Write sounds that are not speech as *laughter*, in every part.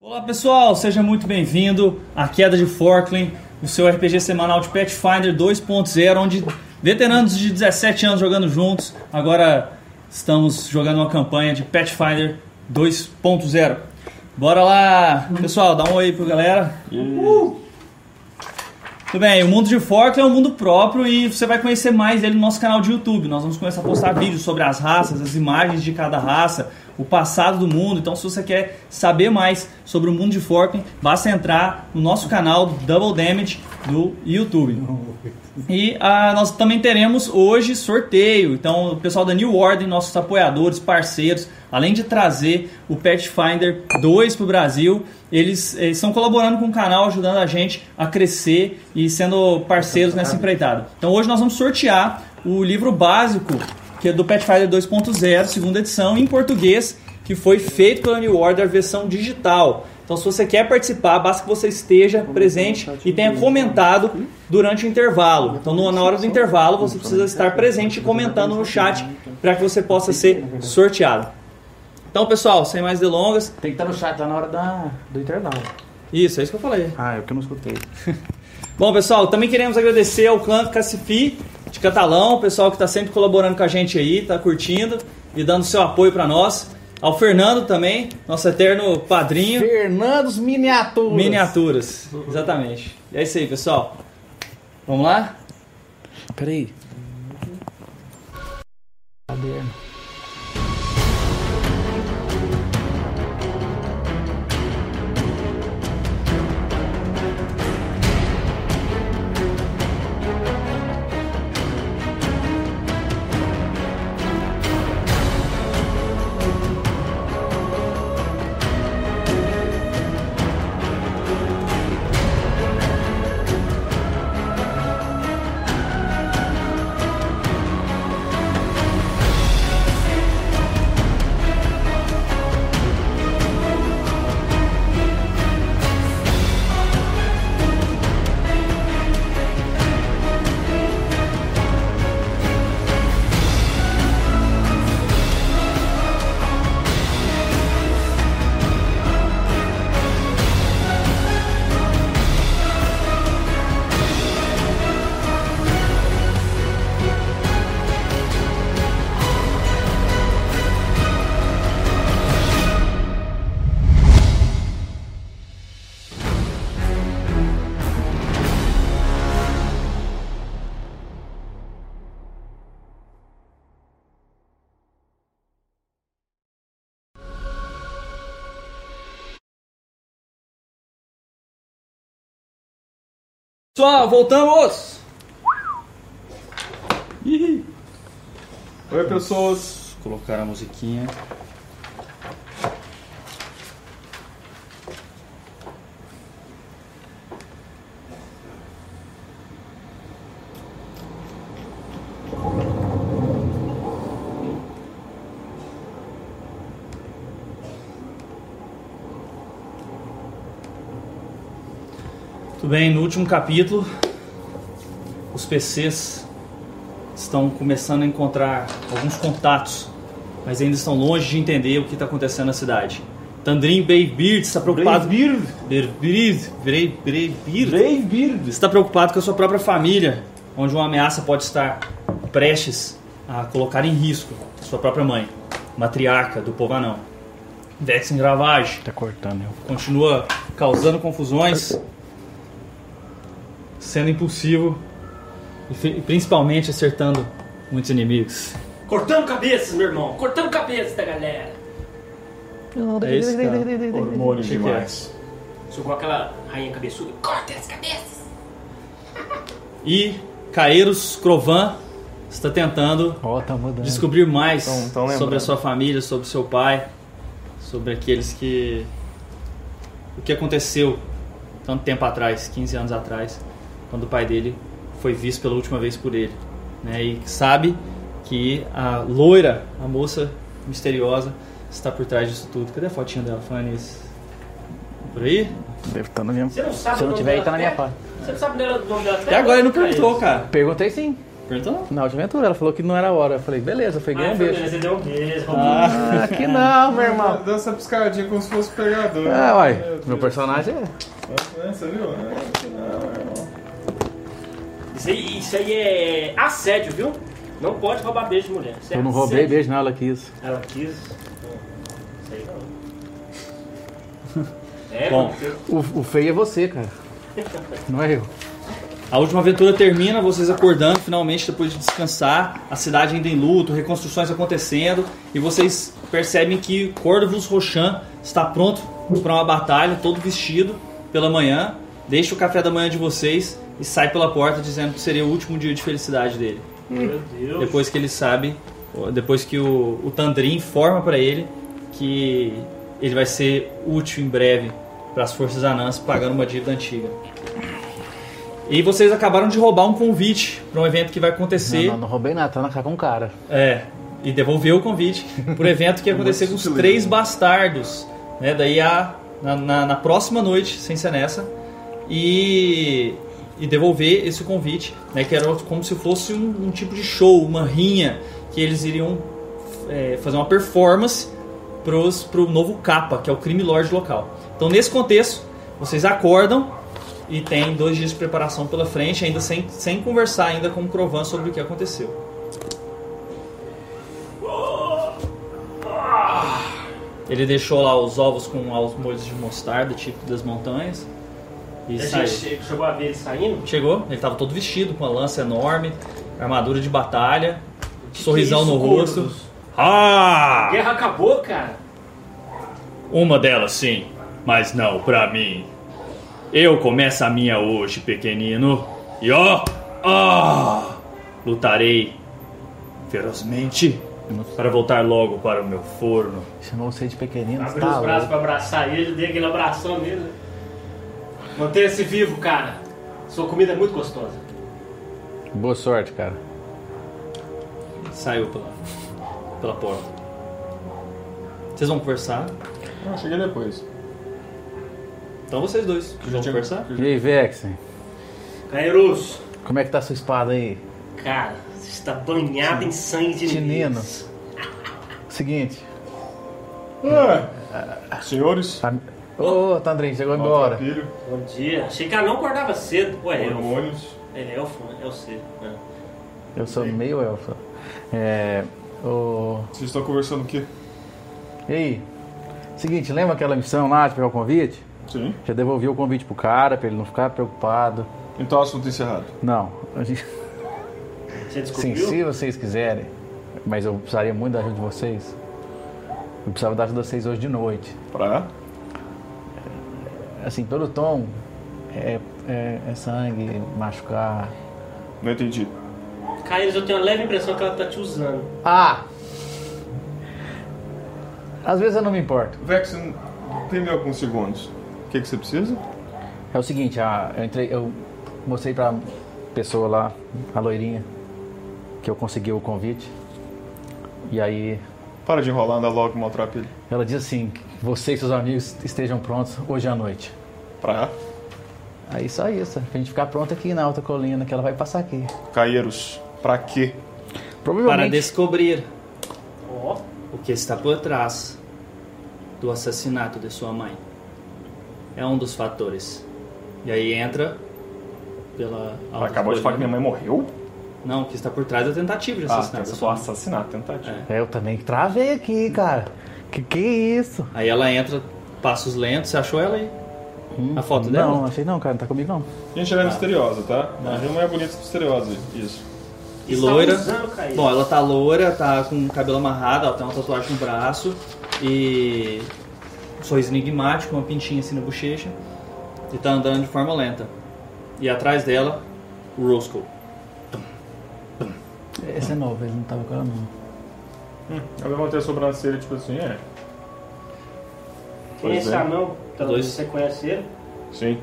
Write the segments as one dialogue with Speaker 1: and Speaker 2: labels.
Speaker 1: Olá pessoal, seja muito bem-vindo à Queda de Forkling, o seu RPG semanal de Pathfinder 2.0, onde veteranos de 17 anos jogando juntos, agora estamos jogando uma campanha de Pathfinder 2.0. Bora lá, pessoal, dá um oi pro galera. Uh! Tudo bem, o mundo de Forkling é um mundo próprio e você vai conhecer mais ele no nosso canal de YouTube. Nós vamos começar a postar vídeos sobre as raças, as imagens de cada raça, o passado do mundo. Então, se você quer saber mais sobre o mundo de Forkner, basta entrar no nosso canal Double Damage do YouTube. E ah, nós também teremos hoje sorteio. Então, o pessoal da New Order, nossos apoiadores, parceiros, além de trazer o Pathfinder 2 para o Brasil, eles, eles estão colaborando com o canal, ajudando a gente a crescer e sendo parceiros nessa empreitada. Então, hoje nós vamos sortear o livro básico que é do Pathfinder 2.0, segunda edição, em português, que foi feito pela New Order, versão digital. Então, se você quer participar, basta que você esteja presente e tenha comentado durante o intervalo. Então, no- na hora do intervalo, você precisa estar presente e comentando no chat para que você possa ser sorteado. Então, pessoal, sem mais delongas,
Speaker 2: Tem que estar no chat, tá na hora da, do intervalo.
Speaker 1: isso, é isso que eu falei.
Speaker 2: Ah, é porque eu não escutei.
Speaker 1: Bom, pessoal, também queremos agradecer ao clã Cacifi de Catalão, o pessoal que está sempre colaborando com a gente aí, tá curtindo e dando seu apoio para nós. Ao Fernando também, nosso eterno padrinho.
Speaker 2: Fernandos Miniaturas.
Speaker 1: Miniaturas, exatamente. E é isso aí, pessoal. Vamos lá?
Speaker 2: Peraí. Caderno.
Speaker 1: Pessoal, voltamos!
Speaker 3: Oi, pessoas.
Speaker 1: Colocar a musiquinha. Tudo bem, no último capítulo, os PCs estão começando a encontrar alguns contatos, mas ainda estão longe de entender o que está acontecendo na cidade. Tandrin Beybeard está preocupado. Beybeard, Beybeard, Beybeard
Speaker 2: Bird.
Speaker 1: está tá preocupado com a sua própria família, onde uma ameaça pode estar prestes a colocar em risco sua própria mãe, matriarca do povo anão. Vexen Gravage
Speaker 2: Tá cortando, eu.
Speaker 1: continua causando confusões, sendo impulsivo e fi- e principalmente acertando muitos inimigos.
Speaker 4: Cortando cabeças, meu irmão. Cortando cabeças da galera.
Speaker 1: É isso, cara.
Speaker 3: Hormônios
Speaker 1: Achei que é.
Speaker 3: demais.
Speaker 4: Sugou aquela rainha cabeçuda. Corta as cabeças.
Speaker 1: E Caeiros Crovan está tentando
Speaker 2: Ó, tá mudando.
Speaker 1: descobrir mais
Speaker 3: Tão- tão
Speaker 1: sobre a
Speaker 3: lembrando.
Speaker 1: sua família, sobre seu pai, sobre aqueles que. o que aconteceu tanto tempo atrás 15 anos atrás quando o pai dele foi visto pela última vez por ele. Né? E sabe que a loira, a moça misteriosa, está por trás disso tudo. Cadê a fotinha dela, Fanny? Por aí?
Speaker 2: Deve estar no mesmo.
Speaker 4: Você não sabe
Speaker 2: Se
Speaker 4: o
Speaker 2: não
Speaker 4: nome
Speaker 3: então
Speaker 2: tiver aí,
Speaker 4: dela
Speaker 2: tá na minha
Speaker 4: até?
Speaker 2: parte.
Speaker 4: Você não sabe dela- o nome dela até?
Speaker 3: É
Speaker 4: Ah,
Speaker 1: Até agora ele não
Speaker 4: Cara,
Speaker 1: perguntou, cara.
Speaker 2: Perguntei sim.
Speaker 1: Perguntou?
Speaker 3: Na última aventura, ela falou que não era a hora. Eu falei, beleza, eu peguei um
Speaker 4: foi
Speaker 3: bicho.
Speaker 4: beleza, Você deu um beijo.
Speaker 3: Ah, que não, meu irmão.
Speaker 5: Dá essa piscadinha como se fosse pegador.
Speaker 3: Ah, uai,
Speaker 5: Deus.
Speaker 3: meu personagem é.
Speaker 5: É, Você viu? É, que não, meu irmão.
Speaker 4: Isso aí, isso aí é assédio, viu? Não pode roubar beijo de mulher. Isso é
Speaker 3: Eu não roubei
Speaker 4: assédio.
Speaker 3: beijo, não, ela quis.
Speaker 4: Ela quis. Isso aí não. É,
Speaker 1: Bom.
Speaker 4: porque-
Speaker 3: O, o feio é você, cara. Não é eu.
Speaker 1: A última aventura termina, vocês acordando finalmente depois de descansar, a cidade ainda em luto, reconstruções acontecendo, e vocês percebem que Corvus Roxan está pronto para uma batalha, todo vestido pela manhã, deixa o café da manhã de vocês e sai pela porta dizendo que seria o último dia de felicidade dele.
Speaker 4: Meu Deus.
Speaker 1: Depois que ele sabe, depois que o, o Tandrin informa pra ele que ele vai ser útil em breve para as forças anãs pagando uma dívida antiga. E vocês acabaram de roubar um convite para um evento que vai acontecer.
Speaker 3: Não, não, não roubei nada, tá na cara com um cara.
Speaker 1: É, e devolveu o convite pro evento que ia acontecer com os
Speaker 5: sutileza.
Speaker 1: três bastardos. Né? Daí a, na, na- na próxima noite, sem ser nessa, e, e devolver esse convite, né? que era outro- como se fosse um, um tipo de show, uma rinha, que eles iriam é, fazer uma performance pros, pro novo capa, que é o crime lord local. Então, nesse contexto, vocês acordam e tem dois dias de preparação pela frente, ainda sem, sem conversar ainda com o Crovan sobre o que aconteceu. Ele deixou lá os ovos com os molhos de mostarda, típico das montanhas. E
Speaker 4: A
Speaker 1: saiu.
Speaker 4: gente che- chegou a ver ele saindo?
Speaker 1: Chegou, ele tava todo vestido, com uma lança enorme, armadura de batalha,
Speaker 4: Que
Speaker 1: sorrisão
Speaker 4: que é
Speaker 1: no
Speaker 4: isso,
Speaker 1: rosto.
Speaker 4: Corvus?
Speaker 1: Ah!
Speaker 4: A guerra acabou, cara.
Speaker 1: Uma delas sim, mas não pra mim. Eu começo a minha hoje, pequenino. E ó, ó, lutarei ferozmente para voltar logo para o meu forno.
Speaker 3: Chamou você de pequenino,
Speaker 4: Abriu
Speaker 3: tá
Speaker 4: os
Speaker 3: louco.
Speaker 4: braços pra abraçar ele, dei aquele abração nele. Mantenha-se vivo, cara. Sua comida é muito gostosa.
Speaker 3: Boa sorte, cara.
Speaker 1: Saiu pela, pela porta. Vocês vão conversar?
Speaker 5: Não, cheguei depois.
Speaker 1: Então vocês dois vão
Speaker 5: tinha-
Speaker 1: conversar?
Speaker 3: E aí, Vexen?
Speaker 4: Caeroso,
Speaker 3: Como é que tá a sua espada aí?
Speaker 4: cara, você está banhado em sangue de
Speaker 3: Tinino.
Speaker 4: inimigos.
Speaker 3: Seguinte.
Speaker 5: Ah, senhores,
Speaker 3: Tá... Ô, Tandrin, chegou
Speaker 4: tá
Speaker 3: embora.
Speaker 5: Maltrapilho,
Speaker 4: Bom dia. Achei que ela não acordava cedo.
Speaker 5: É,
Speaker 4: Ué, elfo.
Speaker 5: hormônios.
Speaker 4: Ele é elfo, né? É o cedo. né?
Speaker 3: Eu sou meio elfo. É. Ô.
Speaker 5: Vocês estão conversando o quê?
Speaker 3: E aí? Seguinte, lembra aquela missão lá de pegar o convite?
Speaker 5: Sim.
Speaker 3: Já devolvi o convite pro cara, pra ele não ficar preocupado.
Speaker 5: Então, assunto encerrado.
Speaker 3: Não, a gente-
Speaker 4: Você
Speaker 3: sim,
Speaker 4: descobriu?
Speaker 3: se vocês quiserem, mas eu precisaria muito da ajuda de vocês. Eu precisava da ajuda de vocês hoje de noite.
Speaker 5: Pra?
Speaker 3: Assim, pelo tom, é, é- é sangue, machucar.
Speaker 5: Não entendi.
Speaker 4: Caeros, eu tenho uma leve impressão que ela tá te usando.
Speaker 3: Ah! Às vezes eu não me importo.
Speaker 5: Vex, um, tem alguns segundos. O que, que você precisa?
Speaker 3: É o seguinte, a- eu entrei, eu mostrei pra pessoa lá, a loirinha, que eu consegui o convite. E aí
Speaker 5: Para de enrolar, anda logo, maltrapilho.
Speaker 3: ela diz assim, que você e seus amigos estejam prontos hoje à noite.
Speaker 5: Pra?
Speaker 3: Aí só isso, pra gente ficar pronto aqui na alta colina, que ela vai passar aqui.
Speaker 5: Caeiros, pra quê?
Speaker 1: Para
Speaker 3: Provavelmente.
Speaker 1: descobrir
Speaker 4: Ó,
Speaker 1: o que está por trás do assassinato de sua mãe. É um dos fatores. E aí entra pela.
Speaker 5: Ela acabou de falar que minha mãe morreu?
Speaker 1: né? Não, o que está por trás é a tentativa de
Speaker 5: Ah,
Speaker 1: assassinato. da
Speaker 5: essa
Speaker 1: sua
Speaker 5: foi
Speaker 1: mãe.
Speaker 5: assassinato, tentativa.
Speaker 1: É.
Speaker 3: É, Eu também travei aqui, cara. Que que é isso?
Speaker 1: Aí ela entra, passos lentos. Você achou ela aí?
Speaker 5: Hum,
Speaker 1: A foto dela?
Speaker 3: Não, achei não, cara, não tá comigo não.
Speaker 5: Gente, ela é misteriosa, tá? Imagina uma mulher bonita e misteriosa. Isso. tá
Speaker 1: E
Speaker 4: Está
Speaker 1: loira.
Speaker 4: usando, Caio.
Speaker 1: Bom, ela tá loira, tá com o cabelo amarrado, ela tem uma tatuagem no braço e um sorriso enigmático, uma pintinha assim na bochecha. E tá andando de forma lenta. E atrás dela, o Roscoe.
Speaker 3: Esse é novo, ele não tava com ela não.
Speaker 5: Eu levantei a sobrancelha, tipo assim, é.
Speaker 4: quem é esse
Speaker 5: é.
Speaker 4: anão? Pelo
Speaker 1: Dois.
Speaker 4: menos você conhece ele.
Speaker 5: Sim,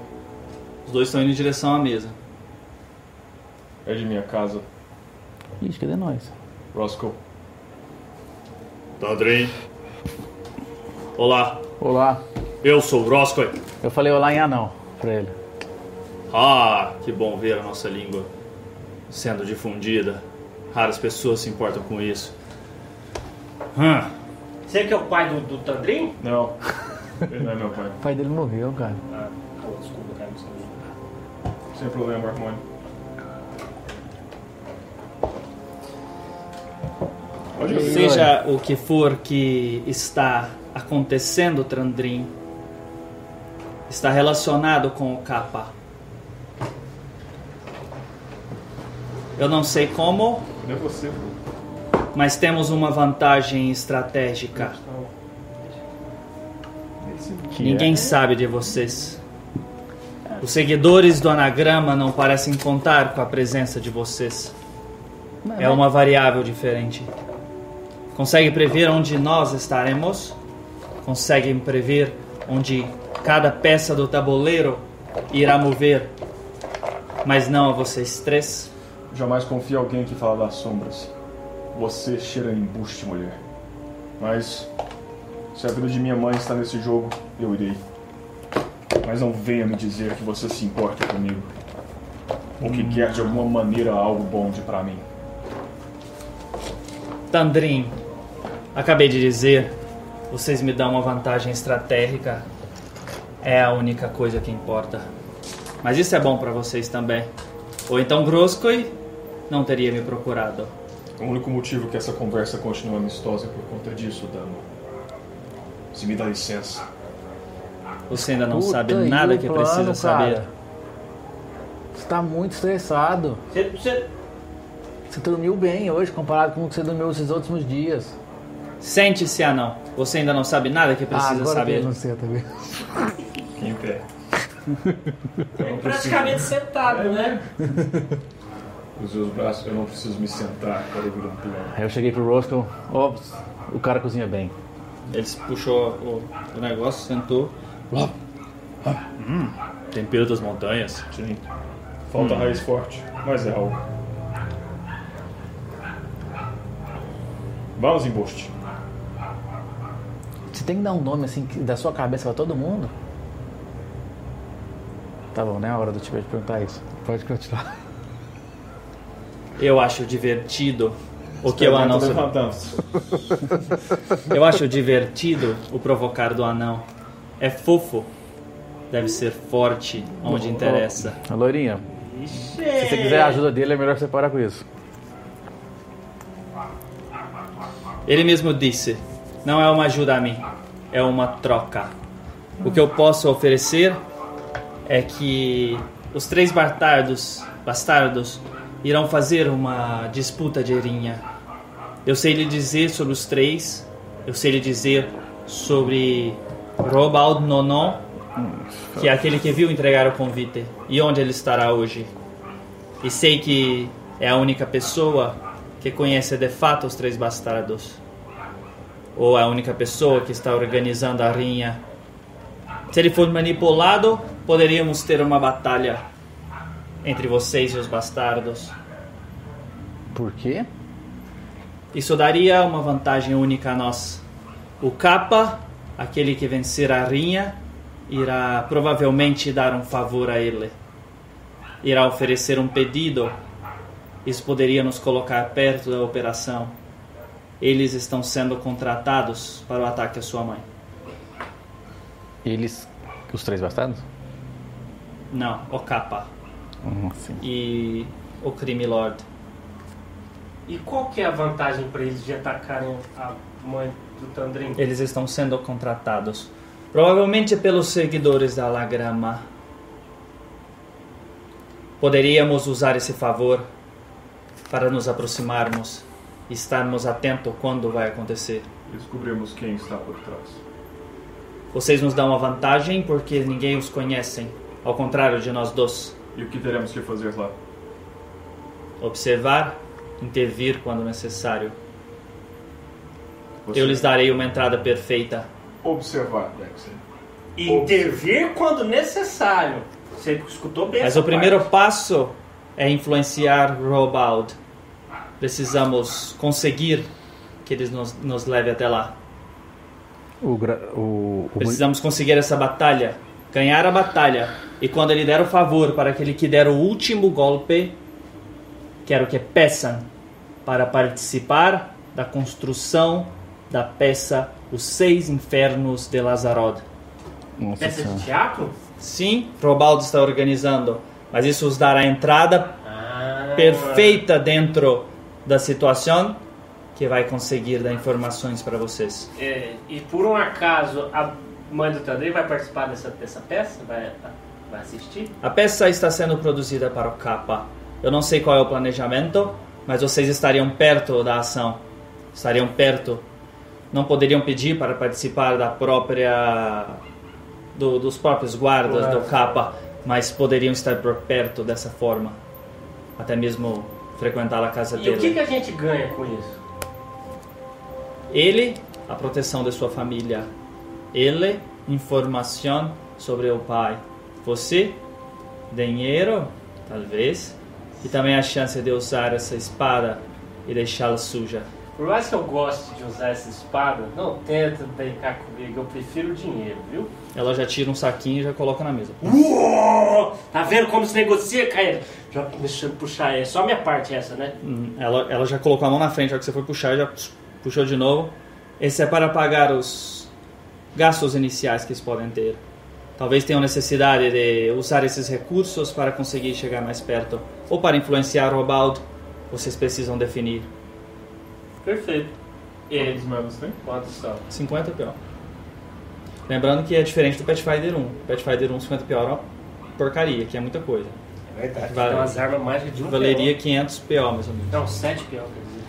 Speaker 1: Os dois estão indo em direção à mesa.
Speaker 5: é de minha casa,
Speaker 3: Ixi, cadê nós?
Speaker 5: Roscoe.
Speaker 1: Tandrin. Olá,
Speaker 3: Olá.
Speaker 1: eu sou o Roscoe.
Speaker 3: Eu falei olá em anão pra ele.
Speaker 1: Ah, que bom ver a nossa língua sendo difundida. Raras pessoas se importam com isso. Hã,
Speaker 4: Você que é o pai do, do Tandrin?
Speaker 5: *laughs* Não. Ele não é meu pai.
Speaker 3: O pai dele morreu, cara.
Speaker 4: Ah, pô, desculpa, cara, não sei.
Speaker 5: Sem problema, Armônio. Pode ir.
Speaker 1: Seja o que for que está acontecendo, Trandrin, está relacionado com o Kappa. Eu não sei como,
Speaker 5: Não é você, pô.
Speaker 1: mas temos uma vantagem estratégica.
Speaker 5: Esse-
Speaker 3: Que
Speaker 1: Ninguém sabe de vocês. Os seguidores do anagrama não parecem contar com a presença de vocês. É uma variável diferente. Consegue prever onde nós estaremos? Conseguem prever onde cada peça do tabuleiro irá mover? Mas não a vocês três.
Speaker 5: Jamais confie em alguém que fala das sombras. Você cheira embuste, mulher. Mas se a vida de minha mãe está nesse jogo, eu irei. Mas não venha me dizer que você se importa comigo. Ou que quer de alguma maneira algo bom de pra mim.
Speaker 1: Tandrin, acabei de dizer, vocês me dão uma vantagem estratégica. É a única coisa que importa. Mas isso é bom pra vocês também. Ou então Groskoi não teria me procurado.
Speaker 5: O único motivo que essa conversa continua amistosa é por conta disso, Dama. Se me dá licença.
Speaker 1: Você ainda não
Speaker 3: Puta,
Speaker 1: sabe
Speaker 3: e
Speaker 1: nada
Speaker 3: o
Speaker 1: que
Speaker 3: plano,
Speaker 1: precisa saber.
Speaker 3: cara? Você tá muito estressado.
Speaker 4: Você, você,
Speaker 3: Você dormiu bem hoje comparado com o que você dormiu esses últimos dias.
Speaker 1: Sente-se, anão. Você ainda não sabe nada que
Speaker 3: ah,
Speaker 1: precisa
Speaker 3: agora que
Speaker 1: saber.
Speaker 3: eu não sei também.
Speaker 5: Em pé.
Speaker 4: praticamente sentado, né?
Speaker 5: Os seus braços, eu não preciso me sentar para ouvir um plano.
Speaker 3: Aí eu cheguei pro Roscoe, ó, o cara cozinha bem.
Speaker 1: Ele puxou o, o negócio, sentou. Hum, tempero das montanhas.
Speaker 5: Sim.
Speaker 1: Hum.
Speaker 5: Falta raiz forte, mas é algo. Vamos, embuste.
Speaker 3: Você tem que dar um nome assim que- da sua cabeça pra todo mundo? Tá bom, né? É a hora do Tibete perguntar isso. Pode continuar.
Speaker 1: Eu acho divertido o que é o
Speaker 5: não
Speaker 1: anão se
Speaker 5: levantamos.
Speaker 1: Eu acho divertido o provocar do anão. É fofo. Deve ser forte onde interessa.
Speaker 3: Ô, Loirinha, se você quiser a ajuda dele, é melhor você parar com isso.
Speaker 1: Ele mesmo disse: Não é uma ajuda a mim, é uma troca. O que eu posso oferecer é que os três bastardos, bastardos irão fazer uma disputa de rinha. Eu sei lhe dizer sobre os três, eu sei lhe dizer sobre Robald Nonon, que é aquele que viu entregar o convite, e onde ele estará hoje. E sei que é a única pessoa que conhece de fato os três bastardos. Ou é a única pessoa que está organizando a rinha. Se ele for manipulado, poderíamos ter uma batalha entre vocês e os bastardos.
Speaker 3: Por quê?
Speaker 1: Isso daria uma vantagem única a nós. O capa, aquele que vencer a rinha, irá provavelmente dar um favor a ele. Irá oferecer um pedido. Isso poderia nos colocar perto da operação. Eles estão sendo contratados para o ataque à sua mãe.
Speaker 3: Eles. Os três bastardos?
Speaker 1: Não, o capa
Speaker 3: Hum, sim.
Speaker 1: e o crime lord.
Speaker 4: E qual que é a vantagem pra eles de atacarem a mãe do Tandrin?
Speaker 1: Eles estão sendo contratados. Provavelmente pelos seguidores da Lagrama. Poderíamos usar esse favor para nos aproximarmos e estarmos atentos quando vai acontecer.
Speaker 5: Descobrimos quem está por trás.
Speaker 1: Vocês nos dão uma vantagem porque ninguém os conhece, ao contrário de nós dois.
Speaker 5: E o que teremos que fazer lá?
Speaker 1: Observar, intervir quando necessário.
Speaker 5: Você
Speaker 1: Eu lhes darei uma entrada perfeita.
Speaker 5: Observar, Dexter.
Speaker 4: E intervir quando necessário. Você escutou bem
Speaker 1: Mas
Speaker 4: essa
Speaker 1: o primeiro
Speaker 4: parte.
Speaker 1: passo é influenciar Robald. Precisamos conseguir que ele nos, nos leve até lá.
Speaker 3: O, gra- o, o,
Speaker 1: Precisamos conseguir essa batalha, ganhar a batalha. E quando ele der o favor para aquele que der o último golpe, Quero que peçam para participar da construção da peça Os Seis Infernos de Lazarod.
Speaker 2: Nossa
Speaker 4: Peça
Speaker 2: senhora.
Speaker 4: de teatro?
Speaker 1: Sim, Robaldo está organizando, mas isso os dará entrada
Speaker 4: Ah.
Speaker 1: perfeita dentro da situação que vai conseguir dar informações para vocês.
Speaker 4: É, e por um acaso, a mãe do Tandrei vai participar dessa, dessa peça? Vai, vai assistir?
Speaker 1: A peça está sendo produzida para o capa. Eu não sei qual é o planejamento, mas vocês estariam perto da ação. Estariam perto. Não poderiam pedir para participar da própria. do- dos próprios guardas do capa, mas poderiam estar por perto dessa forma. Até mesmo frequentar a casa
Speaker 4: E
Speaker 1: dele.
Speaker 4: o que, que a gente ganha com isso?
Speaker 1: Ele, a proteção de sua família. Ele, informação sobre o pai. Você, dinheiro, talvez. E também a chance de usar essa espada e deixá-la suja.
Speaker 4: Por mais que eu goste de usar essa espada, não tenta brincar comigo, eu prefiro o dinheiro, viu?
Speaker 1: Ela já tira um saquinho e já coloca na mesa.
Speaker 4: Uou! Tá vendo como se negocia, Caio? Já deixa eu puxar, é só a minha parte essa, né?
Speaker 1: Hum, Ela, ela já colocou a mão na frente, a hora que você foi puxar, já puxou de novo. Esse é para pagar os gastos iniciais que eles podem ter. Talvez tenham necessidade de usar esses recursos para conseguir chegar mais perto. Ou para influenciar o Robaldo, vocês precisam definir.
Speaker 4: Perfeito. É, E
Speaker 5: Quantas moedas tem?
Speaker 4: quantos são?
Speaker 1: 50 pior. Lembrando que é diferente do Pathfinder 1. Pathfinder 1, 50 pior é uma porcaria, que é muita coisa.
Speaker 4: É verdade.
Speaker 1: Vale-
Speaker 4: Tem umas armas mágicas de um
Speaker 1: Valeria 500 PO, meus amigos.
Speaker 4: peão. Não, sete peão, quer dizer.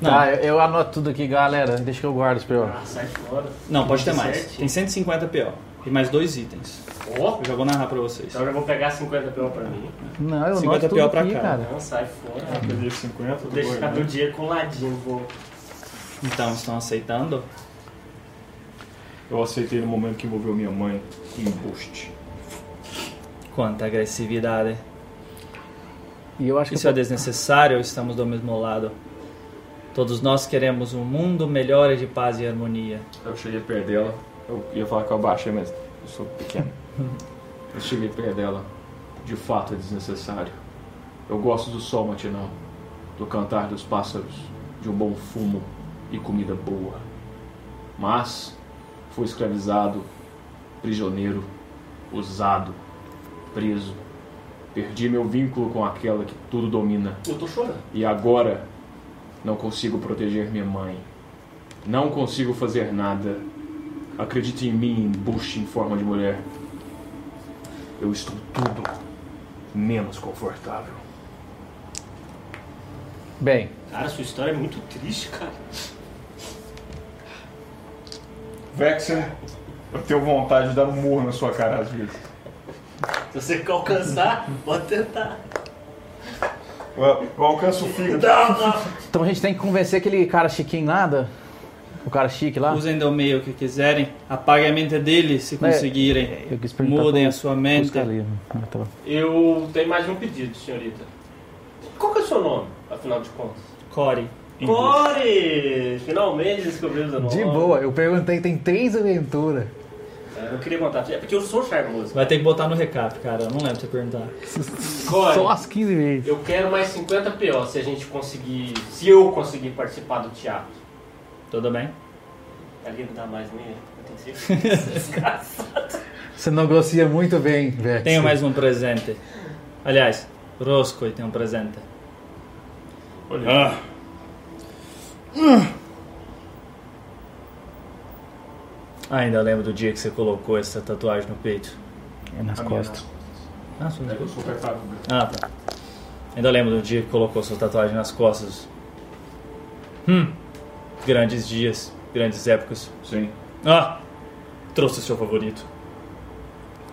Speaker 1: Não,
Speaker 3: Tá, eu, eu anoto tudo aqui, galera. Deixa que eu guardo os piores.
Speaker 4: Ah, sai fora.
Speaker 1: não pode ter mais.
Speaker 4: 17.
Speaker 1: Tem 150 PO. E mais dois itens.
Speaker 4: Ó,
Speaker 1: Eu já vou narrar pra vocês.
Speaker 4: então eu já vou pegar 50 peão pra mim.
Speaker 3: Não, eu
Speaker 1: 50
Speaker 3: anoto tudo
Speaker 1: pior pra
Speaker 3: aqui,
Speaker 1: cá.
Speaker 3: cara.
Speaker 4: Não, sai fora.
Speaker 5: Eu peguei 50,
Speaker 4: Vou deixar meu
Speaker 5: dois, né?
Speaker 4: dinheiro com o ladinho, vou.
Speaker 1: Então, estão aceitando?
Speaker 5: Eu aceitei no momento que envolveu minha mãe em embuste.
Speaker 1: Quanta agressividade.
Speaker 3: E eu acho que
Speaker 1: Isso é desnecessário, estamos do mesmo lado. Todos nós queremos um mundo melhor e de paz e harmonia.
Speaker 5: Eu cheguei perto dela. Eu ia falar que eu abaixei, mas eu sou pequeno. eu cheguei perto dela. De fato é desnecessário. Eu gosto do sol matinal, do cantar dos pássaros, de um bom fumo e comida boa. Mas fui escravizado, prisioneiro, usado, preso. Perdi meu vínculo com aquela que tudo domina.
Speaker 4: Eu tô chorando.
Speaker 5: E agora não consigo proteger minha mãe. Não consigo fazer nada. Acredite em mim, embuste em forma de mulher. Eu estou tudo menos confortável.
Speaker 3: Bem,
Speaker 4: Cara, sua história é muito triste, cara.
Speaker 5: Vexen, eu tenho vontade de dar um murro na sua cara às vezes.
Speaker 4: Se você quer *laughs* alcançar, pode tentar.
Speaker 5: Eu, eu alcanço o fígado.
Speaker 3: então a gente tem que convencer aquele cara chiquinho nada. O cara chique lá.
Speaker 1: Usem do meio que quiserem, apaguem a mente dele se conseguirem.
Speaker 3: É, Eu quis perguntar
Speaker 1: Mudem
Speaker 3: pro-
Speaker 1: a sua
Speaker 3: pros
Speaker 1: mente.
Speaker 3: caras ali. Ah, tá bom.
Speaker 4: Eu tenho mais um pedido, senhorita. Qual que é o seu nome, afinal de contas?
Speaker 1: Core.
Speaker 4: Core! Finalmente descobrimos o nome.
Speaker 3: De boa, eu perguntei, tem três aventuras.
Speaker 4: É, Eu queria contar. É porque eu sou charmoso.
Speaker 1: Vai ter que botar no recap, cara. Eu não lembro de você perguntar.
Speaker 3: Só
Speaker 4: Core,
Speaker 3: as 15 vezes.
Speaker 4: eu quero mais 50 PO se a gente conseguir. Se eu conseguir participar do teatro.
Speaker 1: Tudo bem?
Speaker 4: Ali não dá mais nem. Eu tenho certeza.
Speaker 3: Você negocia muito bem, Vex.
Speaker 1: Tenho mais um presente. Aliás, Roscoe tem um presente.
Speaker 5: Olha.
Speaker 1: Ah, Ainda lembro do dia que você colocou essa tatuagem no peito.
Speaker 2: É nas costas.
Speaker 1: Ah, sou
Speaker 5: Eu sou apertado.
Speaker 1: Ah, tá. Ainda lembro do dia que colocou sua tatuagem nas costas. Hum. Grandes dias, grandes épocas.
Speaker 5: Sim,
Speaker 1: Ah! Trouxe o seu favorito.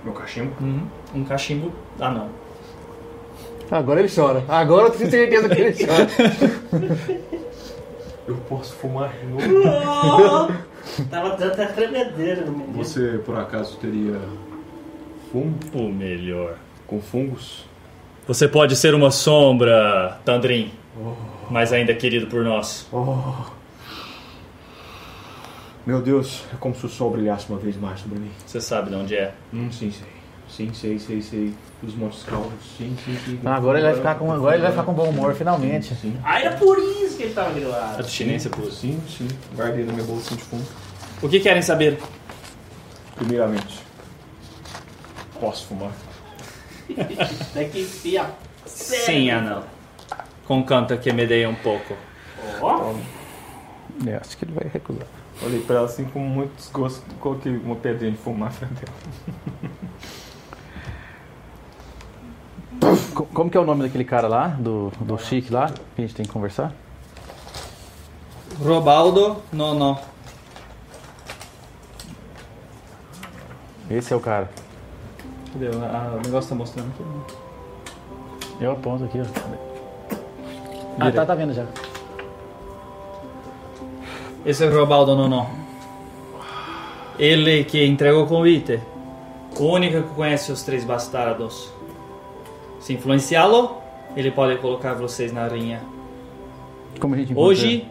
Speaker 5: meu cachimbo.
Speaker 1: Um cachimbo. Ah, não.
Speaker 3: Agora ele chora. Agora eu tenho certeza que ele chora.
Speaker 5: Eu posso fumar de novo.
Speaker 4: Oh! Tava dando até tremedeira no menino.
Speaker 5: Você, por acaso, teria fumo
Speaker 1: O melhor.
Speaker 5: com fungos?
Speaker 1: Você pode ser uma sombra, Tandrin. Mas ainda querido por nós.
Speaker 5: Oh. Meu Deus, é como se o sol brilhasse uma vez mais sobre mim.
Speaker 1: Você sabe de onde é.
Speaker 5: Hum, sim, sim. Sim, sei, sei, sei. Os monstros calvos. Sim, sim, sim.
Speaker 3: Ah, agora ele vai ficar com, agora ele vai ficar com bom humor, finalmente.
Speaker 5: Sim,
Speaker 4: Ah, era por isso que ele tava grilado.
Speaker 6: Abstinência pura.
Speaker 5: sim, sim. Guardei na minha bolsa de fundo.
Speaker 1: O que querem saber?
Speaker 5: Primeiramente, posso fumar?
Speaker 4: Tem É que enfiar.
Speaker 6: Sim, anão.
Speaker 1: Com canta que medeia um pouco.
Speaker 4: Ó,
Speaker 3: É,
Speaker 2: Eu acho que ele vai recusar.
Speaker 5: Olhei pra ela assim com muito desgosto, coloquei uma pedrinha de fumar na frente dela.
Speaker 3: Co- Como que é o nome daquele cara lá, do, do Chique lá, que a gente tem que conversar?
Speaker 1: Robaldo, não, não.
Speaker 3: Esse é o cara.
Speaker 1: Cadê? Ah, O negócio tá mostrando aqui. né?
Speaker 3: Eu aponto aqui, ó. Ah, tá, tá vendo já.
Speaker 1: Esse é Robaldo Nonon. Ele que entregou o convite. O único que conhece os três bastardos. Se influenciá-lo, ele pode colocar vocês na rinha.
Speaker 3: Como a gente encontra-
Speaker 1: Hoje,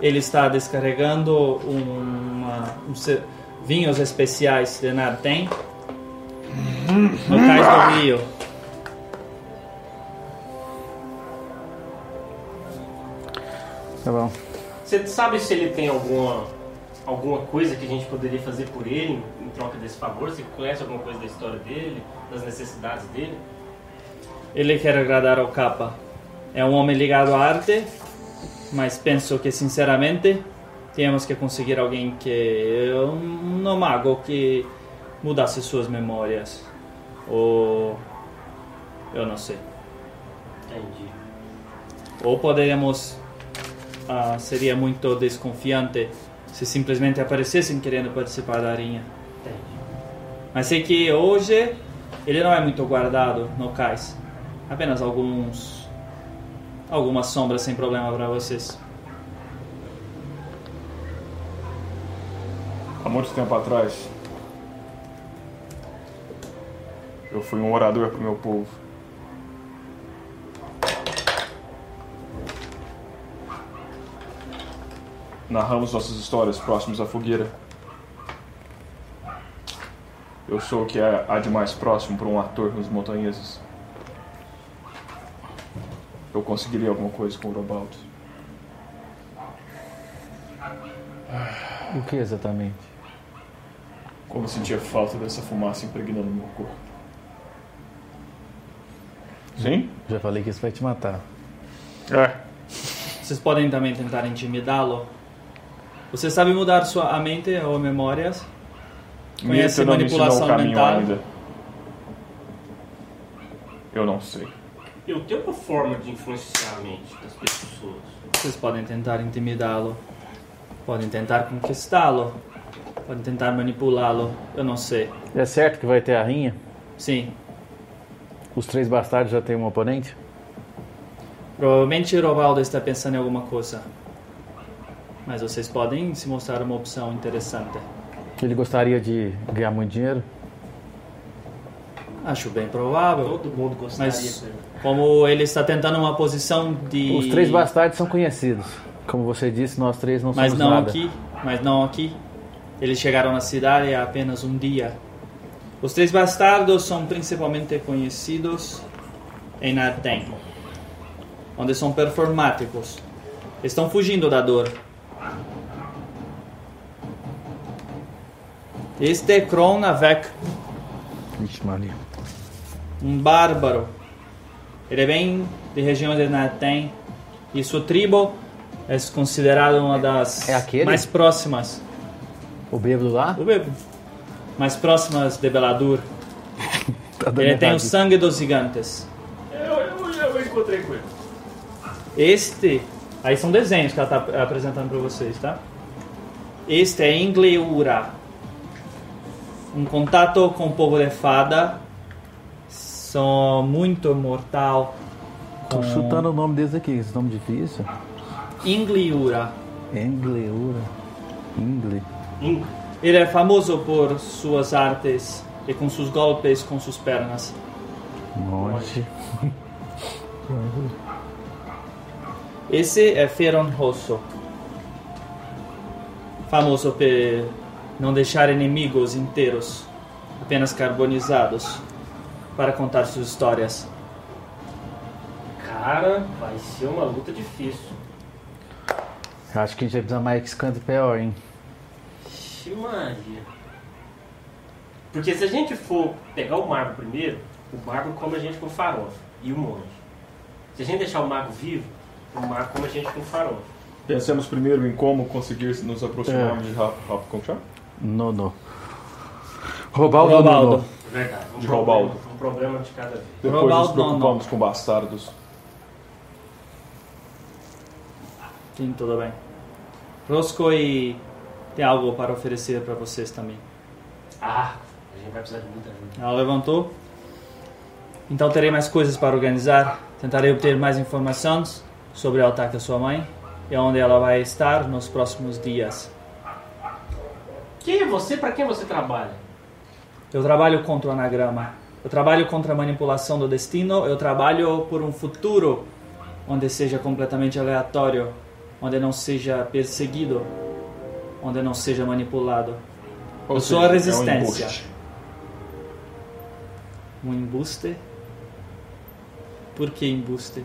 Speaker 1: ele está descarregando uma, um se- vinhos especiais de Nartem no cais do rio.
Speaker 3: Tá bom.
Speaker 4: você sabe se ele tem alguma alguma coisa que a gente poderia fazer por ele em- em troca desse favor? Você conhece alguma coisa da história dele, das necessidades dele?
Speaker 1: Ele quer agradar ao capa. É um homem ligado à arte, mas penso que sinceramente temos que conseguir alguém que um um mago que mudasse suas memórias. Ou eu não sei.
Speaker 4: Entendi.
Speaker 1: Ou poderíamos ah, seria muito desconfiante se simplesmente aparecessem querendo participar da linha.
Speaker 4: Entendi.
Speaker 1: Mas sei que hoje ele não é muito guardado no cais. Apenas alguns. algumas sombras sem problema pra vocês.
Speaker 5: Há muito tempo atrás, eu fui um orador pro meu povo. Narramos nossas histórias próximos à fogueira. Eu sou o que é- há de mais próximo para um ator nos montanheses. Eu conseguiria alguma coisa com o Robaldo.
Speaker 3: O que exatamente?
Speaker 5: Como eu sentia falta dessa fumaça impregnando meu corpo. Sim?
Speaker 3: Já falei que isso vai te matar.
Speaker 5: É.
Speaker 1: Vocês podem também tentar intimidá-lo. Você sabe mudar sua a mente ou memórias? Conhece
Speaker 5: Mito não me ensinou
Speaker 1: manipulação
Speaker 5: o caminho
Speaker 1: mental?
Speaker 5: ainda. Eu não sei.
Speaker 4: Eu tenho uma forma de influenciar a mente das pessoas.
Speaker 1: Vocês podem tentar intimidá-lo. Podem tentar conquistá-lo. Podem tentar manipulá-lo. Eu não sei.
Speaker 3: É certo que vai ter a rinha?
Speaker 1: Sim,
Speaker 3: Os três bastardos já têm um oponente?
Speaker 1: Provavelmente Rovaldo está pensando em alguma coisa. Mas vocês podem se mostrar uma opção interessante.
Speaker 3: Ele gostaria de ganhar muito dinheiro?
Speaker 1: Acho bem provável.
Speaker 4: Todo mundo gostaria. né?
Speaker 1: Mas
Speaker 4: dele.
Speaker 1: como ele está tentando uma posição de.
Speaker 3: Os três bastardos são conhecidos. Como você disse, nós três não
Speaker 1: Mas
Speaker 3: somos
Speaker 1: não
Speaker 3: nada.
Speaker 1: aqui. Mas não aqui. Eles chegaram na cidade há apenas um dia. Os três bastardos são principalmente conhecidos em Nartem, onde são performáticos. Estão fugindo da dor. Este é Kronavec,
Speaker 2: Vixe, Maria.
Speaker 1: um bárbaro. Ele vem de região de Nartem e sua tribo é considerada uma das
Speaker 3: É aquele?
Speaker 1: mais próximas.
Speaker 3: O bêbado lá?
Speaker 1: O bebo. Mais próximas de Beladur.
Speaker 3: Tá dando
Speaker 1: Ele tem o
Speaker 3: errado.
Speaker 1: sangue dos gigantes.
Speaker 4: Eu, eu, eu encontrei com ele.
Speaker 1: Este. Aí são desenhos que ela tá apresentando pra vocês, tá? Este é Ingleura. Um contato com o povo de fada. São muito mortal.
Speaker 3: Tô chutando o nome deles aqui, esse nome difícil.
Speaker 1: Ingleura.
Speaker 3: Engleura. Ingle.
Speaker 4: Hum,
Speaker 1: Ele é famoso por suas artes e com seus golpes com suas pernas.
Speaker 3: Monte.
Speaker 1: Esse é Feron Rosso. Famoso por não deixar inimigos inteiros. apenas carbonizados para contar suas histórias.
Speaker 4: Cara, vai ser uma luta difícil.
Speaker 3: Acho que a gente vai precisar mais canto pior, hein?
Speaker 4: Ixi, Maria. Porque se a gente for pegar o mago primeiro, o mago come a gente com farofa e o monge. Se a gente deixar o mago vivo, o mago come a gente com farofa.
Speaker 5: Pensemos primeiro em como conseguir nos aproximar de Rafa. Rafa, como chama?
Speaker 3: Nono. Robaldo, ou
Speaker 1: Robaldo.
Speaker 3: Nono.
Speaker 4: É Verdade. Um
Speaker 5: De
Speaker 4: problema,
Speaker 5: Robaldo.
Speaker 4: Um problema de cada vez.
Speaker 5: Depois
Speaker 1: Robaldo,
Speaker 5: nos preocupamos com bastardos.
Speaker 1: Sim, tudo bem. Rosco e tem algo para oferecer para vocês também.
Speaker 4: Ah, a gente vai precisar de muita ajuda.
Speaker 1: Ela levantou. Então terei mais coisas para organizar. Tentarei obter mais informações sobre o ataque à sua mãe e onde ela vai estar nos próximos dias.
Speaker 4: Quem é você? Pra quem você trabalha?
Speaker 1: Eu trabalho contra o anagrama. Eu trabalho contra a manipulação do destino. Eu trabalho por um futuro onde seja completamente aleatório, onde não seja perseguido, onde não seja manipulado.
Speaker 5: Ou
Speaker 1: Eu sou a
Speaker 5: seja, é um
Speaker 1: resistência.
Speaker 5: embuste.
Speaker 1: Um embuste? Por que embuste?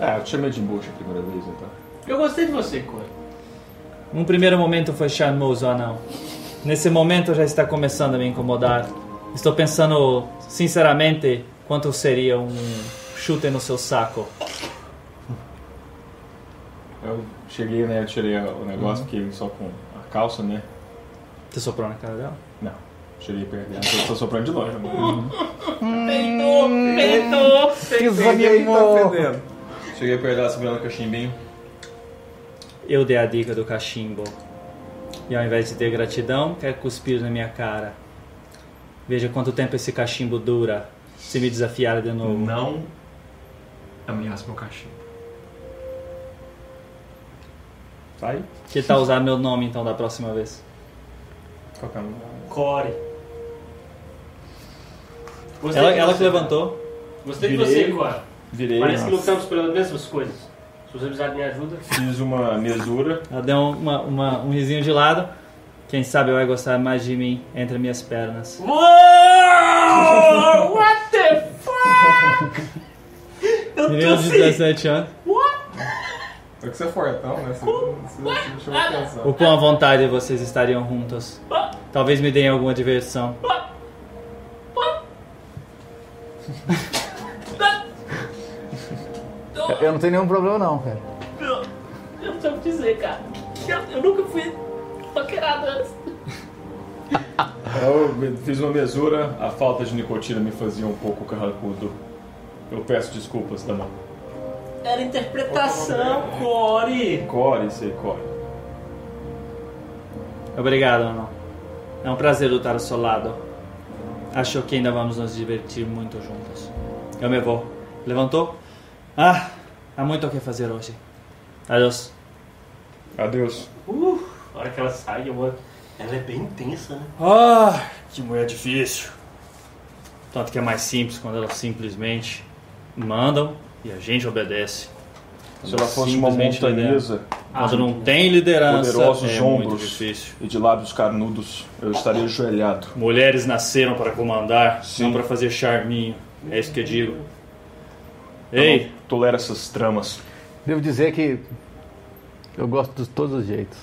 Speaker 5: É, eu te chamei de embuste a primeira vez, então.
Speaker 4: Eu gostei de você, Cor.
Speaker 1: Num primeiro momento foi charmoso, anão. Nesse momento já está começando a me incomodar. Estou pensando, sinceramente, quanto seria um chute no seu saco.
Speaker 5: Eu cheguei, né? Eu tirei o
Speaker 1: Uhum.
Speaker 5: negócio, porque só com a calça, né?
Speaker 1: Você soprou na cara dela?
Speaker 5: Não. Tirei perdendo. Eu tô soprando de longe, mano.
Speaker 1: *laughs*
Speaker 4: Peitou, peitou, tá
Speaker 3: Desanimou.
Speaker 5: Cheguei perto dela segurando o cachimbinho.
Speaker 1: Eu dei a dica do cachimbo. E ao invés de ter gratidão, quer cuspir na minha cara. Veja quanto tempo esse cachimbo dura. Se me desafiar de novo.
Speaker 6: Não ameaça meu cachimbo.
Speaker 5: Sai.
Speaker 1: Que tal usar meu nome então da próxima vez?
Speaker 5: Qual que é o nome?
Speaker 4: Core. Gostei
Speaker 1: Ela,
Speaker 4: de
Speaker 1: ela
Speaker 4: você.
Speaker 1: que levantou.
Speaker 4: Gostei de você,
Speaker 5: Virei.
Speaker 4: Cor.
Speaker 5: Virei.
Speaker 4: Parece que lutamos pelas mesmas coisas. Se você precisar de minha ajuda,
Speaker 5: Fiz uma mesura.
Speaker 1: Ela deu uma, uma- um risinho de lado. Quem sabe vai gostar mais de mim entre minhas pernas.
Speaker 4: *laughs* Uou! What the fuck? Eu
Speaker 1: Menino de
Speaker 4: tossi.
Speaker 1: 17 anos.
Speaker 5: É que você é fortão, né? Você, você, você me chamou atenção.
Speaker 1: O quão à vontade vocês estariam juntos. Talvez me deem alguma diversão.
Speaker 3: Eu- Eu não tenho nenhum problema não, cara.
Speaker 4: Eu não sei o que dizer, cara. Eu, eu nunca fui paquerado antes.
Speaker 5: Eu me- fiz uma mesura. A falta de nicotina me fazia um pouco carrancudo. Eu peço desculpas, Dama.
Speaker 4: Era
Speaker 2: é
Speaker 4: interpretação, Core.
Speaker 5: Core, sei, core.
Speaker 1: Obrigado, Ana. É um prazer lutar ao seu lado. Acho que ainda vamos nos divertir muito juntos. Eu me vou. Levantou? Ah, há muito o que fazer hoje. Adeus.
Speaker 5: Adeus.
Speaker 4: Uh, a hora que ela sai, eu ando. Ela é bem intensa, né?
Speaker 1: Ah, que mulher difícil. Tanto que é mais simples quando elas simplesmente mandam e a gente obedece.
Speaker 5: Se ela fosse uma
Speaker 1: Simplesmente
Speaker 5: montanhesa
Speaker 1: Quando não tem liderança,
Speaker 5: Poderosos
Speaker 1: é muito
Speaker 5: ombros.
Speaker 1: difícil.
Speaker 5: e de lábios carnudos, eu estaria ajoelhado.
Speaker 1: Mulheres nasceram para comandar,
Speaker 5: Sim.
Speaker 1: não para fazer charminho. É isso que eu digo.
Speaker 5: Tá
Speaker 1: Ei,
Speaker 5: Eu não tolero essas tramas.
Speaker 3: Devo dizer que eu gosto de todos os jeitos.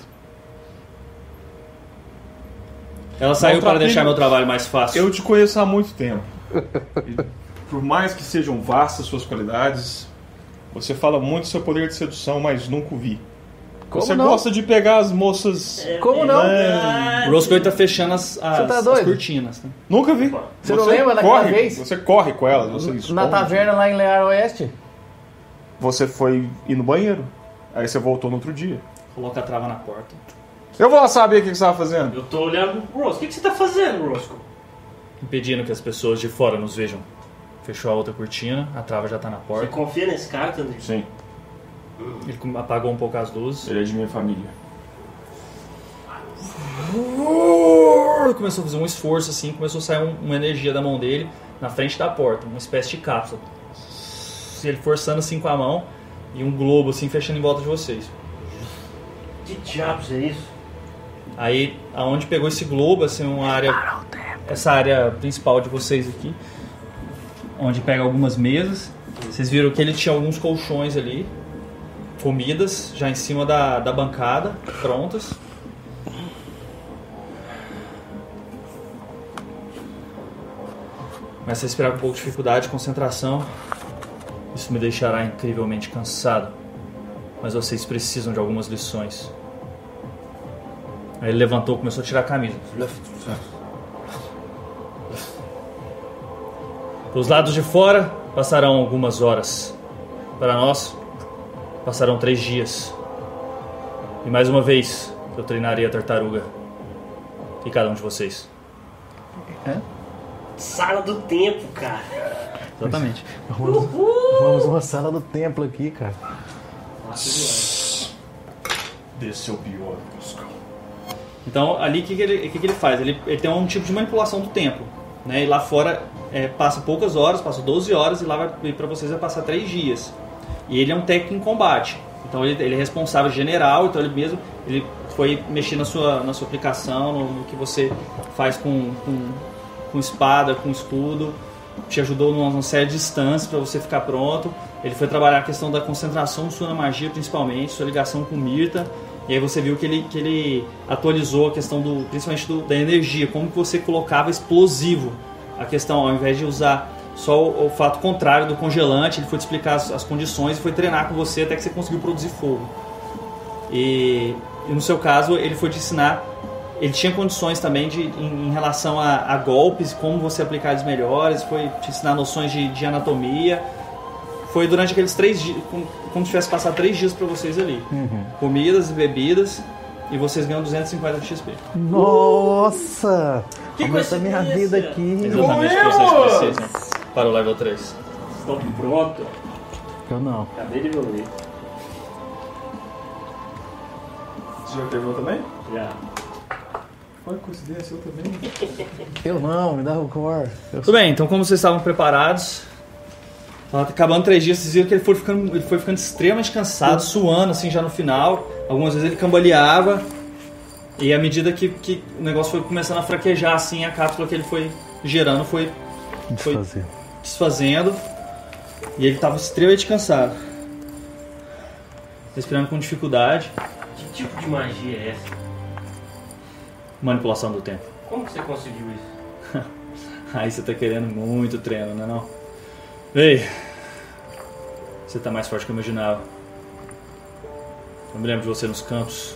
Speaker 1: ela saiu para
Speaker 5: trapilho.
Speaker 1: deixar meu trabalho mais fácil.
Speaker 5: Eu te conheço há muito tempo. E por mais que sejam vastas suas qualidades, você fala muito do seu poder de sedução, mas nunca o vi.
Speaker 3: Como
Speaker 5: você
Speaker 3: não?
Speaker 5: gosta de pegar as moças.
Speaker 3: Como não?
Speaker 5: né?
Speaker 1: O Roscoe tá fechando as, as,
Speaker 3: Ah, tá
Speaker 1: as
Speaker 3: doido?
Speaker 1: cortinas. né?
Speaker 5: Nunca vi.
Speaker 3: Você não lembra daquela
Speaker 5: corre,
Speaker 3: vez?
Speaker 5: Você corre com elas, você esconde.
Speaker 3: Na taverna lá em Lear Oeste?
Speaker 5: Você foi ir no banheiro. Aí você voltou no outro dia.
Speaker 1: Coloca a trava na porta.
Speaker 5: Eu vou lá saber o que que você tava fazendo.
Speaker 4: Eu tô olhando. Rosco, o que, que você tá fazendo, Rosco?
Speaker 1: impedindo que as pessoas de fora nos vejam. Fechou a outra cortina, a trava já tá na
Speaker 4: Você
Speaker 1: porta.
Speaker 4: confia nesse cara, Tandrinho?
Speaker 5: Sim,
Speaker 1: Ele com- apagou um pouco as luzes.
Speaker 5: ele é de minha família.
Speaker 1: Ele começou a fazer um esforço assim, começou a sair um- uma energia da mão dele na frente da porta, uma espécie de cápsula. Se Ele forçando assim com a mão e um globo assim fechando em volta de vocês.
Speaker 4: Que diabos é isso?
Speaker 1: Aí, aonde pegou esse globo, assim, uma área. Essa área principal de vocês aqui. Onde pega algumas mesas. Vocês viram que ele tinha alguns colchões ali. Comidas já em cima da, da bancada, prontas. Começa a respirar com um pouco de dificuldade, concentração. Isso me deixará incrivelmente cansado. Mas vocês precisam de algumas lições. Aí ele levantou, começou a tirar a camisa. Dos lados de fora passarão algumas horas. Para nós, passarão três dias. E mais uma vez, eu treinarei a tartaruga. E cada um de vocês.
Speaker 4: Sala do tempo, cara.
Speaker 1: Exatamente.
Speaker 3: Arrumamos, arrumamos uma sala do templo aqui, cara.
Speaker 5: Desse é o pior.
Speaker 1: Então, ali o que, que, ele, o que, que ele faz? Ele, ele tem um tipo de manipulação do tempo. Né? E lá fora é, passa poucas horas, passa 12 horas e lá vai- e pra vocês vai passar 3 dias. E ele é um técnico em combate. Então ele, ele é responsável general, então ele mesmo ele foi mexer na sua, na sua aplicação, no, no que você faz com, com, com espada, com escudo. Te ajudou numa, numa série de distâncias para você ficar pronto. Ele foi trabalhar a questão da concentração sua na magia, principalmente, sua ligação com Mirta. E aí você viu que ele, que ele atualizou a questão do, principalmente do, da energia, como que você colocava explosivo. A questão, ao invés de usar só o, o fato contrário do congelante, ele foi te explicar as, as condições e foi treinar com você até que você conseguiu produzir fogo. E, e no seu caso, ele foi te ensinar. Ele tinha condições também de, em, em relação a, a golpes, como você aplicar eles melhores, foi te ensinar noções de, de anatomia. Foi durante aqueles três dias, como, como se tivesse passado três dias para vocês ali
Speaker 3: Uhum.
Speaker 1: comidas e bebidas e vocês ganham 250 de XP.
Speaker 3: Nossa!
Speaker 4: Que
Speaker 3: Começa a minha vida
Speaker 4: coincidência!
Speaker 3: aqui.
Speaker 1: Exatamente o que vocês precisam para o level 3.
Speaker 4: Estou é. pronto.
Speaker 3: Eu não.
Speaker 4: Acabei de me ouvir.
Speaker 5: Você já pegou também?
Speaker 4: Já.
Speaker 5: Olha que coincidência, eu também.
Speaker 3: Eu não, me dá o core. Eu
Speaker 1: Tudo bem, então como vocês estavam preparados, tava acabando três dias, vocês viram que ele foi ficando, ele foi ficando extremamente cansado, suando assim já no final. Algumas vezes ele cambaleava e à medida que, que o negócio foi começando a fraquejar assim, a cápsula que ele foi gerando foi
Speaker 3: sei desfazer.
Speaker 1: desfazendo e ele estava extremamente cansado. Respirando com dificuldade,
Speaker 4: Que tipo de magia é essa?
Speaker 1: manipulação do tempo.
Speaker 4: Como que você conseguiu isso?
Speaker 1: Aí você tá querendo muito treino, né não? Ei, você tá mais forte que eu imaginava. Eu me lembro de você nos campos.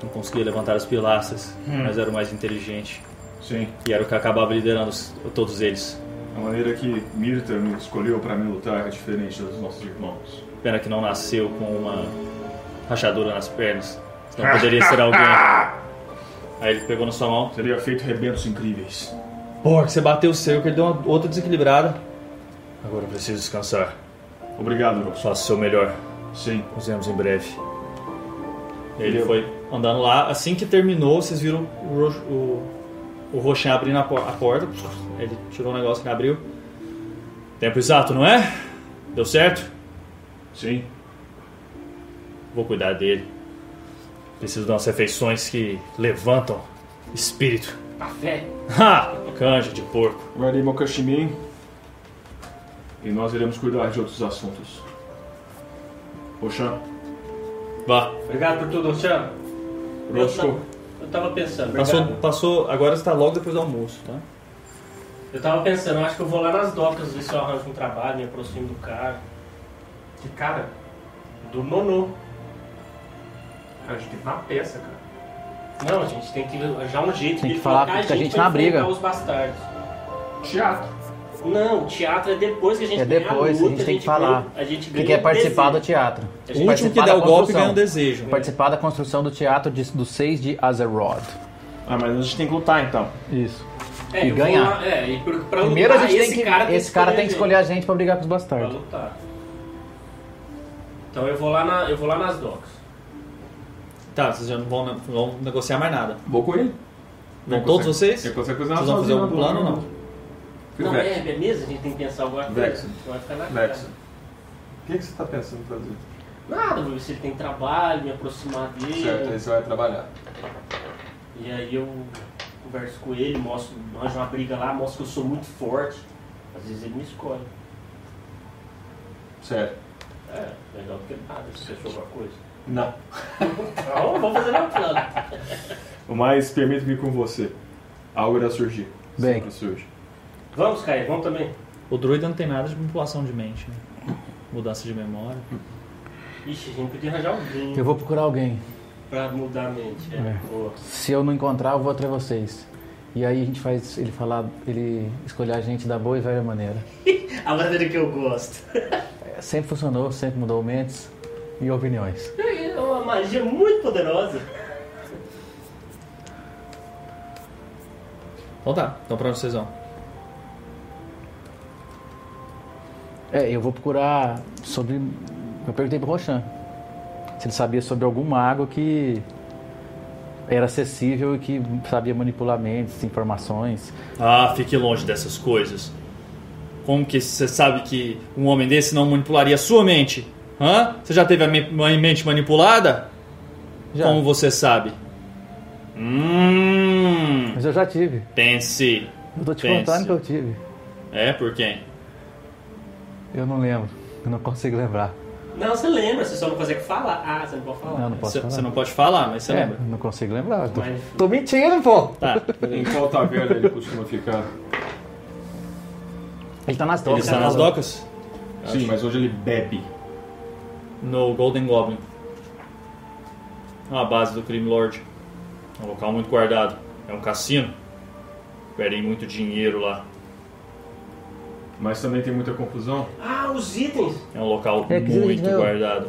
Speaker 1: Não conseguia levantar as pilastras, mas era o mais inteligente.
Speaker 5: Sim.
Speaker 1: E era o que acabava liderando os- todos eles.
Speaker 5: A maneira que Mirta me escolheu pra me lutar é diferente dos nossos irmãos.
Speaker 1: Pena que não nasceu com uma rachadura nas pernas. Senão poderia ser alguém. Aí ele pegou na sua mão.
Speaker 5: Teria feito rebentos incríveis.
Speaker 1: Porra, você bateu o cerco, ele deu uma outra desequilibrada. Agora eu preciso descansar.
Speaker 5: Obrigado, Ross.
Speaker 1: Faça o seu melhor.
Speaker 5: Sim.
Speaker 1: Nos vemos em breve. Ele
Speaker 5: Entendeu?
Speaker 1: foi andando lá. Assim que terminou, vocês viram o, Ro- o, o Rochin abrindo a, por- a porta. Ele tirou um negócio que abriu. Tempo exato, não é? Deu certo?
Speaker 5: Sim.
Speaker 1: Vou cuidar dele. Preciso das refeições que levantam espírito. *laughs*
Speaker 4: Café?
Speaker 1: Ha! Canja de porco.
Speaker 5: Guardei meu cachimim. E nós iremos cuidar de outros assuntos. Poxa,
Speaker 1: Vá.
Speaker 4: Obrigado por tudo, Chan.
Speaker 5: Rosco.
Speaker 4: Eu tava pensando,
Speaker 1: Passou,
Speaker 4: obrigado.
Speaker 1: passou. Agora está logo depois do almoço, tá?
Speaker 4: Eu tava pensando, eu acho que eu vou lá nas docas ver se eu arranjo um trabalho, me aproximo do cara.
Speaker 6: Que cara,
Speaker 4: Do Nono.
Speaker 6: a gente tem que dar uma peça, cara.
Speaker 4: Não, a gente tem que arranjar um jeito
Speaker 3: Tem
Speaker 4: de
Speaker 3: que falar
Speaker 4: colocar
Speaker 3: com a gente
Speaker 4: pra
Speaker 3: na briga.
Speaker 4: enfrentar os bastardos.
Speaker 6: Teatro.
Speaker 4: Não, o teatro é depois que a gente
Speaker 3: É
Speaker 4: ganhar
Speaker 3: depois,
Speaker 4: a luta,
Speaker 3: a gente tem que falar.
Speaker 4: ganha- a gente
Speaker 3: Que
Speaker 4: ganha
Speaker 3: quer
Speaker 4: o
Speaker 3: participar do
Speaker 4: desejo.
Speaker 3: teatro.
Speaker 1: O
Speaker 4: A
Speaker 1: último
Speaker 4: gente
Speaker 1: que
Speaker 3: Participar
Speaker 1: der
Speaker 3: da
Speaker 1: o golpe um
Speaker 3: construção.
Speaker 1: ganha o desejo.
Speaker 3: Participar da construção do teatro de, do 6 de Azeroth.
Speaker 5: Ah, mas a gente tem que lutar então.
Speaker 3: Isso.
Speaker 4: é,
Speaker 3: e
Speaker 4: eu vou
Speaker 3: ganhar.
Speaker 4: lá- é, e pra, pra
Speaker 3: tipo Primeiro a
Speaker 4: lutar,
Speaker 3: gente
Speaker 4: esse
Speaker 3: tem que.
Speaker 4: cara
Speaker 3: esse cara tem que escolher a gente pra brigar com os
Speaker 4: a gente
Speaker 3: bastardos.
Speaker 4: pra lutar. Então eu vou lá, na, eu vou lá nas docas.
Speaker 1: Tá, vocês já não vão, não vão negociar mais nada.
Speaker 5: Vou com ele.
Speaker 1: Vão todos vocês?
Speaker 5: Eu consigo coisa né?
Speaker 1: Vocês vão fazer algum plano ou não?
Speaker 4: Não, é, beleza, a gente tem que pensar alguma coisa.
Speaker 5: Vexo.
Speaker 4: Não vai ficar na cara.
Speaker 5: Vexo. O que, que você tá pensando em fazer?
Speaker 4: Nada, vou ver se ele tem trabalho, me aproximar dele.
Speaker 5: você vai trabalhar.
Speaker 4: E aí eu converso com ele, mostro, arranjo uma briga lá, mostro que eu sou muito forte. Às vezes ele me escolhe.
Speaker 5: Sério.
Speaker 4: É, melhor do que nada, se você achou alguma coisa.
Speaker 5: Não.
Speaker 4: *laughs* Então, vamos fazer um plano.
Speaker 5: Mas permito-me ir com você. Algo irá surgir.
Speaker 3: Bem.
Speaker 5: Sempre surge.
Speaker 4: Vamos, Caio, vamos também.
Speaker 1: O druida não tem nada de manipulação de mente, né? Mudança de memória.
Speaker 4: Ixi, a gente podia arranjar alguém
Speaker 3: Eu vou procurar alguém.
Speaker 4: pra mudar a mente. É,
Speaker 3: É.
Speaker 4: boa.
Speaker 3: Se eu não encontrar, eu vou atrás de vocês. E aí a gente faz ele falar, ele escolher a gente da boa e velha maneira.
Speaker 4: A maneira que eu gosto.
Speaker 3: É, Sempre funcionou, sempre mudou mentes e opiniões.
Speaker 4: É uma magia muito poderosa.
Speaker 1: Então tá, então pra vocês vão.
Speaker 3: É, eu vou procurar sobre. Eu perguntei pro Rochan se ele sabia sobre algum mago que era acessível e que sabia manipular mentes, informações.
Speaker 1: Ah, fique longe dessas coisas. Como que você sabe que um homem desse não manipularia sua mente? Hã? Você já teve a me- ma- mente manipulada?
Speaker 3: Já.
Speaker 1: Como você sabe? Hum,
Speaker 3: Mas eu já tive.
Speaker 1: pense.
Speaker 3: Eu tô te
Speaker 1: Pense.
Speaker 3: contando que eu tive.
Speaker 1: É, por quem?
Speaker 3: Eu não lembro. Eu não consigo lembrar.
Speaker 4: Não, você lembra, você só não consegue falar. Ah, você não pode falar.
Speaker 3: Não, não posso
Speaker 1: Você
Speaker 3: falar.
Speaker 1: você não pode falar, mas você
Speaker 3: é,
Speaker 1: lembra.
Speaker 3: não consigo lembrar. Eu Tô,
Speaker 4: Mas-
Speaker 3: tô mentindo, pô!
Speaker 1: Tá,
Speaker 5: Em qual taverna ele costuma ficar?
Speaker 3: Ele tá nas
Speaker 1: ele
Speaker 3: docas.
Speaker 1: está nas docas?
Speaker 5: Sim, mas hoje ele bebe.
Speaker 1: No Golden Goblin. A base do crime lord. É um local muito guardado. É um cassino. Perdem muito dinheiro lá.
Speaker 5: Mas também tem muita confusão.
Speaker 4: Ah, os itens.
Speaker 1: É um local
Speaker 3: É, que
Speaker 1: muito
Speaker 3: dinheiro.
Speaker 1: guardado.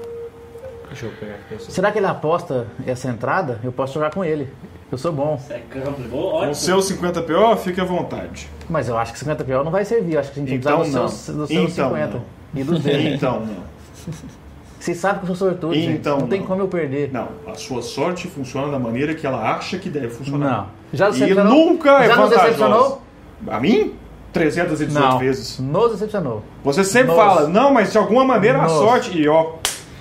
Speaker 1: Deixa eu pegar aqui. essa-
Speaker 3: Será que ele aposta essa entrada? Eu posso jogar com ele. Eu sou bom.
Speaker 4: Você é gambler. Boa, ótimo.
Speaker 5: Com seu 50 PO, fique à vontade.
Speaker 3: Mas eu acho que 50 PO não vai servir. Eu acho que a gente
Speaker 5: Então
Speaker 3: vai precisar dos seus,
Speaker 5: não.
Speaker 3: dos seus
Speaker 5: Então
Speaker 3: 50. E dos
Speaker 5: *laughs*
Speaker 3: dele.
Speaker 5: Então, não.
Speaker 3: Vocês sabem que eu sou sortudo, gente.
Speaker 5: Então
Speaker 3: Não, tem
Speaker 5: não.
Speaker 3: como eu perder.
Speaker 5: Não, a sua sorte funciona da maneira que ela acha que deve
Speaker 3: Não.
Speaker 5: funcionar.
Speaker 3: Já
Speaker 5: E
Speaker 3: decepcionou?
Speaker 5: nunca é
Speaker 3: Já nos
Speaker 5: vantajosa.
Speaker 3: decepcionou?
Speaker 5: A mim? 318
Speaker 3: Não.
Speaker 5: vezes.
Speaker 3: Nos decepcionou.
Speaker 5: Você sempre
Speaker 3: Nossa.
Speaker 5: fala, não, mas de alguma maneira a
Speaker 3: Nossa.
Speaker 5: sorte. E ó.
Speaker 3: É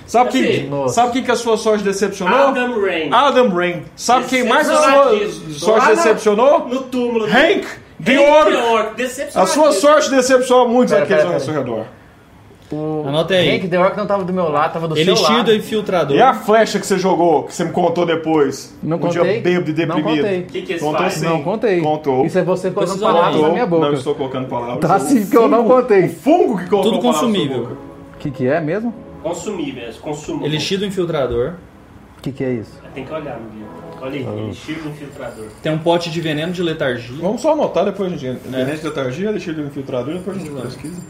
Speaker 5: Sabe quem,
Speaker 3: Nossa.
Speaker 5: sabe quem que a sua sorte decepcionou?
Speaker 4: Adam Rain.
Speaker 5: Adam Rain. Sabe quem mais a sua
Speaker 4: Decepcionadíssimo.
Speaker 5: sorte
Speaker 4: Lá na-
Speaker 5: decepcionou?
Speaker 4: No túmulo. Hank
Speaker 5: Hank Georg.
Speaker 4: Georg.
Speaker 5: A
Speaker 4: Decepcionado.
Speaker 5: sua sorte decepcionou muitos
Speaker 3: Pera,
Speaker 5: aqueles
Speaker 3: pera,
Speaker 5: ao
Speaker 3: pera.
Speaker 5: seu redor.
Speaker 3: O
Speaker 1: Anota aí.
Speaker 3: Hank The Rock não tava do meu lado, tava do seu
Speaker 1: Elixir
Speaker 3: lado.
Speaker 1: do infiltrador.
Speaker 5: E a flecha que você jogou, que você me contou depois?
Speaker 3: Não
Speaker 5: um
Speaker 3: contei.
Speaker 5: dia bêbado e
Speaker 3: Não
Speaker 5: deprimido.
Speaker 4: O
Speaker 3: contei.
Speaker 4: que, que eles
Speaker 5: Contou
Speaker 4: fazem?
Speaker 5: sim.
Speaker 3: Não contei.
Speaker 5: Contou.
Speaker 3: Isso é você colocando
Speaker 1: Precisou
Speaker 3: palavras na
Speaker 5: Contou.
Speaker 3: minha boca.
Speaker 5: Tá Não estou colocando palavras.
Speaker 3: Tá assim que eu não
Speaker 5: O
Speaker 3: contei.
Speaker 5: fungo que colocou
Speaker 1: Tudo
Speaker 5: palavras na
Speaker 1: consumível.
Speaker 5: sua boca.
Speaker 3: O que, que é mesmo?
Speaker 4: Consumíveis, consumo.
Speaker 1: Elixir do infiltrador.
Speaker 3: O que, que é isso?
Speaker 4: Tem que olhar, meu guia. Olha aí, elixir do infiltrador.
Speaker 1: Tem um pote de veneno de letargia.
Speaker 5: Vamos só anotar depois a gente. Independente da targia, deixei ele no infiltrador e depois a gente pesquisa.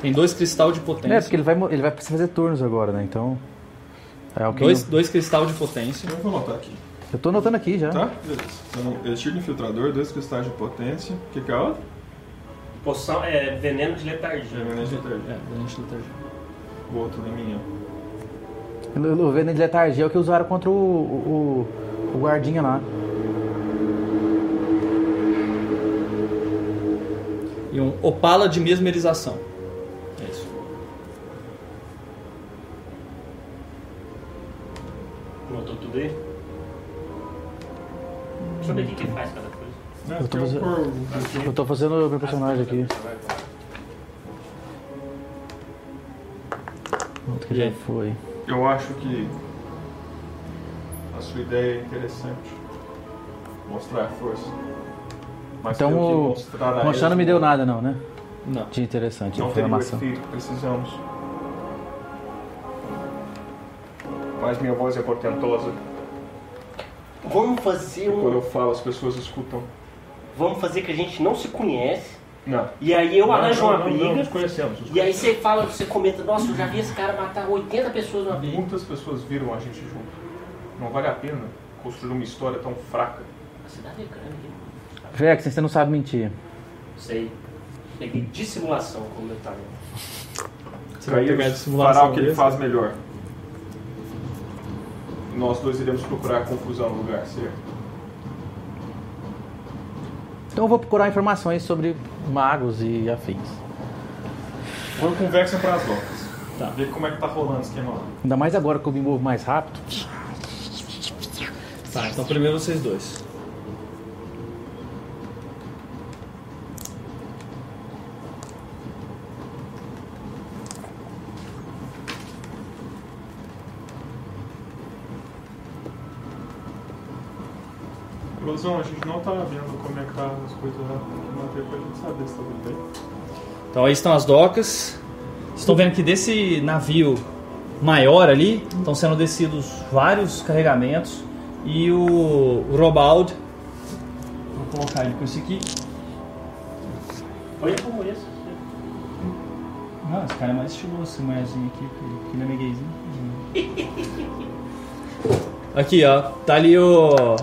Speaker 1: Tem dois cristal de
Speaker 3: É,
Speaker 1: potência.
Speaker 3: porque ele vai, mo- ele vai precisar fazer turnos agora, né? Então. É o que
Speaker 1: Dois,
Speaker 3: eu-
Speaker 1: dois cristal de potência.
Speaker 5: Eu vou anotar aqui.
Speaker 3: Eu tô anotando aqui já.
Speaker 5: Tá? Beleza. Então, elixir do infiltrador, dois cristais de potência. O que, que é a outra?
Speaker 4: Poção é veneno de letargia. né?
Speaker 5: Independente da targia.
Speaker 1: É, veneno de letargia.
Speaker 5: O outro nem minha.
Speaker 3: O veneno de letargia é o que usaram contra o, o, o- o guardinha lá.
Speaker 1: E um opala de mesmerização. É isso.
Speaker 4: Notou é tudo aí? Deixa eu ver o que, que faz cada coisa.
Speaker 5: Eu
Speaker 3: tô fazendo- Eu tô fazendo o meu personagem aqui. Outro que
Speaker 1: E
Speaker 3: já
Speaker 1: aí?
Speaker 3: foi.
Speaker 5: Eu acho que a sua ideia é interessante. Mostrar a força. Mas
Speaker 3: Então
Speaker 5: tem que
Speaker 3: o
Speaker 5: mostrar a
Speaker 3: Rochana não
Speaker 5: eles
Speaker 3: me deu nada não, né?
Speaker 1: Não.
Speaker 3: De interessante,
Speaker 5: Não teria o
Speaker 3: informação.
Speaker 5: efeito que precisamos. Mas minha voz é portentosa.
Speaker 4: Vamos fazer
Speaker 5: Quando
Speaker 4: um.
Speaker 5: eu falo, as pessoas escutam.
Speaker 4: Vamos fazer que a gente não se conhece.
Speaker 5: Não.
Speaker 4: E aí eu
Speaker 5: Não,
Speaker 4: arranjo
Speaker 5: não,
Speaker 4: uma
Speaker 5: não,
Speaker 4: briga.
Speaker 5: não, nos conhecemos. nos
Speaker 4: E aí você fala, você comenta, nossa, eu já vi esse cara matar 80 pessoas uma vez.
Speaker 5: Muitas pessoas viram a gente junto. Não vale a pena construir uma história tão fraca.
Speaker 4: A cidade é grande.
Speaker 3: Jackson, você não sabe mentir.
Speaker 4: Sei. Peguei dissimulação como eu tava.
Speaker 1: Você vai pegar a dissimulação
Speaker 5: fará o que ele
Speaker 1: desse?
Speaker 5: faz melhor. Nós dois iremos procurar confusão no lugar certo.
Speaker 3: Então eu vou procurar informações sobre magos e afins.
Speaker 5: Foi um conversa para as locas. Tá. Vê como é que tá rolando o esquema lá.
Speaker 3: Ainda mais agora que eu me movo mais rápido.
Speaker 1: Tá, então primeiro vocês dois.
Speaker 6: Luzão, a gente não tá vendo como é que tá as coisas lá. Tem que manter pra gente saber se tá tudo bem.
Speaker 1: Então aí estão as docas. Vocês Estão vendo que desse navio maior ali estão sendo descidos vários carregamentos e o, o Robald. Vou colocar ele com esse aqui.
Speaker 4: Olha como é isso.
Speaker 1: Não, esse cara é mais estiloso, esse manhãzinho aqui, que, que ele é meio gayzinho. Aqui, ó. Tá ali o,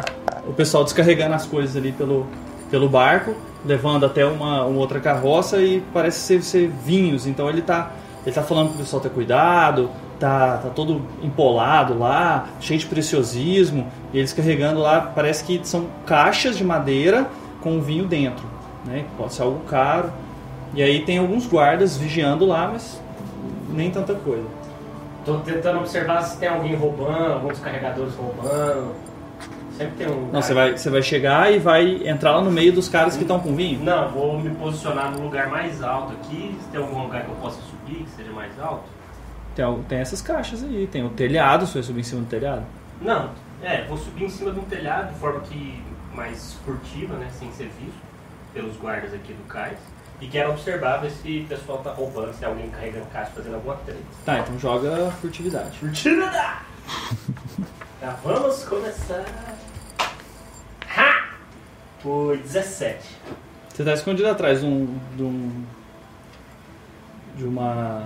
Speaker 1: o pessoal descarregando as coisas ali pelo, pelo barco, levando até uma, uma outra carroça e parece ser, ser vinhos. Então ele tá, ele tá falando pro pessoal ter cuidado, tá, tá todo empolado lá, cheio de preciosismo. E eles carregando lá, parece que são caixas de madeira com vinho dentro. Né? Pode ser algo caro. E aí tem alguns guardas vigiando lá, mas nem tanta coisa.
Speaker 4: Tô tentando observar se tem alguém roubando, alguns carregadores roubando. Sempre tem um.
Speaker 1: Não,
Speaker 4: cara-
Speaker 1: você vai, você vai chegar e vai entrar lá no meio dos caras que estão com vinho?
Speaker 4: Não, vou me posicionar no lugar mais alto aqui. Se tem algum lugar que eu possa subir que seja mais alto.
Speaker 1: Tem, al- tem essas caixas aí, tem o telhado, se você subir em cima do telhado.
Speaker 4: Não, é, vou subir em cima de um telhado de forma que mais furtiva, né, sem ser visto pelos guardas aqui do cais. E quero observar ver se o pessoal tá roubando, se alguém carregando caixa fazendo alguma treta.
Speaker 1: Tá, então joga furtividade.
Speaker 4: Furtividade! tá, vamos começar. Ha! Por 17.
Speaker 1: Você tá escondido atrás de um. de um. de uma.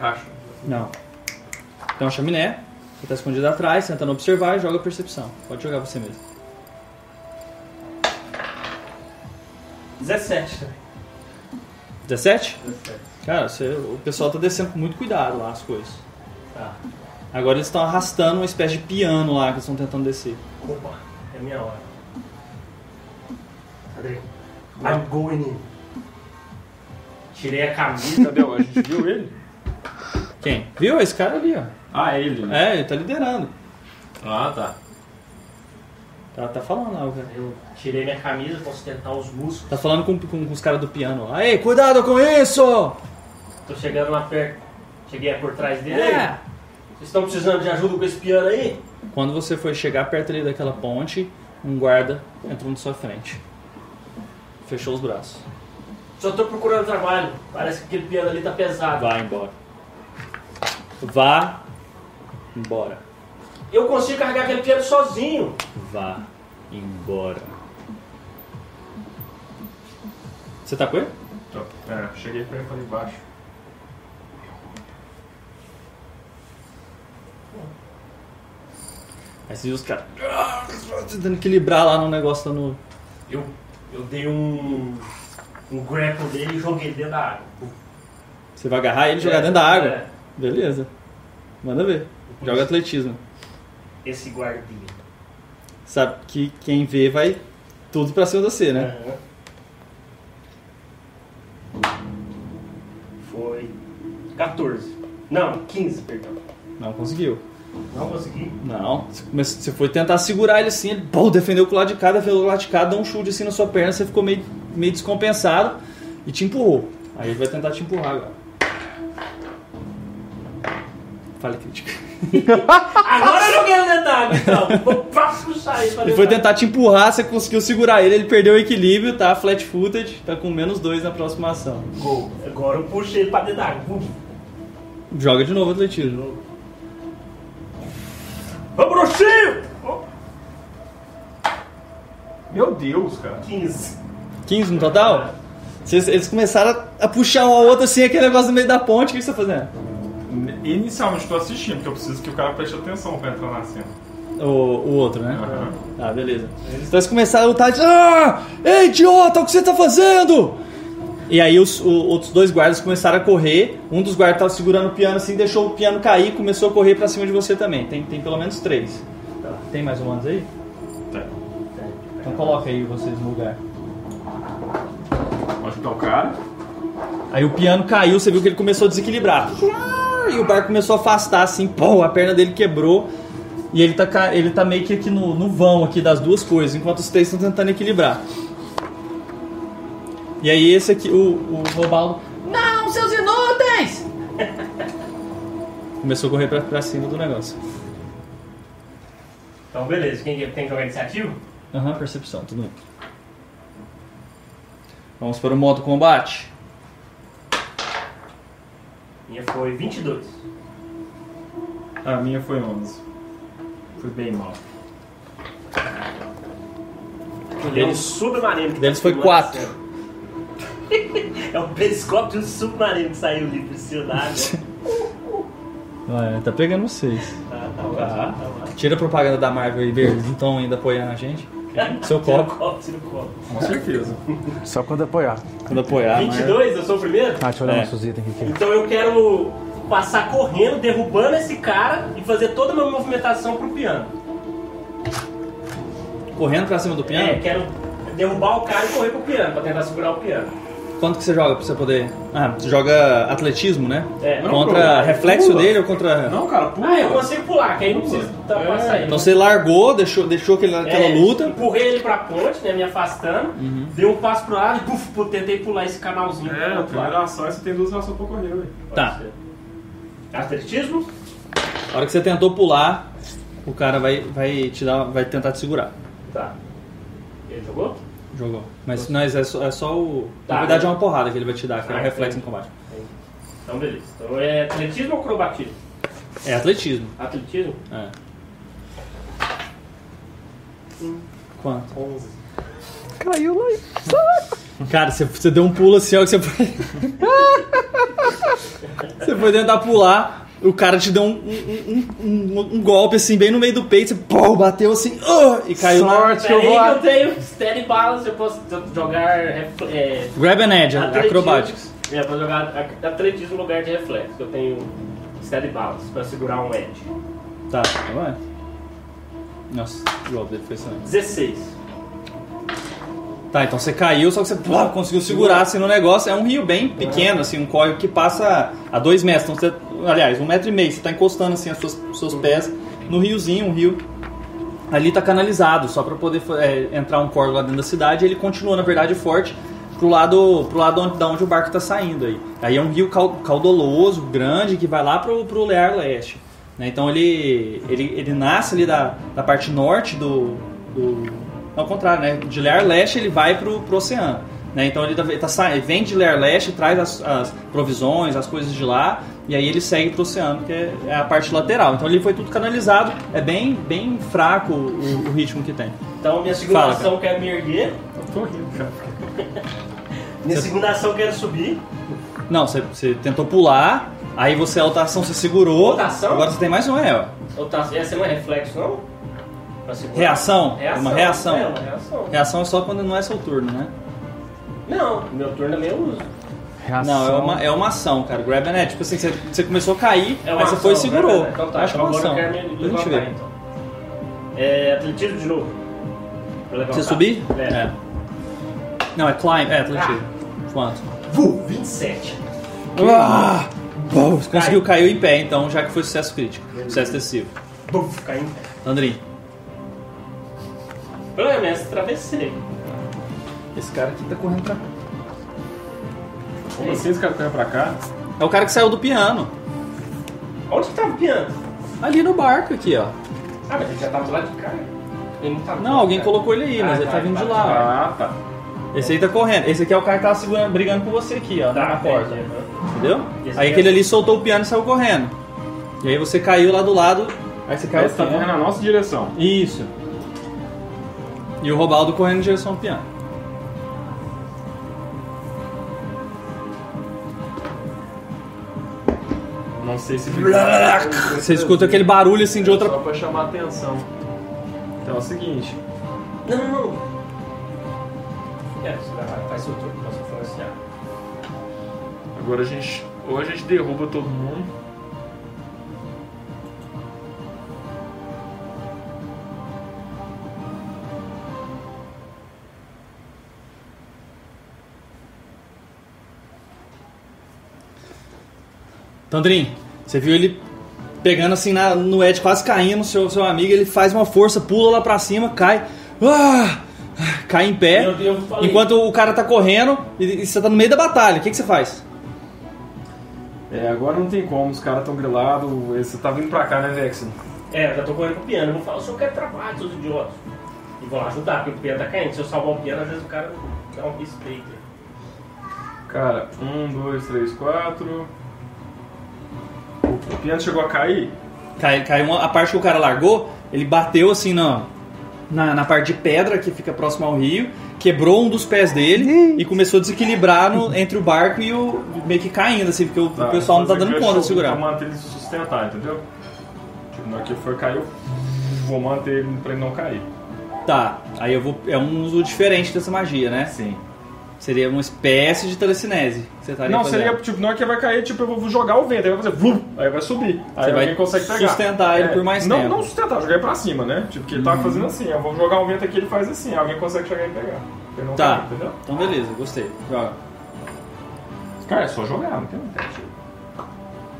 Speaker 6: Caixa.
Speaker 1: Não. Tem uma chaminé, você tá escondido atrás, tentando observar e joga percepção. Pode jogar você mesmo.
Speaker 4: 17 também.
Speaker 1: 17?
Speaker 4: 17.
Speaker 1: Cara, você- o pessoal tá descendo com muito cuidado lá as coisas.
Speaker 4: Tá.
Speaker 1: Agora eles estão arrastando uma espécie de piano lá que eles estão tentando descer.
Speaker 4: Opa, é minha hora. Cadê? I'm going in. Tirei a camisa.
Speaker 6: Cadê? A gente viu ele?
Speaker 1: Quem? Viu? Esse cara ali, ó.
Speaker 6: Ah, ele.
Speaker 5: né?
Speaker 1: É, ele tá liderando.
Speaker 6: Ah, tá.
Speaker 1: Tá, tá falando lá, o cara.
Speaker 4: Eu tirei minha camisa pra sustentar os músculos.
Speaker 1: Tá falando com, com, com os caras do piano lá. Ei, cuidado com isso!
Speaker 4: Tô chegando lá perto. Cheguei por trás dele. Ei,
Speaker 1: É.
Speaker 4: Vocês estão precisando de ajuda com esse piano aí?
Speaker 1: Quando você foi chegar perto ali daquela ponte, um guarda entrou na sua frente. Fechou os braços.
Speaker 4: Só tô procurando trabalho. Parece que aquele piano ali tá pesado.
Speaker 1: Vá embora. Vá embora.
Speaker 4: Eu consigo carregar aquele piano sozinho.
Speaker 1: Vá embora. Você tá com ele?
Speaker 6: Então, é, cheguei pra ele e falei baixo.
Speaker 1: Aí você viu os caras "Ah", tentando equilibrar lá no negócio lá no.
Speaker 4: Eu, eu dei um, um grapple dele e joguei dentro da água.
Speaker 1: Você vai agarrar ele e jogar dentro da água.
Speaker 4: É.
Speaker 1: Beleza. Manda ver. Joga atletismo.
Speaker 4: Esse guardinha.
Speaker 1: Sabe que quem vê vai tudo pra cima de você, né?
Speaker 4: Aham. Foi 14. Não, 15, perdão.
Speaker 1: Não conseguiu.
Speaker 4: Não consegui.
Speaker 1: Não. Você come- Você foi tentar segurar ele assim, ele pô, defendeu com o lado de cá, defendeu com o lado de cá, deu um chute assim na sua perna, você ficou meio, meio descompensado e te empurrou. Aí ele vai tentar te empurrar agora. Falha crítica.
Speaker 4: Agora eu joguei no detalhe, então. Vou pra puxar isso pra
Speaker 1: Ele foi
Speaker 4: dentro.
Speaker 1: tentar te empurrar, você conseguiu segurar ele, ele perdeu o equilíbrio, tá? Flat footed, tá com menos dois na próxima ação.
Speaker 4: Gol. Agora eu puxei ele pra dentro da água.
Speaker 1: Joga de novo, atletismo.
Speaker 4: Vamos, bruxinho! Oh,
Speaker 6: Meu Deus, cara.
Speaker 4: 15.
Speaker 1: 15 no total? Vocês- eles começaram a, a puxar um ao outro assim, aquele negócio no meio da ponte, o que você tá fazendo?
Speaker 6: Inicialmente tô assistindo, porque eu preciso que o cara preste atenção pra entrar na cena.
Speaker 1: O, o outro, né?
Speaker 6: Aham.
Speaker 1: Tá, beleza. Então eles começaram a lutar e ah, Ei, idiota, o que você tá fazendo? E aí os o- outros dois guardas começaram a correr. Um dos guardas tava segurando o piano assim, deixou o piano cair e começou a correr pra cima de você também. Tem, tem pelo menos três. Tem mais humanos aí?
Speaker 6: Tá.
Speaker 1: Então coloca aí vocês no lugar.
Speaker 6: Vou ajudar o cara.
Speaker 1: Aí o piano caiu, você viu que ele começou a desequilibrar. E o barco começou a afastar, assim, pô, a perna dele quebrou. E ele tá, ca- ele tá meio que aqui no, no vão aqui das duas coisas, enquanto os três estão tentando equilibrar. E aí esse aqui, o, o Robaldo. Não, seus inúteis! Começou a correr pra, pra cima do negócio.
Speaker 4: Então, beleza. Quem que- tem que jogar iniciativa?
Speaker 1: Aham, percepção, tudo bem. Vamos para o modo combate.
Speaker 4: Minha foi 22.
Speaker 5: A minha foi 11. Foi bem mal.
Speaker 4: Eu li um submarino. que
Speaker 1: Deles
Speaker 4: tá
Speaker 1: foi
Speaker 4: filmando
Speaker 1: quatro.
Speaker 4: esse ano. *laughs* É o periscópio de um submarino que saiu ali por cima da água.
Speaker 1: Ah, é, tá pegando vocês.
Speaker 4: Tá, tá, lá, tá lá.
Speaker 1: Tira a propaganda da Marvel aí, verde, então ainda apoiando a
Speaker 4: *laughs*
Speaker 1: gente. Seu
Speaker 4: Tira o
Speaker 1: copo.
Speaker 4: copo, tira o copo.
Speaker 5: Com certeza.
Speaker 3: Só quando apoiar.
Speaker 1: Quando
Speaker 5: Ah,
Speaker 1: apoiar, Marvel.
Speaker 4: 22, eu sou o primeiro?
Speaker 3: Ah, deixa eu olhar
Speaker 1: É.
Speaker 3: nossos itens aqui.
Speaker 4: Então eu quero passar correndo, derrubando esse cara e fazer toda a minha movimentação pro piano.
Speaker 1: Correndo pra cima do piano?
Speaker 4: É, quero derrubar o cara e correr pro piano, pra tentar segurar o piano.
Speaker 1: Quanto que você joga pra você poder. Ah, você joga atletismo, né?
Speaker 4: É. Não,
Speaker 1: contra
Speaker 5: pula.
Speaker 1: reflexo
Speaker 5: Pula.
Speaker 1: dele ou contra.
Speaker 5: Não, cara, pula. É.
Speaker 4: Ah, eu consigo pular, que aí não precisa tá, passar ele.
Speaker 1: Então você largou, deixou, deixou aquele, aquela
Speaker 4: É,
Speaker 1: luta. Uhum.
Speaker 4: Empurrei ele pra ponte, né? Me afastando. Dei um passo pro lado e puf, puf, tentei pular esse canalzinho.
Speaker 6: É, a
Speaker 4: pro outro lado.
Speaker 6: primeira ação é você tem duas ações pra correr, ué.
Speaker 4: Pode
Speaker 1: Tá.
Speaker 4: ser. Atletismo?
Speaker 1: A hora que você tentou pular, o cara vai, vai te dar. Vai tentar te segurar.
Speaker 4: Tá. Ele jogou?
Speaker 1: Jogou. Mas nós é, só, é só o.
Speaker 4: Tá.
Speaker 1: Na verdade é uma porrada que ele vai te dar, que é um
Speaker 4: Ah,
Speaker 1: reflexo em
Speaker 4: entendi.
Speaker 1: combate.
Speaker 4: Então beleza. Então é atletismo ou acrobatismo?
Speaker 1: É atletismo.
Speaker 4: Atletismo?
Speaker 1: É. Quanto?
Speaker 4: 11.
Speaker 2: Caiu lá.
Speaker 1: Cara, você, você deu um pulo assim, ó, que você foi. *laughs* você foi tentar pular, o cara te deu um, um- um- um- um golpe assim, bem no meio do peito, você pô, bateu assim, ah, e caiu na.
Speaker 2: Sorte que eu vou.
Speaker 4: Peraí que eu tenho steady balance, eu posso jo- jogar ref- é,
Speaker 1: Grab an edge,
Speaker 4: atletismo.
Speaker 1: acrobatics.
Speaker 4: É, eu posso jogar ac- atletismo no lugar de reflexo. Eu tenho steady balance pra segurar um edge.
Speaker 1: Tá, vai. Nossa, o golpe dele foi sangue.
Speaker 4: 16.
Speaker 1: Tá, então você caiu, só que você pô, conseguiu segurar assim no negócio. É um rio bem pequeno, assim, um córrego que passa a dois metros. Então você, aliás, um metro e meio. Você tá encostando assim os seus, os seus pés no riozinho, um rio. Ali tá canalizado, só pra poder é, entrar um córrego lá dentro da cidade. Ele continua, na verdade, forte pro lado, pro lado onde, da onde o barco tá saindo aí. Aí é um rio cal- caudoloso, grande, que vai lá pro, pro Lear Leste. né? Então ele, ele, ele nasce ali da, da parte norte do, do, ao contrário, né? De Lear Leste ele vai pro, pro oceano. Né? Então ele, tá- ele tá sa- ele vem de Lear Leste, traz as, as provisões, as coisas de lá, e aí ele segue pro oceano, que é, é a parte lateral. Então ele foi tudo canalizado, é bem, bem fraco o, o ritmo que tem.
Speaker 4: Então minha segunda
Speaker 1: Fala,
Speaker 4: ação quero me erguer.
Speaker 6: Eu tô rindo, cara.
Speaker 4: *laughs* Minha
Speaker 1: Você-
Speaker 4: segunda ação quero subir.
Speaker 1: Não, você, você tentou pular, aí você, a outra ação, você segurou.
Speaker 4: Outra ação?
Speaker 1: Agora você tem mais uma, é, ó.
Speaker 4: Outra, essa não é reflexo, não? Pra segurar.
Speaker 1: Reação?
Speaker 4: Reação.
Speaker 1: Uma reação.
Speaker 4: É, uma reação.
Speaker 1: Reação é só quando não é seu turno, né?
Speaker 4: Não, meu turno é meio uso.
Speaker 3: Reação.
Speaker 1: Não, é uma, é uma ação, cara. Grab and edge. Tipo assim, você, você começou a cair,
Speaker 4: É uma
Speaker 1: aí você foi e
Speaker 4: ação,
Speaker 1: segurou.
Speaker 4: né? Então tá,
Speaker 1: Acho que é
Speaker 4: então
Speaker 1: uma
Speaker 4: agora
Speaker 1: ação.
Speaker 4: eu quero me
Speaker 1: Depois a gente vê.
Speaker 4: levantar então. É, atletismo de novo. Pra levantar.
Speaker 1: Você subir?
Speaker 4: É.
Speaker 1: Não, é climb, é atletismo.
Speaker 4: Ah.
Speaker 1: Quanto?
Speaker 4: Vu, 27.
Speaker 1: Ah, bom, você conseguiu, caiu em pé então, já que foi sucesso crítico. Sucesso decisivo.
Speaker 4: Buf, caí.
Speaker 1: Andrinho,
Speaker 4: Pelo menos travessei.
Speaker 1: esse cara aqui tá correndo pra
Speaker 5: Como assim esse cara correu pra cá?
Speaker 1: É o cara que saiu do piano.
Speaker 4: Onde que tava o piano?
Speaker 1: Ali no barco aqui, ó.
Speaker 4: Ah, mas ele já tava do lado de cá. Ele não tava.
Speaker 1: Não, alguém colocou ele aí, mas
Speaker 4: Ah,
Speaker 1: ele tá
Speaker 4: tá,
Speaker 1: vindo de
Speaker 4: tá,
Speaker 1: lá, ó.
Speaker 5: Ah, tá.
Speaker 1: Esse aí tá correndo. Esse aqui é o cara que tava segurando, brigando com você aqui, ó,
Speaker 4: Tá
Speaker 1: na porta. Entendeu?
Speaker 4: Esse
Speaker 1: Aí
Speaker 4: aqui
Speaker 1: aquele
Speaker 4: é-
Speaker 1: ali soltou o piano e saiu correndo. E aí você caiu lá do lado, aí você caiu
Speaker 5: Esse tá
Speaker 1: aqui,
Speaker 5: correndo
Speaker 1: né?
Speaker 5: na nossa direção.
Speaker 1: Isso. E o Robaldo correndo em direção ao piano.
Speaker 6: Não sei se...
Speaker 1: Você escuta aquele barulho assim de outra.
Speaker 6: Só pra chamar atenção. Então é o seguinte,
Speaker 4: Não, não, não. É, você vai- faz seu turno, posso influenciar.
Speaker 6: agora a gente... Ou a gente derruba todo mundo...
Speaker 1: Tandrin, você viu ele pegando assim na- no Ed, quase caindo, seu, seu amigo, ele faz uma força, pula lá pra cima, cai. Ah! cai em pé.
Speaker 4: Meu Deus, eu falei.
Speaker 1: É? enquanto o cara tá correndo e, e você tá no meio da batalha. O que, que você faz?
Speaker 5: É, agora não tem como, os caras tão grilados. Você tá vindo pra cá, né, Vexen?
Speaker 4: É, eu já tô correndo com o piano. Eu vou falar, o senhor quer trabalho, seus idiotas. E vou lá ajudar, porque o piano tá caindo. Se eu salvar o piano, às vezes o cara dá um respeito.
Speaker 5: Cara, um, dois, três, quatro. O piano chegou a cair?
Speaker 1: Cai, cai uma- a parte que o cara largou, ele bateu assim na, na, na parte de pedra que fica próximo ao rio, quebrou um dos pés dele e começou a desequilibrar no- entre o barco e o. meio que caindo, assim, porque o, o pessoal não tá
Speaker 5: fazer
Speaker 1: dando
Speaker 5: que eu
Speaker 1: conta de
Speaker 5: sou-
Speaker 1: segurar.
Speaker 5: Eu manter ele sustentar, entendeu? Tipo, na hora que for cair, eu vou manter ele pra ele não cair.
Speaker 1: Tá, aí eu vou. É um uso diferente dessa magia, né?
Speaker 5: Sim.
Speaker 1: Seria uma espécie de telecinese. que Você estaria
Speaker 5: Não,
Speaker 1: fazendo.
Speaker 5: seria, tipo, na hora que vai cair, tipo, eu vou jogar o vento, aí vai fazer vlum, aí vai subir. Aí
Speaker 1: Você
Speaker 5: alguém
Speaker 1: vai
Speaker 5: consegue pegar. É,
Speaker 1: sustentar ele por mais
Speaker 5: não,
Speaker 1: tempo. Uhum.
Speaker 5: Não sustentar, jogar ele pra cima, né? Tipo, que ele tá fazendo assim, eu vou jogar o vento aqui, ele faz assim, alguém consegue chegar e pegar. Ele não
Speaker 1: Tá,
Speaker 5: cai, entendeu?
Speaker 1: então beleza, gostei. Joga.
Speaker 5: Cara, é só jogar, não tem teste.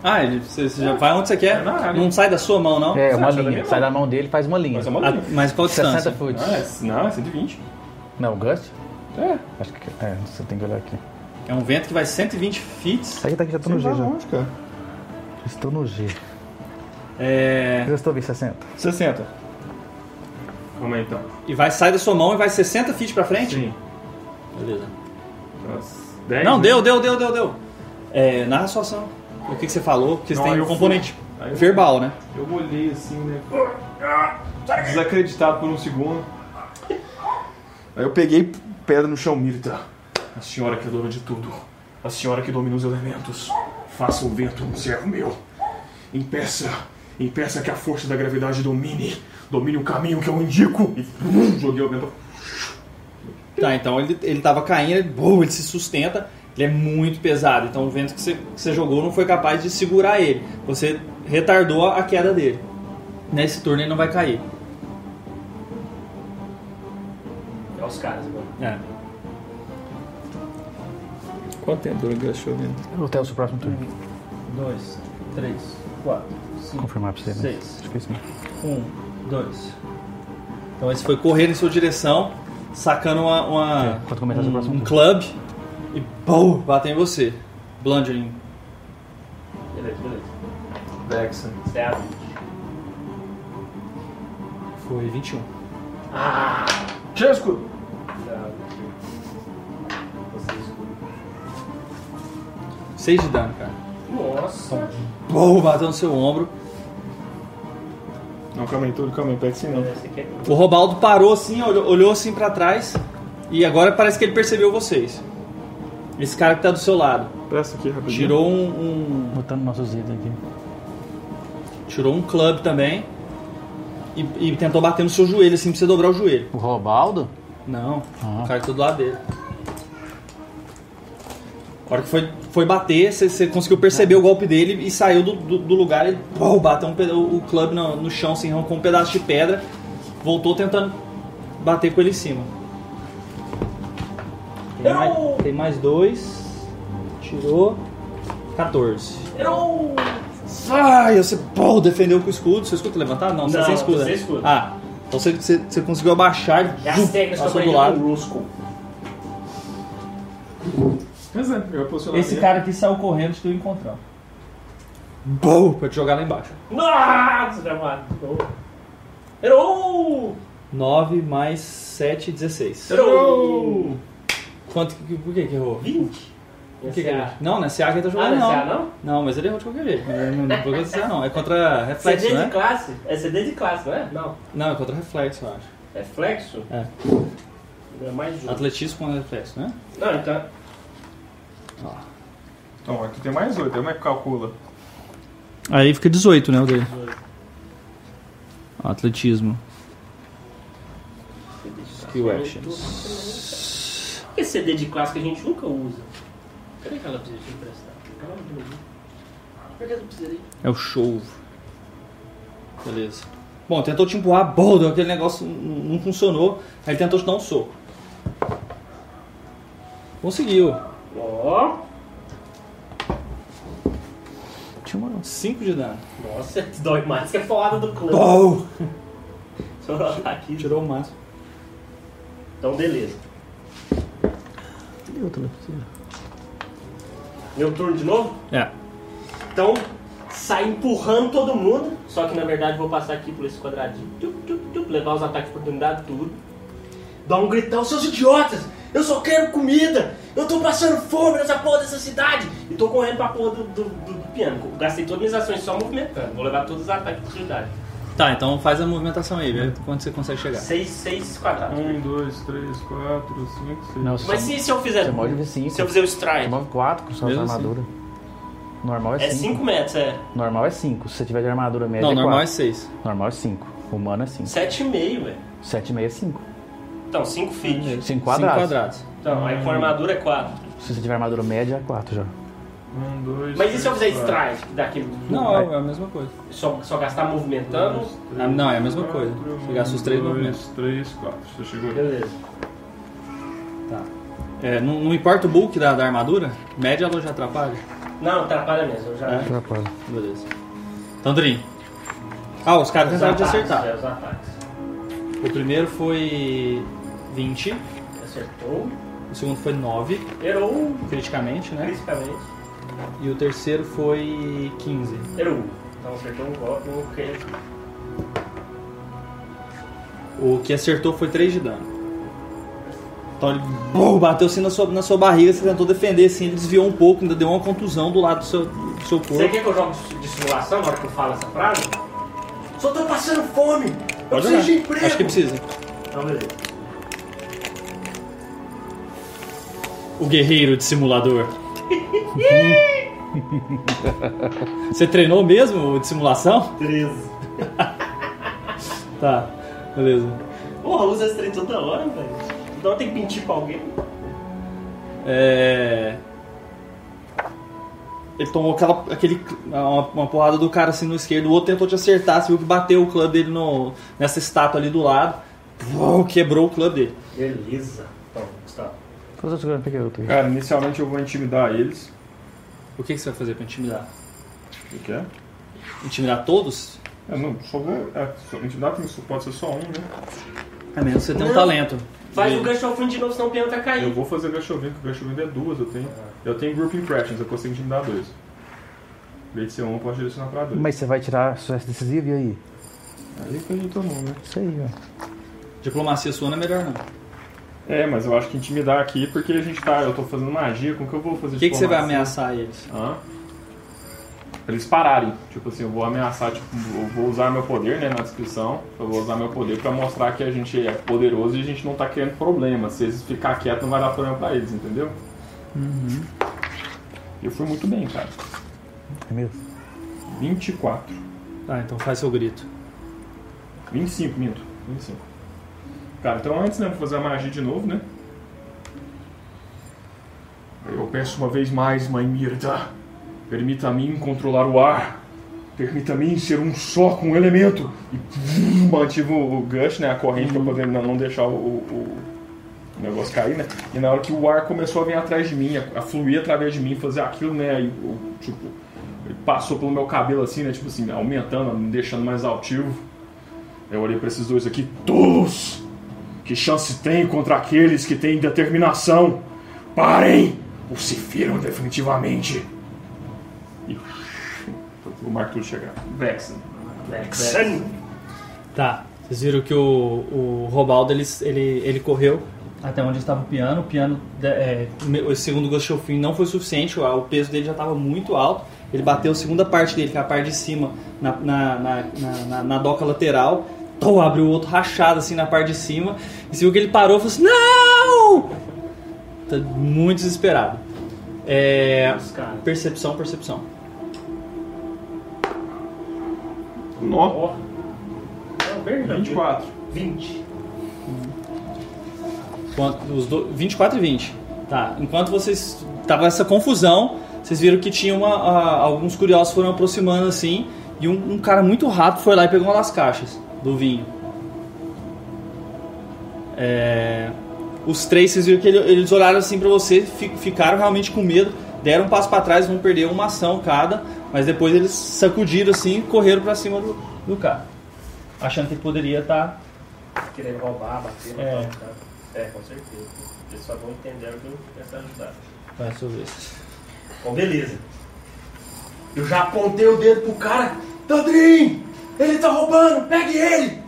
Speaker 1: Ah, ele- você, você já vai onde você quer?
Speaker 5: É na área.
Speaker 1: Não sai da sua mão, não?
Speaker 3: É, uma
Speaker 5: Sai da minha
Speaker 3: linha.
Speaker 5: mão.
Speaker 3: Sai da mão dele e faz uma linha.
Speaker 5: Mas é uma
Speaker 1: A-
Speaker 5: linha.
Speaker 1: mas qual a
Speaker 3: 60
Speaker 1: distância?
Speaker 3: foot.
Speaker 5: Ah, é, não, é 120.
Speaker 3: Não, Gust?
Speaker 5: É.
Speaker 3: Acho que. É, você tem que olhar aqui.
Speaker 1: É um vento que vai 120 feet.
Speaker 3: Sai daqui, tá já tô no G
Speaker 2: Sei lá
Speaker 5: né?
Speaker 3: já.
Speaker 2: onde, cara.
Speaker 3: Estou no G.
Speaker 1: É,
Speaker 3: Eu estou bem 60.
Speaker 5: 60. Calma aí, então.
Speaker 1: e vai sair da sua mão e vai 60 feet pra frente?
Speaker 5: Sim.
Speaker 1: Beleza.
Speaker 5: Nossa, 10,
Speaker 1: Não,
Speaker 5: né?
Speaker 1: deu, deu, deu, deu, deu. É, narra a sua ação. O que, que você falou? Porque você
Speaker 5: Não,
Speaker 1: tem
Speaker 5: eu
Speaker 1: um componente
Speaker 5: fui. Aí eu-
Speaker 1: verbal, né?
Speaker 5: Eu olhei assim, né? Desacreditado por um segundo. Aí eu peguei pedra no chão, Mirta. A senhora que é dona de tudo. A senhora que domina os elementos. Faça o vento um servo meu. Impeça. Impeça que a força da gravidade domine. Domine o caminho que eu indico. E bum, joguei o vento.
Speaker 1: Tá, então ele, ele tava caindo, ele, bum, ele se sustenta, ele é muito pesado. Então o vento que você, que você jogou não foi capaz de segurar ele. Você retardou a queda dele. Nesse turno ele não vai cair.
Speaker 4: É os caras, mano.
Speaker 1: É.
Speaker 7: Quanto tempo dura o Gust Chovendo?
Speaker 3: Até o seu próximo turno.
Speaker 1: Dois, três, quatro, cinco,
Speaker 3: Confirmar pra você, né?
Speaker 1: seis.
Speaker 3: Acho que é isso mesmo.
Speaker 1: Um, dois. Então esse foi correndo em sua direção, sacando uma, uma-
Speaker 3: Ok, quando começar seu
Speaker 1: um,
Speaker 3: próximo
Speaker 1: um
Speaker 3: turno.
Speaker 1: club e BOU! Bateu em você. Bludgeoning.
Speaker 4: Beleza, beleza.
Speaker 5: Vexen.
Speaker 4: Isso é a 20.
Speaker 1: Foi 21.
Speaker 4: Ah!
Speaker 5: Tira o escudo.
Speaker 4: Isso é a 20. Vocês-
Speaker 1: 6 de dano, cara.
Speaker 4: Nossa!
Speaker 1: BOU! Bateu no seu ombro.
Speaker 5: Não, calma aí, tudo, calma aí. Pega assim não.
Speaker 4: Esse aqui é
Speaker 1: O Robaldo parou assim, olhou, olhou assim pra trás e agora parece que ele percebeu vocês. Esse cara que tá do seu lado
Speaker 5: Presta aqui rapidinho.
Speaker 1: tirou um, um-
Speaker 3: Botando nossos itens aqui.
Speaker 1: tirou um club também e, e tentou bater no seu joelho assim pra você dobrar o joelho.
Speaker 3: O Robaldo?
Speaker 1: Não,
Speaker 3: Ah.
Speaker 1: o cara que tá do lado dele. A hora que foi, foi bater, você, você conseguiu perceber o golpe dele e saiu do, do- do lugar e pô, bateu um peda- o club no, no chão, assim, arrancou um pedaço de pedra, voltou tentando bater com ele em cima. Tem, mais, tem mais dois. Tirou. 14.
Speaker 4: Não!
Speaker 1: Sai! Você pô, defendeu com o escudo. Seu escudo tá levantado? Não, você tá
Speaker 4: Não,
Speaker 1: sem escudo. né?
Speaker 4: tô sem escudo.
Speaker 1: Ah, então você, você, você conseguiu abaixar.
Speaker 4: É
Speaker 1: zum,
Speaker 4: as técnicas que
Speaker 1: passou
Speaker 4: eu
Speaker 1: do
Speaker 4: aprendi
Speaker 1: lado.
Speaker 4: com o Rusco.
Speaker 5: Pois é, eu vou posicionar
Speaker 1: Esse cara aqui saiu correndo se tu encontrar. Bom, pra te jogar lá embaixo.
Speaker 4: Nossa, já matou. Errou!
Speaker 1: 9 mais 7, 16.
Speaker 4: Errou!
Speaker 1: Quanto que, por que que errou?
Speaker 4: 20.
Speaker 1: Por que que
Speaker 4: Esse
Speaker 1: ele-
Speaker 4: é a-
Speaker 1: Não, nesse A que ele tá
Speaker 4: Ah,
Speaker 1: jogando
Speaker 4: não, esse é a
Speaker 1: não.
Speaker 4: não?
Speaker 1: Não, mas ele errou de qualquer jeito. Não, não vou dizer não. É contra reflexo,
Speaker 4: CD de
Speaker 1: né?
Speaker 4: classe? É CD de classe, não é? Não.
Speaker 1: Não, é contra reflexo, eu acho.
Speaker 4: É flexo?
Speaker 1: É.
Speaker 4: É mais um.
Speaker 1: Atletismo contra reflexo, né?
Speaker 4: Não, então.
Speaker 5: Então, aqui tem mais oito. Aí como é que calcula?
Speaker 1: Aí fica 18, né, o dele? Atletismo. Skill actions.
Speaker 4: Por que CD de classe que a gente nunca usa? Cadê aquela precisa de emprestar? Aquela não tem. Por que essa precisa aí?
Speaker 1: É o show. Beleza. Bom, tentou te empurrar, bom, deu aquele negócio não não funcionou. Aí ele tentou te dar um soco. Conseguiu.
Speaker 4: Ó.
Speaker 3: Tinha uma.
Speaker 1: 5 de dano.
Speaker 4: Nossa, *laughs* dói mais que a foada do clã.
Speaker 1: Pou!
Speaker 4: Só *laughs* ela tá aqui.
Speaker 1: Tirou o máximo.
Speaker 4: Então, beleza.
Speaker 3: Cadê outra lepoeira?
Speaker 4: Meu turno de novo?
Speaker 1: É.
Speaker 4: Então, sai empurrando todo mundo. Só que na verdade vou passar aqui por esse quadradinho. Tup, tup, tup, levar os ataques de oportunidade, tudo. Dá um gritão, seus idiotas! Eu só quero comida! Eu tô passando fome nessa porra dessa cidade! E tô correndo pra porra do, do, do- do piano. Gastei todas as minhas ações só movimentando. Vou levar todos os ataques de oportunidade.
Speaker 1: Tá, então faz a movimentação aí, vê quando você consegue chegar.
Speaker 4: Seis, seis quadrados.
Speaker 6: Um, dois, três, quatro, cinco, seis.
Speaker 3: Não, você
Speaker 4: Mas se, se eu fizer.
Speaker 3: Você move cinco.
Speaker 4: Se eu fizer o
Speaker 3: você
Speaker 4: strike.
Speaker 3: move 4 com suas
Speaker 1: Mesmo assim.
Speaker 3: armaduras. Normal
Speaker 4: É
Speaker 3: é 5.
Speaker 4: 5 metros, é.
Speaker 3: Normal é 5. Se você tiver de armadura média,
Speaker 1: Não,
Speaker 3: é
Speaker 1: normal é
Speaker 3: quatro.
Speaker 1: 6.
Speaker 3: Normal é 5. Humano é 5.
Speaker 4: Sete e meio, velho.
Speaker 3: 7,5 é 5.
Speaker 4: Então, 5 feet.
Speaker 3: 5
Speaker 1: 5
Speaker 3: quadrados.
Speaker 1: quadrados.
Speaker 4: Então, aí com armadura é 4.
Speaker 3: Se você tiver armadura média, é 4 já.
Speaker 6: Um, dois,
Speaker 4: Mas e se eu fizer
Speaker 6: três, quatro.
Speaker 4: strike daquele.
Speaker 1: Não, é a mesma coisa.
Speaker 4: Só, só gastar movimentando?
Speaker 1: Ah, não, é a mesma coisa. Você gasta os três
Speaker 6: um,
Speaker 1: movimentos.
Speaker 6: Dois, três, quatro. Você chegou.
Speaker 4: Beleza.
Speaker 1: É, não, não importa o bulk da, da armadura, média ela já atrapalha.
Speaker 4: Não, atrapalha mesmo. Eu já.
Speaker 1: É.
Speaker 3: Atrapalha.
Speaker 1: Beleza. Então, Drin. Ah, os caras
Speaker 4: Os
Speaker 1: tentaram te
Speaker 4: ataques,
Speaker 1: acertar.
Speaker 4: é, os ataques.
Speaker 1: O primeiro foi 20,
Speaker 4: Acertou. um,
Speaker 1: o segundo foi 9,
Speaker 4: Errou, um,
Speaker 1: criticamente, né?
Speaker 4: principalmente.
Speaker 1: E o terceiro foi 15.
Speaker 4: Errou. Então acertou um golpe, um crítico.
Speaker 1: O que acertou foi 3 de dano. Então ele bum, bateu assim na sua, na sua barriga, você tentou defender assim, ele desviou um pouco, ainda deu uma contusão do lado do seu, do seu
Speaker 4: Você
Speaker 1: corpo.
Speaker 4: quer que eu jogue de simulação na hora que eu falo essa frase? Só tô passando fome! Eu preciso de emprego!
Speaker 1: Acho que precisa.
Speaker 4: Então, beleza.
Speaker 1: O guerreiro de
Speaker 4: *laughs*
Speaker 1: simulador. você treinou mesmo o de simulação?
Speaker 4: 13.
Speaker 1: Tá, beleza.
Speaker 4: Porra, usa esse trem toda hora, velho. Toda hora tem que mentir pra alguém.
Speaker 1: É. Ele tomou aquela, aquele, uma, uma porrada do cara assim no esquerdo, o outro tentou te acertar, você viu que bateu o clã dele no, nessa estátua ali do lado, Vum, quebrou o clã dele.
Speaker 4: Beleza. Então, Gustavo.
Speaker 3: Quantos outros gramas peguei outro?
Speaker 5: Cara, inicialmente eu vou intimidar eles.
Speaker 1: O que, que você vai fazer pra intimidar?
Speaker 5: O que é?
Speaker 1: Intimidar todos?
Speaker 5: Eu não, só vou. É, só- intimidar porque isso pode ser só um, né?
Speaker 1: A menos que você tenha um
Speaker 4: Não.
Speaker 1: talento.
Speaker 4: Faz
Speaker 1: Ele-
Speaker 4: o gancho ao fundo de novo, senão o piano tá
Speaker 5: Eu
Speaker 4: caindo.
Speaker 5: vou fazer Gashovind, porque Gashovind é duas, eu tenho. Eu tenho Group Impressions, eu consigo intimidar dois. Em vez de ser um, eu posso direcionar pra dois.
Speaker 3: Mas você vai tirar sucesso decisivo e aí?
Speaker 5: Aí que a gente tomou, né?
Speaker 3: Isso aí, ó.
Speaker 1: Diplomacia sua não é melhor não. O
Speaker 5: É, mas eu acho que intimidar aqui, porque a gente tá. Eu tô fazendo magia, como que eu vou fazer
Speaker 1: que, que você vai
Speaker 5: diplomacia?
Speaker 1: ameaçar eles?
Speaker 5: Hã? Pra eles pararem. Tipo assim, eu vou ameaçar, tipo, eu vou usar meu poder, né, na descrição. Eu vou usar meu poder pra mostrar que a gente é poderoso e a gente não tá criando problema. Se eles ficar quietos, não vai dar problema pra eles, entendeu? Uhum. Eu fui muito bem, cara.
Speaker 3: É mesmo?
Speaker 5: 24.
Speaker 1: Tá, então faz seu grito.
Speaker 5: 25, minto. 25. Cara, então antes, né, vou fazer a magia de novo, né? Eu peço uma vez mais, Mãe Mirta, permita a mim controlar o ar. Permita a mim ser um só com o elemento. E vum, mantive o o gush, né, a corrente, pra poder não não deixar o, o- o negócio cair, né? E na hora que o ar começou a vir atrás de mim, a, a fluir através de mim, fazer aquilo, né, aí, o- tipo, ele passou pelo meu cabelo assim, né, tipo assim, aumentando, me deixando mais altivo. Eu olhei pra esses dois aqui, tolos! Que chance tem contra aqueles que têm determinação? Parem! Ou se viram definitivamente! E o Marco chegar.
Speaker 4: Vexen. Vexen.
Speaker 1: Tá. Vocês viram que o, o Robaldo ele, ele, ele correu até onde estava o piano. O piano, é, o segundo Gostofim não foi suficiente, o, o peso dele já estava muito alto. Ele bateu a segunda parte dele, que é a parte de cima, na, na, na, na- na- na doca lateral. Tô, abriu o outro rachado assim na parte de cima. E você viu que ele parou e falou assim: Não! Tá muito desesperado. É.
Speaker 4: Os caras.
Speaker 1: Percepção, percepção.
Speaker 5: Nó,
Speaker 4: Ó. Não, verdade.
Speaker 5: 24.
Speaker 4: 20.
Speaker 1: Quanto- os do- 24 e 20. Tá. Enquanto vocês. Tava essa confusão, vocês viram que tinha uma. a- alguns curiosos foram aproximando assim. E um, um cara muito rápido foi lá e pegou uma das caixas do vinho. É, os três, vocês viram que ele- eles olharam assim pra você, fi- ficaram realmente com medo, deram um passo pra trás, vão perder uma ação cada. Mas depois eles sacudiram assim e correram pra cima do, do carro. Achando que poderia tá, estar.
Speaker 4: Querendo roubar, bater,
Speaker 1: É.
Speaker 4: matar o cara. É, com certeza. Eles só vão entender o que eu começar a ajudar.
Speaker 1: Vai resolver.
Speaker 4: Bom, beleza. Eu já apontei o dedo pro cara. Tandrin! Ele tá roubando! Pegue ele!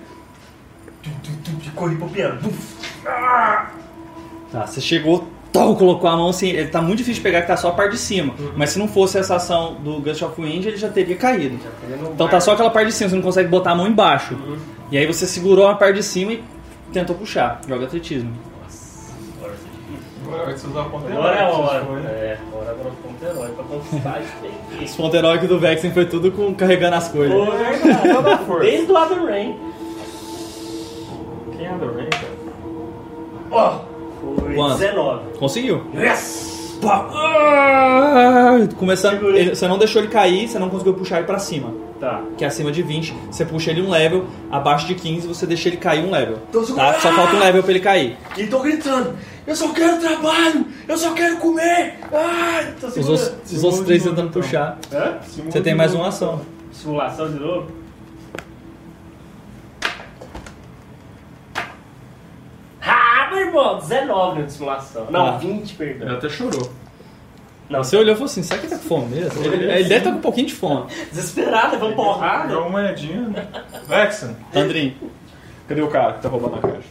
Speaker 4: Tu, tu, tu, tu, corri pro piano. Buf.
Speaker 1: Tá, você chegou, tal, colocou a mão assim. Ele tá muito difícil de pegar, que tá só a parte de cima.
Speaker 4: Uhum.
Speaker 1: Mas se não fosse essa ação do Gust of Wind, ele já teria caído.
Speaker 4: Já Uhum. peguei no
Speaker 1: Então
Speaker 4: bar.
Speaker 1: tá só aquela parte de cima, você não consegue botar a mão embaixo. E aí você segurou a parte de cima e tentou puxar. Joga atletismo.
Speaker 4: Agora você-
Speaker 6: Agora vai precisar apontar.
Speaker 4: Agora é a
Speaker 6: Foi,
Speaker 4: hora.
Speaker 6: né?
Speaker 4: É, agora é o ponto herói pra conquistar isso daí.
Speaker 1: Esse ponto heróico do Vexen foi tudo com carregando as coisas.
Speaker 4: Ô, verdade.
Speaker 6: Toda a força.
Speaker 4: Desde lá do Rain.
Speaker 6: Quem anda bem, cara?
Speaker 4: Ó, foi
Speaker 1: Quanto?
Speaker 4: 19.
Speaker 1: Conseguiu.
Speaker 4: Yes!
Speaker 1: Pá. Ah, Começando,
Speaker 4: Segurei.
Speaker 1: ele- você não deixou ele cair, você não conseguiu puxar ele pra cima.
Speaker 4: Tá.
Speaker 1: Que é acima de 20, você puxa ele um level, abaixo de 15 você deixa ele cair um level.
Speaker 4: Tô segurando.
Speaker 1: Tá? Só falta um level pra ele cair.
Speaker 4: E tô gritando. Eu só quero trabalho! Eu só quero comer! Ai, tô
Speaker 1: Os outros,
Speaker 4: segurando.
Speaker 1: os outros três tentando puxar.
Speaker 4: Hã?
Speaker 1: Você tem mais um uma ação.
Speaker 4: Simulação de novo? Ah, meu irmão, 19 de simulação. Não,
Speaker 1: Ah.
Speaker 4: 20,
Speaker 7: Ele
Speaker 4: perdão.
Speaker 7: até chorou.
Speaker 4: Não,
Speaker 1: Você olhou e falou assim: será que ele tá com fome mesmo? Ele, ele deve estar com um pouquinho de fome.
Speaker 4: desesperado, levando porrada.
Speaker 6: Dá uma moedinha. né? Vexen.
Speaker 1: Andrin,
Speaker 5: Cadê o cara que tá roubando a caixa?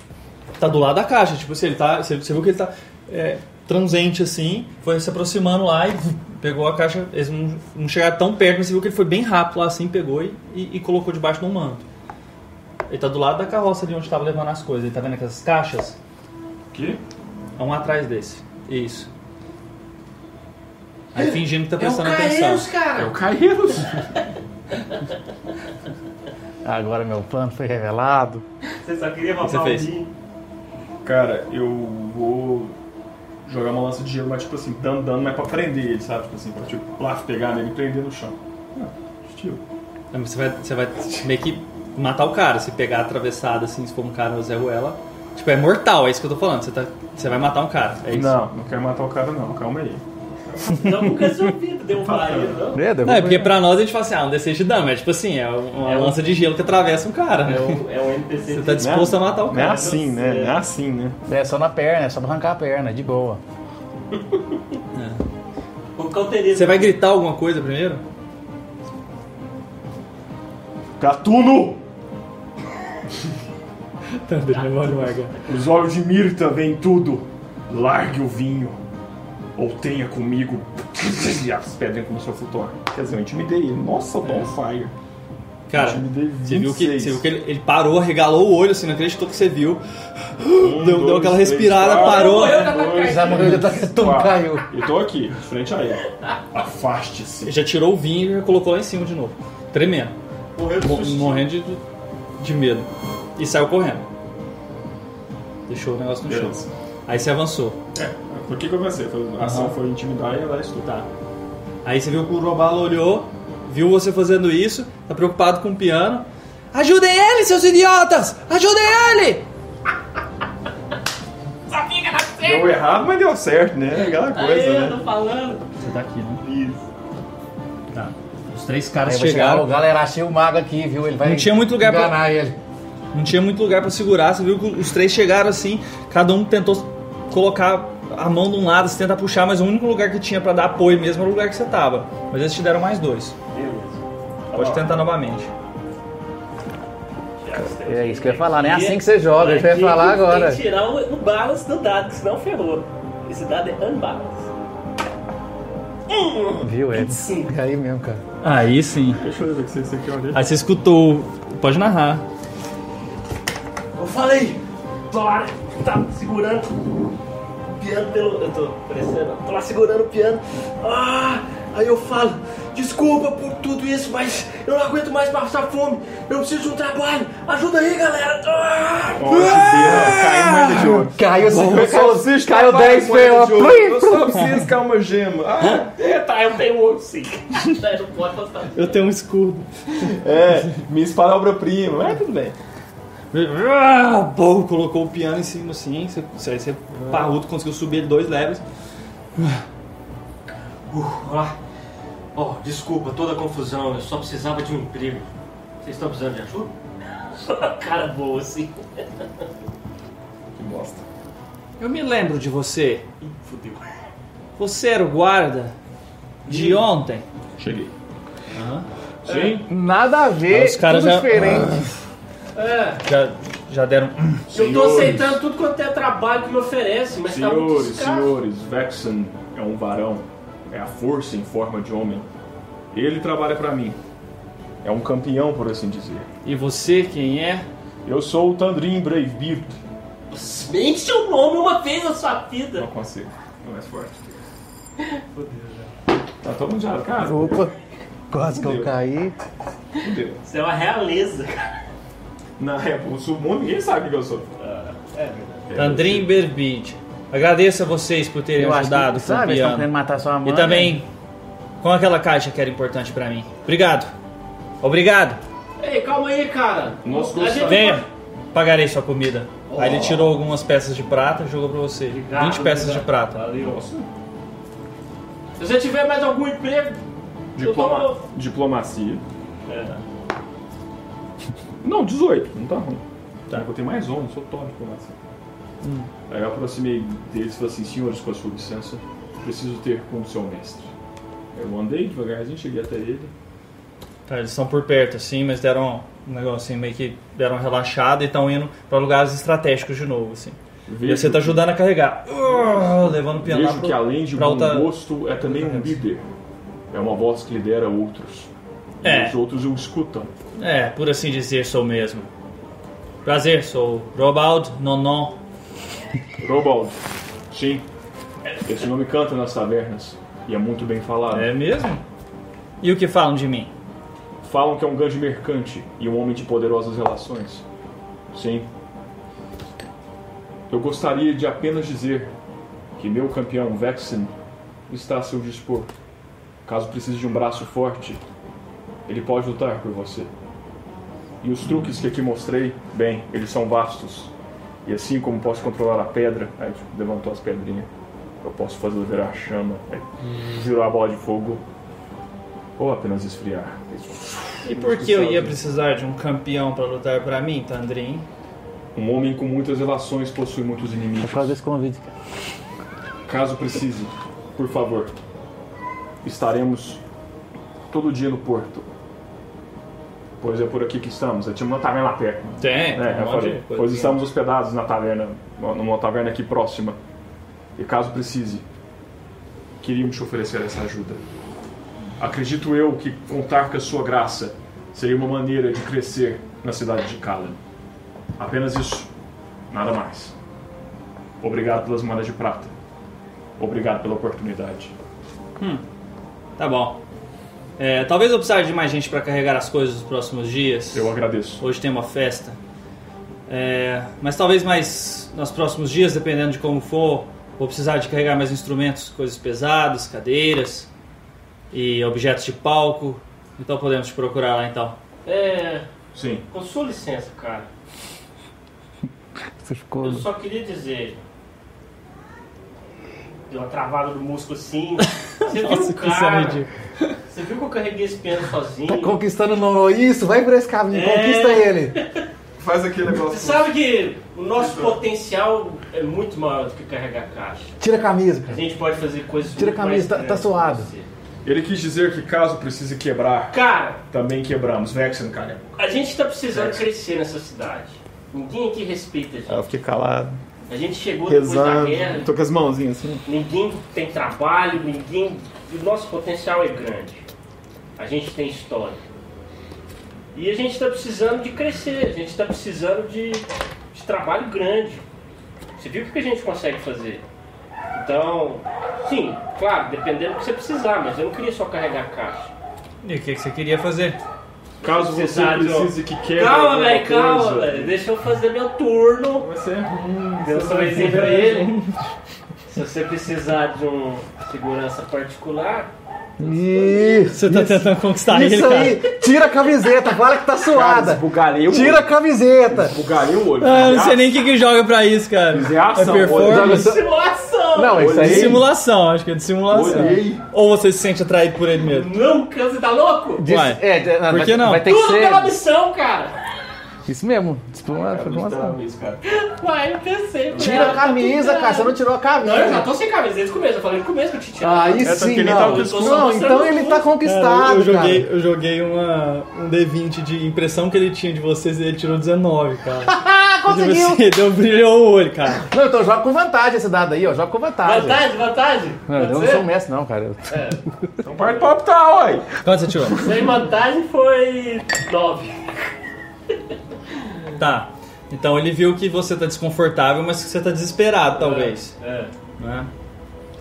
Speaker 1: tá do lado da caixa. Tipo assim, ele tá. Você, você viu que ele tá é, transente assim, foi se aproximando lá e vum, pegou a caixa. Eles não, não chegaram tão perto, mas você viu que ele foi bem rápido lá assim, pegou e, e, e colocou debaixo de um manto. Ele tá do lado da carroça de onde tava levando as coisas. Ele tá vendo aquelas caixas?
Speaker 6: Aqui?
Speaker 1: É um atrás desse. Isso. Aí fingindo que tá
Speaker 4: É o
Speaker 1: prestando
Speaker 4: Caeiros,
Speaker 1: atenção.
Speaker 4: cara.
Speaker 7: o Caíros.
Speaker 3: Agora meu plano foi revelado.
Speaker 4: Você só queria
Speaker 1: que você
Speaker 4: roubar um
Speaker 1: fez?
Speaker 4: dia.
Speaker 5: Cara, eu vou jogar uma lança de gelo, mas tipo assim, dando dano, mas pra prender ele, sabe? Tipo assim, pra tipo, plaf, pegar nele e prender no chão. Ah, estilo.
Speaker 1: Não, mas Você vai, você vai meio que matar o cara. Se pegar atravessada assim, se for um cara Zé Ruela. Tipo, é mortal, é isso que eu tô falando. Você, tá, você vai matar um cara. É isso.
Speaker 5: Não, não quero matar o cara não, calma aí.
Speaker 4: Não, nunca resolvido, deu um Caeiros, não.
Speaker 3: É, deu
Speaker 1: Não, é
Speaker 3: ruim.
Speaker 1: porque pra nós a gente fala assim, ah, um D6 de dano, é tipo assim, é uma
Speaker 4: É um-
Speaker 1: lança de gelo que atravessa um cara.
Speaker 4: É um, é um NPC.
Speaker 1: Você tá
Speaker 4: de-
Speaker 1: disposto a matar o
Speaker 5: Não é
Speaker 1: cara.
Speaker 5: assim, né? Não é assim, né?
Speaker 3: É só na perna, é só pra arrancar a perna, de boa.
Speaker 4: O cauterismo.
Speaker 1: Você vai gritar alguma coisa
Speaker 4: *laughs*
Speaker 1: primeiro?
Speaker 5: Gatuno!
Speaker 4: Tá,
Speaker 5: Os olhos de Mirta veem tudo. Largue o vinho. Ou tenha comigo. *laughs* E as pedras começaram a flutuar. Quer dizer, eu intimidei ele. Nossa, eu tô on fire.
Speaker 1: Cara,
Speaker 5: Eu intimidei
Speaker 1: você viu que,
Speaker 5: 26.
Speaker 1: você viu que ele, ele parou, regalou o olho, assim, não acreditou que você viu.
Speaker 5: Um,
Speaker 1: Deu, deu
Speaker 5: dois,
Speaker 1: aquela
Speaker 5: três,
Speaker 1: respirada,
Speaker 5: quatro,
Speaker 1: parou.
Speaker 5: dois,
Speaker 3: Já morreu, já tá tum,
Speaker 5: quatro.
Speaker 3: caiu.
Speaker 5: Eu tô aqui, de frente a ele. Afaste-se.
Speaker 1: Já tirou o vinho e já colocou lá em cima de novo. Tremendo.
Speaker 4: Morreu de
Speaker 1: Mo-
Speaker 4: susto.
Speaker 1: Morrendo de, de medo. E saiu correndo. Deixou o negócio no chão.
Speaker 5: Beleza.
Speaker 1: Aí você avançou.
Speaker 5: É, por que que eu pensei? Foi- A ação
Speaker 1: Aham.
Speaker 5: foi intimidar e ela é estudar.
Speaker 1: Tá. Aí você viu que o Robalo olhou, viu você fazendo isso, tá preocupado com o piano. Ajudem ele, seus idiotas! Ajudem ele!
Speaker 5: Deu errado, mas deu certo, né? Aquela coisa,
Speaker 4: Aê, eu
Speaker 5: né?
Speaker 4: tô falando.
Speaker 1: Você tá aqui, né?
Speaker 5: Isso.
Speaker 1: Tá. Os três
Speaker 3: Aí
Speaker 1: caras
Speaker 3: eu vou chegar, ó,
Speaker 1: chegaram.
Speaker 3: galera, achei o mago aqui, viu? Ele vai
Speaker 1: Não tinha muito lugar pra-
Speaker 3: enganar ele.
Speaker 1: Não tinha muito lugar pra segurar, você viu que os três chegaram assim, cada um tentou colocar a mão de um lado, se tentar puxar, mas o único lugar que tinha pra dar apoio mesmo era o lugar que você tava. Mas eles te deram mais dois.
Speaker 4: Beleza.
Speaker 1: Pode
Speaker 4: Ó,
Speaker 1: tentar novamente.
Speaker 4: já que você-
Speaker 3: É isso que eu ia falar, né? É assim que você joga, a gente vai
Speaker 4: Aqui
Speaker 3: falar
Speaker 4: tem
Speaker 3: agora.
Speaker 4: que tirar o, o balance do dado, que senão ferrou. Esse dado é unbalance.
Speaker 3: Viu, Ed?
Speaker 4: Sim.
Speaker 3: Aí mesmo, cara.
Speaker 1: Aí sim.
Speaker 6: Deixa eu ver o que você quer olhar.
Speaker 1: Aí você escutou. Pode narrar.
Speaker 4: Eu falei! Tô lá, tá segurando o piano pelo. Eu tô parecendo. Tô lá segurando o piano. Ah! Aí eu falo, desculpa por tudo isso, mas eu não aguento mais passar fome. Eu preciso de um trabalho. Ajuda aí, galera! Ah!
Speaker 5: Ó, de Deus, caiu moeda de ouro.
Speaker 3: Caiu
Speaker 5: Ah!
Speaker 2: assim,
Speaker 5: Eu só preciso
Speaker 3: caiu
Speaker 5: cavar
Speaker 3: 10
Speaker 5: uma moeda de
Speaker 3: PO.
Speaker 5: ouro. Eu só preciso cair uma gema. Ah,
Speaker 4: É, tá, eu tenho outro sim. Tá, eu não posso passar.
Speaker 1: Eu tenho um escudo.
Speaker 5: é, minha espada é obra-prima. Mas tudo bem.
Speaker 1: Ah, Bom, colocou o piano em cima assim. Você, você, você parrudo conseguiu subir ele dois levels.
Speaker 4: Vamos Uh, lá. Ó, desculpa toda a confusão, eu só precisava de um emprego. Vocês estão precisando de ajuda? *laughs* Cara boa, assim.
Speaker 7: Que bosta.
Speaker 1: Eu me lembro de você.
Speaker 4: Ih, fudeu.
Speaker 1: Você era o guarda de ontem.
Speaker 7: Cheguei.
Speaker 5: Sim?
Speaker 2: Nada a ver,
Speaker 1: Ah, os caras
Speaker 2: tudo
Speaker 1: já-
Speaker 2: diferente.
Speaker 4: É,
Speaker 1: Já, já deram. um.
Speaker 4: eu tô
Speaker 5: Senhores.
Speaker 4: aceitando tudo quanto é trabalho que me oferece, mas tá muito
Speaker 5: Senhores,
Speaker 4: escasso.
Speaker 5: senhores, Vexen é um varão. É a força em forma de homem. Ele trabalha pra mim. É um campeão, por assim dizer.
Speaker 1: E você quem é?
Speaker 5: Eu sou o Tandrin Bravebeard.
Speaker 4: Mente seu nome uma vez na sua
Speaker 5: Não
Speaker 4: vida.
Speaker 5: consigo. Não é forte. Tá todo mundo já.
Speaker 3: Ah.
Speaker 5: Cara,
Speaker 2: Opa, quase que eu
Speaker 5: Fudeu.
Speaker 2: caí.
Speaker 5: fudeu.
Speaker 4: Você é uma realeza.
Speaker 5: Na época, o submundo ninguém sabe quem eu sou.
Speaker 1: Tandrin Berbid. Agradeço a vocês por terem
Speaker 2: Eu acho
Speaker 1: ajudado
Speaker 2: que,
Speaker 1: com o
Speaker 2: sabe, eles estão querendo
Speaker 1: piano.
Speaker 2: matar sua mãe.
Speaker 1: E
Speaker 3: né?
Speaker 1: também com aquela caixa que era importante pra mim. Obrigado. Obrigado.
Speaker 4: Ei, calma aí, cara.
Speaker 5: Nós
Speaker 4: A gente-
Speaker 1: Venha, pagarei sua comida. Aí ele tirou algumas peças de prata e jogou pra você.
Speaker 4: Obrigado,
Speaker 1: 20 peças
Speaker 4: obrigado.
Speaker 1: de prata.
Speaker 4: Valeu. Se você tiver mais algum emprego,
Speaker 5: Diploma...
Speaker 4: Eu
Speaker 5: Diplomacia.
Speaker 4: É.
Speaker 5: Não, 18. Não tá ruim.
Speaker 1: Tá.
Speaker 5: Eu botei mais 11, sou top diplomacia.
Speaker 1: Hum.
Speaker 5: Aí eu aproximei deles e falei assim, senhores, com a sua licença, preciso ter com o seu mestre. Eu andei devagarzinho, cheguei até ele.
Speaker 1: Tá, eles estão por perto, assim, mas deram um negocinho meio que deram uma relaxada e estão indo pra lugares estratégicos de novo, assim. E você tá ajudando a carregar. Ah, levando o piano lá
Speaker 5: Vejo
Speaker 1: pro-
Speaker 5: que além de
Speaker 1: pra
Speaker 5: bom
Speaker 1: outra-
Speaker 5: gosto, é também um líder. É uma voz que lidera outros. E
Speaker 1: É.
Speaker 5: os outros o escutam.
Speaker 1: É, por assim dizer, sou mesmo. Prazer, sou Robald Nonon.
Speaker 5: Robald. Sim.
Speaker 4: É.
Speaker 5: Esse nome canta nas tavernas. E é muito bem falado.
Speaker 1: É mesmo? E o que falam de mim?
Speaker 5: Falam que é um grande mercante e um homem de poderosas relações. Sim. Eu gostaria de apenas dizer que meu campeão Vexen está a seu dispor. Caso precise de um braço forte, ele pode lutar por você. E os truques que aqui mostrei, bem, eles são vastos. E assim como posso controlar a pedra, aí tipo, levantou as pedrinhas, eu posso fazer virar chama, aí, girar a bola de fogo, ou apenas esfriar. Aí,
Speaker 1: E por que eu
Speaker 5: né?
Speaker 1: ia precisar de um campeão pra lutar pra mim, Tandrin?
Speaker 5: Um homem com muitas relações possui muitos inimigos.
Speaker 3: Por causa desse convite, cara.
Speaker 5: Caso precise, por favor, estaremos todo dia no porto. Pois é por aqui que estamos. Eu tinha uma taverna lá perto.
Speaker 1: Tem, um
Speaker 5: É, eu falei. Pois estamos hospedados na taverna, numa taverna aqui próxima. E caso precise, queríamos te oferecer essa ajuda. Acredito eu que contar com a sua graça seria uma maneira de crescer na cidade de Kalan. Apenas isso, nada mais. Obrigado pelas moedas de prata. Obrigado pela oportunidade.
Speaker 1: Tá bom. É, talvez eu precisar de mais gente pra carregar as coisas nos próximos dias.
Speaker 5: Eu agradeço.
Speaker 1: Hoje tem uma festa. É, mas talvez mais nos próximos dias, dependendo de como for, vou precisar de carregar mais instrumentos, coisas pesadas, cadeiras e objetos de palco. Então podemos te procurar lá então.
Speaker 4: É,
Speaker 5: Sim,
Speaker 4: com sua licença, cara.
Speaker 2: Você ficou...
Speaker 4: Eu só queria dizer. Deu uma travada no músculo
Speaker 2: *laughs*
Speaker 4: assim. Você viu o cara. Você viu que eu carreguei esse piano
Speaker 2: é Tá
Speaker 4: sozinho?
Speaker 2: conquistando o Nono, isso, vai por esse caminho,
Speaker 4: É.
Speaker 2: conquista ele.
Speaker 6: Faz aquele negócio.
Speaker 4: Você
Speaker 2: assim?
Speaker 4: sabe que o nosso potencial é muito maior do que carregar caixa.
Speaker 2: Tira a camisa.
Speaker 4: A gente pode fazer coisas
Speaker 2: Tira
Speaker 4: muito
Speaker 2: a camisa,
Speaker 4: mais
Speaker 2: tá-
Speaker 4: grandes
Speaker 2: tá suado.
Speaker 4: que você.
Speaker 5: ele quis dizer que caso precise quebrar,
Speaker 4: Cara,
Speaker 5: também quebramos. Vexen, cara.
Speaker 4: a gente tá precisando crescer nessa cidade. Ninguém aqui respeita a
Speaker 7: Aí eu
Speaker 4: gente.
Speaker 7: fiquei calado,
Speaker 4: A gente chegou depois da guerra,
Speaker 7: rezando. Tô com as mãozinhas assim.
Speaker 4: ninguém tem trabalho, ninguém. O nosso potencial é grande. A gente tem história. E a gente está precisando de crescer, a gente está precisando de, de trabalho grande. Você viu o que a gente consegue fazer? Então, sim, claro, dependendo do que você precisar, mas eu não queria só carregar a caixa.
Speaker 1: E o que, que você queria fazer?
Speaker 5: Caso você
Speaker 4: Cidade, ó.
Speaker 5: precise que quebre
Speaker 4: Calma,
Speaker 5: alguma
Speaker 4: velho, calma,
Speaker 5: coisa,
Speaker 4: velho. Deixa eu fazer meu turno.
Speaker 6: Você é ruim.
Speaker 4: Deu um
Speaker 6: você vai
Speaker 4: sorrisinho
Speaker 6: ser
Speaker 4: pra ele. um, Se você precisar de um segurança particular,
Speaker 2: Isso,
Speaker 1: Você tá tentando conquistar ele,
Speaker 2: isso
Speaker 1: cara.
Speaker 2: aí. Tira a camiseta, fala que tá suada.
Speaker 5: Bugarei o
Speaker 2: Tira a camiseta.
Speaker 5: Bugarei o olho.
Speaker 1: Ah, eu não sei Ah, nem o que, que joga pra isso, cara.
Speaker 5: Reação,
Speaker 1: É performance.
Speaker 5: olha,
Speaker 4: Simulação!
Speaker 2: Não, isso
Speaker 1: De
Speaker 2: aí.
Speaker 1: simulação, acho que é de simulação.
Speaker 5: Olhei.
Speaker 1: Ou você se sente atraído por ele mesmo.
Speaker 4: Não, cara, você tá louco?
Speaker 2: Diz-
Speaker 1: Uai,
Speaker 2: é, de-
Speaker 1: por
Speaker 2: vai-
Speaker 1: que não?
Speaker 2: Vai ter que
Speaker 4: Tudo pela
Speaker 2: ser.
Speaker 4: missão, cara.
Speaker 3: Isso mesmo. Isso uma, foi uma ação.
Speaker 5: Então, é isso, cara. tá
Speaker 4: Vai, eu ah, pensei.
Speaker 2: Tira a camisa, cara. Você não tirou a
Speaker 4: Não, eu já
Speaker 2: camisa.
Speaker 4: tô sem camisa desde o começo. Eu falei no começo que eu te tinha.
Speaker 2: Aí
Speaker 6: tanto que
Speaker 2: sim,
Speaker 6: ele tava
Speaker 2: não.
Speaker 6: com
Speaker 4: escudo.
Speaker 2: Não, então ele tá
Speaker 1: Cara,
Speaker 2: conquistado,
Speaker 1: É, eu, eu
Speaker 2: cara.
Speaker 1: joguei, eu joguei uma, um D20 de impressão que ele tinha de vocês e ele tirou 19,
Speaker 5: *laughs*
Speaker 1: cara.
Speaker 2: Ah,
Speaker 1: Tipo *laughs*
Speaker 2: conseguiu!
Speaker 1: assim, deu brilhou o olho, cara.
Speaker 2: Não, então joga com vantagem esse dado aí, ó. Joga com vantagem.
Speaker 4: Vantagem, vantagem.
Speaker 3: Não, eu
Speaker 4: Pode
Speaker 3: não
Speaker 4: ser?
Speaker 2: um
Speaker 3: sou mestre, não, cara. Eu-
Speaker 5: Então parte pra optar, uai.
Speaker 1: Quanto você tirou?
Speaker 4: Sem vantagem foi 9.
Speaker 1: Tá. Então ele viu que você tá desconfortável, mas que você tá desesperado, talvez.
Speaker 4: É.
Speaker 1: Né?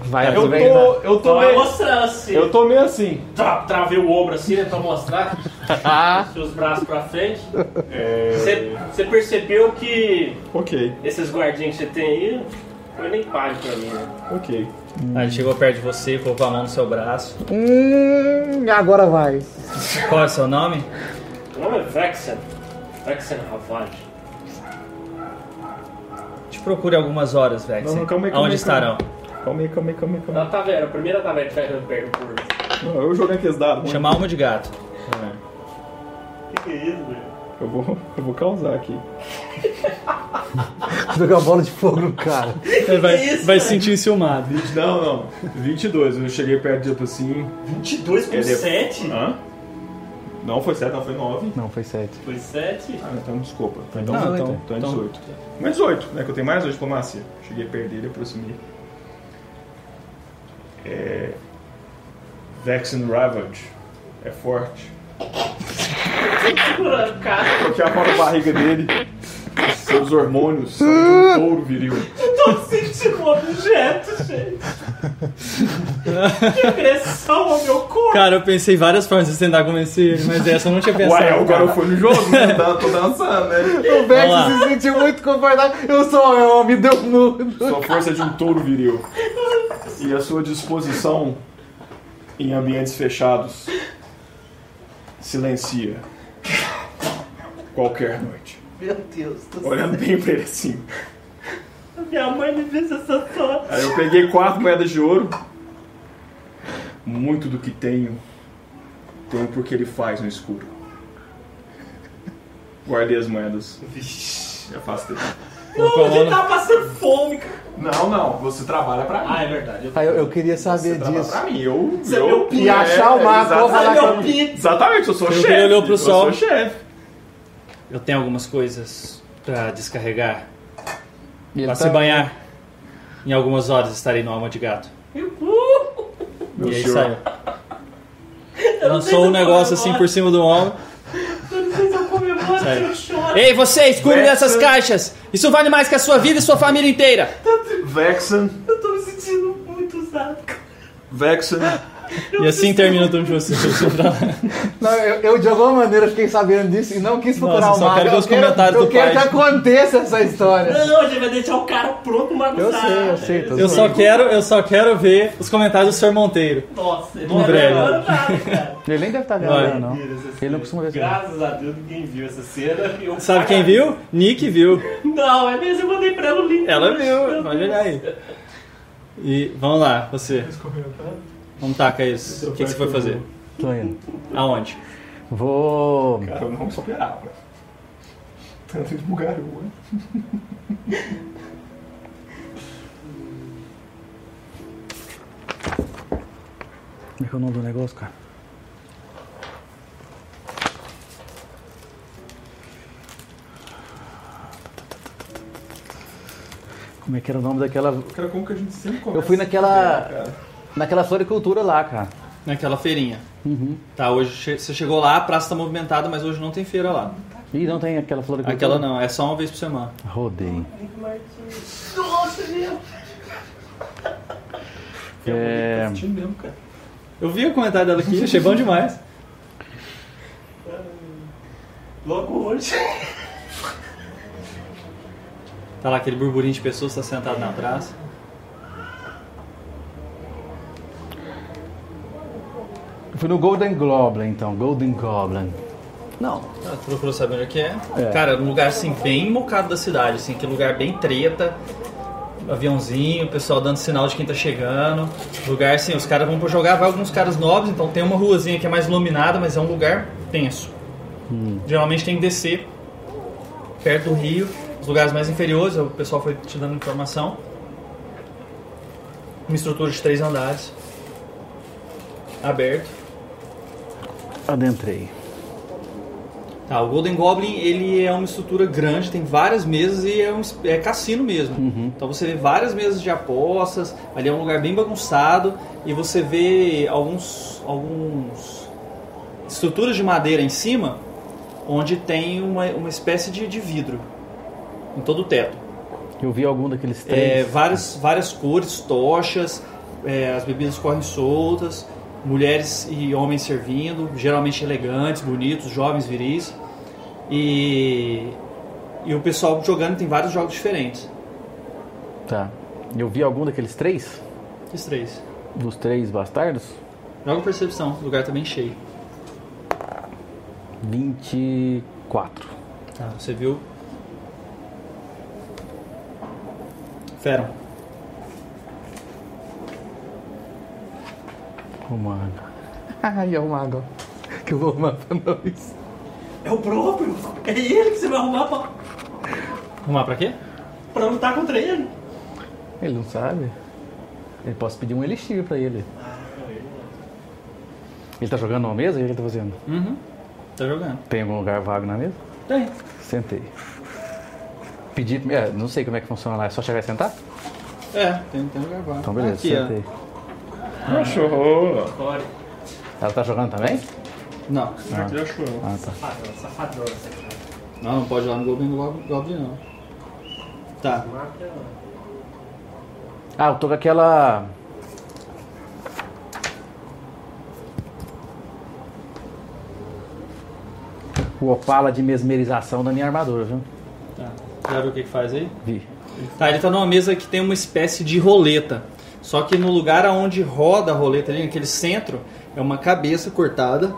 Speaker 3: Vai,
Speaker 5: Eu
Speaker 3: vai-
Speaker 2: né?
Speaker 5: tô, eu tô
Speaker 4: Então vai
Speaker 5: meio,
Speaker 4: mostrar assim.
Speaker 5: eu tô meio assim.
Speaker 4: Tra- Travei o ombro assim, né? Pra mostrar.
Speaker 2: Ah.
Speaker 4: Seus braços pra frente. Você você percebeu que
Speaker 5: Ok,
Speaker 4: esses guardinhas que você tem aí. Foi nem pare pra mim, né?
Speaker 5: ok.
Speaker 1: Aí ele chegou perto de você, colocou a mão no seu braço.
Speaker 2: Hum, agora vai.
Speaker 1: Qual é o seu nome?
Speaker 4: O nome é Vexen. Vexen Ravage.
Speaker 1: Te procure algumas horas, velho.
Speaker 5: Não, não, calma aí, calma
Speaker 1: Onde
Speaker 5: aí,
Speaker 1: estarão?
Speaker 5: Calma aí, calma aí, calma aí, calma
Speaker 4: Na taverna, a primeira taverna que vai perto por.
Speaker 5: aí. Não, eu joguei aqueles dados. mano.
Speaker 1: Chamar uma de gato.
Speaker 4: Que que é isso, velho?
Speaker 5: Eu vou, eu vou causar aqui.
Speaker 2: Jogar uma bola de fogo no cara.
Speaker 1: Ele vai,
Speaker 4: que isso,
Speaker 1: vai
Speaker 4: velho?
Speaker 1: sentir ciumado.
Speaker 5: Não, não. 22, eu cheguei perto de tipo assim.
Speaker 4: 22 com
Speaker 5: É de-
Speaker 4: 7?
Speaker 5: Hã? Não, foi 7, não, foi 9.
Speaker 3: Não, foi sete.
Speaker 4: Foi 7?
Speaker 5: Ah, então desculpa. Então,
Speaker 1: Não,
Speaker 5: então,
Speaker 1: então,
Speaker 5: então, é 18. Mas 18, né? Que eu tenho mais 8 diplomacia. Cheguei a perder, ele aproximei. É. Vexen Ravage. É forte.
Speaker 4: Segurando, cara.
Speaker 5: Porque a mão na barriga dele. Seus hormônios são de um touro viril.
Speaker 4: Tô sentindo um objeto, gente. que agressão ao meu corpo.
Speaker 1: Cara, eu pensei várias formas de tentar convencer, mas essa eu não tinha pensado.
Speaker 5: Ué, agora
Speaker 1: cara.
Speaker 5: eu fui no jogo, né? Tá- Tô dançando, né?
Speaker 2: O
Speaker 1: lá.
Speaker 2: Vex se sentiu muito confortável. Eu sou homem, me deu nudo.
Speaker 5: Sua força é de um touro viril. E a sua disposição em ambientes fechados silencia qualquer noite.
Speaker 4: Meu Deus do
Speaker 5: Olhando bem pra ele assim.
Speaker 4: céu. Minha mãe me fez essa sorte.
Speaker 5: Aí eu peguei quatro moedas de ouro. Muito do que tenho, tenho porque ele faz no escuro. Guardei as moedas. Vixe, afastei.
Speaker 1: Colocou a mão
Speaker 4: Ele
Speaker 1: no-
Speaker 4: tá passando fome, cara.
Speaker 5: Não, não, você trabalha pra mim.
Speaker 4: Ah, é verdade. Eu...
Speaker 2: Aí eu, eu queria
Speaker 5: Você
Speaker 2: saber
Speaker 5: trabalha
Speaker 2: disso.
Speaker 5: pra mim. Eu,
Speaker 4: Você é meu
Speaker 2: E achar o Marco, vou falar
Speaker 4: Ai,
Speaker 2: que
Speaker 4: meu
Speaker 2: eu-
Speaker 4: pinto.
Speaker 5: Exatamente, eu sou
Speaker 1: Eu
Speaker 5: chefe.
Speaker 1: virei, um olhou pro
Speaker 5: eu
Speaker 1: sol.
Speaker 5: sou chefe.
Speaker 1: Eu tenho algumas coisas pra descarregar.
Speaker 3: E ele
Speaker 1: Pra
Speaker 3: tá-
Speaker 1: se banhar. Em algumas horas estarei no alma de gato.
Speaker 4: Uh,
Speaker 5: Meu
Speaker 1: e aí
Speaker 5: senhor.
Speaker 1: saiu.
Speaker 4: sei se
Speaker 1: Lançou
Speaker 4: *laughs* eu
Speaker 1: um negócio assim
Speaker 4: comemoro.
Speaker 1: por cima do ombro.
Speaker 4: eu não sei se eu comemoro, se eu choro.
Speaker 1: Ei, vocês, cuidem
Speaker 5: Essa-
Speaker 1: dessas caixas! Isso vale mais que a sua vida e sua família inteira!
Speaker 5: Vexen,
Speaker 4: Eu tô me sentindo muito usado. cara.
Speaker 5: Vexen.
Speaker 1: E assim termina o turno de vocês. Eu preciso pra lá.
Speaker 2: Não, eu, eu, de alguma maneira fiquei sabendo disso e não quis procurar
Speaker 1: Nossa,
Speaker 2: o
Speaker 1: só
Speaker 2: Marco.
Speaker 1: quero ver
Speaker 2: eu
Speaker 1: os comentários
Speaker 2: eu
Speaker 1: do
Speaker 2: quero
Speaker 1: pai.
Speaker 2: que aconteça essa história.
Speaker 4: Não, a gente vai deixar o cara pronto, mas
Speaker 2: Eu sei, eu sei. tô
Speaker 1: *laughs* Eu
Speaker 2: zoando.
Speaker 1: só quero, eu só quero ver os comentários do Sr. Monteiro.
Speaker 4: Nossa, ele
Speaker 1: Não
Speaker 4: não
Speaker 1: brega.
Speaker 4: comemora nada, cara.
Speaker 3: Ele nem deve estar vendo,
Speaker 1: Vai.
Speaker 3: agora, não.
Speaker 4: Mentira, essa
Speaker 3: Ele
Speaker 4: cena.
Speaker 3: não costuma ver isso, não.
Speaker 4: Graças a Deus ninguém viu essa cena. Eu-
Speaker 1: Sabe quem viu? Nick viu.
Speaker 4: Não, é mesmo, eu mandei pra ela o link.
Speaker 1: Ela viu,
Speaker 4: Meu
Speaker 1: pode
Speaker 4: Deus.
Speaker 1: olhar aí. E vamos lá, você.
Speaker 6: Esse comentário.
Speaker 1: Vamos tacar isso. O que, que você foi fazer?
Speaker 3: Tô indo.
Speaker 1: Aonde?
Speaker 3: Vou.
Speaker 5: Cara, eu não superava. Tanto de bugaru, né?
Speaker 3: Como é que é o nome do negócio, cara? Como é que era o nome daquela.
Speaker 5: Cara, como que a gente sempre começa?
Speaker 3: Eu fui
Speaker 5: a
Speaker 3: naquela.
Speaker 5: cara?
Speaker 3: naquela floricultura lá, cara.
Speaker 1: Naquela feirinha. Tá, hoje che- você chegou lá, a praça tá movimentada, mas hoje não tem feira lá.
Speaker 3: Ih, não tem aquela floricultura.
Speaker 1: Aquela não, é só uma vez por semana.
Speaker 3: Rodei.
Speaker 4: Nossa, meu.
Speaker 3: É...
Speaker 5: Tá sentindo mesmo, cara.
Speaker 1: Eu vi o comentário dela aqui, achei bom demais.
Speaker 4: *laughs* Logo hoje.
Speaker 1: Tá lá aquele burburinho de pessoas, tá sentado na praça.
Speaker 3: Fui no Golden Goblin, então. Golden Goblin. Não.
Speaker 1: Ah, tu procurou saber onde é que é?
Speaker 3: É.
Speaker 1: Cara, um lugar assim, bem mocado da cidade, assim, aquele lugar bem treta. aviãozinho, o pessoal dando sinal de quem tá chegando. Lugar assim, os caras vão pra jogar, vai alguns caras nobres, então tem uma ruazinha que é mais iluminada, mas é um lugar tenso. Geralmente tem que descer perto do rio, os lugares mais inferiores, o pessoal foi te dando informação. Uma estrutura de três andares. Aberto.
Speaker 3: Adentrei.
Speaker 1: Tá, o Golden Goblin ele é uma estrutura grande, tem várias mesas e é um es- é cassino mesmo. Então você vê várias mesas de apostas, ali é um lugar bem bagunçado e você vê alguns, alguns estruturas de madeira em cima onde tem uma, uma espécie de, de vidro em todo o teto.
Speaker 3: Eu vi algum daqueles
Speaker 1: É,
Speaker 3: três.
Speaker 1: várias, várias cores, tochas, é, as bebidas correm soltas, mulheres e homens servindo, geralmente elegantes, bonitos, jovens, viris. E, e o pessoal jogando tem vários jogos diferentes.
Speaker 3: Tá. Eu vi algum daqueles três?
Speaker 1: Esses três.
Speaker 3: Dos três bastardos?
Speaker 1: Joga percepção, o lugar tá bem cheio.
Speaker 3: 24.
Speaker 1: Tá, você viu? Feram.
Speaker 3: O mago.
Speaker 2: *laughs* Ai, é um mago. Que eu vou arrumar pra nós.
Speaker 4: É o próprio. É ele que você vai arrumar pra,
Speaker 1: Arrumar pra quê?
Speaker 4: pra lutar contra ele.
Speaker 3: Ele não sabe. Ele posso pedir um elixir pra ele. Ele tá jogando numa mesa? O que ele tá fazendo?
Speaker 1: Uhum. Tá jogando.
Speaker 3: Tem algum lugar vago na mesa?
Speaker 1: Tem.
Speaker 3: Sentei. Pedi. É, não sei como é que funciona lá. É só chegar e sentar?
Speaker 1: É, tem, tem lugar vago.
Speaker 3: Então beleza,
Speaker 1: Aqui, ó.
Speaker 3: sentei.
Speaker 5: Ah, Cachorro!
Speaker 4: Agora.
Speaker 3: Ela tá jogando também?
Speaker 1: Não.
Speaker 5: Já achou.
Speaker 3: Ah, tá.
Speaker 4: Safadão, safadão. essa cara.
Speaker 1: Não, não pode ir lá no Golden Gob- Goblin, não. Tá.
Speaker 4: Mata ela.
Speaker 3: Ah, eu tô com aquela. O opala de mesmerização da minha armadura, viu?
Speaker 1: tá. Já viu o que, que faz aí?
Speaker 3: Vi.
Speaker 1: Tá, ele tá numa mesa que tem uma espécie de roleta. Só que no lugar aonde roda a roleta ali, naquele centro, é uma cabeça cortada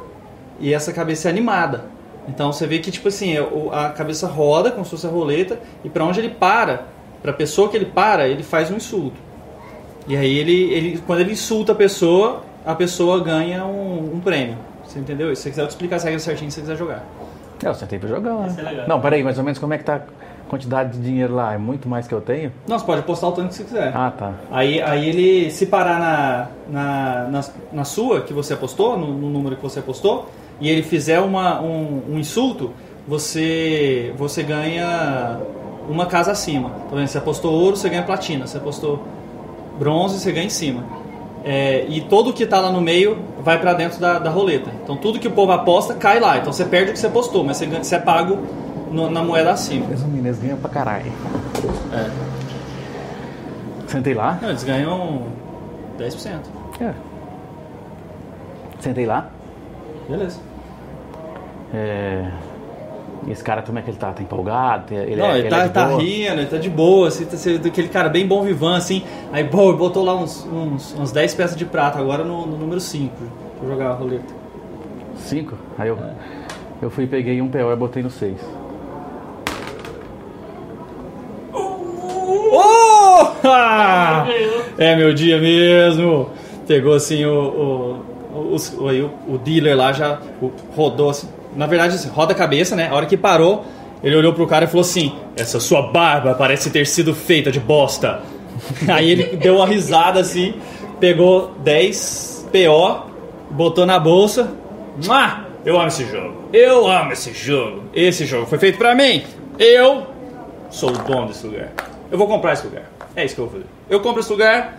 Speaker 1: e essa cabeça é animada. Então você vê que, tipo assim, é o- a cabeça roda como se fosse a roleta e pra onde ele para, pra pessoa que ele para, ele faz um insulto. E aí ele, ele quando ele insulta a pessoa, a pessoa ganha um, um prêmio. Você entendeu isso? Se você quiser eu te explicar as regras certinho, se você quiser jogar.
Speaker 3: É, eu sentei pra jogar lá.
Speaker 4: Esse é legal.
Speaker 3: Não, peraí, mais ou menos como é que tá a quantidade de dinheiro lá? É muito mais que eu tenho?
Speaker 1: Não, você pode apostar o tanto que você quiser.
Speaker 3: Ah, tá.
Speaker 1: Aí, aí ele se parar na, na, na, na sua, que você apostou, no, no número que você apostou, e ele fizer uma, um, um insulto, você, você ganha uma casa acima. Tá vendo? Você apostou ouro, você ganha platina. Você apostou bronze, você ganha em cima. É, e todo que tá lá no meio vai para dentro da, da roleta. Então tudo que o povo aposta cai lá. Então você perde o que você apostou, mas você, ganha, você é pago no- na moeda acima.
Speaker 3: Resumindo, eles ganham pra caralho. É. Sentei lá?
Speaker 1: Não, eles ganham 10%.
Speaker 3: É. Sentei lá?
Speaker 1: Beleza.
Speaker 3: É. Esse cara, como é que ele tá? Tá empolgado? Ele
Speaker 1: não,
Speaker 3: é,
Speaker 1: ele, tá,
Speaker 3: é de
Speaker 1: tá
Speaker 3: boa?
Speaker 1: rindo, ele tá de boa, assim, tá sendo aquele cara bem bom vivan, assim. Aí, bom, ele botou lá uns, uns, uns 10 peças de prata, agora no, no número 5, pra jogar a roleta.
Speaker 3: Cinco? Aí eu,
Speaker 1: É.
Speaker 3: eu fui e peguei um PO e botei no seis.
Speaker 1: Oh! Ah! É meu dia mesmo! Pegou assim o. o, o, os- o- aí o, o dealer lá já o- rodou assim. Na verdade, assim, roda a cabeça, né? A hora que parou, ele olhou pro cara e falou assim: Essa sua barba parece ter sido feita de bosta. *laughs* aí ele deu uma risada assim, pegou 10 PO, botou na bolsa. Mua! Eu amo esse jogo. Eu amo esse jogo. Esse jogo foi feito pra mim. Eu sou o dono desse lugar. Eu vou comprar esse lugar. É isso que eu vou fazer. Eu compro esse lugar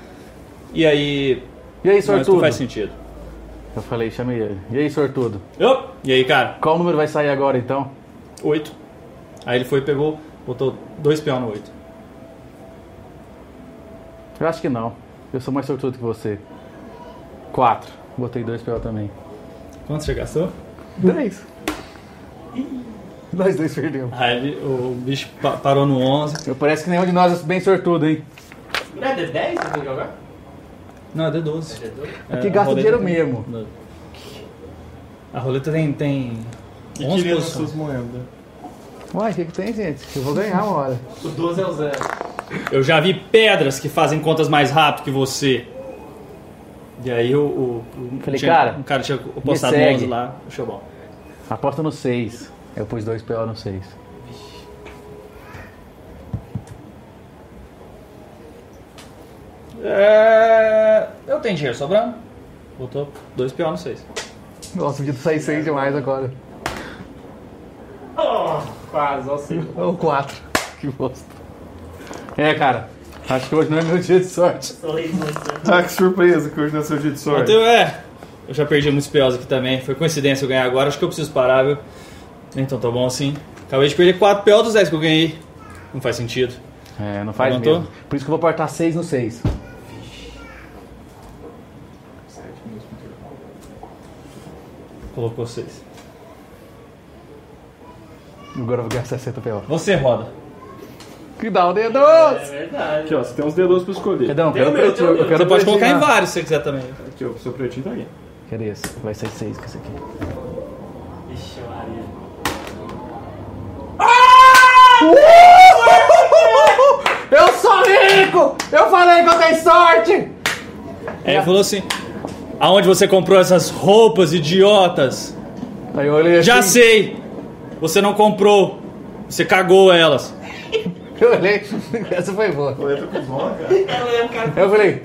Speaker 1: e aí.
Speaker 3: E aí,
Speaker 1: Mas não então
Speaker 3: sortudo?
Speaker 1: faz sentido.
Speaker 3: Eu falei, chamei ele. E aí, sortudo?
Speaker 1: Eu? E aí, cara?
Speaker 3: Qual número vai sair agora então?
Speaker 1: Oito. Aí ele foi e pegou, botou dois peão no oito.
Speaker 3: Eu acho que não. Eu sou mais sortudo que você. Quatro. Botei dois PO também.
Speaker 1: Quanto você gastou?
Speaker 2: Três. Nós dois perdemos.
Speaker 1: Aí ele- o bicho pa- parou no onze.
Speaker 3: Eu parece que nenhum de nós é bem sortudo, hein?
Speaker 4: Não é D10 que tem que jogar?
Speaker 1: Não, é D12.
Speaker 4: D12?
Speaker 3: Aqui É gasta dinheiro mesmo.
Speaker 1: A roleta tem. tem
Speaker 6: E
Speaker 1: 11
Speaker 6: queria as
Speaker 1: posições.
Speaker 6: suas moedas.
Speaker 2: Uai, o que, que tem, gente? Eu vou ganhar uma hora.
Speaker 4: O 12 é o zero.
Speaker 1: Eu já vi pedras que fazem contas mais rápido que você. E aí o. o, o-
Speaker 3: Falei,
Speaker 1: tinha-
Speaker 3: cara,
Speaker 1: Um cara tinha postado
Speaker 3: segue.
Speaker 1: 11 lá. Achou bom.
Speaker 3: Aposta no 6. Eu pus 2 PO no 6.
Speaker 1: É... Eu tenho dinheiro sobrando. Botou dois pior no 6.
Speaker 2: Nossa, o Vitor sai seis demais agora.
Speaker 4: Oh, quase, ó, sei.
Speaker 2: Ou É quatro.
Speaker 3: Que bosta. É, cara. Acho que hoje não é meu dia de sorte.
Speaker 4: Falei com você.
Speaker 7: Ah, que surpresa que hoje não é seu dia de sorte.
Speaker 1: Então, é. Eu já perdi muitos POs aqui também. Foi coincidência eu ganhar agora. Acho que eu preciso parar, viu? Então tá bom assim. Acabei de perder 4 PO dos 10 que eu ganhei. Não faz sentido.
Speaker 3: É, não faz
Speaker 1: Levantou?
Speaker 3: mesmo. Por isso que eu vou aportar 6 no 6.
Speaker 1: Colocou 6.
Speaker 3: Agora eu vou ganhar 60 PO.
Speaker 1: Você roda.
Speaker 2: Que dá um dedo!
Speaker 4: É verdade.
Speaker 5: Aqui, ó, você tem uns D12 pra escolher.
Speaker 3: Perdão, eu quero
Speaker 4: Deu meu,
Speaker 3: pretinho.
Speaker 4: deu
Speaker 3: Eu
Speaker 4: meu.
Speaker 3: quero
Speaker 1: Você pode
Speaker 3: pretinho,
Speaker 1: colocar em
Speaker 3: né?
Speaker 1: vários se você quiser também.
Speaker 5: Aqui, ó, o seu pretinho tá aí.
Speaker 3: Quero esse. Vai ser 6 com esse aqui.
Speaker 4: Ixi, Maria.
Speaker 2: Ah, Eu sou rico! Eu falei que eu tenho sorte!
Speaker 1: Aí ele falou assim: Aonde você comprou essas roupas idiotas?
Speaker 2: Aí eu olhei assim,
Speaker 1: Já sei! Você não comprou. Você cagou elas.
Speaker 2: eu olhei, essa foi boa.
Speaker 4: Ela é um cara
Speaker 2: Eu falei,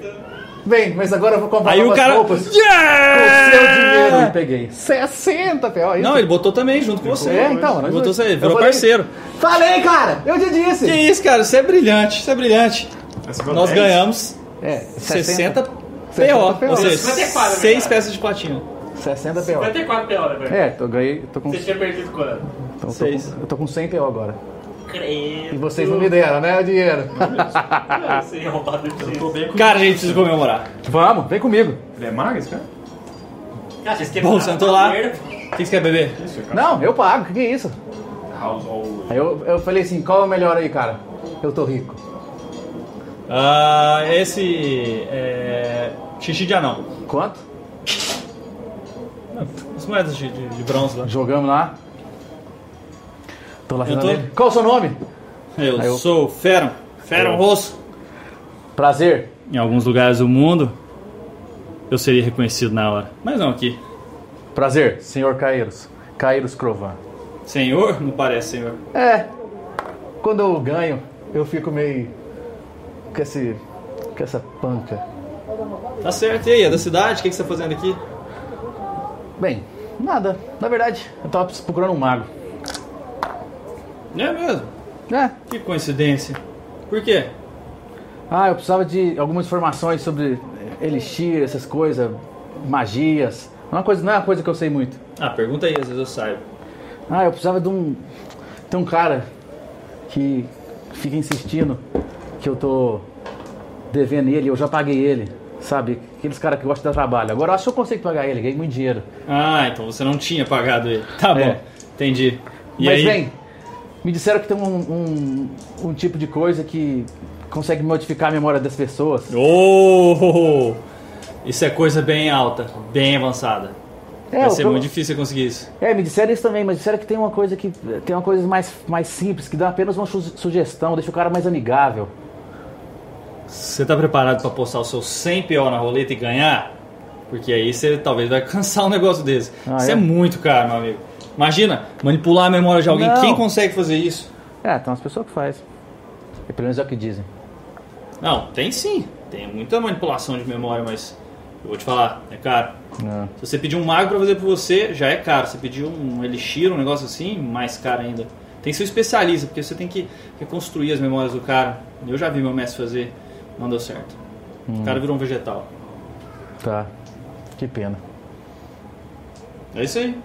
Speaker 2: bem, mas agora eu vou comprar
Speaker 1: Aí o
Speaker 2: novas
Speaker 1: cara.
Speaker 2: roupas com
Speaker 1: Yeah!
Speaker 2: seu dinheiro.
Speaker 3: Eu peguei.
Speaker 2: 60, P.O. isso?
Speaker 1: Não, ele botou também junto com você.
Speaker 2: É, então.
Speaker 1: Ele
Speaker 2: nós
Speaker 1: botou
Speaker 2: dois.
Speaker 1: você,
Speaker 2: Eu
Speaker 1: virou
Speaker 2: falei-
Speaker 1: parceiro.
Speaker 2: Falei, cara! Eu te disse!
Speaker 1: Que isso, cara? Você é brilhante, você é brilhante.
Speaker 7: Mas
Speaker 1: Nós
Speaker 7: 10?
Speaker 1: ganhamos
Speaker 2: É,
Speaker 1: 60
Speaker 2: 60
Speaker 1: PO.
Speaker 2: PO.
Speaker 1: Ou seja,
Speaker 4: 54,
Speaker 1: 6
Speaker 4: né, cara?
Speaker 1: peças de platina.
Speaker 2: 60 P.O.
Speaker 4: 54 PO, né, velho?
Speaker 3: É, eu ganhei. Tô com,
Speaker 4: Você tinha perdido quanto?
Speaker 3: tô, tô
Speaker 1: seis.
Speaker 3: com, eu tô com 100 PO agora.
Speaker 4: Credo.
Speaker 2: E vocês não me deram, né, o dinheiro? *laughs*
Speaker 4: Não, Você ia roubar do jeito.
Speaker 5: Tô bem com...
Speaker 1: Cara, a gente precisa comemorar.
Speaker 3: Vamos, vem comigo.
Speaker 5: Ele é magro esse cara?
Speaker 4: Cara, vocês quebraram
Speaker 1: Bom, sentou lá.
Speaker 4: a merda.
Speaker 1: O que você quer beber?
Speaker 5: Isso, é cara.
Speaker 2: Não, eu pago, que que é isso?
Speaker 5: House always.
Speaker 2: Aí eu, eu falei assim, qual é o melhor aí, cara? Eu tô rico.
Speaker 1: Ah, esse. É, xixi de anão.
Speaker 3: Quanto?
Speaker 1: As moedas de, de- de bronze lá.
Speaker 3: Jogamos lá. Tô lá
Speaker 1: Eu
Speaker 3: eu
Speaker 1: tô-
Speaker 2: Qual o seu nome?
Speaker 1: Eu,
Speaker 3: Aí eu-
Speaker 1: sou o Feron. Feron Rosso.
Speaker 3: Prazer.
Speaker 1: Em alguns lugares do mundo, eu seria reconhecido na hora. Mas não aqui.
Speaker 3: Prazer, senhor Caíros. Caíros Crovan.
Speaker 1: Senhor? Não parece, senhor.
Speaker 2: É, quando eu ganho, eu fico meio com esse... com essa panca.
Speaker 1: Tá certo, e aí? É da cidade? O que, que você tá fazendo aqui?
Speaker 3: Bem, nada. Na verdade, eu tava procurando um mago.
Speaker 1: É mesmo?
Speaker 3: É.
Speaker 1: Que coincidência. Por quê?
Speaker 3: Ah, eu precisava de algumas informações sobre elixir, essas coisas, magias. Não é uma coisa, não é uma coisa que eu sei muito.
Speaker 1: Ah, pergunta aí, às vezes eu saiba.
Speaker 3: Ah, eu precisava de um. Tem um cara que fica insistindo que eu tô devendo ele, eu já paguei ele, sabe? Aqueles caras que gostam de dar trabalho. Agora eu acho que eu consigo pagar ele, ganhei muito dinheiro.
Speaker 1: Ah, então você não tinha pagado ele. Tá bom,
Speaker 3: É.
Speaker 1: entendi. E
Speaker 3: Mas
Speaker 1: aí?
Speaker 3: bem, me disseram que tem um, um, um tipo de coisa que consegue modificar a memória das pessoas.
Speaker 1: Oh, isso é coisa bem alta, bem avançada.
Speaker 3: É,
Speaker 1: Vai
Speaker 3: o
Speaker 1: ser
Speaker 3: pro-
Speaker 1: muito difícil você conseguir isso.
Speaker 3: É, me disseram isso também, mas disseram que tem uma coisa que tem uma coisa mais, mais simples, que dá apenas uma su- sugestão, deixa o cara mais amigável.
Speaker 1: Você tá preparado pra postar o seu 100 PO na roleta e ganhar? Porque aí você talvez vai *laughs* cansar um negócio desse.
Speaker 3: Ah,
Speaker 1: isso é?
Speaker 3: é?
Speaker 1: muito caro, meu amigo. Imagina, manipular a memória de alguém.
Speaker 3: Não.
Speaker 1: Quem consegue fazer isso?
Speaker 3: É, tem umas pessoas que faz. E pelo menos é o que dizem.
Speaker 1: Não, tem sim. Tem muita manipulação de memória, mas eu vou te falar, é caro.
Speaker 3: Ah,
Speaker 1: Se você pedir um mago pra fazer por você, já é caro. Se você pedir um elixir, um negócio assim, mais caro ainda. Tem que ser um especialista, porque você tem que reconstruir as memórias do cara. Eu já vi meu mestre fazer, não deu certo. O
Speaker 3: Hum.
Speaker 1: cara virou um vegetal.
Speaker 3: Tá. Que pena.
Speaker 1: É isso aí.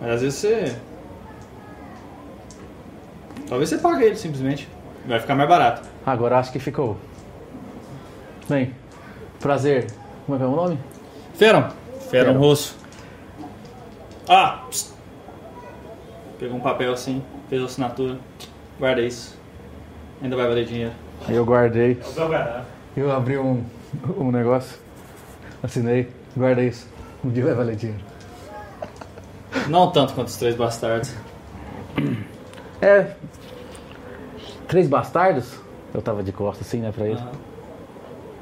Speaker 1: Mas às vezes você. Talvez você pague ele simplesmente. Vai ficar mais barato.
Speaker 3: Agora acho que ficou. Bem, prazer. Como é que é o nome?
Speaker 1: Feram. Feram Rosso. Ah! psst. Pegou um papel assim, fez a assinatura. Guarda isso. Ainda vai valer dinheiro.
Speaker 3: Aí eu guardei.
Speaker 4: O Belgará.
Speaker 2: Eu abri um, um negócio, assinei, guarda isso. Um dia vai valer dinheiro.
Speaker 1: Não tanto quanto os três bastardos.
Speaker 3: É. Três bastardos? Eu tava de costas assim, né, pra ele.
Speaker 1: Ah.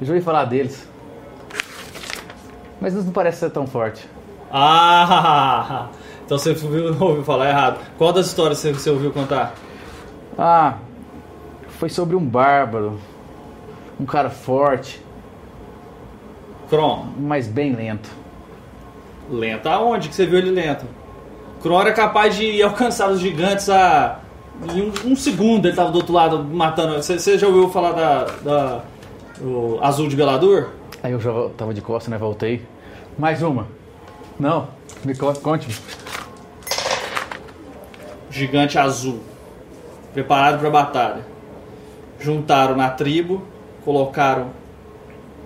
Speaker 3: Eu já ouvi falar deles. Mas eles não parecem ser tão forte.
Speaker 1: Ah, então você ouviu, *laughs* ouviu falar errado. Qual das histórias você, você ouviu contar?
Speaker 3: Ah, foi sobre um bárbaro. Um cara forte,
Speaker 1: Kron,
Speaker 3: mas bem lento.
Speaker 1: lento aonde que você viu ele lento? Kron era capaz de *laughs* alcançar os gigantes a... em um, um segundo ele tava do outro lado matando. Você, você já ouviu falar da, da- o Azul de Belador?
Speaker 3: Aí eu já vol- tava de costas, né? Voltei. Mais uma. Não, me co- conte.
Speaker 1: gigante azul, preparado para a batalha. Juntaram na tribo, colocaram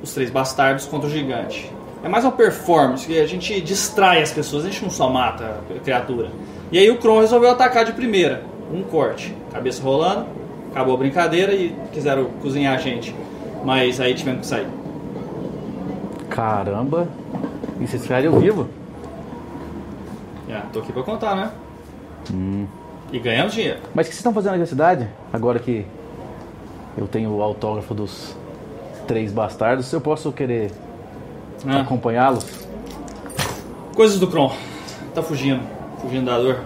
Speaker 1: os três bastardos contra o gigante. É mais uma performance, que a gente distrai as pessoas, a gente não só mata a criatura. E aí o Kron resolveu atacar de primeira, um corte, cabeça rolando, acabou a brincadeira e quiseram cozinhar a gente. Mas aí tivemos que sair.
Speaker 3: Caramba. E vocês ficaram vivo?
Speaker 1: É, tô aqui pra contar, né? E ganhamos dinheiro.
Speaker 3: Mas o que vocês estão fazendo aqui na cidade? Agora que eu tenho o autógrafo dos três bastardos, eu posso querer
Speaker 1: Ah,
Speaker 3: acompanhá-los?
Speaker 1: Coisas do Kron. Tá fugindo. Fugindo da dor.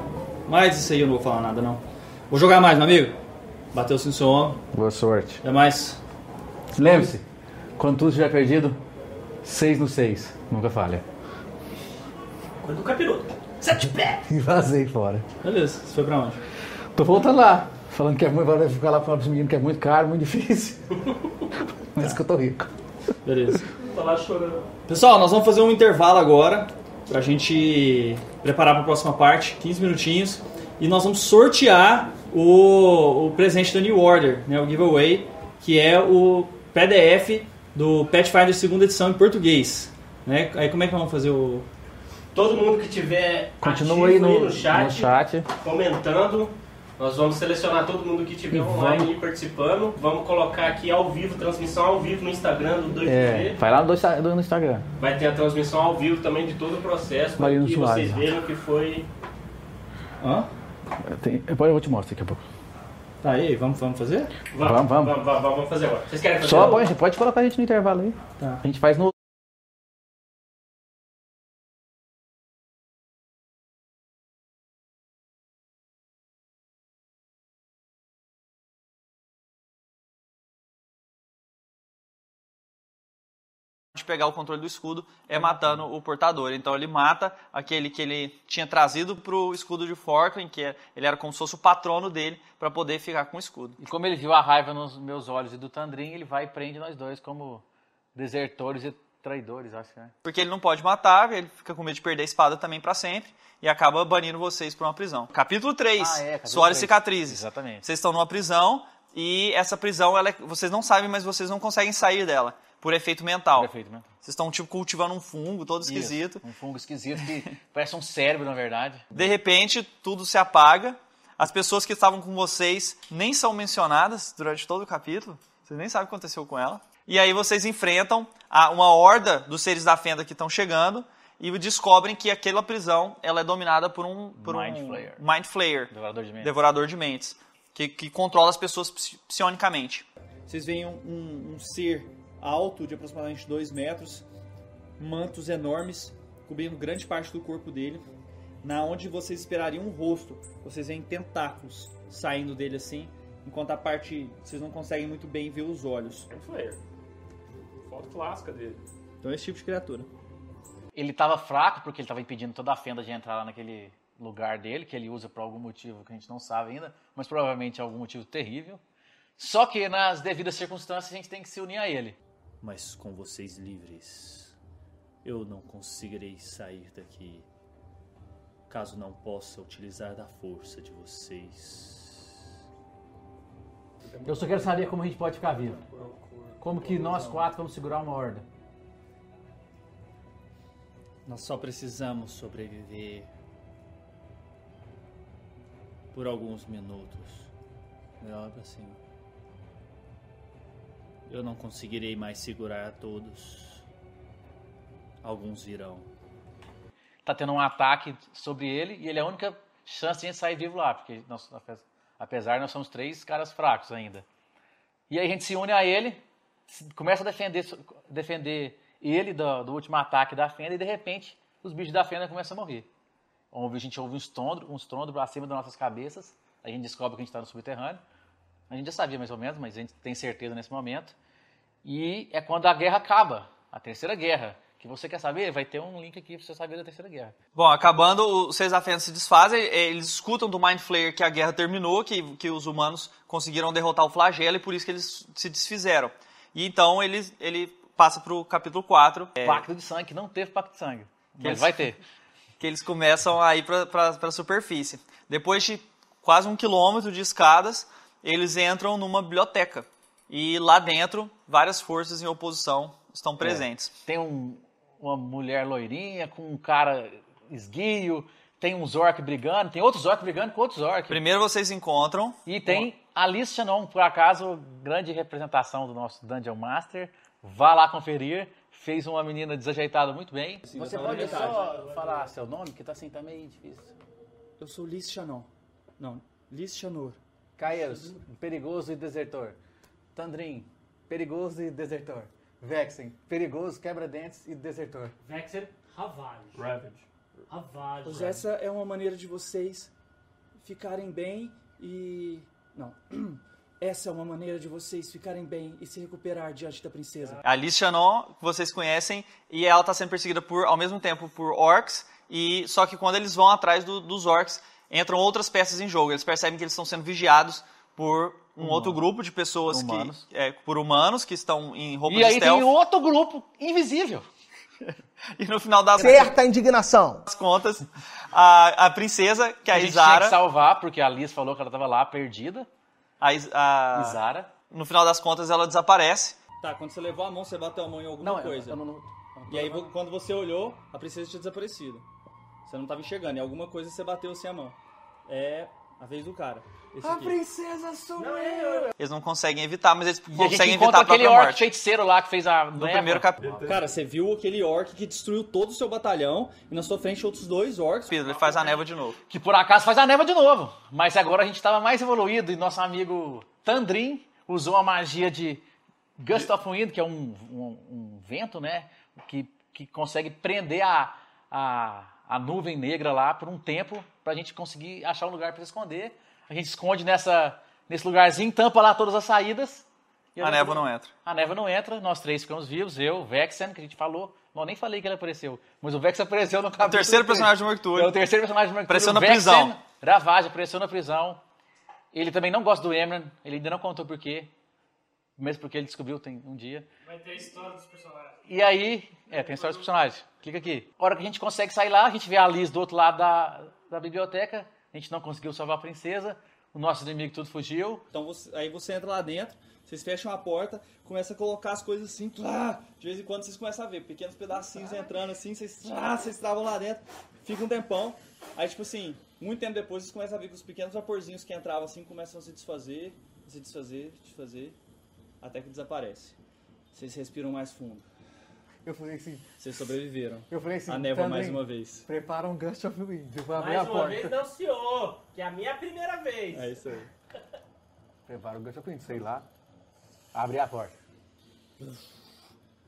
Speaker 1: Mas isso aí eu não vou falar nada, não. Vou jogar mais, meu amigo. Bateu sim no seu ombro.
Speaker 3: Boa sorte.
Speaker 1: Até mais.
Speaker 3: Lembre-se, quando tudo estiver perdido, seis no seis. Nunca falha.
Speaker 4: Quando o capiroto. Sete pés!
Speaker 3: *laughs* E vazei fora.
Speaker 1: Beleza. Você foi pra onde?
Speaker 3: Tô voltando lá. Falando que é muito. Vai ficar lá falando pros meninos que é muito caro, muito difícil. *laughs* Mas que eu tô rico.
Speaker 1: Beleza.
Speaker 6: Tá lá chorando.
Speaker 1: Pessoal, nós vamos fazer um intervalo agora. Pra gente preparar pra próxima parte. 15 minutinhos. E nós vamos sortear o, o presente da New Order, né? O giveaway. Que é o PDF do Pathfinder segunda edição em português. Né? Aí como é que nós vamos fazer o...
Speaker 4: Todo mundo que tiver
Speaker 3: Continua
Speaker 4: ativo
Speaker 3: aí no,
Speaker 4: no chat,
Speaker 3: no chat.
Speaker 4: comentando, nós vamos selecionar todo mundo que tiver
Speaker 3: E
Speaker 4: online
Speaker 3: vamos-
Speaker 4: e participando. Vamos colocar aqui ao vivo, transmissão ao vivo no Instagram do 2
Speaker 3: É, vai lá no, dois- no Instagram.
Speaker 4: Vai ter a transmissão ao vivo também de todo o processo. para
Speaker 3: Marino
Speaker 4: que
Speaker 3: Soares.
Speaker 4: vocês vejam que foi.
Speaker 1: Hã?
Speaker 3: Tem- depois eu vou te mostrar daqui a pouco.
Speaker 1: Tá aí, vamos, vamos fazer?
Speaker 3: Vamos, vamos.
Speaker 4: Vamos, vamos fazer agora. Vocês querem fazer um?
Speaker 3: Só
Speaker 4: agora?
Speaker 3: pode, pode colocar a gente no intervalo aí.
Speaker 1: Tá.
Speaker 3: A gente faz no.
Speaker 8: de pegar o controle do escudo é
Speaker 1: Uhum.
Speaker 8: matando o portador. Então ele mata aquele que ele tinha trazido para o escudo de Forkling, que é- ele era como se fosse o patrono dele, para poder ficar com o escudo.
Speaker 3: E como ele viu a raiva nos meus olhos e do Tandrin, ele vai e prende nós dois como desertores e traidores, acho que é.
Speaker 8: Porque ele não pode matar, ele fica com medo de perder a espada também para sempre e acaba banindo vocês para uma prisão. Capítulo 3,
Speaker 3: Ah, é, capítulo
Speaker 8: Suores
Speaker 3: três.
Speaker 8: Cicatrizes.
Speaker 3: Exatamente.
Speaker 8: Vocês estão numa prisão e essa prisão, ela é- vocês não sabem, mas vocês não conseguem sair dela, por efeito mental.
Speaker 3: Perfeito, né?
Speaker 8: Vocês estão tipo cultivando um fungo todo esquisito.
Speaker 3: Um fungo esquisito que *laughs* parece um cérebro, na verdade.
Speaker 8: De repente, tudo se apaga. As pessoas que estavam com vocês nem são mencionadas durante todo o capítulo. Vocês nem sabem o que aconteceu com ela. E aí vocês enfrentam a- uma horda dos seres da fenda que estão chegando e descobrem que aquela prisão ela é dominada por um, por
Speaker 3: Mind
Speaker 8: um
Speaker 3: Flayer.
Speaker 8: Mind Flayer,
Speaker 3: Devorador de mentes.
Speaker 8: devorador de mentes, que, que controla as pessoas psi- psionicamente.
Speaker 1: Vocês veem um, um- um ser alto, de aproximadamente 2 metros, mantos enormes, cobrindo grande parte do corpo dele. Na onde vocês esperariam um rosto, vocês veem tentáculos saindo dele assim, enquanto a parte vocês não conseguem muito bem ver os olhos.
Speaker 6: Não foi ele. Foto clássica dele.
Speaker 1: Então é esse tipo de criatura.
Speaker 3: Ele tava fraco porque ele tava impedindo toda a fenda de entrar lá naquele lugar dele, que ele usa por algum motivo que a gente não sabe ainda, mas provavelmente é algum motivo terrível. Só que nas devidas circunstâncias a gente tem que se unir a ele.
Speaker 9: Mas com vocês livres, eu não conseguirei sair daqui. Caso não possa utilizar da força de vocês.
Speaker 3: Eu só quero saber como a gente pode ficar vivo. Como que nós quatro vamos segurar uma horda.
Speaker 9: Nós só precisamos sobreviver por alguns minutos. Me olha assim. Eu não conseguirei mais segurar a todos. Alguns virão.
Speaker 3: Tá tendo um ataque sobre ele e ele é a única chance de a gente sair vivo lá, porque nós, apesar nós somos três caras fracos ainda. E aí a gente se une a ele, se- começa a defender, defender ele do, do último ataque da fenda e de repente os bichos da fenda começam a morrer. Ouve- A gente ouve um estrondo, um estrondo pra cima das nossas cabeças, a gente descobre que a gente está no subterrâneo. A gente já sabia mais ou menos, mas a gente tem certeza nesse momento. E é quando a guerra acaba, a terceira guerra. Que você quer saber? Vai ter um link aqui pra você saber da terceira guerra.
Speaker 8: Bom, acabando, os seis da Fenda se desfazem, eh, eles escutam do Mind Flayer que a guerra terminou, que, que os humanos conseguiram derrotar o flagelo e por isso que eles se desfizeram. E então ele, ele passa pro capítulo 4, eh,
Speaker 3: Pacto de sangue, que não teve pacto de sangue. Mas
Speaker 8: eles-
Speaker 3: vai ter.
Speaker 8: que eles começam a ir pra- pra pra superfície. Depois de quase um quilômetro de escadas, eles entram numa biblioteca. E lá dentro, várias forças em oposição
Speaker 3: É.
Speaker 8: estão presentes.
Speaker 3: Tem um- uma mulher loirinha com um cara esguio, tem um Zork brigando, tem outro Zork brigando com outro Zork.
Speaker 8: Primeiro vocês encontram
Speaker 3: E tem Alice Shannon, por acaso, grande representação do nosso Dungeon Master. Vá lá conferir. Fez uma menina desajeitada muito bem. Você pode só falar seu nome, que tá assim, tá meio difícil.
Speaker 1: Eu sou Liz Chanon. Não, Liz Chanor.
Speaker 3: Caeiros, perigoso e desertor. Tandrin, perigoso e desertor. Vexen, perigoso, quebra-dentes e desertor.
Speaker 4: Vexen Ravage.
Speaker 6: Ravage.
Speaker 4: Ravage.
Speaker 1: Pois essa é uma maneira de vocês ficarem bem e. Não. *clears throat* Essa é uma maneira de vocês ficarem bem e se recuperar diante da princesa.
Speaker 8: A Liz Shannon, que vocês conhecem, e ela está sendo perseguida por, ao mesmo tempo por orcs, e só que quando eles vão atrás do- dos orcs, entram outras peças em jogo. Eles percebem que eles estão sendo vigiados por um outro grupo de pessoas
Speaker 3: Humanos.
Speaker 8: que é, por humanos que estão em roupa
Speaker 3: E
Speaker 8: de
Speaker 3: aí
Speaker 8: stealth.
Speaker 3: tem outro grupo invisível.
Speaker 8: E no final das
Speaker 10: Certa indignação.
Speaker 8: das contas, a, a princesa, que é
Speaker 3: A
Speaker 8: a
Speaker 3: gente tinha que
Speaker 8: Isara,
Speaker 3: salvar, porque a Alice falou que ela tava lá perdida.
Speaker 8: a Is- a-
Speaker 3: Isara.
Speaker 8: no final das contas ela desaparece.
Speaker 1: Tá, quando você levou a mão, você bateu a mão em alguma
Speaker 3: Não, eu-
Speaker 1: coisa.
Speaker 3: eu, não.
Speaker 1: E aí, vo- quando você olhou, a princesa tinha desaparecido. Você não tava enxergando, e alguma coisa você bateu sem a mão. É a vez do cara. Esse aqui.
Speaker 8: Eles não conseguem evitar, mas eles
Speaker 3: E a gente
Speaker 8: conseguem evitar
Speaker 3: encontra
Speaker 8: a
Speaker 3: aquele
Speaker 8: própria
Speaker 3: orc
Speaker 8: morte.
Speaker 3: feiticeiro lá que fez a.
Speaker 8: No primeiro capítulo,
Speaker 1: Cara, você viu aquele orc que destruiu todo o seu batalhão, e na sua frente outros dois orcs.
Speaker 8: ele faz a neva de novo.
Speaker 3: Que por acaso faz a neva de novo. Mas agora a gente tava mais evoluído e nosso amigo Tandrin usou a magia de Gust of Wind, que é um, um- um vento, né? Que, que consegue prender a, a, a nuvem negra lá por um tempo pra gente conseguir achar um lugar pra se esconder. A gente esconde nessa, nesse lugarzinho, tampa lá todas as saídas. E
Speaker 8: A neva não entra.
Speaker 3: A neva não entra, nós três ficamos vivos, eu, o Vexen, que a gente falou. Não, nem falei que ele apareceu, mas o Vexen apareceu no capítulo.
Speaker 8: O terceiro
Speaker 3: três.
Speaker 8: personagem do
Speaker 3: É o
Speaker 8: Mercúrio.
Speaker 3: terceiro personagem do Mercúrio.
Speaker 8: Pressiona
Speaker 3: Vexen,
Speaker 8: prisão.
Speaker 3: Ravage, pressiona a prisão. Ele também não gosta do Emran, ele ainda não contou por quê. Mesmo porque ele descobriu tem um dia.
Speaker 4: Vai ter a história dos personagens.
Speaker 3: E aí, é, tem história dos personagens. Clica aqui. A hora que a gente consegue sair lá, a gente vê a Liz do outro lado da, da biblioteca. A gente não conseguiu salvar a princesa. O nosso inimigo tudo fugiu.
Speaker 1: Então você- aí você entra lá dentro, vocês fecham a porta, começa a colocar as coisas assim, tlá, de vez em quando vocês começam a ver pequenos pedacinhos entrando assim, vocês, tlá, vocês estavam lá dentro, fica um tempão. Aí tipo assim, muito tempo depois vocês começam a ver que os pequenos vaporzinhos que entravam assim começam a se desfazer, se desfazer, desfazer, até que desaparece. Vocês respiram mais fundo.
Speaker 2: Eu falei assim,
Speaker 1: Vocês sobreviveram.
Speaker 2: eu falei assim,
Speaker 1: A névoa
Speaker 2: Tandrin,
Speaker 1: mais uma vez.
Speaker 2: Prepara um Gust of Wind, eu vou abrir
Speaker 4: Mais
Speaker 2: a
Speaker 4: uma
Speaker 2: porta.
Speaker 4: vez não, senhor. Que a minha é a primeira vez.
Speaker 1: É isso aí.
Speaker 2: Prepara um Gust of Wind, sei lá. Abre a porta.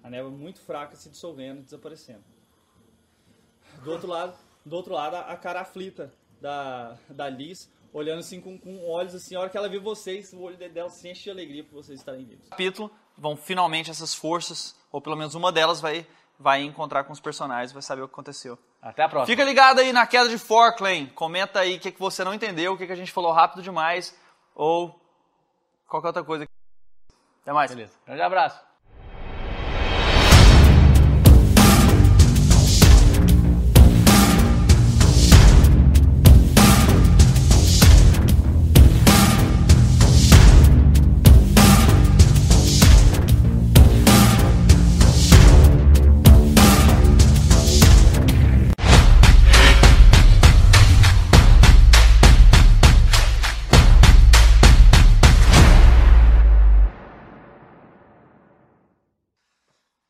Speaker 1: A névoa é muito fraca se dissolvendo e desaparecendo. Do outro lado, do outro lado a cara aflita da, da Liz, olhando assim com, com olhos assim, a hora que ela vê vocês, o olho dela se enche de alegria por vocês estarem vivos.
Speaker 8: capítulo vão finalmente essas forças, ou pelo menos uma delas vai vai encontrar com os personagens, vai saber o que aconteceu.
Speaker 3: Até a próxima.
Speaker 8: Fica ligado aí na queda de Forkland. Comenta aí o que, que você não entendeu, o que, que a gente falou rápido demais, ou qualquer outra coisa. Até mais.
Speaker 3: Beleza. Grande abraço.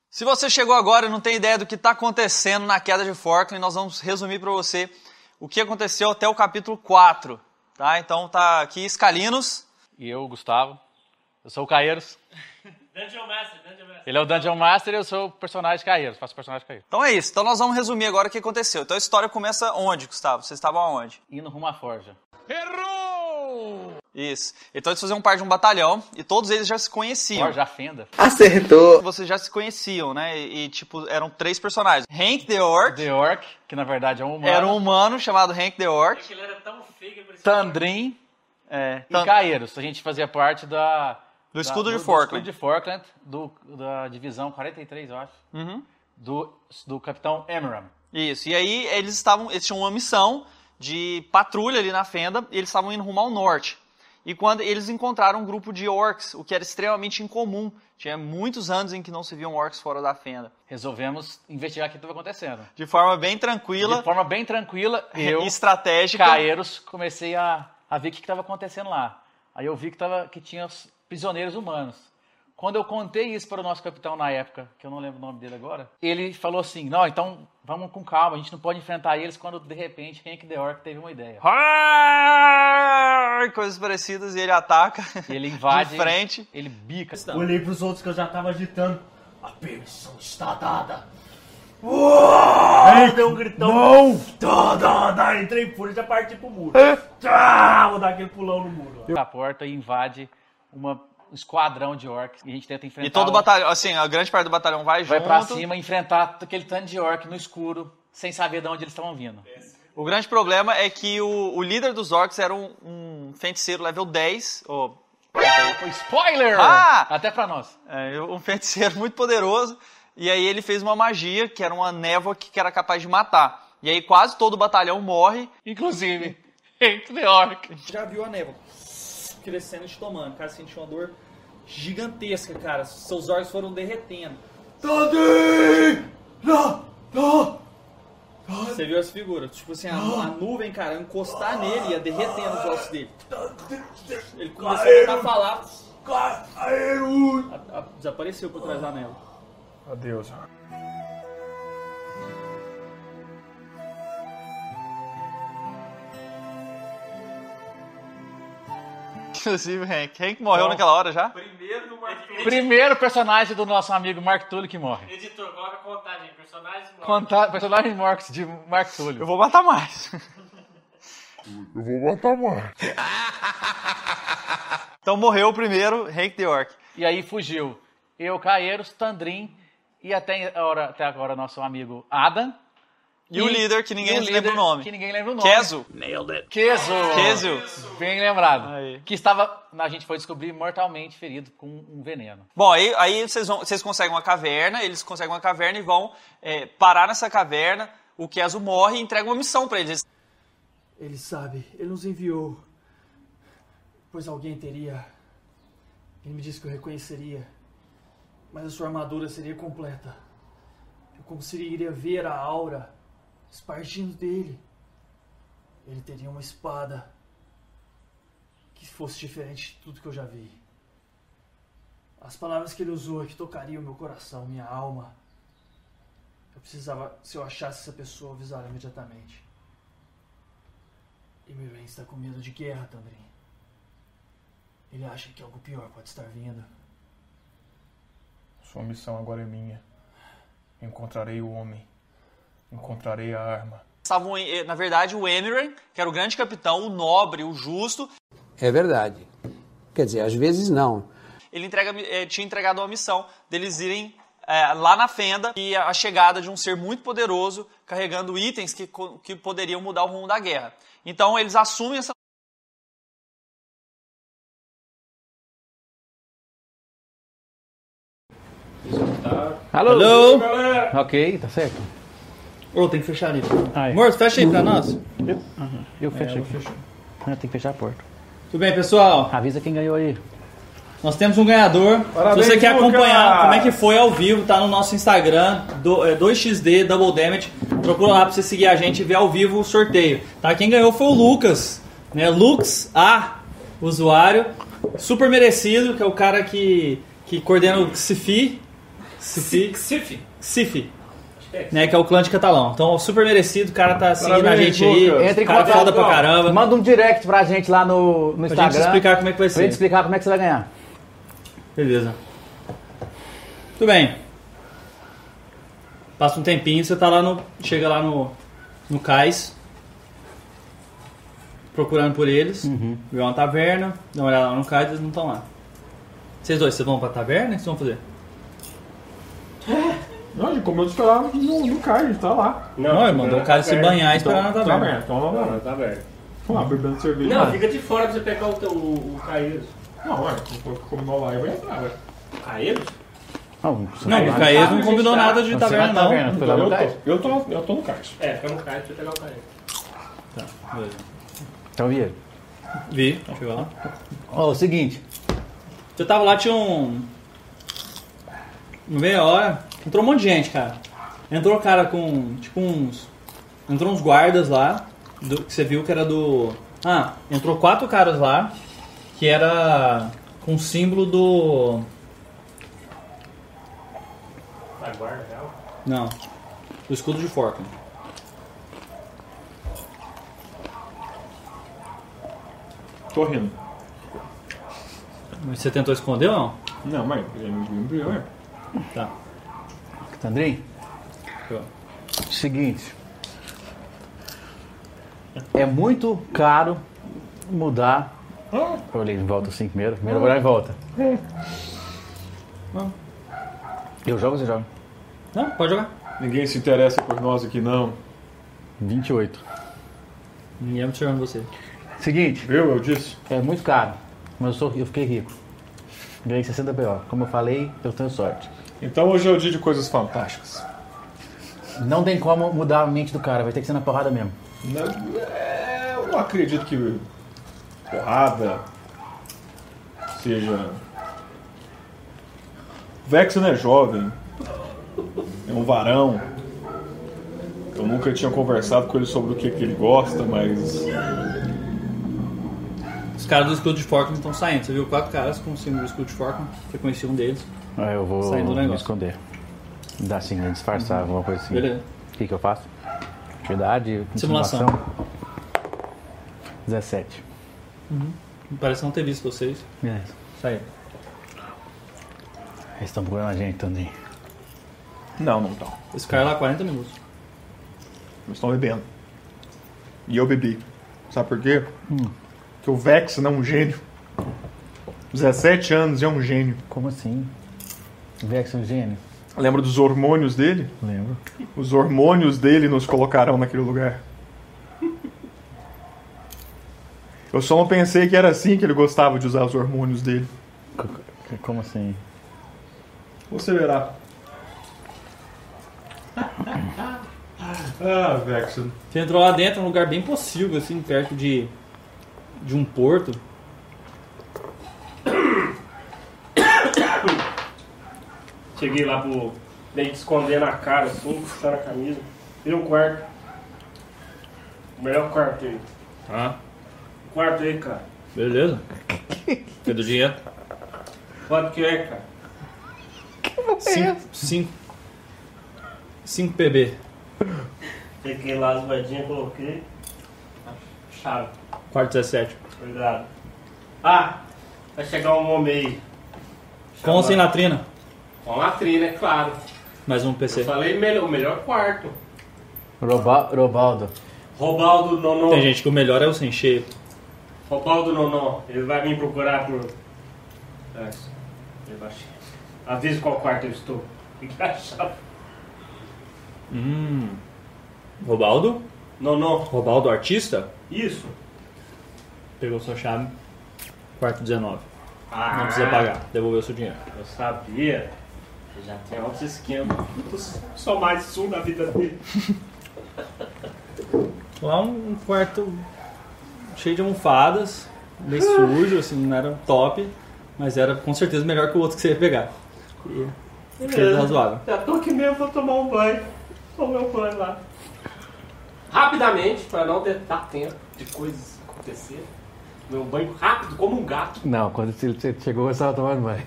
Speaker 8: Se você chegou agora e não tem ideia do que está acontecendo na queda de Forkland, nós vamos resumir para você o que aconteceu até o capítulo 4. Tá? Então tá aqui Escalinos,
Speaker 3: E eu, Gustavo, Eu sou o Caeiros.
Speaker 4: *laughs* Dungeon Master, Dungeon Master.
Speaker 3: Ele é o Dungeon Master e eu sou o personagem Caeiros. Faço o personagem Caeiros.
Speaker 8: Então é isso. Então nós vamos resumir agora o que aconteceu. Então a história começa onde, Gustavo? Vocês estavam aonde?
Speaker 3: Indo rumo à forja.
Speaker 8: Isso. Então eles faziam parte de um batalhão e todos eles já se conheciam.
Speaker 3: Forja, a fenda.
Speaker 2: Acertou.
Speaker 8: Vocês já se conheciam, né? E, e, tipo, eram três personagens. Hank the Orc
Speaker 3: The Orc, que na verdade é um humano.
Speaker 8: era um humano chamado Hank the Orc.
Speaker 4: Ele era tão feio que parecia...
Speaker 3: Tandrin
Speaker 8: É,
Speaker 3: e
Speaker 8: tan-
Speaker 3: Caeiros. A gente fazia parte da...
Speaker 8: do
Speaker 3: da-
Speaker 8: escudo
Speaker 3: do-
Speaker 8: de Forkland.
Speaker 3: Do escudo de Forkland, do- da divisão 43, eu acho.
Speaker 8: Uhum.
Speaker 3: Do, do Capitão Emeram.
Speaker 8: Isso. E aí eles estavam, eles tinham uma missão de patrulha ali na fenda, e eles estavam indo rumo ao norte. E quando eles encontraram um grupo de orcs, o que era extremamente incomum. Tinha muitos anos em que não se viam orcs fora da fenda.
Speaker 3: Resolvemos investigar o que estava acontecendo.
Speaker 8: De forma bem tranquila
Speaker 3: De forma bem tranquila, eu,
Speaker 8: e estratégica.
Speaker 3: Caeiros, comecei a, a ver o que estava acontecendo lá. Aí eu vi que, tava, que tinha os prisioneiros humanos. Quando eu contei isso para o nosso capitão na época, que eu não lembro o nome dele agora, ele falou assim: Não, então vamos com calma, a gente não pode enfrentar eles quando de repente Hank The Orc teve uma ideia.
Speaker 8: Ai, Coisas parecidas e ele ataca
Speaker 3: E ele
Speaker 8: de
Speaker 3: invade,
Speaker 8: frente.
Speaker 3: ele bica.
Speaker 10: Olhei pros outros que eu já tava agitando. A permissão está dada. Uou! Deu um gritão. Não! Tá, tá, tá. Entrei em fúria e já parti pro muro. Tá, vou dar aquele pulão no muro.
Speaker 3: da porta e invade uma- um esquadrão de orcs. E a gente tenta enfrentar.
Speaker 8: E todo o
Speaker 3: o-
Speaker 8: batalhão, assim, a grande parte do batalhão vai,
Speaker 3: Vai
Speaker 8: junto.
Speaker 3: pra cima enfrentar aquele tanto de orc no escuro, sem saber de onde eles estavam vindo.
Speaker 8: O grande problema é que o, o líder dos orcs era um, um feiticeiro level 10, ou
Speaker 3: Spoiler!
Speaker 8: Ah!
Speaker 3: Até pra nós.
Speaker 8: É, um *laughs* feiticeiro muito poderoso. E aí ele fez uma magia, que era uma névoa que que era capaz de matar. E aí quase todo o batalhão morre.
Speaker 3: Inclusive, Hank the Orc.
Speaker 1: Já viu a névoa crescendo e te tomando. Cara, sentiu uma dor gigantesca, cara. Seus olhos foram derretendo.
Speaker 10: Tandem! Não, não.
Speaker 1: Você viu as figuras? Tipo assim, a, a nuvem, cara, encostar nele ia derretendo os ossos dele. Ele começou a tentar falar,
Speaker 10: Caíram.
Speaker 1: a- a- desapareceu por trás da névoa.
Speaker 7: Adeus.
Speaker 8: Inclusive, Hank. Hank morreu naquela hora já.
Speaker 4: Primeiro no Mark Tully.
Speaker 3: Primeiro personagem do nosso amigo Mark Tully que morre.
Speaker 4: Editor, coloca a contagem. Personagens mortos.
Speaker 3: Conta personagem mortos de Mark
Speaker 8: Eu
Speaker 3: Tully.
Speaker 8: vou matar mais. *laughs* Então morreu o primeiro, Hank the Orc.
Speaker 3: E aí fugiu. Eu, Caeiros, Tandrin e até agora, até agora nosso amigo Adam.
Speaker 8: E, o líder, que ninguém
Speaker 3: e
Speaker 8: lembra
Speaker 3: líder,
Speaker 8: o nome.
Speaker 3: Que ninguém lembra o nome.
Speaker 8: Keso.
Speaker 3: Queso.
Speaker 8: Queso.
Speaker 3: Bem lembrado.
Speaker 8: Aí.
Speaker 3: Que estava, a gente foi descobrir, mortalmente ferido com um veneno.
Speaker 8: Bom, aí, aí vocês, vão- vocês conseguem uma caverna, eles conseguem uma caverna e vão é, parar nessa caverna. O Keso morre e entrega uma missão pra eles.
Speaker 10: Ele sabe, ele nos enviou. Pois alguém teria. Ele me disse que eu reconheceria. Mas a sua armadura seria completa. Eu conseguiria ver a aura espargindo dele. Ele teria uma espada que fosse diferente de tudo que eu já vi. As palavras que ele usou é que tocariam meu coração, minha alma. Eu precisava, se eu achasse essa pessoa, avisar imediatamente. Emirven está com medo de guerra, Tandrin. Ele acha que algo pior pode estar vindo.
Speaker 7: Sua missão agora é minha. Encontrarei o homem. Encontrarei a arma.
Speaker 8: Estavam, eh, na verdade, o Emiren, que era o grande capitão, o nobre, o justo,
Speaker 11: É verdade. Quer dizer, às vezes não.
Speaker 8: ele entrega, eh, tinha entregado uma missão deles irem eh, lá na fenda e a chegada de um ser muito poderoso carregando itens que, co- que poderiam mudar o rumo da guerra. Então eles assumem essa.
Speaker 3: Alô?
Speaker 1: Hello?
Speaker 3: Ok, tá certo.
Speaker 1: Ô, tem que fechar ali.
Speaker 3: Aí.
Speaker 1: Morto, fecha aí pra nós.
Speaker 3: Eu fecho aqui. Ah, tem que fechar a porta.
Speaker 1: Tudo bem, pessoal?
Speaker 3: Avisa quem ganhou aí.
Speaker 1: Nós temos um ganhador.
Speaker 7: Parabéns,
Speaker 1: Se você quer
Speaker 7: Lucas!
Speaker 1: acompanhar como é que foi ao vivo, tá no nosso Instagram, do, é, 2xd Double Damage. Procura lá pra você seguir a gente e ver ao vivo o sorteio. Tá? Quem ganhou foi o Lucas, né? Lux A, usuário. Super merecido, que é o cara que, que coordena o CIFI. CIFI.
Speaker 4: Sif.
Speaker 1: CIFI. Né, que é o clã de catalão. Então, super merecido, o cara tá seguindo a
Speaker 7: Parabéns,
Speaker 1: gente aí.
Speaker 7: Lucas.
Speaker 3: Entra em
Speaker 1: cara
Speaker 3: contato,
Speaker 1: foda pra
Speaker 3: ó.
Speaker 1: caramba.
Speaker 3: Manda um direct pra gente lá no, no
Speaker 1: Pra
Speaker 3: Instagram.
Speaker 1: gente explicar como é que vai
Speaker 3: Pra gente
Speaker 1: ser.
Speaker 3: explicar como é que você vai ganhar.
Speaker 1: Beleza. Tudo bem. Passa um tempinho, você tá lá no. Chega lá no. no cais. Procurando por eles. Vê uma taverna, dá uma olhada lá no cais, eles não estão lá. Vocês dois, vocês vão pra taverna? O que vocês vão fazer?
Speaker 5: Não, gente, como eu esperava, não, não cai, a gente tá lá.
Speaker 1: Não, Não, ele
Speaker 10: um
Speaker 1: mandou o cara se banhar e esperar na taverna.
Speaker 5: Tá aberto, então
Speaker 4: tá Não,
Speaker 5: lá.
Speaker 4: tá aberto.
Speaker 5: Vamos lá, bebendo cerveja.
Speaker 4: Não, fica de fora pra você pegar o, teu- o, o Caíros.
Speaker 5: Não, é, como não lá, eu vou entrar, velho.
Speaker 4: Caíros?
Speaker 3: Não,
Speaker 1: Não, o Caes não combinou nada de
Speaker 3: Você vai
Speaker 1: taverna,
Speaker 3: na
Speaker 1: não.
Speaker 3: taverna, foi lá no cais.
Speaker 5: Eu tô, eu tô no caixa.
Speaker 4: É, fica no Caíros pra pegar o Caíros.
Speaker 1: Tá, beleza.
Speaker 3: Então, Vieira.
Speaker 1: Vi, chegou lá.
Speaker 3: Ó, o seguinte.
Speaker 1: Você tava lá, tinha um. Meia hora. Entrou um monte de gente, cara. Entrou, um cara, com. Tipo uns. Entrou uns guardas lá. do- que você viu que era do. Ah, entrou quatro caras lá. Que era. Com o símbolo do.
Speaker 4: Tá guarda, real.
Speaker 1: Não. Do escudo de Forkland.
Speaker 5: Tô rindo.
Speaker 1: Mas você tentou esconder ou não?
Speaker 5: Não, mas ele não me brilhou, é.
Speaker 1: Tá.
Speaker 3: Andrei?
Speaker 1: Eu.
Speaker 3: Seguinte. É muito caro mudar. Eu olhei em volta assim primeiro. Primeiro eu vou olhar em volta. Eu jogo ou você joga?
Speaker 1: Não, pode jogar.
Speaker 5: Ninguém se interessa por nós aqui, não.
Speaker 3: 28.
Speaker 1: Ninguém é observando você.
Speaker 3: Seguinte.
Speaker 5: Eu, eu disse.
Speaker 3: É muito caro. Mas eu, sou, eu fiquei rico. Ganhei 60 PO. Como eu falei, eu tenho sorte.
Speaker 5: Então hoje é o dia de coisas fantásticas.
Speaker 3: Não tem como mudar a mente do cara. Vai ter que ser na porrada mesmo.
Speaker 5: Não, é, eu não acredito que porrada seja. Vex não é jovem, é um varão. Eu nunca tinha conversado com ele sobre o que, que ele gosta, mas.
Speaker 1: Os caras do escudo de Forkland estão saindo. Você viu quatro caras com o símbolo do escudo de Forkland. Você conhecia um deles.
Speaker 3: Ah, eu vou
Speaker 1: Saindo do
Speaker 3: me
Speaker 1: negócio.
Speaker 3: esconder. Dá assim, né, disfarçar, alguma coisa assim.
Speaker 1: Beleza.
Speaker 3: O que, que eu faço? Verdade,
Speaker 1: Simulação.
Speaker 3: 17.
Speaker 1: Parece não ter visto vocês.
Speaker 3: Beleza.
Speaker 1: Saiu.
Speaker 3: Eles estão tá procurando a gente, Tandrinho.
Speaker 5: Não, não estão.
Speaker 1: Esse cara é lá 40 minutos.
Speaker 5: Eles estão bebendo. E eu bebi. Sabe por quê? Porque o Vex não é um gênio. 17 anos e é um gênio.
Speaker 3: Como assim? Vex é um gênio?
Speaker 5: Lembra dos hormônios dele?
Speaker 3: Lembro.
Speaker 5: Os hormônios dele nos colocaram naquele lugar. Eu só não pensei que era assim que ele gostava de usar os hormônios dele.
Speaker 3: C- Como assim?
Speaker 5: Você verá. ah, Vexen.
Speaker 1: Você entrou lá dentro, um lugar bem possível, assim, perto de, de um porto.
Speaker 4: Cheguei lá pro. Meio que escondendo a cara, assim, puxando a camisa. Virei um quarto. O melhor quarto aí.
Speaker 1: Tá.
Speaker 4: O quarto aí, cara.
Speaker 1: Beleza. Cadê o dinheiro?
Speaker 4: Quanto que é, cara?
Speaker 1: Cinco, cinco, cinco PB.
Speaker 4: Peguei lá as moedinhas, coloquei. A Chave.
Speaker 1: 417.
Speaker 4: Obrigado. Ah, vai chegar um homem aí.
Speaker 1: Com ou sem latrina?
Speaker 4: Com latrina, é claro.
Speaker 1: Mais um PC.
Speaker 4: Eu falei melhor, o melhor quarto.
Speaker 3: Roba- Robaldo.
Speaker 4: Robaldo Nonon.
Speaker 1: Tem gente que o melhor é o sem cheio.
Speaker 4: Robaldo Nonon. Ele vai me procurar por... Ah, isso. Ele vai chegar. Avisa qual quarto eu estou. *laughs* Tem que achar.
Speaker 1: Hum. Robaldo?
Speaker 4: Nonon.
Speaker 1: Robaldo, artista?
Speaker 4: Isso.
Speaker 1: Pegou sua chave. Quarto 19.
Speaker 4: Ah,
Speaker 1: Não precisa pagar. Devolveu seu dinheiro.
Speaker 4: Eu sabia. Ele Já tem altos esquemas. Puta, Só mais um na vida dele.
Speaker 1: Lá um um quarto cheio de almofadas, meio sujo, assim, não era top, mas era com certeza melhor que o outro que você ia pegar. E preço razoável.
Speaker 4: Já tô aqui mesmo, vou tomar um banho. Tomei um banho lá. Rapidamente, pra não de- dar tempo de coisas acontecerem. Meu banho rápido, como um gato.
Speaker 3: Não, quando você chegou, eu estava tomando banho.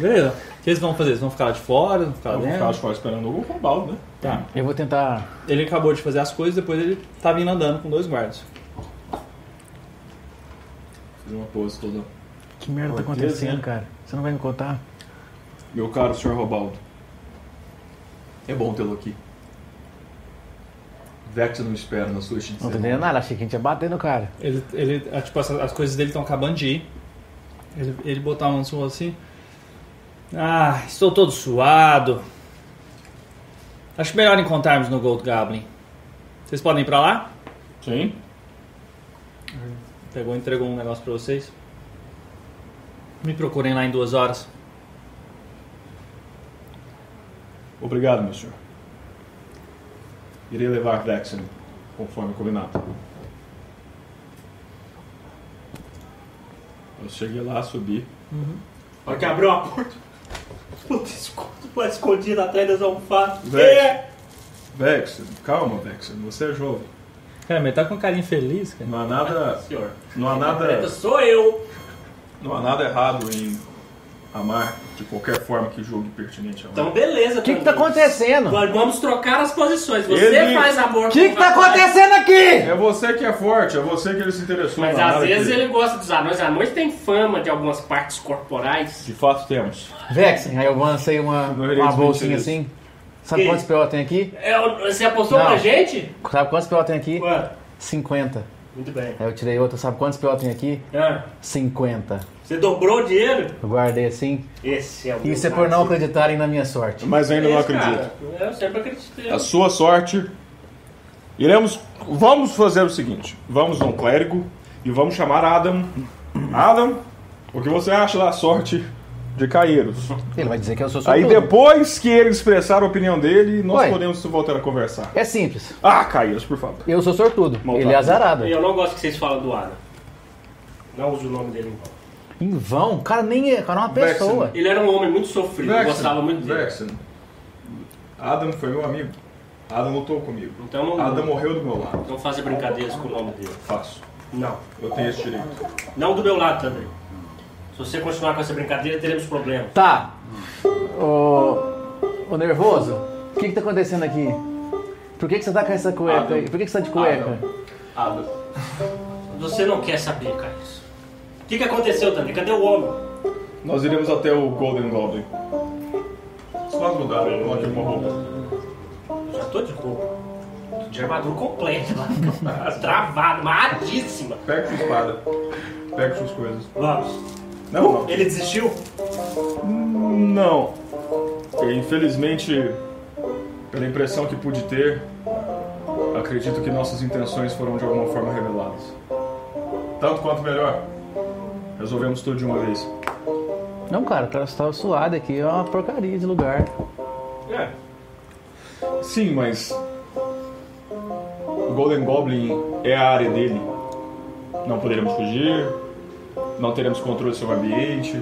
Speaker 1: Beleza. O que vocês vão fazer? Vocês vão ficar lá de fora? Vão ficar lá
Speaker 5: Eu vou
Speaker 1: dentro?
Speaker 5: ficar de fora esperando o Robaldo, né?
Speaker 1: Tá.
Speaker 3: Eu vou tentar.
Speaker 1: Ele acabou de fazer as coisas, depois ele tá vindo andando com dois guardas.
Speaker 5: Fazer uma pose toda.
Speaker 3: Que merda tá
Speaker 5: Cortez,
Speaker 3: acontecendo,
Speaker 5: né?
Speaker 3: cara? Você não vai me contar?
Speaker 5: Meu caro Sr. Robaldo, é bom tê-lo aqui. Vex não espera na sua
Speaker 3: Não tô entendendo nada, achei que a gente ia bater no cara.
Speaker 1: Ele, ele ah, tipo, as, as coisas dele estão acabando de ir. Ele, ele botar a mão no seu assim. Ah, estou todo suado. Acho melhor encontrarmos no Gold Goblin. Vocês podem ir pra lá?
Speaker 5: Sim.
Speaker 1: Pegou e entregou um negócio pra vocês. Me procurem lá em duas horas.
Speaker 5: Obrigado, meu senhor. Irei levar Vexen, conforme combinado. Eu cheguei lá, subi.
Speaker 4: Olha que abriu a porta. Puta, escondido, lá escondido atrás das almofadas.
Speaker 5: Velho.
Speaker 4: É.
Speaker 5: Vexen, calma, Vexen, você é jovem.
Speaker 1: Cara, mas tá com um carinho feliz, cara.
Speaker 5: Não há nada.
Speaker 4: Senhor.
Speaker 5: Não há nada.
Speaker 4: Preta Tá sou eu.
Speaker 5: Não há nada errado em amar de qualquer forma que julgue pertinente a amar.
Speaker 4: Então, beleza.
Speaker 3: O que que tá acontecendo?
Speaker 4: Agora vamos trocar as posições. Você
Speaker 5: Ele-
Speaker 4: faz amor
Speaker 3: O que
Speaker 4: com
Speaker 3: que
Speaker 4: o
Speaker 3: tá
Speaker 4: rapaz,
Speaker 3: acontecendo aqui?
Speaker 5: É você que é forte, é você que ele se interessou.
Speaker 4: Mas
Speaker 5: não há
Speaker 4: às
Speaker 5: nada
Speaker 4: vezes
Speaker 5: que-
Speaker 4: ele gosta dos anões. Anões têm fama de algumas partes corporais.
Speaker 5: De fato temos.
Speaker 3: Vexen, aí eu lancei uma,
Speaker 5: Não irei
Speaker 3: uma bolsinha
Speaker 5: desmentir
Speaker 3: assim. Sabe
Speaker 4: Que?
Speaker 3: quantos PO tem aqui?
Speaker 4: É, você apostou
Speaker 3: Não.
Speaker 4: pra gente?
Speaker 3: Sabe quantos PO tem aqui?
Speaker 4: Ué,
Speaker 3: 50.
Speaker 4: muito bem.
Speaker 3: Aí eu tirei outra, sabe quantos PO tem aqui?
Speaker 4: Ah,
Speaker 3: 50.
Speaker 4: você dobrou o dinheiro?
Speaker 3: Eu guardei assim.
Speaker 4: Esse é o meu
Speaker 3: Isso é por não
Speaker 4: parceiro.
Speaker 3: acreditarem na minha sorte.
Speaker 5: Mas ainda não
Speaker 4: Esse,
Speaker 5: acredito.
Speaker 4: É
Speaker 5: Tá
Speaker 4: cara, Eu sempre acreditei.
Speaker 5: A sua sorte. Iremos. Vamos fazer o seguinte: vamos a um clérigo e vamos chamar Adam. Adam, o que você acha da sorte de Caíros?
Speaker 3: Ele vai dizer que eu sou
Speaker 5: Aí
Speaker 3: sortudo.
Speaker 5: depois que ele expressar a opinião dele, nós
Speaker 3: Ué.
Speaker 5: podemos voltar a conversar.
Speaker 3: É simples.
Speaker 5: Ah, Caíros, por favor.
Speaker 3: Eu sou sortudo.
Speaker 5: Maltratado.
Speaker 3: Ele é azarado.
Speaker 4: Eu não gosto que vocês falam do Adam. Não uso o nome dele então. em
Speaker 3: Em
Speaker 4: vão.
Speaker 3: vão? O cara nem é. O cara é uma pessoa.
Speaker 4: Ele era um homem muito sofrido, eu gostava muito dele.
Speaker 5: Vexen. Adam foi meu amigo. Adam lutou comigo.
Speaker 4: Então
Speaker 5: Adam
Speaker 4: não,
Speaker 5: morreu do meu lado.
Speaker 4: não faça brincadeiras com o nome dele.
Speaker 5: Faço.
Speaker 4: Não.
Speaker 5: Eu tenho esse direito.
Speaker 4: Não do meu lado também. Se você continuar com essa brincadeira, teremos problemas.
Speaker 3: Tá. Ô. Ô nervoso, o que que tá acontecendo aqui? Por que que você tá com essa cueca
Speaker 5: Ah,
Speaker 3: aí? Por que que você tá de cueca?
Speaker 5: Adam.
Speaker 4: Você não quer saber, Caís. O que, que aconteceu, Dani? Cadê o homem?
Speaker 5: Nós iremos até o Golden Goblin. Se nós mudarmos, eu coloquei uma roupa.
Speaker 4: Já tô de roupa. Tô De armadura completa lá. *laughs* Travada, amadíssima.
Speaker 5: Pega sua espada. Pega suas coisas.
Speaker 4: Vamos.
Speaker 5: Não,
Speaker 4: Ele desistiu?
Speaker 5: não. não. Infelizmente, pela impressão que pude ter, acredito que nossas intenções foram de alguma forma reveladas. Tanto quanto melhor. Resolvemos tudo de uma vez.
Speaker 3: Não, cara, o cara estava suado aqui, é uma porcaria de lugar.
Speaker 4: É.
Speaker 5: Sim, mas. O Golden Goblin é a área dele. Não poderemos fugir. Não teremos controle sobre o ambiente.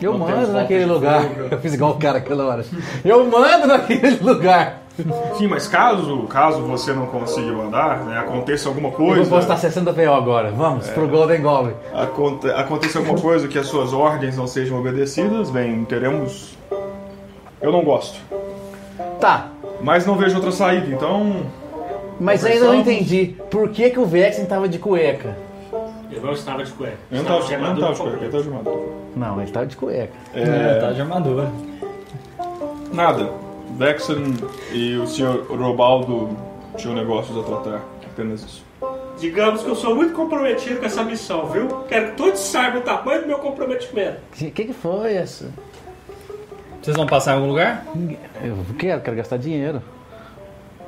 Speaker 3: Eu
Speaker 5: Não temos
Speaker 3: mando
Speaker 5: volta
Speaker 3: naquele
Speaker 5: de
Speaker 3: lugar.
Speaker 5: fuga.
Speaker 3: *laughs* Eu fiz igual o cara aquela hora. Eu mando naquele lugar.
Speaker 5: Sim, mas caso, caso você não consiga andar, né, aconteça alguma
Speaker 3: Eu
Speaker 5: coisa,
Speaker 3: vou postar 60 PO agora. Vamos,
Speaker 5: É.
Speaker 3: pro Golden Goblin.
Speaker 5: aconte- aconteça alguma coisa que as suas ordens não sejam obedecidas, bem, teremos. Eu não gosto.
Speaker 3: Tá,
Speaker 5: Mas não vejo outra saída, então.
Speaker 3: mas ainda não
Speaker 5: Conversamos.
Speaker 3: entendi por que, que o Vexen tava de cueca.
Speaker 4: Eu não estava de cueca.
Speaker 5: Eu não
Speaker 4: Estava
Speaker 5: tava de eu não
Speaker 4: um
Speaker 5: tava de cueca, eu tava de armadura.
Speaker 3: Não, ele tava de cueca.
Speaker 1: É,
Speaker 5: É,
Speaker 1: tá de armadura.
Speaker 5: nada. Vexen e o senhor Robaldo tinham negócios a tratar. Apenas isso.
Speaker 4: Digamos que eu sou muito comprometido com essa missão, viu? Quero que todos saibam o tamanho do meu comprometimento.
Speaker 3: O que, que foi essa?
Speaker 1: Vocês vão passar em algum lugar?
Speaker 3: Eu quero, quero gastar dinheiro.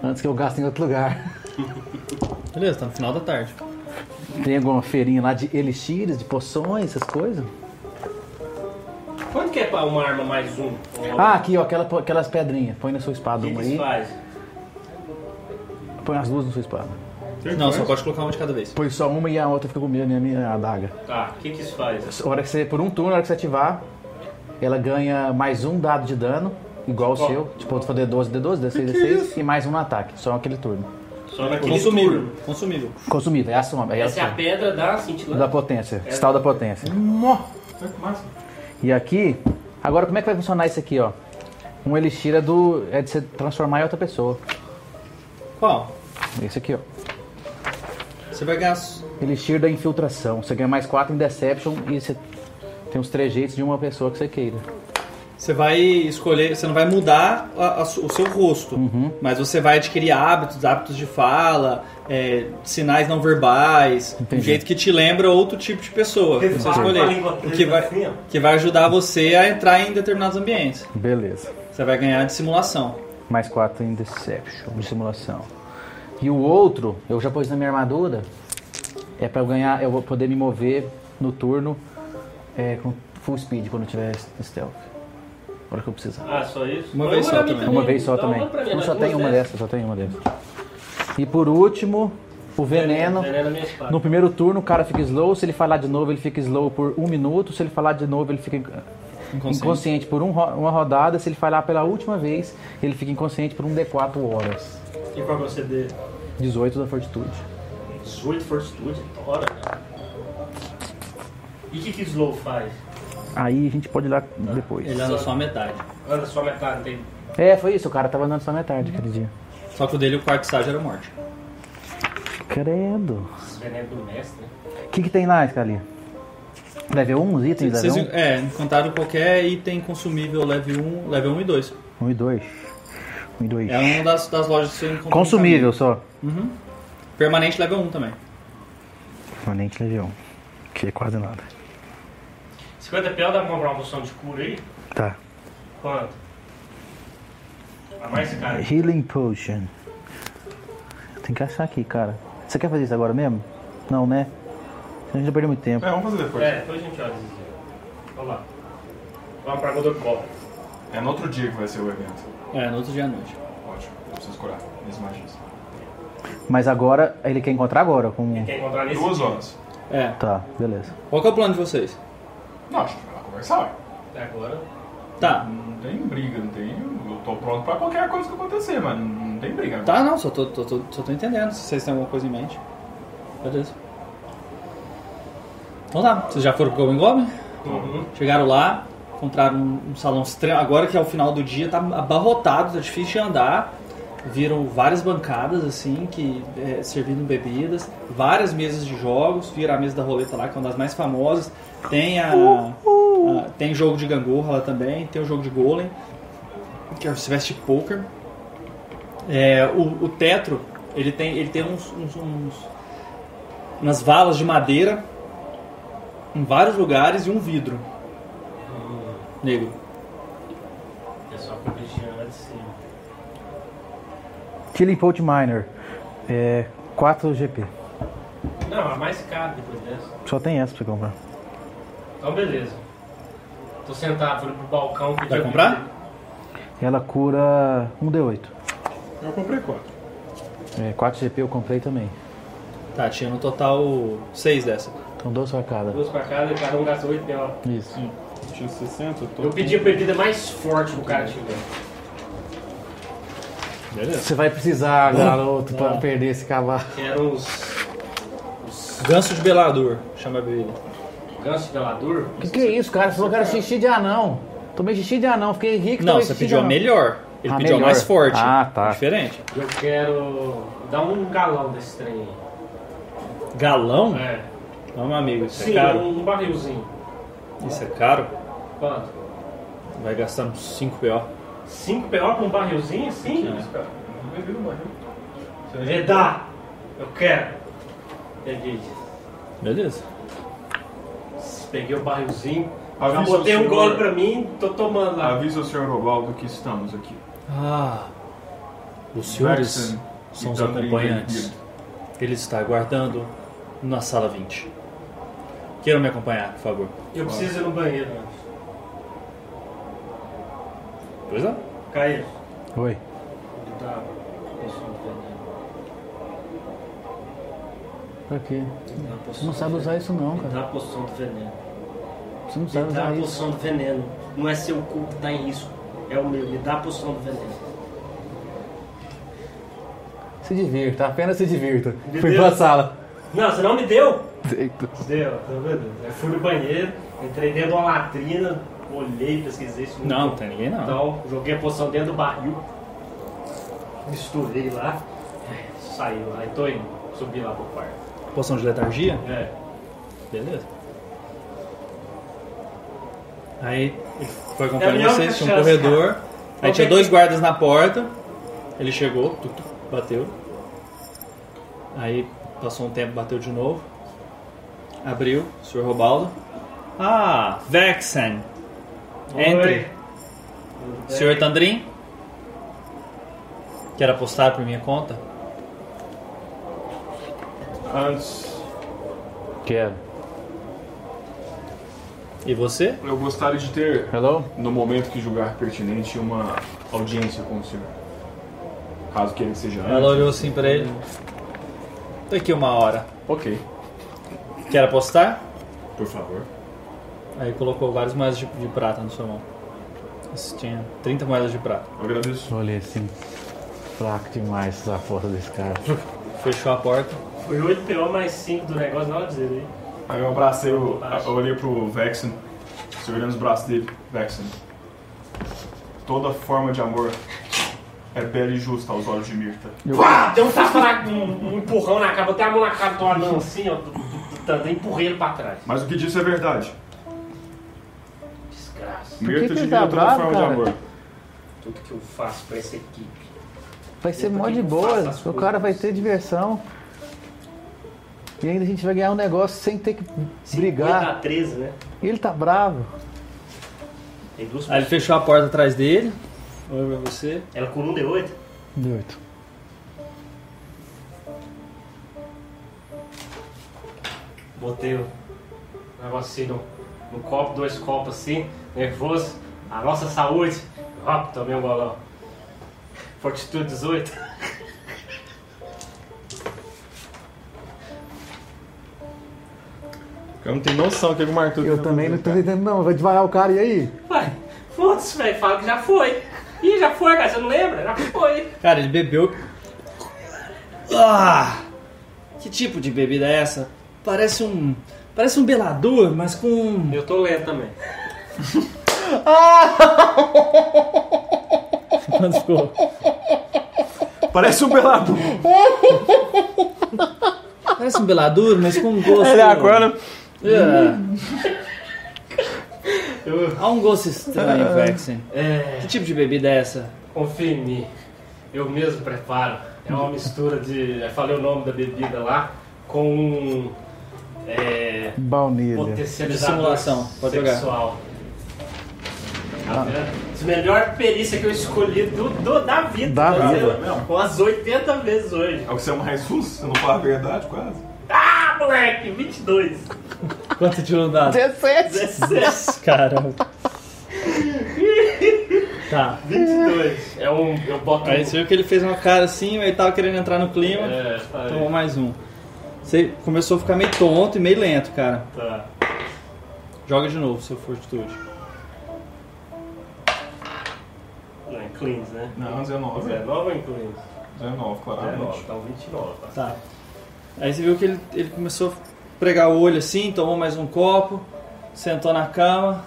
Speaker 3: Antes que eu gaste em outro lugar. *laughs*
Speaker 1: Beleza, tá no final da tarde.
Speaker 3: Tem alguma feirinha lá de elixires, de poções, essas coisas?
Speaker 4: Quanto que é pra uma arma mais um?
Speaker 3: Ah, aqui, ó, aquela, aquelas pedrinhas. Põe na sua
Speaker 4: o
Speaker 3: espada
Speaker 4: que, que
Speaker 3: uma
Speaker 4: isso
Speaker 3: aí.
Speaker 4: faz?
Speaker 3: Põe as duas na sua espada.
Speaker 1: Não, só pode colocar uma de cada vez.
Speaker 3: Põe só uma e a outra fica comigo, a minha, minha adaga.
Speaker 4: Tá, o que, que isso faz?
Speaker 3: A hora que você, por um turno, a hora que você ativar, ela ganha mais um dado de dano, igual o seu. Tipo, tu for D12, D12, D6,
Speaker 4: é
Speaker 3: D6, e mais um no ataque. Só naquele turno.
Speaker 4: Só naquele turno.
Speaker 1: Consumível, consumível.
Speaker 3: Consumido, é a soma. Aí ela
Speaker 4: Essa é a
Speaker 3: some.
Speaker 4: pedra da
Speaker 3: da
Speaker 4: cintilante.
Speaker 3: potência, cristal da potência.
Speaker 5: É,
Speaker 3: E aqui, agora como é que vai funcionar isso aqui, ó? Um elixir é, do, é de você transformar em outra pessoa.
Speaker 1: Qual?
Speaker 3: Esse aqui, ó.
Speaker 1: Você vai ganhar. s-
Speaker 3: Elixir da infiltração. Você ganha mais 4 em Deception e você Tem uns trejeitos de uma pessoa que você queira.
Speaker 1: Você vai escolher, você não vai mudar a- a su- o seu rosto, mas você vai adquirir hábitos, hábitos de fala, é, sinais não verbais, um jeito que te lembra outro tipo de pessoa. Que
Speaker 4: Teve
Speaker 1: você
Speaker 4: uma- uma
Speaker 1: escolher,
Speaker 4: língua
Speaker 1: o
Speaker 4: presa
Speaker 1: que vai,
Speaker 4: assim, ó.
Speaker 1: que vai ajudar você a entrar em determinados ambientes.
Speaker 3: Beleza.
Speaker 1: Você vai ganhar de simulação.
Speaker 3: Mais 4 em Deception, de simulação. E o outro, eu já pus na minha armadura. É pra eu ganhar, eu vou poder me mover no turno é, com full speed quando eu tiver stealth. A hora que eu precisar.
Speaker 4: Ah, só isso?
Speaker 3: Uma
Speaker 4: Dá
Speaker 3: vez
Speaker 4: pra
Speaker 3: só
Speaker 4: mim
Speaker 3: também. Uma vez só
Speaker 4: Dá
Speaker 1: Então,
Speaker 3: também.
Speaker 4: pra mim,
Speaker 3: Eu
Speaker 4: né?
Speaker 3: só
Speaker 4: Duas
Speaker 3: tenho uma
Speaker 4: dessas.
Speaker 3: dessa, só tenho uma dessa. E por último, o veneno.
Speaker 4: Veneno é minha espada.
Speaker 3: No primeiro turno o cara fica slow, se ele falar de novo ele fica slow por um minuto, se ele falar de novo ele fica inconsciente, por um ro- uma rodada, se ele falar pela última vez ele fica inconsciente por um D4 horas.
Speaker 4: E qual que é o CD?
Speaker 3: 18 da fortitude.
Speaker 4: 18 Fortitude, tora, cara. E o que, que Slow faz?
Speaker 3: Aí a gente pode ir lá depois.
Speaker 1: Ele anda só a metade.
Speaker 4: Anda só metade, não tem.
Speaker 3: É, foi isso, o cara tava andando só metade aquele dia.
Speaker 1: Só que o dele, o quarto estágio era morte.
Speaker 3: Credo.
Speaker 4: Esses venenos do mestre, né?
Speaker 3: O que, que tem lá, Scalia? Level 1 os itens, um?
Speaker 1: Vocês,
Speaker 3: level
Speaker 1: é, encontraram qualquer item consumível level 1, level 1 e 2.
Speaker 3: 1? 1 e 2. 1 e 2.
Speaker 1: É um uma das, das lojas que você encontrou. no
Speaker 3: Consumível só.
Speaker 1: caminho. Uhum. Permanente level 1 também.
Speaker 3: Permanente level 1. Que é quase nada.
Speaker 4: 50 PL dá pra comprar uma poção de cura aí?
Speaker 3: Tá.
Speaker 4: Quanto? A mais cara.
Speaker 3: Healing Potion. Tem que achar aqui, cara. Você quer fazer isso agora mesmo? Não, né? A gente já perdeu muito tempo.
Speaker 4: É, depois a gente olha. Vamos lá. Vamos pra Godocó.
Speaker 5: É no outro dia que vai ser o evento.
Speaker 1: É, no outro dia à noite.
Speaker 5: Ótimo, eu preciso curar. Minhas magias.
Speaker 3: Mas agora, ele quer encontrar agora com... um.
Speaker 4: Quer encontrar nesse
Speaker 5: Duas
Speaker 4: dia?
Speaker 5: horas.
Speaker 1: É.
Speaker 3: Tá, beleza.
Speaker 1: Qual que é o plano de vocês?
Speaker 5: Não, acho que vai lá conversar, ué. Ah,
Speaker 4: Até agora.
Speaker 1: Tá.
Speaker 5: Não tem briga, não tem. Eu tô pronto pra qualquer coisa que acontecer, mas não tem briga.
Speaker 1: Tá, não, só tô, tô- tô- só tô entendendo se vocês têm alguma coisa em mente. Beleza. Então tá, vocês já foram pro Golden Goblin?
Speaker 4: Uhum.
Speaker 1: Chegaram lá, encontraram um, um salão extremo. Agora que é o final do dia, tá abarrotado, tá difícil de andar. Viram várias bancadas, assim, que é, servindo bebidas, várias mesas de jogos. Viram a mesa da roleta lá, que é uma das mais famosas. Tem a. a- tem jogo de gangorra lá também, tem o jogo de golem, que é o Silvestre Poker. É, o, o tetro, ele tem, ele tem uns, uns- uns- umas valas de madeira em vários lugares e um vidro negro.
Speaker 4: É só com o Cristiano lá de cima.
Speaker 3: Healing Potion Minor. É... 4 GP.
Speaker 4: Não, a mais cara depois dessa.
Speaker 3: Só tem essa pra você comprar.
Speaker 4: Então, beleza. Tô sentado, olho pro balcão. pedi
Speaker 1: Vai
Speaker 4: a
Speaker 1: comprar?
Speaker 3: Ela cura 1D8.
Speaker 5: Eu comprei quatro.
Speaker 3: É, 4 GP eu comprei também.
Speaker 1: Tá, tinha no total seis dessa.
Speaker 3: Então duas pra cada.
Speaker 4: Duas pra cada e cada um gasta 8 PL.
Speaker 3: Isso.
Speaker 5: Tinha 60,
Speaker 4: Eu pedi a bebida mais forte que o cara tipo, tiver.
Speaker 3: Você vai precisar, garoto, pra perder esse cavalo.
Speaker 4: Quero uns
Speaker 1: Ganso de belador, chama a bebida.
Speaker 4: ganso de velador.
Speaker 3: Que que é isso, cara? Você falou que era xixi de anão. Tomei xixi de anão, fiquei rico.
Speaker 1: Não,
Speaker 3: tomei
Speaker 1: você
Speaker 3: xixi de
Speaker 1: pediu a
Speaker 3: anão.
Speaker 1: melhor. Ele
Speaker 3: A
Speaker 1: pediu
Speaker 3: melhor.
Speaker 1: a mais forte.
Speaker 3: Ah, tá.
Speaker 1: Diferente.
Speaker 4: Eu quero dar um galão desse trem aí.
Speaker 1: Galão?
Speaker 4: É.
Speaker 1: Não, meu amigo, isso é
Speaker 4: Sim,
Speaker 1: caro.
Speaker 4: um barrilzinho.
Speaker 1: Isso é caro.
Speaker 4: Quanto?
Speaker 1: Vai gastar uns 5 PO.
Speaker 4: 5 PO com um barrilzinho assim?
Speaker 1: Sim.
Speaker 4: cara. Vedar! Eu quero! Peguei.
Speaker 1: Beleza.
Speaker 4: Peguei o barrilzinho. Já
Speaker 5: Avisa o
Speaker 4: botei um
Speaker 5: senhor. Ah,
Speaker 4: gole pra mim, tô tomando lá.
Speaker 5: Avisa o senhor Robaldo que estamos aqui.
Speaker 1: Ah, os senhores
Speaker 5: Versen
Speaker 1: são
Speaker 5: e
Speaker 1: os
Speaker 5: também
Speaker 1: acompanhantes. Ele está aguardando na sala 20. Queiram me acompanhar, por favor.
Speaker 4: Eu preciso ir no banheiro antes.
Speaker 1: Pois não?
Speaker 4: Caio.
Speaker 3: Oi.
Speaker 4: Tá. Poção de veneno.
Speaker 3: Pra quê?
Speaker 4: Me dá uma
Speaker 3: Você
Speaker 4: poção
Speaker 3: não
Speaker 4: de
Speaker 3: sabe
Speaker 4: veneno.
Speaker 3: usar isso não,
Speaker 4: Me
Speaker 3: cara.
Speaker 4: dá a poção do veneno.
Speaker 3: Você não sabe
Speaker 4: Me dá
Speaker 3: usar
Speaker 4: a
Speaker 3: isso.
Speaker 4: poção do veneno. Não é seu cu que tá em risco. É o meu. Me dá a poção do veneno.
Speaker 3: Se divirta, apenas se divirta.
Speaker 4: Meu
Speaker 3: Fui
Speaker 4: Deus.
Speaker 3: pra sala.
Speaker 4: Não, você não me deu? Deu, tá vendo? Eu fui no banheiro, entrei dentro de uma latrina, olhei, pesquisei isso.
Speaker 1: Não, não tem ninguém não.
Speaker 4: Então, joguei a poção dentro do barril, misturei lá, saiu lá, e tô indo, subi lá pro É. quarto.
Speaker 1: Poção de letargia?
Speaker 4: É,
Speaker 1: Beleza. Aí ele foi
Speaker 4: É a
Speaker 1: acompanhando
Speaker 4: minha
Speaker 1: vocês,
Speaker 4: única
Speaker 1: tinha um
Speaker 4: chance,
Speaker 1: corredor.
Speaker 4: cara.
Speaker 1: Aí
Speaker 4: Eu
Speaker 1: tinha
Speaker 4: peguei-
Speaker 1: dois guardas na porta. Ele chegou, tuc, tuc, bateu. Aí passou um tempo, bateu de novo. Abriu, o senhor Robaldo. Ah, Vexen. Entre. Senhor Tandrin. Quer apostar por minha conta?
Speaker 5: Antes.
Speaker 3: Quero.
Speaker 1: E você?
Speaker 5: Eu gostaria de ter, no momento que julgar pertinente, uma audiência com o senhor. Caso queira que seja antes.
Speaker 1: Ela olhou assim pra
Speaker 4: Hum.
Speaker 1: ele. Daqui uma hora.
Speaker 5: Ok.
Speaker 1: Quer apostar?
Speaker 5: Por favor.
Speaker 1: Aí colocou várias moedas de, de prata na sua mão. Isso tinha 30 moedas de prata.
Speaker 5: Eu agradeço.
Speaker 3: Olhei assim, fraco demais essa força desse cara.
Speaker 1: Fechou a porta.
Speaker 4: Foi 8 PO mais 5 do negócio, não dizer né? aí.
Speaker 5: Aí eu abracei, o, eu olhei pro Vexen, segurando os braços dele. Vexen, toda forma de amor é bela e justa aos olhos de Mirta.
Speaker 4: Pá! Deu um tapa na, um, um empurrão na cara, botei a mão na cara do anão assim, ó, do, do, do Tandem, empurrei ele pra trás.
Speaker 5: Mas o que disse é verdade.
Speaker 4: Desgraça.
Speaker 5: Mirta divina
Speaker 3: tá
Speaker 5: toda forma de amor.
Speaker 4: Tudo que eu faço pra essa equipe.
Speaker 3: Vai ser
Speaker 4: Por
Speaker 3: mó
Speaker 4: que
Speaker 3: de
Speaker 4: que eu
Speaker 3: boa,
Speaker 4: faço as
Speaker 3: o cara vai ter diversão. E ainda a gente vai ganhar um negócio sem ter que brigar.
Speaker 4: 13, né?
Speaker 3: E ele tá bravo.
Speaker 4: Tem duas
Speaker 1: Aí ele fechou a porta atrás dele. Olha pra você.
Speaker 4: Ela com um D8?
Speaker 3: Doito.
Speaker 4: Botei o negócio assim no, no copo, dois copos assim, nervoso. A nossa saúde. Ó, tomei um golão. Fortitude 18.
Speaker 5: Eu não tenho noção do que tá o Arthur
Speaker 3: Eu também não tô entendendo, não. Vai desvaiar o cara, e aí?
Speaker 4: Ué, *laughs* foda-se, velho. Fala que já foi. Ih, já foi, cara. Você não lembra? Já foi.
Speaker 1: Cara, ele bebeu. Ah! Que tipo de bebida é essa? Parece um. Parece um belador, mas com. um
Speaker 4: Eu tô lendo também.
Speaker 1: *laughs* Quanto ficou?
Speaker 5: Parece um belador.
Speaker 1: Parece um belador, mas com um gosto.
Speaker 6: Ele acorda.
Speaker 1: É. Há um gosto estranho,
Speaker 4: É.
Speaker 1: Vexen.
Speaker 4: É.
Speaker 1: Que tipo de bebida é essa?
Speaker 4: Confia em mim. Eu mesmo preparo. É uma mistura de. Eu falei o nome da bebida lá. Com. um, É.
Speaker 3: Baunilha.
Speaker 4: Potencializador
Speaker 1: Simulação, pode jogar.
Speaker 4: sexual.
Speaker 3: Ah.
Speaker 4: Tá vendo? A melhor perícia que eu escolhi do, do- da vida.
Speaker 3: Da
Speaker 4: tá
Speaker 3: vida.
Speaker 4: vendo? Umas 80 vezes hoje.
Speaker 5: É o que você é mais susto, você não fala a verdade quase.
Speaker 4: Ah, moleque!
Speaker 3: *laughs*
Speaker 4: 22.
Speaker 1: Quanto tirou no dado?
Speaker 4: 17.
Speaker 1: Caramba. Tá.
Speaker 4: 22. É um. Eu boto.
Speaker 1: Aí você viu que ele fez uma cara assim, aí tava querendo entrar no clima.
Speaker 4: É,
Speaker 1: Tomou
Speaker 4: aí,
Speaker 1: mais um. Você começou a ficar meio tonto e meio lento, cara.
Speaker 4: tá.
Speaker 1: Joga de novo, seu fortitude.
Speaker 4: Não, é cleans, né?
Speaker 5: Não, 19.
Speaker 4: 19 ou em cleans?
Speaker 5: 19,
Speaker 3: Ah,
Speaker 5: claramente.
Speaker 4: 19, então 29. Tá.
Speaker 1: Tá. Aí você viu que ele, ele começou a pregar o olho assim, tomou mais um copo, sentou na cama.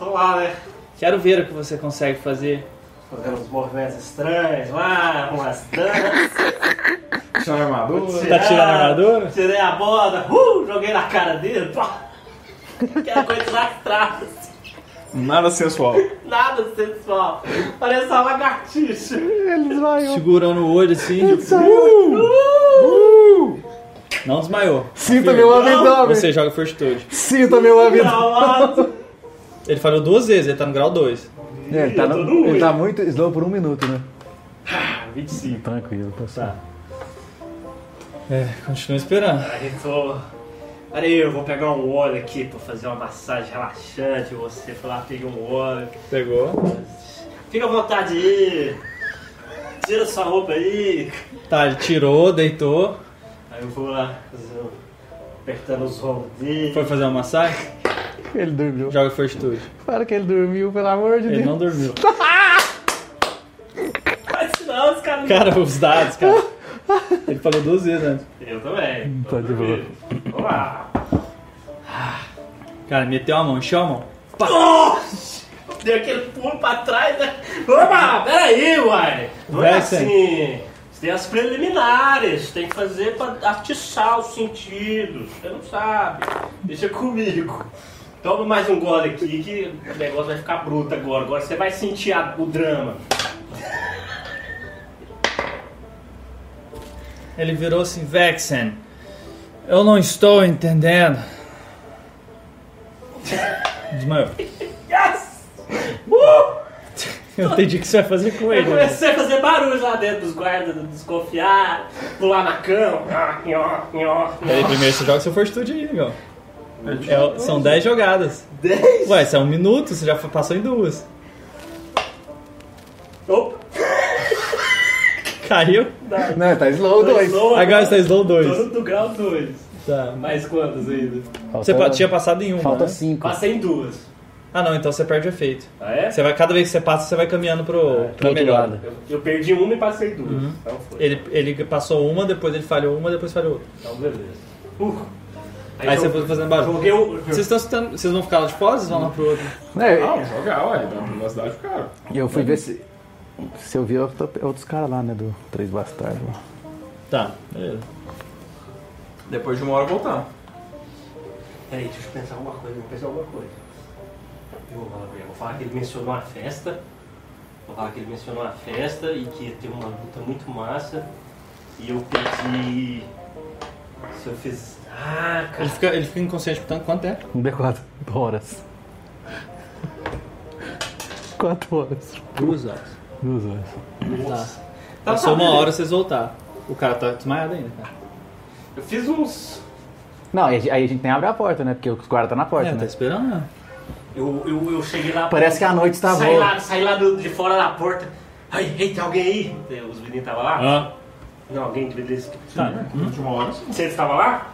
Speaker 4: Olá, né?
Speaker 1: Quero ver o que você consegue fazer.
Speaker 4: Fazendo uns movimentos estranhos lá, umas danças.
Speaker 5: Tinha é uma armadura?
Speaker 1: Tá tirando a
Speaker 3: Ah!
Speaker 1: armadura?
Speaker 4: Tirei a bola, uh, joguei na cara dele, pá. Aquela coisa lastrada, assim,
Speaker 5: Nada sensual.
Speaker 4: nada sensual. Parece uma lagartixa.
Speaker 3: Ele desvaiou.
Speaker 1: Segurando o olho assim.
Speaker 3: Uh!
Speaker 1: Uh!" Não desmaiou.
Speaker 3: Sinta
Speaker 1: Afirma.
Speaker 3: meu abdômen.
Speaker 1: Você joga fortitude.
Speaker 3: Sinta meu amigo.
Speaker 4: Traumado.
Speaker 1: Ele falhou duas vezes, ele tá no grau 2.
Speaker 3: É, ele, tá
Speaker 4: Eu tô
Speaker 3: no-
Speaker 4: no
Speaker 3: ele
Speaker 4: Wii.
Speaker 3: tá muito slow por um minuto, né?
Speaker 4: 25.
Speaker 3: Tranquilo, tá certo.
Speaker 1: É, continua esperando.
Speaker 4: Aí tô. Peraí, eu vou pegar um óleo aqui pra fazer uma massagem relaxante. Você foi lá, peguei um óleo.
Speaker 1: Pegou.
Speaker 4: Fica à vontade aí. Tira sua roupa aí.
Speaker 1: Tá, ele tirou, deitou.
Speaker 4: Aí eu vou lá, fazer um- apertando os ombros dele.
Speaker 1: Foi fazer uma massagem?
Speaker 3: Ele dormiu.
Speaker 1: Joga fortitude.
Speaker 3: Para que ele dormiu, pelo amor de
Speaker 1: Ele
Speaker 3: Deus.
Speaker 1: não dormiu.
Speaker 4: Mas não, os caras
Speaker 1: Cara, os dados,
Speaker 3: *laughs*
Speaker 1: cara. Ele falou duas vezes antes.
Speaker 4: Eu também.
Speaker 3: Tá de boa.
Speaker 4: Vamos lá.
Speaker 1: Cara, meteu a mão, encheu a mão.
Speaker 4: Deu aquele pulo pra trás, né? Opa, peraí, uai. Não é
Speaker 1: Vai,
Speaker 4: assim. Você tem as preliminares, tem que fazer pra atiçar os sentidos. Você não sabe. Deixa comigo. Toma mais um gole aqui que o negócio vai ficar bruto agora. Agora você vai sentir a- o drama.
Speaker 1: Ele virou assim, Vexen. Eu não estou entendendo. Desmaiou.
Speaker 4: *laughs* Yes! Uh!
Speaker 1: *laughs* Eu entendi o que você vai fazer com
Speaker 4: Eu
Speaker 1: ele. né?
Speaker 4: comecei a fazer barulho lá dentro dos guardas, desconfiar, pular na cama. Ah, nhó, nhó, nhó.
Speaker 1: Peraí, primeiro você joga seu fortitude aí, Igão. É o- são 10 jogadas. 10? Ué, isso é um minuto, você já fa- passou em duas.
Speaker 4: Opa,
Speaker 1: Caiu?
Speaker 2: Não, tá slow
Speaker 4: Tá
Speaker 2: 2.
Speaker 4: slow
Speaker 1: Agora você tá slow 2.
Speaker 4: Todo do grau 2.
Speaker 1: Tá.
Speaker 4: Mais quantas ainda?
Speaker 1: Você pa- tinha passado em uma.
Speaker 3: Falta
Speaker 1: né?
Speaker 3: cinco.
Speaker 4: Passei em duas.
Speaker 1: Ah não, então você perde o efeito.
Speaker 4: Ah, é?
Speaker 1: Você vai, cada vez que você passa, você vai caminhando pro, pra
Speaker 3: outro
Speaker 1: melhor.
Speaker 3: lado.
Speaker 4: Eu, eu perdi uma e passei duas. Então foi.
Speaker 1: Ele, ele passou uma, depois ele falhou uma, depois falhou outra.
Speaker 4: Então beleza. Uh,
Speaker 1: Aí, você
Speaker 4: eu
Speaker 1: foi fazendo barulho.
Speaker 4: Joguei o.
Speaker 1: Vocês estão escutando- Vocês vão ficar lá de fora ou vocês vão lá pro outro?
Speaker 5: Não, Ah, jogar, ué. Dá uma velocidade, cara.
Speaker 3: Né, E eu fui ver se. Se eu vi outro- outros caras lá, né? Do Três Bastardos. lá.
Speaker 1: Tá, beleza.
Speaker 6: Depois de uma hora voltar.
Speaker 4: Peraí, deixa eu pensar alguma coisa, vou pensar alguma coisa. Eu vou falar pra ele, vou falar que ele mencionou a festa. Vou falar que ele mencionou a festa e que ia ter uma luta muito massa. E eu pedi. Se eu fiz. Ah,
Speaker 1: Ele
Speaker 4: cara.
Speaker 1: fica, ele fica inconsciente por tanto quanto é?
Speaker 3: Um D4. *laughs* Horas. Quatro horas.
Speaker 1: Duas horas.
Speaker 3: Duas horas.
Speaker 4: Nossa. Tá,
Speaker 1: Passou
Speaker 4: tá,
Speaker 1: uma
Speaker 4: beleza.
Speaker 1: hora vocês voltar. O cara tá desmaiado ainda, cara.
Speaker 4: Eu fiz uns.
Speaker 3: Não, aí a gente- aí a gente nem abre a porta, né? Porque os guardas tá na porta,
Speaker 1: É, tá
Speaker 3: né?
Speaker 1: esperando, né?
Speaker 4: Eu, eu, eu cheguei lá.
Speaker 3: Parece que a noite tá
Speaker 4: Sai
Speaker 3: boa.
Speaker 4: lá, sai lá do- de fora da porta. Ai, ei, tem alguém aí? Os meninos estavam lá?
Speaker 1: Ah.
Speaker 4: Não, alguém de beleza.
Speaker 5: De uma hora,
Speaker 4: Você estava lá?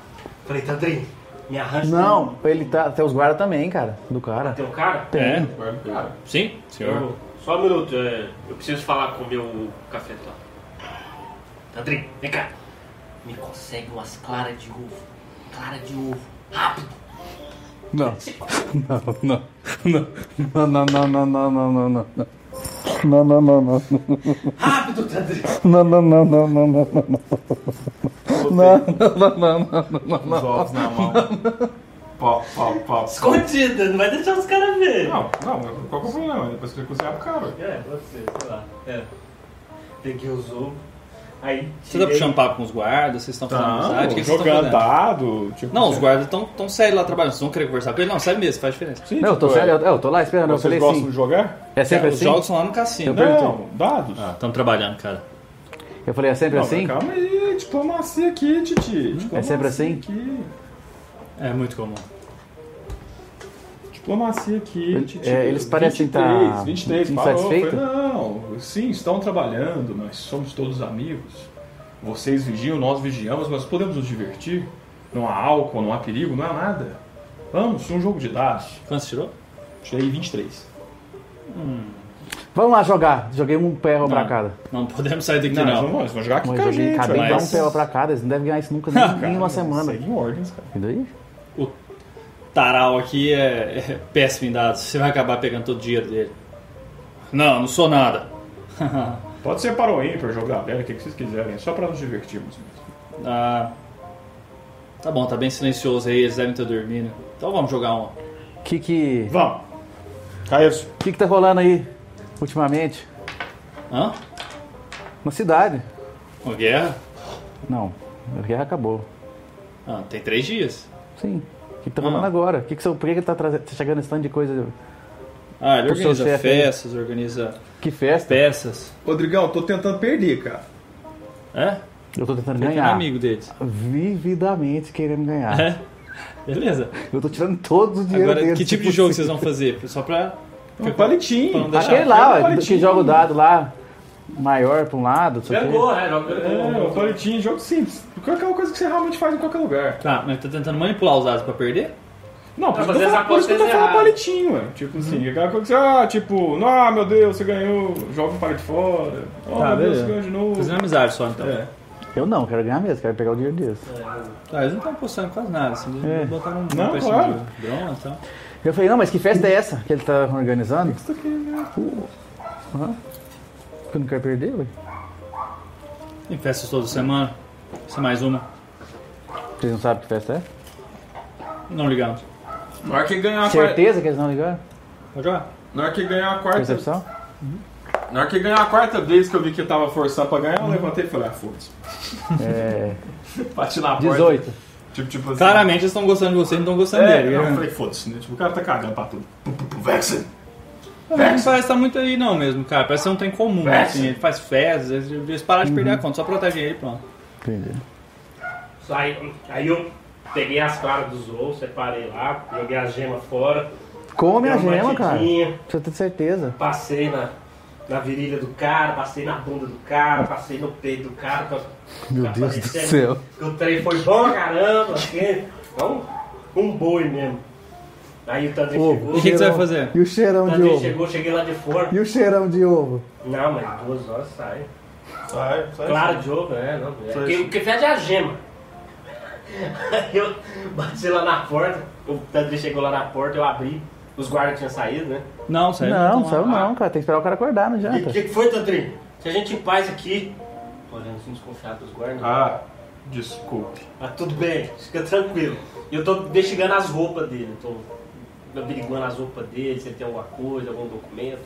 Speaker 4: Falei, Tandrinho, me arranja.
Speaker 3: Não, ele tá. Tem os guardas também, cara. Do cara.
Speaker 4: Tem um cara?
Speaker 1: É.
Speaker 5: cara.
Speaker 1: Sim, senhor.
Speaker 4: Eu- Só um minuto, é, eu preciso falar com o meu cafetão. Tandrinho, vem cá. Me consegue umas claras de ovo. Clara de ovo. Rápido.
Speaker 3: Não. Não, não, não. Não, não, não, não, não, não, não. Não, não, não, não.
Speaker 4: Rápido, Tandrinho.
Speaker 3: Não, não, não, não, não, não, não.
Speaker 5: Os ovos na mão. Pó, pó, pó.
Speaker 4: Escondida, não vai deixar os caras ver.
Speaker 5: Não, não, qual que é o problema? Depois que você cozinhar, cara.
Speaker 4: É, pode ser, sei lá. É. Peguei os ovos. Aí.
Speaker 1: Vocês estão
Speaker 4: tirei-
Speaker 1: tá puxando papo com os guardas? Vocês estão fazendo amizade? O Ah, que
Speaker 5: Não,
Speaker 1: que vocês estão
Speaker 5: jogando
Speaker 1: fazendo?
Speaker 5: Ah, dado. Tipo,
Speaker 1: Não, os
Speaker 5: você-
Speaker 1: guardas estão sérios lá trabalhando. Vocês vão querer conversar com ele? Não, sério mesmo, faz diferença.
Speaker 5: Sim,
Speaker 3: Não, eu tô
Speaker 5: tipo, é,
Speaker 3: sério, eu- eu tô lá esperando, eu
Speaker 5: Vocês
Speaker 3: falei
Speaker 5: gostam
Speaker 3: assim.
Speaker 5: de jogar?
Speaker 3: É sempre
Speaker 1: Os
Speaker 3: assim?
Speaker 1: jogos são lá no cassino. né?
Speaker 5: Não, dados.
Speaker 3: é
Speaker 1: Estão trabalhando, cara.
Speaker 3: Eu falei, é sempre
Speaker 5: Não,
Speaker 3: assim?
Speaker 5: Calma aí, diplomacia aqui, Titi. Diplomacia
Speaker 3: É sempre assim?
Speaker 5: Aqui.
Speaker 1: É muito comum.
Speaker 5: Diplomacia assim aqui,
Speaker 3: Ele-
Speaker 5: Titi.
Speaker 3: é, eles parecem
Speaker 5: 23,
Speaker 3: tá
Speaker 5: 23, parou. Foi,
Speaker 3: insatisfeito?
Speaker 5: não, sim, estão trabalhando, nós somos todos amigos. Vocês vigiam, nós vigiamos, mas podemos nos divertir. Não há álcool, não há perigo, não há nada. Vamos, um jogo de dados.
Speaker 1: Quanto você tirou?
Speaker 5: Tirei 23.
Speaker 3: Vamos lá jogar. Joguei um pé pra cada.
Speaker 1: Não podemos sair daqui,
Speaker 5: Não, nós
Speaker 1: não.
Speaker 5: vamos, nós vamos jogar aqui
Speaker 3: Mas
Speaker 5: com a
Speaker 3: joguei,
Speaker 5: gente.
Speaker 3: acabei de dar um
Speaker 1: mas- Ah,
Speaker 3: pé pra cada. Eles não devem ganhar isso
Speaker 1: *laughs*
Speaker 3: nunca, nem, nem uma semana.
Speaker 5: Segue em ordens, cara.
Speaker 3: E daí?
Speaker 1: Taral aqui é, é péssimo em dados. Você vai acabar pegando todo o dinheiro dele. Não, não sou nada.
Speaker 5: Pode ser para o ímpar, jogar velho, o que que vocês quiserem. É só para nos divertirmos mesmo.
Speaker 1: Ah, tá bom, tá bem silencioso aí, eles devem estar dormindo. Então vamos jogar uma.
Speaker 3: O que que,
Speaker 5: Vamos. Caísso.
Speaker 3: que que tá rolando aí ultimamente?
Speaker 1: Hã?
Speaker 3: Na cidade?
Speaker 1: Uma guerra?
Speaker 3: Não, a guerra acabou.
Speaker 1: Ah, tem três dias.
Speaker 3: Sim. O que, que tá rolando
Speaker 1: Ah.
Speaker 3: agora? O que que seu por que que tá trazendo, tá chegando esse tanto de coisa?
Speaker 1: Ah, ele
Speaker 3: Pro seu
Speaker 1: organiza
Speaker 3: chefe né? aí.
Speaker 1: festas, organiza
Speaker 3: Que festa?
Speaker 1: peças.
Speaker 6: Rodrigão, tô tentando perder, cara.
Speaker 1: É?
Speaker 3: Eu tô tentando
Speaker 1: Ele é
Speaker 3: ganhar.
Speaker 1: amigo deles.
Speaker 3: Vividamente querendo ganhar.
Speaker 1: É? Beleza.
Speaker 3: Eu tô tirando todo o dinheiro
Speaker 1: Agora,
Speaker 3: deles,
Speaker 1: que tipo de
Speaker 3: se
Speaker 1: jogo
Speaker 3: possível.
Speaker 1: vocês vão fazer? Só pra.
Speaker 5: Um palitinho.
Speaker 1: deixar-
Speaker 3: Aquele lá, ó,
Speaker 5: Palitinho.
Speaker 3: que joga o dado lá, maior pra um lado, não sei o quê.
Speaker 4: Pegou, né? Joga-
Speaker 5: É, o palitinho, jogo simples. Porque é uma coisa que você realmente faz em qualquer lugar.
Speaker 1: Tá, mas tá tentando manipular os dados pra perder?
Speaker 5: Não,
Speaker 4: Não,
Speaker 5: por, isso
Speaker 4: mas
Speaker 5: que eu tô
Speaker 4: essa
Speaker 5: falando- por isso que eu tô
Speaker 4: aposta é
Speaker 5: falando
Speaker 4: errada.
Speaker 5: palitinho, ué. Tipo assim, aquela coisa que você, ah, tipo, ah, meu Deus, você ganhou, joga o para de fora. Oh,
Speaker 1: Tá,
Speaker 5: meu Deus,
Speaker 1: beleza.
Speaker 5: você ganhou de novo.
Speaker 1: Fazendo amizade só então.
Speaker 5: É.
Speaker 3: Eu não, quero ganhar mesmo, quero pegar o dinheiro deles.
Speaker 1: Tá, eles não estão postando quase nada, assim, eles
Speaker 3: É.
Speaker 1: botaram um
Speaker 5: Não,
Speaker 1: peça
Speaker 5: claro.
Speaker 1: de drone e tal.
Speaker 3: Eu falei, não, mas que festa é essa que ele tá organizando?
Speaker 5: né?
Speaker 3: Aham. Eu não quero perder, ué.
Speaker 1: Tem festas toda semana. Isso é mais uma.
Speaker 3: Vocês não sabem que festa é?
Speaker 1: Não ligamos.
Speaker 5: Na hora que ganhar a
Speaker 3: Certeza que eles não ligaram?
Speaker 1: Pode jogar.
Speaker 5: Na hora que ganhar a quarta.
Speaker 3: Percepção?
Speaker 5: Na hora que ganhar a quarta vez que eu vi que eu tava forçando pra ganhar, eu levantei e falei, ah, foda-se.
Speaker 3: É.
Speaker 5: Bati na porta.
Speaker 3: 18.
Speaker 5: Tipo, tipo assim.
Speaker 1: Claramente eles estão gostando de você e não estão gostando
Speaker 5: é,
Speaker 1: dele.
Speaker 5: Eu
Speaker 1: né?
Speaker 5: falei, foda-se, né? Tipo, o cara tá cagando pra tudo. Pum, pum, pum, Vexen!
Speaker 1: Não, não parece estar muito aí não mesmo, cara. Parece ser um tem comum,
Speaker 5: É.
Speaker 1: assim. Ele faz fezes, eles- eles param de perder a conta, só protege ele e pronto.
Speaker 3: Entendi.
Speaker 4: Aí, aí eu peguei as claras dos ovos, separei lá, joguei a gema fora,
Speaker 3: Come a
Speaker 4: Deu uma
Speaker 3: gema, cara.
Speaker 4: batidinha.
Speaker 3: Precisa ter certeza.
Speaker 4: passei na, na virilha do cara, passei na bunda do cara, passei no peito do cara. pra-
Speaker 3: Meu
Speaker 4: pra
Speaker 3: Deus do
Speaker 4: parecer
Speaker 3: céu.
Speaker 4: que O trem foi bom pra caramba, assim. Então, um boi mesmo. Aí o Tandrinho
Speaker 12: Ovo.
Speaker 4: chegou.
Speaker 12: E o que que você vai fazer? E o cheirão de
Speaker 4: Tandrinho
Speaker 12: ovo?
Speaker 4: chegou, cheguei lá de fora.
Speaker 12: E o cheirão de ovo?
Speaker 4: Não, mas duas horas sai.
Speaker 5: Sai, sai.
Speaker 4: Claro,
Speaker 5: sai.
Speaker 4: de ovo, é, não. É.
Speaker 5: Sai.
Speaker 4: Porque, porque fede a gema. Aí *laughs* eu bati lá na porta, o Tandrinho chegou lá na porta, eu abri, os guardas tinham saído, né?
Speaker 1: Não,
Speaker 4: saiu,
Speaker 3: Não,
Speaker 4: então,
Speaker 3: saiu
Speaker 4: ah.
Speaker 3: não, cara. Tem que esperar o cara acordar, não
Speaker 4: O
Speaker 3: adianta.
Speaker 4: que, que foi, Tandrinho? Se a gente em paz aqui. Olhando assim, desconfiado dos guardas.
Speaker 5: Ah, desculpe.
Speaker 4: Ah, tudo bem, fica tranquilo. E eu tô investigando as roupas dele, tô averiguando as roupas dele, se ele tem alguma coisa, algum documento.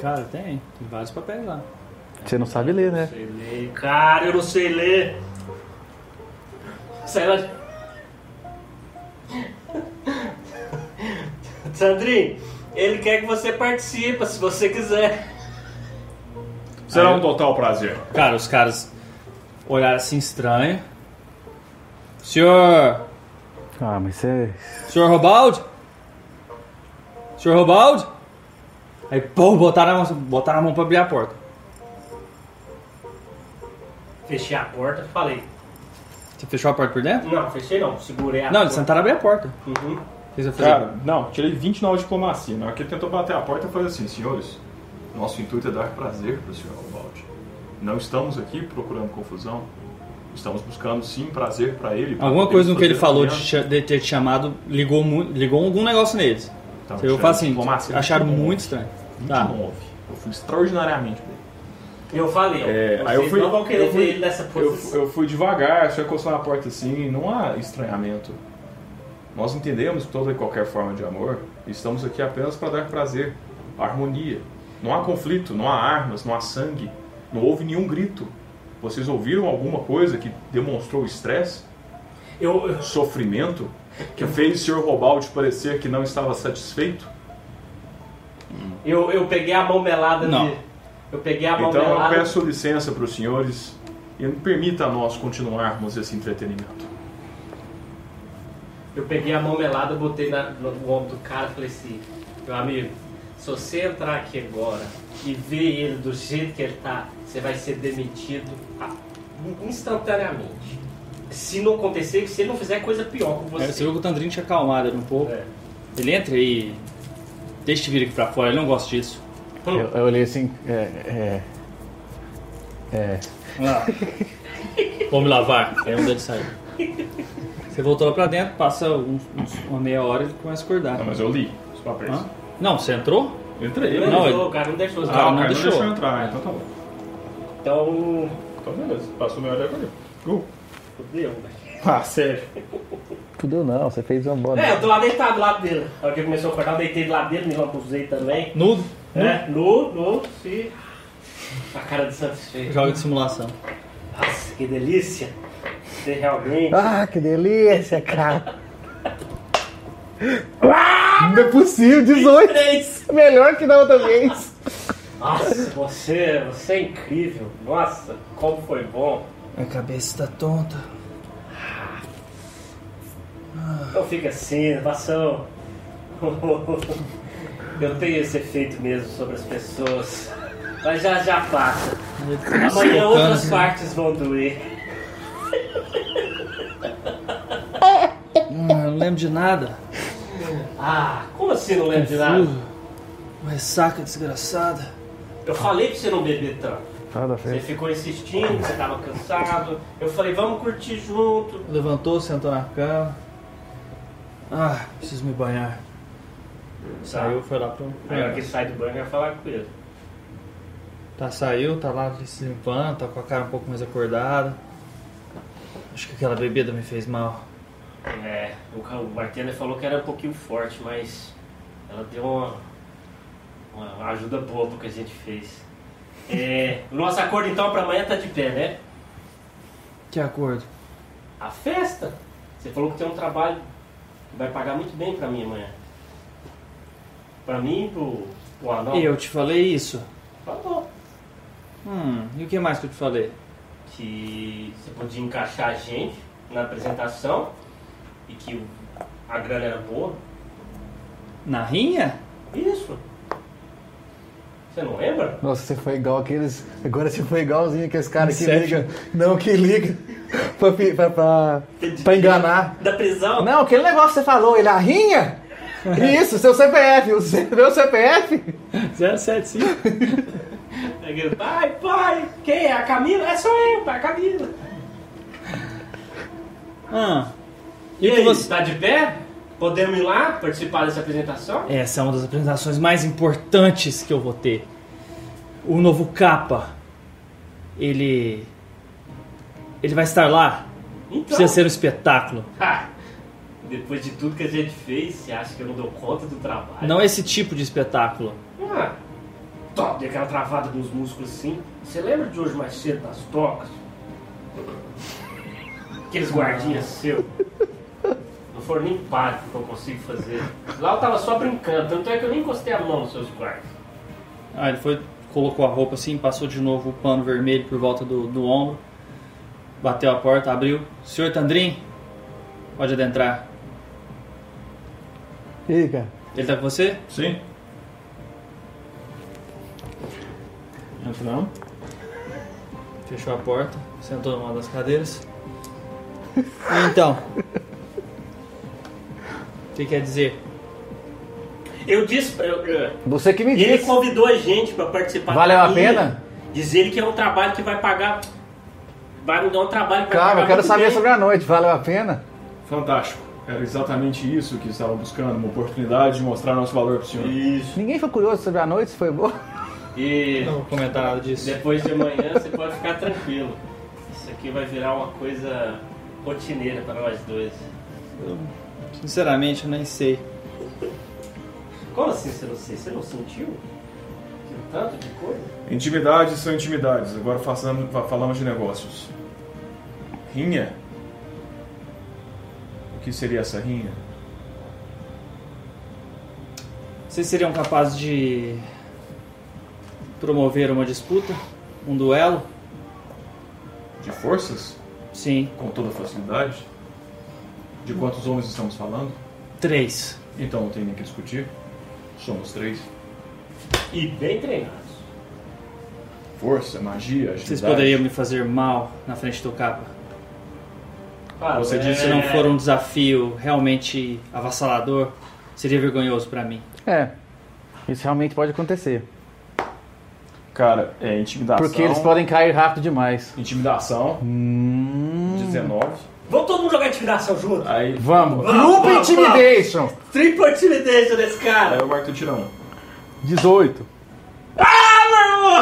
Speaker 1: Cara, tem. Tem vários papéis lá.
Speaker 3: Você não sabe ler, né?
Speaker 4: Sei ler, cara, eu não sei ler. Sai lá. *laughs* de- Sandrinho, ele quer que você participa, se você quiser.
Speaker 5: Será um total prazer.
Speaker 1: Cara, os caras olharam assim estranho. Senhor.
Speaker 3: Ah, mas você.
Speaker 1: Senhor Robaldi? Senhor Robaldi? Aí, pô, botaram a, mão, botaram a mão pra abrir a porta.
Speaker 4: Fechei a porta, falei.
Speaker 1: Você fechou a porta por dentro?
Speaker 4: Não, fechei não, segurei a
Speaker 1: Não,
Speaker 4: porta.
Speaker 1: eles tentaram abrir a porta.
Speaker 4: Uhum.
Speaker 1: O que você vai fazer?
Speaker 5: Cara, não, tirei 29 de diplomacia. Na hora que ele tentou bater a porta, eu falei assim, senhores, nosso intuito é dar prazer para o senhor Robaldi. Não estamos aqui procurando confusão. Estamos buscando, sim, prazer para ele. pra
Speaker 1: Alguma
Speaker 5: poder
Speaker 1: coisa no que ele
Speaker 5: fazer
Speaker 1: falou de,
Speaker 5: aliança.
Speaker 1: cha- de ter te chamado ligou, mu- ligou algum negócio neles.
Speaker 5: Então,
Speaker 1: eu
Speaker 5: cheiro
Speaker 1: falo assim,
Speaker 5: diplomacia,
Speaker 1: acharam
Speaker 5: 29.
Speaker 1: muito estranho. Tá.
Speaker 5: 29. Eu fui extraordinariamente bem.
Speaker 4: Eu falei, ó,
Speaker 5: É, aí eu
Speaker 4: vocês
Speaker 5: fui,
Speaker 4: não vão querer
Speaker 5: eu fui-
Speaker 4: ver ele nessa
Speaker 5: eu,
Speaker 4: posição.
Speaker 5: fui- eu fui devagar, só encostando na porta assim, não há estranhamento. Nós entendemos toda e qualquer forma de amor e estamos aqui apenas para dar prazer, harmonia. Não há conflito, não há armas, não há sangue, não houve nenhum grito. Vocês ouviram alguma coisa que demonstrou estresse?
Speaker 4: Eu,
Speaker 5: Sofrimento? Que fez o Sr. Robaldi parecer que não estava satisfeito?
Speaker 4: Eu, eu peguei a mão melada
Speaker 5: Não.
Speaker 4: dele. Eu peguei a mão
Speaker 5: Então eu
Speaker 4: melada.
Speaker 5: peço licença para os senhores e permita a nós continuarmos esse entretenimento.
Speaker 4: Eu peguei a mão melada, botei na- no, no ombro do cara e falei assim, meu amigo, se você entrar aqui agora e ver ele do jeito que ele tá, você vai ser demitido a- instantaneamente. Se não acontecer, se ele não fizer coisa pior com
Speaker 1: É, você
Speaker 4: você. É.
Speaker 1: viu que o Tandrinho tinha acalmado ele um pouco.
Speaker 5: É.
Speaker 1: Ele entra e. Deixa eu vir aqui pra fora, ele não gosta disso.
Speaker 3: Eu, eu olhei assim. É. É. é.
Speaker 5: *laughs*
Speaker 1: Ah. Vou me lavar. Aí um dele sai. Você voltou lá pra dentro, passa uns- uns- uma meia hora e ele começa a acordar.
Speaker 5: Não, mas eu li os papéis.
Speaker 1: Não, você entrou?
Speaker 5: Entrei.
Speaker 1: Não,
Speaker 4: Não,
Speaker 1: ele-
Speaker 4: o cara não deixou.
Speaker 1: Ah,
Speaker 4: os
Speaker 1: o
Speaker 4: caras.
Speaker 1: cara não deixou.
Speaker 5: entrar, então tá bom.
Speaker 4: Então.
Speaker 5: Então beleza, passou minha hora e acolheu. Gol.
Speaker 4: Fudeu, velho.
Speaker 5: Ah, sério.
Speaker 3: Tudo não, você fez uma boa.
Speaker 4: É, eu tô lá deitado do lado dele. Na hora que ele começou a acordar, eu deitei do lado dele, me lampusei também.
Speaker 1: Nudo?
Speaker 4: É, nu, nu, sim. A cara de satisfeito.
Speaker 1: Joga de simulação.
Speaker 4: Nossa, que delícia! Você realmente.
Speaker 12: Ah, que delícia, cara. *laughs* Ah, não é possível, 18. Melhor que da outra vez.
Speaker 4: Nossa, você, você é incrível! Nossa, como foi bom!
Speaker 1: Minha cabeça tá tonta.
Speaker 4: Não fica assim, passão. *laughs* Eu tenho esse efeito mesmo sobre as pessoas. Mas já já passa. Amanhã outras partes vão doer.
Speaker 1: Ah, eu não lembro de nada.
Speaker 4: Ah, como assim não lembro de nada?
Speaker 1: Confuso. Uma ressaca desgraçada.
Speaker 4: Eu falei pra você não beber tanto.
Speaker 3: Nada
Speaker 4: Você ficou insistindo, você tava cansado. Eu falei, vamos curtir junto.
Speaker 1: Levantou, sentou na cama. Ah, preciso me banhar. Saiu, foi lá pro.
Speaker 4: Aí a hora que sai do banho, eu ia falar com ele.
Speaker 1: Tá, saiu, tá lá se limpando, tá com a cara um pouco mais acordada. Acho que aquela bebida me fez mal.
Speaker 4: É, o ca- o bartender falou que era um pouquinho forte, mas ela deu uma, uma ajuda boa pro que a gente fez. É, o nosso acordo então pra amanhã tá de pé, né?
Speaker 10: Que acordo?
Speaker 4: A festa! Você falou que tem um trabalho que vai pagar muito bem pra mim amanhã. Pra mim, pro, pro anão.
Speaker 13: Eu te falei isso.
Speaker 4: Falou.
Speaker 13: Hum, e o que mais que eu te falei?
Speaker 4: que você podia encaixar a gente na apresentação e que o- a grana era boa.
Speaker 13: Na rinha? *laughs*
Speaker 4: Isso. Você não lembra?
Speaker 2: Nossa, você foi igual aqueles. Agora você foi igualzinho aqueles caras que
Speaker 4: Inception.
Speaker 2: ligam. Não, que liga. pra, fi- pra, pra, pra enganar.
Speaker 4: Da prisão?
Speaker 2: Não, aquele negócio que você falou, ele arrinha?
Speaker 3: É.
Speaker 2: Isso, seu CPF. O C- meu CPF?
Speaker 13: 075.
Speaker 4: Ele, Pai, pai, quem é? A Camila? É só eu, pai, a Camila.
Speaker 13: Ah,
Speaker 4: E, aí, você tá de pé? Podemos ir lá participar dessa apresentação?
Speaker 13: Essa é uma das apresentações mais importantes que eu vou ter. O novo capa, ele ele vai estar lá.
Speaker 4: Então.
Speaker 13: Precisa
Speaker 4: *laughs*
Speaker 13: ser um espetáculo.
Speaker 4: Ha! Depois de tudo que a gente fez, você acha que eu não dou conta do trabalho?
Speaker 13: Não esse tipo de espetáculo.
Speaker 4: Ah, top, dei aquela travada nos músculos assim. Você lembra de hoje mais cedo das trocas? Aqueles guardinhas seu. Não foram nem pagos que eu consigo fazer. Lá eu tava só brincando, tanto é que eu nem encostei a mão nos seus guardas.
Speaker 1: Ah, ele foi, colocou a roupa assim, passou de novo o pano vermelho por volta do, do ombro, bateu a porta, abriu. Senhor Tandrin, pode adentrar.
Speaker 2: E aí, cara?
Speaker 1: Ele tá com você?
Speaker 5: Sim. Entramos.
Speaker 1: Fechou a porta, sentou numa das cadeiras. Então. O que quer dizer?
Speaker 4: Eu disse pra. Eu, eu-
Speaker 2: Você que me
Speaker 4: Ele
Speaker 2: disse.
Speaker 4: convidou a gente pra participar
Speaker 2: Valeu
Speaker 4: da
Speaker 2: a
Speaker 4: minha.
Speaker 2: pena?
Speaker 4: Diz ele que é um trabalho que vai pagar. Vai me dar um trabalho que vai pagar.
Speaker 2: Calma, eu quero
Speaker 4: muito
Speaker 2: saber
Speaker 4: bem.
Speaker 2: sobre a noite. Valeu a pena?
Speaker 5: Fantástico. Era exatamente isso que estava buscando, uma oportunidade de mostrar nosso valor pro senhor.
Speaker 4: Isso.
Speaker 2: Ninguém foi curioso sobre a noite, se foi boa.
Speaker 4: E
Speaker 1: não vou comentar nada disso.
Speaker 4: Depois de amanhã você pode ficar tranquilo. Isso aqui vai virar uma coisa rotineira para nós dois.
Speaker 1: Eu, sinceramente, eu nem sei.
Speaker 4: Como assim você não sei? Você não sentiu? Que tanto de coisa?
Speaker 5: Intimidades são intimidades, agora façamos, fa- falamos de negócios. Rinha? O que seria essa rinha?
Speaker 1: Vocês seriam capazes de promover uma disputa? Um duelo?
Speaker 5: De forças?
Speaker 1: Sim.
Speaker 5: Com toda facilidade? De quantos homens estamos falando?
Speaker 1: Três.
Speaker 5: Então não tem nem que discutir. Somos três.
Speaker 4: E bem treinados.
Speaker 5: Força, magia, agilidade.
Speaker 1: Vocês poderiam me fazer mal na frente do capa.
Speaker 4: Ah,
Speaker 1: Você
Speaker 4: é-
Speaker 1: disse se não for um desafio realmente avassalador, seria vergonhoso pra mim.
Speaker 3: É. Isso realmente pode acontecer. um-
Speaker 5: Cara, é intimidação.
Speaker 3: Porque eles podem cair rápido demais.
Speaker 5: Intimidação.
Speaker 3: Hum.
Speaker 5: 19.
Speaker 4: Vamos todo mundo jogar intimidação junto?
Speaker 5: Aí.
Speaker 3: Vamos.
Speaker 4: Vamos,
Speaker 3: Grupo
Speaker 4: vamos,
Speaker 3: Intimidation.
Speaker 4: Triple intimidation desse cara!
Speaker 5: Aí o Bartu tira um.
Speaker 3: 18.
Speaker 4: Ah, meu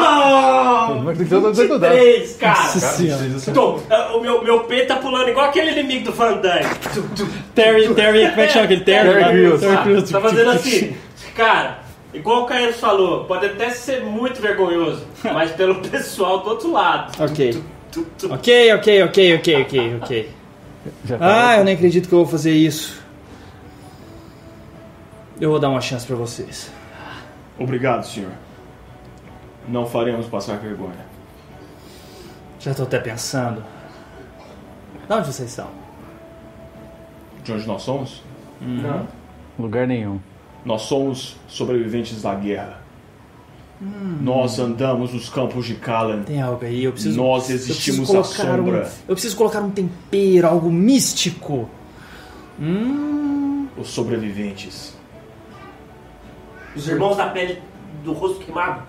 Speaker 4: irmão!
Speaker 2: Mas então tem toda a dificuldade.
Speaker 4: 23, cara!
Speaker 2: Nossa
Speaker 4: Cara,
Speaker 2: Senhora.
Speaker 4: precisa- Tô, ah, o meu, meu peito tá pulando igual aquele inimigo do Van Damme. Tu, tu,
Speaker 1: Terry, Terry, como *laughs* é que chama aquele Terry?
Speaker 4: Terry
Speaker 1: lá?
Speaker 4: Crews.
Speaker 1: Terry Crews. Tipo,
Speaker 4: Tá fazendo assim, cara. Igual o Caio falou, pode até ser muito vergonhoso, mas pelo *laughs* pessoal do outro lado.
Speaker 1: Ok. Ok, ok, ok, ok, ok, ok.
Speaker 2: tá
Speaker 1: Ah, eu nem acredito que eu vou fazer isso. Eu vou dar uma chance pra vocês.
Speaker 5: Obrigado, senhor. Não faremos passar vergonha.
Speaker 1: Já tô até pensando. De onde vocês são?
Speaker 5: De onde nós somos?
Speaker 1: Não.
Speaker 5: Lugar nenhum. Nós somos sobreviventes da guerra. Nós andamos nos campos de Kalan.
Speaker 1: Tem algo aí, Hum. eu preciso.
Speaker 5: Nós
Speaker 1: eu preciso
Speaker 5: existimos à
Speaker 1: colocar
Speaker 5: sombra.
Speaker 1: Um, eu preciso colocar um tempero, algo místico. Hum.
Speaker 5: Os sobreviventes.
Speaker 4: Os irmãos da pele do rosto queimado.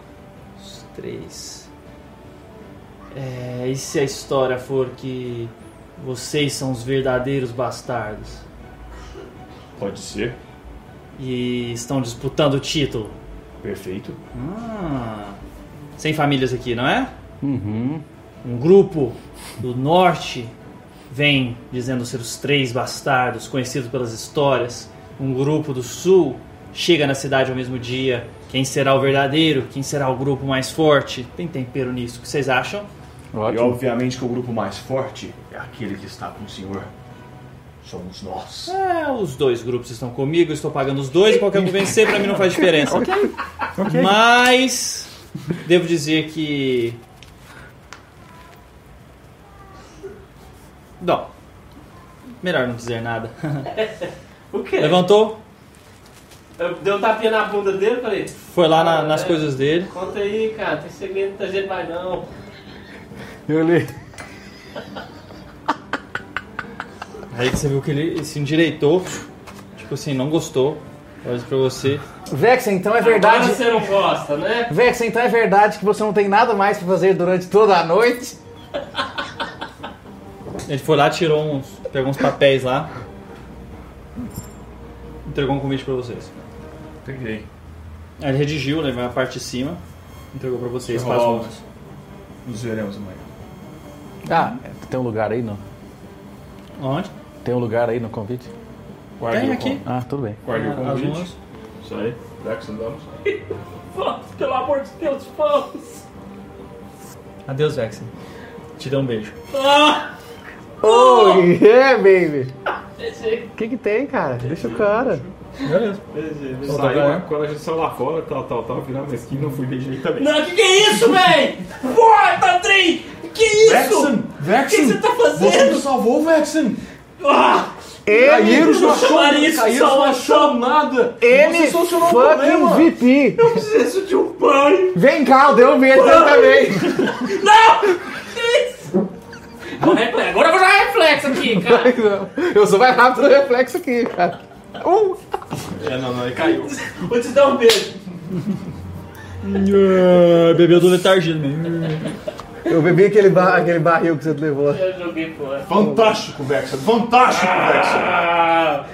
Speaker 1: Os três. É, e se a história for que vocês são os verdadeiros bastardos
Speaker 5: Pode ser.
Speaker 1: e estão disputando o título?
Speaker 5: Perfeito.
Speaker 1: Ah, sem famílias aqui, não é? Uhum. Um grupo do norte vem dizendo ser os três bastardos, conhecidos pelas histórias. Um grupo do sul chega na cidade ao mesmo dia. Quem será o verdadeiro? Quem será o grupo mais forte? Tem tempero nisso. O que vocês acham?
Speaker 14: E obviamente que o grupo mais forte é aquele que está com o senhor. Somos nós.
Speaker 1: É, os dois grupos estão comigo, estou pagando os dois, e qualquer um vencer pra mim não faz diferença.
Speaker 14: Ok. Ok.
Speaker 1: Mas devo dizer que. Não. Melhor não dizer nada.
Speaker 4: O quê?
Speaker 1: Levantou,
Speaker 4: Eu dei um tapinha na bunda dele e falei.
Speaker 1: foi lá na- nas
Speaker 4: É,
Speaker 1: coisas dele.
Speaker 4: Conta aí, cara, tem segredo da gente mais não.
Speaker 3: Ele,
Speaker 1: Aí você viu que ele se endireitou, tipo assim, não gostou. Olha isso pra você.
Speaker 3: Vex, então é
Speaker 4: Agora
Speaker 3: verdade.
Speaker 4: você não gosta, né?
Speaker 3: Vex, então é verdade que você não tem nada mais pra fazer durante toda a noite?
Speaker 1: Ele foi lá, tirou uns. pegou uns papéis lá. Entregou um convite pra vocês.
Speaker 14: Peguei.
Speaker 1: Aí ele redigiu, levou a parte de cima, entregou pra vocês. um-
Speaker 14: Deixa eu rolar
Speaker 1: passou-
Speaker 14: Nos veremos amanhã.
Speaker 15: Ah, tem um lugar aí não?
Speaker 1: Onde?
Speaker 15: Tem um lugar aí no convite?
Speaker 5: Guarda Tem o aqui. convite.
Speaker 15: Ah, tudo
Speaker 3: *laughs*
Speaker 15: bem.
Speaker 5: Guarde o
Speaker 1: Ah,
Speaker 5: convite.
Speaker 1: algumas.
Speaker 5: Isso aí. Jackson, vamos.
Speaker 4: Vamos, pelo amor de Deus, vamos!
Speaker 1: Adeus, Vexen. Te dou um beijo.
Speaker 4: Ah!
Speaker 3: Oh, yeah, baby!
Speaker 4: Beijei.
Speaker 3: O que que tem, cara? Deixa o cara.
Speaker 1: Beleza.
Speaker 5: Beijei, beijei.
Speaker 1: Volta
Speaker 5: Saiu,
Speaker 1: pra lá.
Speaker 5: né? quando a gente saiu lá fora, tal, tal, tal, virar uma esquina, eu fui beijar ele também.
Speaker 4: Não, que que é isso, véi? tá Porra, Tandrin! Que isso?
Speaker 5: Vexen,
Speaker 4: O que que você tá fazendo?
Speaker 2: Você me salvou, Vexen!
Speaker 4: Ah!
Speaker 2: Caíram sua
Speaker 4: chamar
Speaker 2: chamada!
Speaker 4: isso,
Speaker 2: Caíram
Speaker 4: salva-
Speaker 2: sua chamada!
Speaker 3: Ele
Speaker 2: Você solucionou o
Speaker 3: fucking
Speaker 2: problema.
Speaker 3: VP!
Speaker 4: Eu preciso de um banho!
Speaker 3: Vem cá, eu dei um *laughs* beijo nele também!
Speaker 4: Não! Que isso? Agora- Agora eu vou jogar reflexo aqui,
Speaker 3: *laughs*
Speaker 4: cara!
Speaker 3: Eu sou mais rápido no reflexo aqui, cara. Uh!
Speaker 5: É, não, não, ele caiu.
Speaker 4: Vou te dar um beijo.
Speaker 1: Bebeu do letargino mesmo.
Speaker 3: Eu bebi aquele, ba- aquele barril que você levou.
Speaker 4: Eu joguei fora.
Speaker 2: Fantástico, Vexen! Fantástico, Vexen!
Speaker 4: Ah,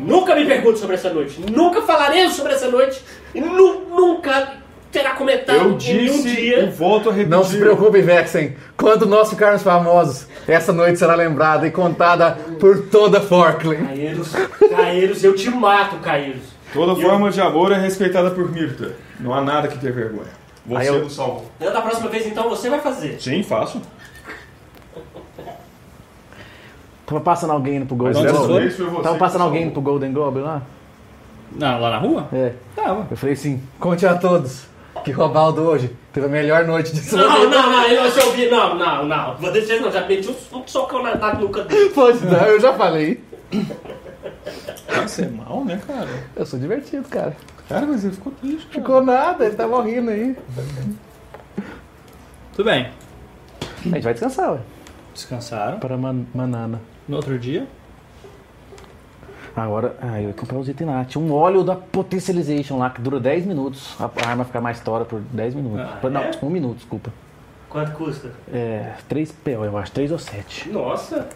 Speaker 4: nunca me pergunte sobre essa noite. Nunca falarei sobre essa noite. E nu- nunca terá comentado
Speaker 5: Eu
Speaker 4: em nenhum
Speaker 5: disse e
Speaker 4: dia.
Speaker 5: volto a repetir.
Speaker 3: Não se preocupem, Vexen. Quando nós ficarmos famosos, essa noite será lembrada e contada por toda Forkland.
Speaker 4: Caeiros, Caeiros, eu te mato, Caeiros.
Speaker 5: Toda forma de amor é respeitada por Mirta. Não há nada que ter vergonha.
Speaker 3: Aí
Speaker 5: Você
Speaker 3: eu-
Speaker 5: não salvou.
Speaker 4: Da próxima vez, então, você vai fazer.
Speaker 5: Sim, faço.
Speaker 15: Tava passando alguém indo pro Golden
Speaker 5: dessa
Speaker 15: Globe?
Speaker 5: vez foi você
Speaker 15: Tava
Speaker 5: que
Speaker 15: passando alguém
Speaker 5: salvou.
Speaker 15: indo pro Golden Globe lá?
Speaker 1: Não, lá na rua?
Speaker 15: É.
Speaker 1: Tava.
Speaker 15: Eu falei assim,
Speaker 3: Conte a todos que Robaldo hoje teve a melhor noite de sua
Speaker 4: Não, não, não, eu já ouvi. Não, não, não. Vou deixar não. Já meti um, um socão na, na nuca dele.
Speaker 3: Pode dar, eu já falei.
Speaker 5: Isso é mal, né, cara?
Speaker 3: Eu sou divertido, cara.
Speaker 5: Cara, mas ele ficou triste, cara.
Speaker 3: Ficou nada, ele tá morrendo aí.
Speaker 1: Tudo bem.
Speaker 15: a gente vai descansar, ué.
Speaker 1: Descansaram.
Speaker 15: Para man Manana.
Speaker 1: No outro dia,
Speaker 15: Agora, ah, eu ia comprar os itens lá. Tinha um óleo da Potentialization lá, que dura 10 minutos. A a arma fica mais tora por 10 minutos.
Speaker 4: Ah,
Speaker 15: Por- Não,
Speaker 4: é?
Speaker 15: 1 minuto, desculpa.
Speaker 4: Quanto custa?
Speaker 15: É, 3 PO, eu acho. 3 ou 7.
Speaker 4: Nossa.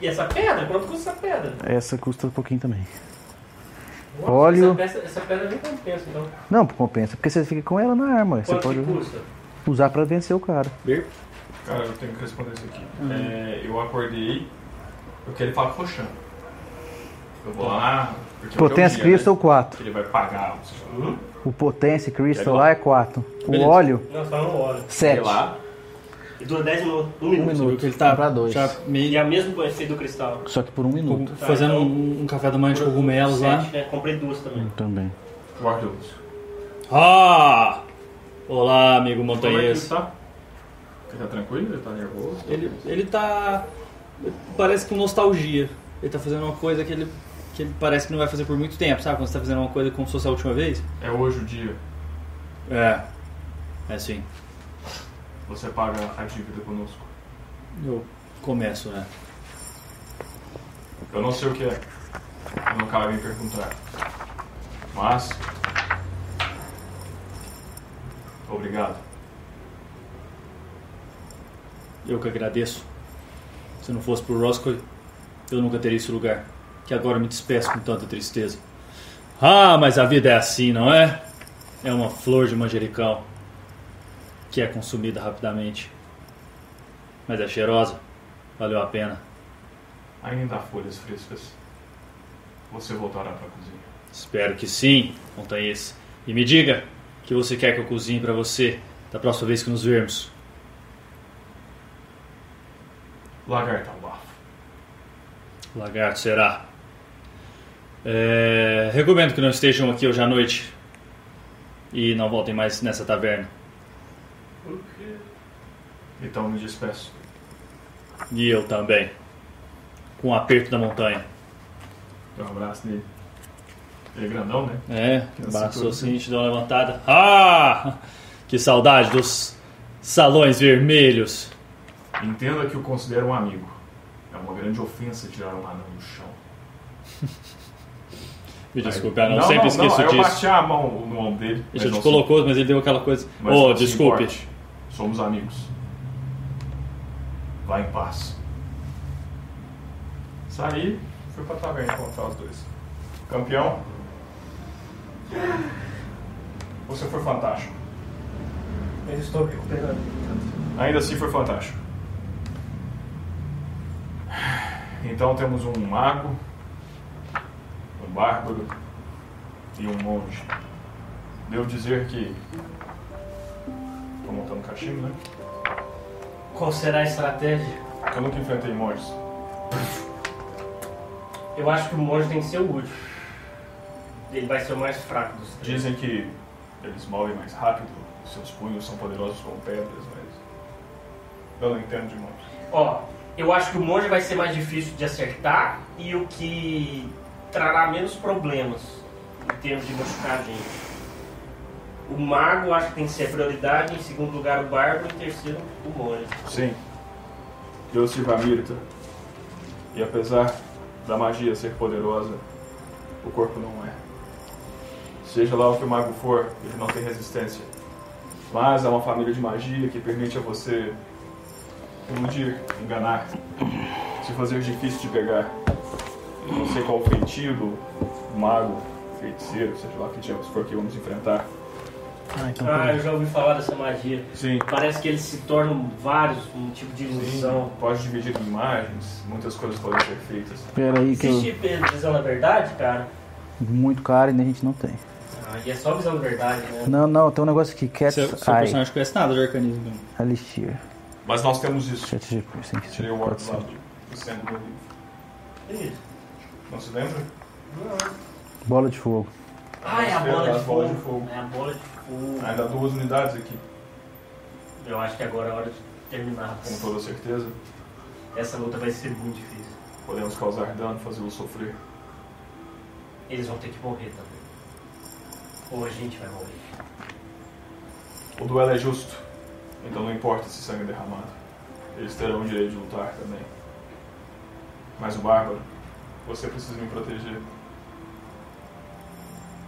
Speaker 4: E essa pedra? Quanto custa essa pedra?
Speaker 15: Essa custa um pouquinho também.
Speaker 4: Nossa,
Speaker 15: Óleo.
Speaker 4: Essa, peça, essa pedra nem compensa, então.
Speaker 15: Não, compensa, porque você fica com ela na arma. Você
Speaker 4: Quanto
Speaker 15: pode
Speaker 4: que custa?
Speaker 15: usar pra vencer o cara.
Speaker 5: Cara, eu tenho que responder isso aqui. É, eu acordei, eu quero falar com o Roxan. Eu vou lá, porque
Speaker 4: um
Speaker 5: eu
Speaker 15: Potência
Speaker 5: já ouvi, né,
Speaker 15: Crystal 4.
Speaker 5: que Ele vai pagar. não sei se- Hum?
Speaker 15: O Potência Crystal
Speaker 5: E aí,
Speaker 15: lá é 4. O
Speaker 5: Beleza.
Speaker 15: óleo,
Speaker 4: Não, só no óleo.
Speaker 15: 7.
Speaker 5: Sei lá.
Speaker 4: E dura 10 minutos. Um minuto.
Speaker 1: você viu que ele tá
Speaker 15: Comprar dois.
Speaker 1: já meio
Speaker 4: E a mesma efeito do cristal.
Speaker 15: Só que por 1 minuto.
Speaker 4: Tá,
Speaker 1: fazendo
Speaker 4: então-
Speaker 1: um, um café da manhã de cogumelos lá.
Speaker 4: Sete, né? Comprei duas também.
Speaker 15: Também.
Speaker 5: Guarda o uso.
Speaker 1: Ah! Olá, amigo
Speaker 5: Como é que ele
Speaker 1: montanhês.
Speaker 5: tá? Ele tá tranquilo? Ele tá nervoso?
Speaker 1: é Ele, ele tá. Parece com nostalgia. Ele tá fazendo uma coisa que ele, que ele parece que não vai fazer por muito tempo, sabe? Quando você tá fazendo uma coisa como se fosse a última vez.
Speaker 5: É hoje o dia.
Speaker 1: É. É sim.
Speaker 5: Você paga a dívida conosco.
Speaker 1: Eu começo, né?
Speaker 5: Eu não sei o que é. Não cabe me perguntar. Mas. Obrigado.
Speaker 1: Eu que agradeço. Se não fosse por Roscoe, eu nunca teria esse lugar. Que agora me despeço com tanta tristeza. Ah, mas a vida é assim, não é? É uma flor de manjericão que é consumida rapidamente, mas é cheirosa. Valeu a pena.
Speaker 5: Ainda há folhas frescas. Você voltará para a cozinha.
Speaker 1: Espero que sim, Montanhês. E me diga o que você quer que eu cozinhe para você da próxima vez que nos vermos.
Speaker 5: Lagarto ao bafo.
Speaker 1: Lagarto será. É, recomendo que não estejam aqui hoje à noite. E não voltem mais nessa taverna.
Speaker 5: Então me despeço.
Speaker 1: E eu também. Com o aperto da montanha.
Speaker 5: Dá um abraço nele. Ele é grandão, né?
Speaker 1: É,
Speaker 5: Aquela
Speaker 1: abraçou
Speaker 5: cintura,
Speaker 1: assim, te deu uma levantada. Ah! Que saudade dos salões vermelhos.
Speaker 5: Entenda que o considero um amigo. É uma grande ofensa tirar um anão do chão.
Speaker 1: Me
Speaker 5: Aí-
Speaker 1: desculpe, eu não, sempre esqueço
Speaker 5: não, aí Eu
Speaker 1: disso.
Speaker 5: bati a mão no ombro dele.
Speaker 1: Ele
Speaker 5: mas
Speaker 1: já
Speaker 5: não
Speaker 1: te
Speaker 5: se-
Speaker 1: colocou, mas ele deu aquela coisa.
Speaker 5: mas
Speaker 1: Oh,
Speaker 5: não se
Speaker 1: desculpe.
Speaker 5: importe. Somos amigos. Vá em paz. Saí, fui pra taverna encontrar os dois. Campeão. Você foi fantástico.
Speaker 16: Eu estou recuperando.
Speaker 5: Ainda assim foi fantástico. Então temos um mago, um bárbaro e um monge. Devo dizer que. Estou montando cachimbo, né?
Speaker 4: Qual será a estratégia?
Speaker 5: Eu nunca enfrentei monges.
Speaker 4: Eu acho que o monge tem que ser o último. Ele vai ser o mais fraco dos três.
Speaker 5: Dizem que eles movem mais rápido, seus punhos são poderosos como pedras, mas. Eu não entendo de monges.
Speaker 4: Ó, eu acho que o monge vai ser mais difícil de acertar e o que trará menos problemas em termos de machucar a gente. O mago acho que tem que ser a prioridade, em segundo lugar o bárbaro, em terceiro o monge.
Speaker 5: Sim. Eu estive a Mirta. E apesar da magia ser poderosa, o corpo não é. Seja lá o que o mago for, ele não tem resistência. Mas é uma família de magia que permite a você iludir, enganar, se fazer difícil de pegar. Eu Não sei qual feitio, do mago, feiticeiro, seja lá que diabos for que vamos enfrentar.
Speaker 4: Ah, eu já ouvi falar dessa magia.
Speaker 5: Sim.
Speaker 4: Parece que eles se tornam vários, um tipo de ilusão.
Speaker 5: Pode dividir em imagens, muitas coisas podem ser feitas.
Speaker 3: Pera aí que eu-
Speaker 4: Existe visão na verdade, cara?
Speaker 3: Muito caro e nem a gente não tem.
Speaker 4: Ah, e é só visão na verdade, né?
Speaker 3: Não, não, tem um negócio aqui. Cat's
Speaker 4: Seu- seu
Speaker 3: Eye.
Speaker 4: personagem
Speaker 1: conhece nada de arcanismo. Não.
Speaker 3: Alixir.
Speaker 5: Mas nós temos isso.
Speaker 3: Tirei
Speaker 5: o óculos lá do centro do livro. Não se lembra?
Speaker 3: Bola de fogo.
Speaker 4: Ah, é a
Speaker 5: Esfera
Speaker 4: bola
Speaker 5: das
Speaker 4: de
Speaker 5: bolas
Speaker 4: fogo.
Speaker 5: de fogo.
Speaker 4: É a bola de fogo.
Speaker 5: Ainda há duas unidades aqui,
Speaker 4: Eu acho que agora é a hora de terminar.
Speaker 5: com toda certeza.
Speaker 4: Essa luta vai ser muito difícil.
Speaker 5: Podemos causar dano, fazê-lo sofrer.
Speaker 4: Eles vão ter que morrer também. Ou a gente vai morrer.
Speaker 5: O duelo é justo, então não importa se sangue é derramado. Eles terão o direito de lutar também. Mas o bárbaro, você precisa me proteger.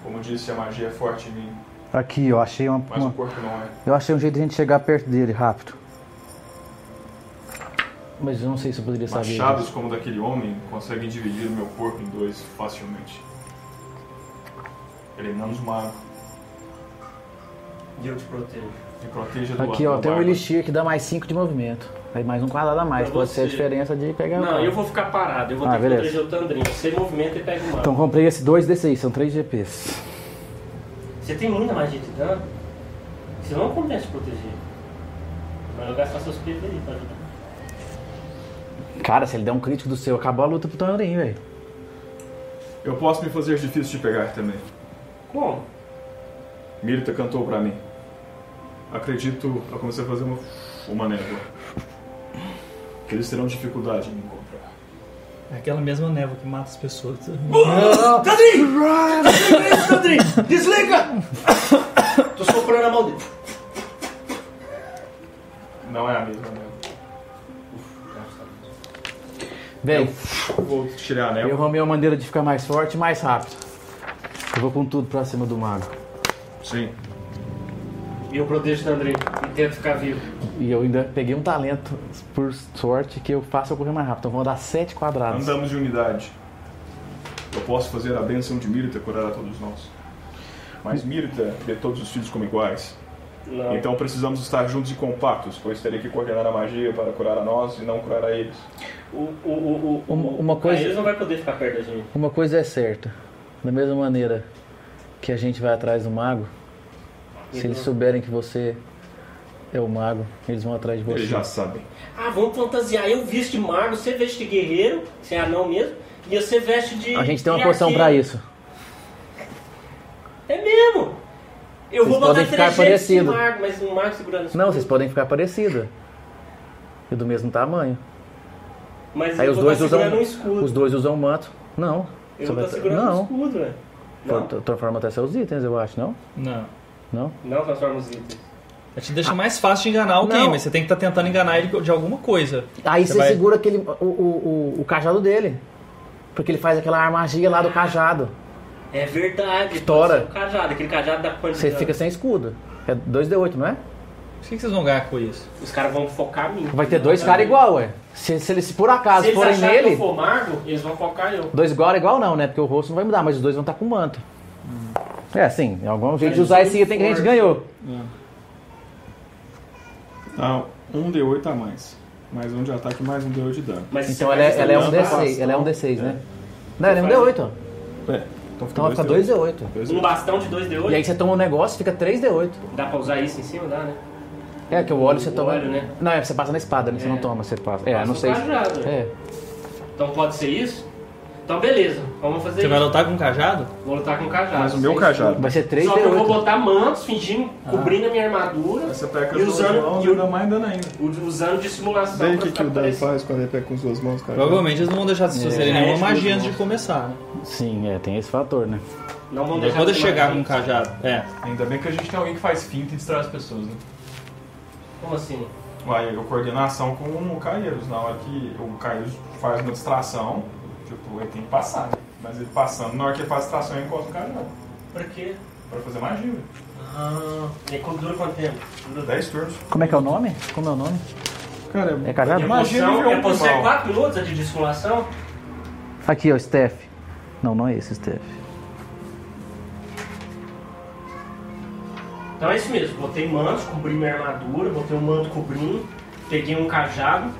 Speaker 5: Como disse, a magia é forte em mim,
Speaker 3: Aqui, eu achei uma.
Speaker 5: mas o
Speaker 3: uma-
Speaker 5: corpo não é.
Speaker 3: Eu achei um jeito de a gente chegar perto dele, rápido. Mas eu não sei se eu poderia saber.
Speaker 5: Machados como daquele homem conseguem dividir o meu corpo em dois facilmente. é Eliminamos o mago.
Speaker 4: E eu te protejo.
Speaker 5: Me proteja do
Speaker 3: Aqui, ó,
Speaker 5: do
Speaker 3: tem um
Speaker 5: bárbaro.
Speaker 3: elixir que dá mais 5 de movimento. Aí mais um quadrado a mais.
Speaker 4: Pra
Speaker 3: Pode ser a
Speaker 4: você.
Speaker 3: diferença de pegar o.
Speaker 4: Não,
Speaker 3: cara.
Speaker 4: eu vou ficar parado. Eu vou
Speaker 3: Ah,
Speaker 4: ter que
Speaker 3: beleza.
Speaker 4: proteger o Tandrin. Você movimenta e pega o mapa.
Speaker 3: Então comprei esse 2 desse aí, são 3 GPs.
Speaker 4: Você tem muita magia de dano. Você não compensa te proteger. Mas eu gastar seus PV aí pra ajudar.
Speaker 3: Cara, se ele der um crítico do seu, acabou a luta pro Tandarim, velho.
Speaker 5: Eu posso me fazer difícil de pegar também.
Speaker 4: Como?
Speaker 5: Mirta cantou pra mim. Acredito, eu comecei a fazer uma, uma névoa. Que eles terão dificuldade em me encontrar.
Speaker 17: É aquela mesma névoa que mata as pessoas.
Speaker 4: Tandrin! Tandrin! Desliga! Tô soprando a mão dele.
Speaker 5: Não é a mesma névoa.
Speaker 3: Véi,
Speaker 5: Vou tirar a névoa.
Speaker 3: eu arrumei uma maneira de ficar mais forte e mais rápido. Eu vou com tudo pra cima do mago.
Speaker 5: Sim.
Speaker 4: E eu protejo o Tandrin. E tento ficar vivo.
Speaker 3: E eu ainda peguei um talento, por sorte, que eu faço eu correr mais rápido. Então vão dar 7 quadrados.
Speaker 5: Andamos de unidade. Eu posso fazer a benção de Mirta curar a todos nós. Mas Mirta vê todos os filhos como iguais.
Speaker 4: Não.
Speaker 5: Então precisamos estar juntos e compactos, pois terei que coordenar a magia para curar a nós e não curar a eles.
Speaker 3: Uma- uma coisa-
Speaker 4: Aí eles não vai poder ficar perto da gente.
Speaker 3: Uma coisa é certa. Da mesma maneira que a gente vai atrás do mago, se
Speaker 4: Uhum.
Speaker 3: eles souberem que você é o mago, eles vão atrás de você.
Speaker 5: Eles já sabem.
Speaker 4: Ah, vamos fantasiar. Eu visto de mago, você veste de guerreiro, você é anão mesmo, e você veste de.
Speaker 3: A gente tem uma
Speaker 4: de
Speaker 3: poção
Speaker 4: arqueiro.
Speaker 3: pra isso.
Speaker 4: É mesmo! Eu
Speaker 3: Vocês
Speaker 4: vou botar
Speaker 3: podem ficar
Speaker 4: três jeitos
Speaker 3: parecido.
Speaker 4: de mago, mas um mago segurando as
Speaker 3: Não, vocês podem ficar parecidos. E do mesmo tamanho.
Speaker 4: Mas
Speaker 3: Aí
Speaker 4: eu
Speaker 3: os
Speaker 4: vou
Speaker 3: dois
Speaker 4: estar
Speaker 3: usam
Speaker 4: segurando um escudo.
Speaker 3: os dois usam manto. Não. Você
Speaker 4: Eu vou
Speaker 3: vai-
Speaker 4: estar segurando um
Speaker 3: não.
Speaker 4: escudo, velho. Não,
Speaker 3: Tra- Transforma até seus itens, eu acho, não?
Speaker 1: Não.
Speaker 3: Não?
Speaker 4: não transforma os itens.
Speaker 1: Te deixa mais fácil de enganar alguém,
Speaker 3: Não.
Speaker 1: mas você tem que estar tentando enganar ele de alguma coisa.
Speaker 3: Aí você,
Speaker 1: vai-
Speaker 3: segura aquele, o, o, o, o cajado dele. Porque ele faz aquela magia lá do cajado.
Speaker 4: É verdade.
Speaker 3: Estoura.
Speaker 4: pode ser um cajado, aquele cajado da quantidade.
Speaker 3: Você fica sem escudo. É 2D8, não é?
Speaker 1: Por que que vocês vão ganhar com isso?
Speaker 4: Os caras vão focar em mim.
Speaker 3: Vai ter dois caras igual, ué. Se, se eles se por acaso
Speaker 4: Se eles
Speaker 3: forem
Speaker 4: acharem que eu
Speaker 3: nele,
Speaker 4: for mago, eles vão focar eu.
Speaker 3: dois agora igual não, né? Porque o rosto não vai mudar, mas os dois vão estar com manto.
Speaker 4: Hum.
Speaker 3: É, sim. É algum jeito de
Speaker 5: Mas
Speaker 3: usar
Speaker 5: eles
Speaker 3: esse
Speaker 5: são
Speaker 3: item que a gente
Speaker 5: fortes.
Speaker 3: ganhou.
Speaker 5: Tá, um D8 a mais. Mais um de ataque, mais um D8 de dano.
Speaker 3: então ela é, ela é um D6, ela é um D6, né? Não, ela é um D8, ó.
Speaker 5: É.
Speaker 3: Então vai ficar 2D8.
Speaker 4: Um bastão de 2D8.
Speaker 3: E aí você toma um negócio, fica 3D8.
Speaker 4: Dá pra usar isso em cima, dá, né?
Speaker 3: É, que o óleo você
Speaker 4: O
Speaker 3: toma.
Speaker 4: óleo, né?
Speaker 3: Não, é, você passa na espada, né? Você não toma, você passa. É,
Speaker 4: Passa
Speaker 3: não
Speaker 4: no
Speaker 3: sei.
Speaker 4: cajado.
Speaker 3: É.
Speaker 4: Então pode ser isso? Então beleza, vamos fazer
Speaker 1: Você
Speaker 4: isso.
Speaker 1: vai lutar com um cajado?
Speaker 4: Vou lutar com o cajado.
Speaker 1: Mas o meu
Speaker 4: sem
Speaker 1: cajado.
Speaker 4: escudo.
Speaker 1: Vai ser três
Speaker 4: Só que eu vou
Speaker 1: D8.
Speaker 4: botar mantos, fingindo,
Speaker 1: Ah.
Speaker 4: cobrindo a minha armadura. e usando,
Speaker 5: e dá mais dano ainda.
Speaker 4: usando de simulação.
Speaker 6: Vê o
Speaker 4: pra
Speaker 6: que, que
Speaker 4: ficar
Speaker 6: o Dan faz quando ele pega com as duas mãos, cara.
Speaker 1: Provavelmente eles não vão deixar de fazer
Speaker 3: É.
Speaker 1: nenhuma
Speaker 3: É,
Speaker 1: magia
Speaker 3: escudo,
Speaker 1: antes de começar, né?
Speaker 3: Sim, é, tem esse fator, né?
Speaker 4: Não
Speaker 1: vão deixar de chegar com um cajado. É.
Speaker 18: Ainda bem que a gente tem alguém que faz finta e distrai as pessoas, né?
Speaker 4: Como assim?
Speaker 18: Uai, eu coordeno a ação com o Caeiros. Na hora que o Caeiros faz uma distração, tipo, ele tem que passar, né? Mas ele passando, na hora que ele faz a distração, ele encosta o cajado.
Speaker 4: Pra quê?
Speaker 18: Pra fazer magia.
Speaker 4: Ah, e aí, quando dura quanto tempo? Dura
Speaker 18: 10 turnos.
Speaker 3: Como é que é o nome? Como é o nome?
Speaker 5: Cara,
Speaker 3: é cajado?
Speaker 4: Imagina
Speaker 18: nível
Speaker 4: poção,
Speaker 18: um
Speaker 4: é poção é
Speaker 18: normal.
Speaker 4: 4 minutos a de dissimulação?
Speaker 3: Aqui, ó, Steph. Não, não é esse, Steph.
Speaker 4: Então é isso mesmo, botei manto, cobri minha armadura, botei um manto cobrindo, peguei um cajado,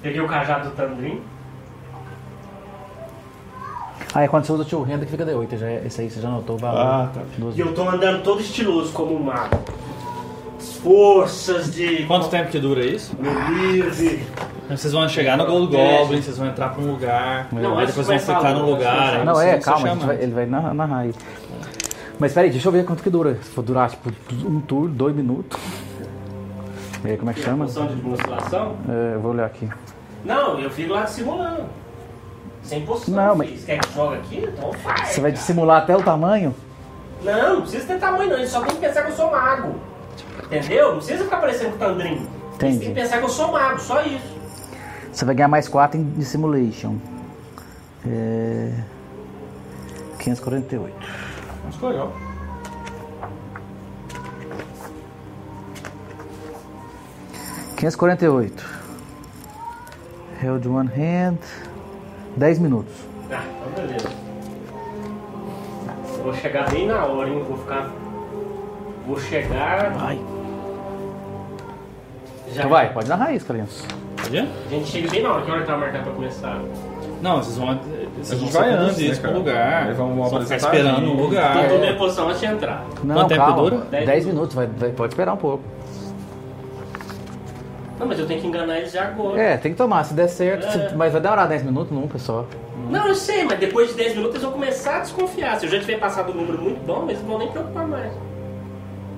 Speaker 4: peguei o cajado do Tandrin,
Speaker 3: Ah, é quando você usa o tio renda que fica D8. Já, é- esse aí você já notou o valor.
Speaker 4: Ah,
Speaker 5: tá.
Speaker 4: e eu tô andando todo estiloso como um mago. Forças de.
Speaker 1: Quanto tempo que dura isso?
Speaker 4: Meu livre.
Speaker 1: Vocês vão chegar no Gold Goblin, vocês vão entrar pra um lugar,
Speaker 3: Mas
Speaker 1: aí depois vão ficar num lugar. aí
Speaker 3: Não,
Speaker 1: vocês
Speaker 3: é,
Speaker 1: vão se
Speaker 3: calma, a gente
Speaker 1: chamando.
Speaker 3: vai- ele vai narrar, narrar aí. Mas peraí, deixa eu ver quanto que dura. Se for durar, tipo, um turno, dois minutos. E aí, como é que
Speaker 4: E a
Speaker 3: chama?
Speaker 4: poção de mutilação?
Speaker 3: É, eu vou olhar aqui.
Speaker 4: Não, eu fico lá simulando. Sem poção.
Speaker 3: Não,
Speaker 4: filho.
Speaker 3: mas-
Speaker 4: Você quer que joga aqui? Então faz.
Speaker 3: Você vai dissimular até o tamanho?
Speaker 4: Não, não precisa ter tamanho, não. Ele só tem que pensar que eu sou mago. Entendeu? Não precisa ficar parecendo com Tandrin. Tem que
Speaker 3: Entendi.
Speaker 4: pensar que eu sou mago, só isso.
Speaker 3: Você vai ganhar mais 4 em Dissimulation. É... 548.
Speaker 18: Acho que é legal.
Speaker 3: Held one hand. 10 minutos.
Speaker 4: Ah, então beleza. Eu Vou chegar bem na hora, hein? Vou ficar. Vou chegar.
Speaker 3: Vai.
Speaker 4: Já
Speaker 3: Então vai, pode narrar isso, Carlinhos.
Speaker 4: A gente chega bem na hora. Que hora que tá marcado pra começar?
Speaker 1: Não, vocês vão.
Speaker 18: A
Speaker 1: Vocês
Speaker 18: gente
Speaker 1: vão
Speaker 18: vai
Speaker 1: ser
Speaker 18: antes,
Speaker 1: conduzidos
Speaker 18: né,
Speaker 1: pra um
Speaker 18: cara?
Speaker 1: lugar.
Speaker 18: Aí vão- vão
Speaker 1: Vocês vão ficar
Speaker 18: apresentar
Speaker 1: esperando
Speaker 18: a
Speaker 1: um
Speaker 18: gente.
Speaker 1: lugar.
Speaker 4: Então eu tomei a posição antes de entrar.
Speaker 3: Não,
Speaker 1: Quanto tempo
Speaker 3: calma.
Speaker 1: dura?
Speaker 3: 10 minutos, vai, vai- pode esperar um pouco.
Speaker 4: Não, mas eu tenho que enganar eles já agora.
Speaker 3: É, tem que tomar, se der certo.
Speaker 4: É.
Speaker 3: se- mas vai demorar 10 minutos nunca só.
Speaker 4: Não, eu sei, mas depois de 10 minutos eles vão começar a desconfiar. Se eu já tiver passado um número muito bom, eles não vão nem preocupar mais.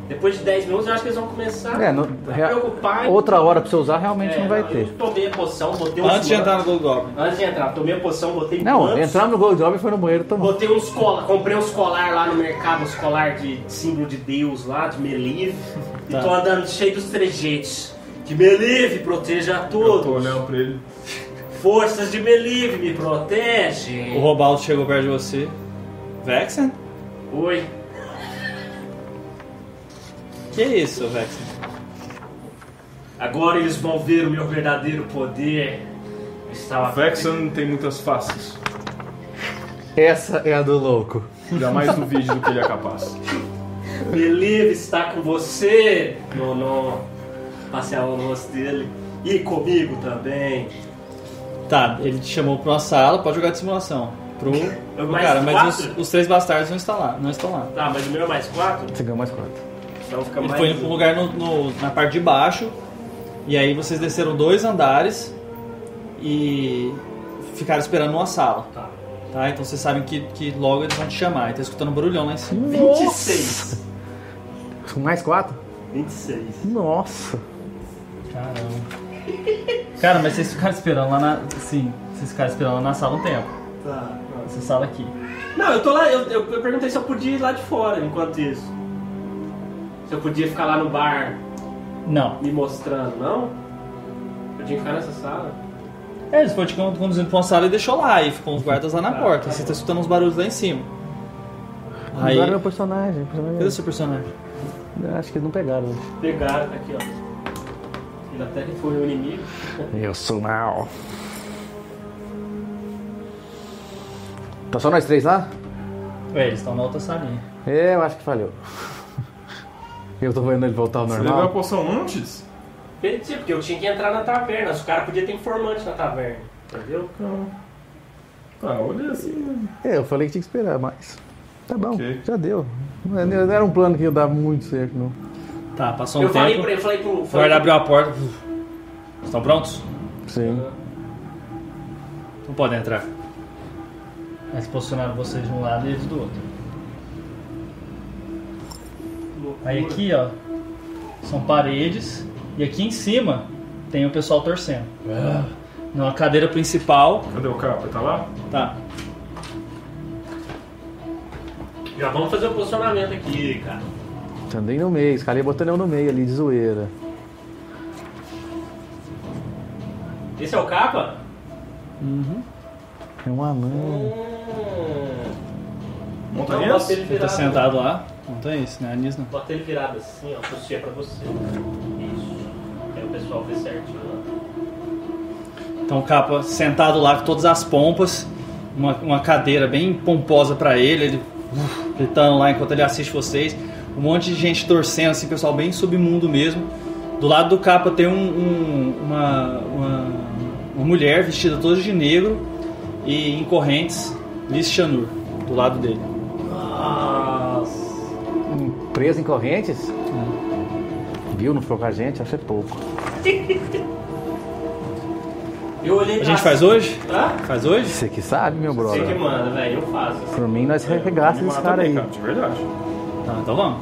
Speaker 4: Depois de 10 minutos eu acho que eles vão começar
Speaker 3: É, não-
Speaker 4: a
Speaker 3: rea-
Speaker 4: preocupar.
Speaker 3: outra hora pra você usar realmente
Speaker 4: É,
Speaker 3: não vai
Speaker 4: Eu
Speaker 3: ter.
Speaker 4: tomei a poção, botei uns
Speaker 1: Antes de entrar no
Speaker 4: mantos-
Speaker 1: Gold Goblin.
Speaker 4: Antes de entrar, tomei a poção, botei
Speaker 3: Não,
Speaker 4: mantos.
Speaker 3: entramos no Gold Job e foi no banheiro tomar.
Speaker 4: Botei uns colar, comprei uns colar lá no mercado, uns colar de símbolo de Deus lá, de
Speaker 1: *laughs*
Speaker 4: Melive. E
Speaker 1: Tá.
Speaker 4: tô andando cheio dos trejeitos. Que Melive proteja a todos. tô
Speaker 1: né?
Speaker 4: olhando
Speaker 18: pra ele.
Speaker 4: Forças de Melive me protegem.
Speaker 1: O Robaldo chegou perto de você. Vexen?
Speaker 4: Oi.
Speaker 1: Que isso, Vexen?
Speaker 4: Agora eles vão ver o meu verdadeiro poder. Eu Estava
Speaker 5: Vexen tem muitas faces.
Speaker 3: Essa é a do louco. *laughs*
Speaker 5: Jamais duvide do que ele é capaz.
Speaker 4: Believe está com você, Nono. Passear o rosto dele. E comigo também.
Speaker 1: Tá, ele te chamou pra uma sala, pode jogar de simulação. Pro, pro
Speaker 4: É Mais
Speaker 1: cara, mas
Speaker 4: quatro?
Speaker 1: os, os três bastardos não estão lá. Não estão lá.
Speaker 4: Tá, mas o meu é mais quatro?
Speaker 1: Você ganhou mais quatro.
Speaker 4: Então fica
Speaker 1: Ele
Speaker 4: mais.
Speaker 1: foi pra um lugar no- no- na parte de baixo, e aí vocês desceram dois andares e ficaram esperando uma sala.
Speaker 4: Tá.
Speaker 1: Então vocês sabem que, que logo eles vão te chamar. E tá escutando um barulhão lá em cima.
Speaker 4: 26.
Speaker 3: Mais quatro?
Speaker 4: 26.
Speaker 3: Nossa.
Speaker 19: Caramba. Cara, mas vocês ficaram esperando lá na. Sim, vocês ficaram esperando lá na sala um tempo.
Speaker 4: Tá.
Speaker 19: Essa sala aqui.
Speaker 4: Não, eu tô lá, eu, eu, eu perguntei se eu podia ir lá de fora enquanto isso. Se eu podia ficar lá no bar
Speaker 19: Não.
Speaker 4: me mostrando, não? Eu tinha que ficar nessa sala.
Speaker 1: É, eles foram te con- conduzindo pra uma sala e deixou lá, e ficou uns guardas lá na porta. Você tá escutando uns barulhos lá em cima. Aí.
Speaker 3: Agora meu personagem. personagem.
Speaker 1: Cadê seu personagem?
Speaker 3: Acho que eles não pegaram. né?
Speaker 4: Pegaram, tá aqui, ó. Ele até que foi o inimigo.
Speaker 3: Eu sou mal. Tá só nós três lá?
Speaker 19: É, eles estão na outra salinha.
Speaker 3: É, eu acho que falhou. *laughs* Eu tô vendo ele voltar ao
Speaker 5: Você levou a
Speaker 3: normal.
Speaker 5: poção antes?
Speaker 4: Perdi, porque eu tinha que entrar na taverna. Os caras podiam ter informante na taverna. Entendeu?
Speaker 5: Ah, olha assim.
Speaker 3: É, eu falei que tinha que esperar, mas. Tá bom, já deu. Não é- não era um plano que ia dar muito certo, não.
Speaker 1: Tá, passou um
Speaker 4: eu
Speaker 1: tempo.
Speaker 4: falei pra ele, falei pro.
Speaker 1: O
Speaker 4: Falei
Speaker 1: guarda abriu a porta. Estão prontos?
Speaker 3: Sim.
Speaker 1: Não podem entrar.
Speaker 19: Mas posicionaram vocês de um lado e eles do outro. Aí aqui, ó, são paredes. E aqui em cima tem o pessoal torcendo.
Speaker 5: Ah.
Speaker 19: Na cadeira principal.
Speaker 5: Cadê o capa? Tá lá?
Speaker 19: Tá.
Speaker 4: Já vamos fazer o posicionamento aqui, cara.
Speaker 3: Andei no meio, escalei botando eu no meio ali de zoeira.
Speaker 4: Esse é o capa?
Speaker 3: Uhum. É um anão.
Speaker 4: Então, bota ele
Speaker 1: Ele tá
Speaker 4: virado.
Speaker 1: sentado lá. Não
Speaker 19: Então é
Speaker 1: tem isso, né? Anis não.
Speaker 4: Bota ele virado assim, ó. Puxa é pra você. Isso. Aí o pessoal vê certinho.
Speaker 1: Então, capa sentado lá com todas as pompas, uma, uma cadeira bem pomposa pra ele, ele uf, gritando lá enquanto ele assiste vocês. Um monte de gente torcendo, assim, pessoal bem submundo mesmo. Do lado do capa tem um- um- uma, uma, uma mulher vestida toda de negro e em correntes, Liz Chanur, do lado dele.
Speaker 4: Nossa.
Speaker 3: Preso em correntes? Viu? Não ficou com a gente? Acho que é pouco.
Speaker 4: Eu olhei
Speaker 3: A
Speaker 4: pra
Speaker 3: gente faz hoje?
Speaker 4: Hã?
Speaker 1: Faz hoje?
Speaker 3: Você que sabe, meu
Speaker 4: Você
Speaker 3: brother.
Speaker 4: que manda, velho. Eu faço.
Speaker 3: Por mim, nós
Speaker 1: É,
Speaker 3: regaçamos esse cara aí.
Speaker 1: de verdade. Tá, então vamos.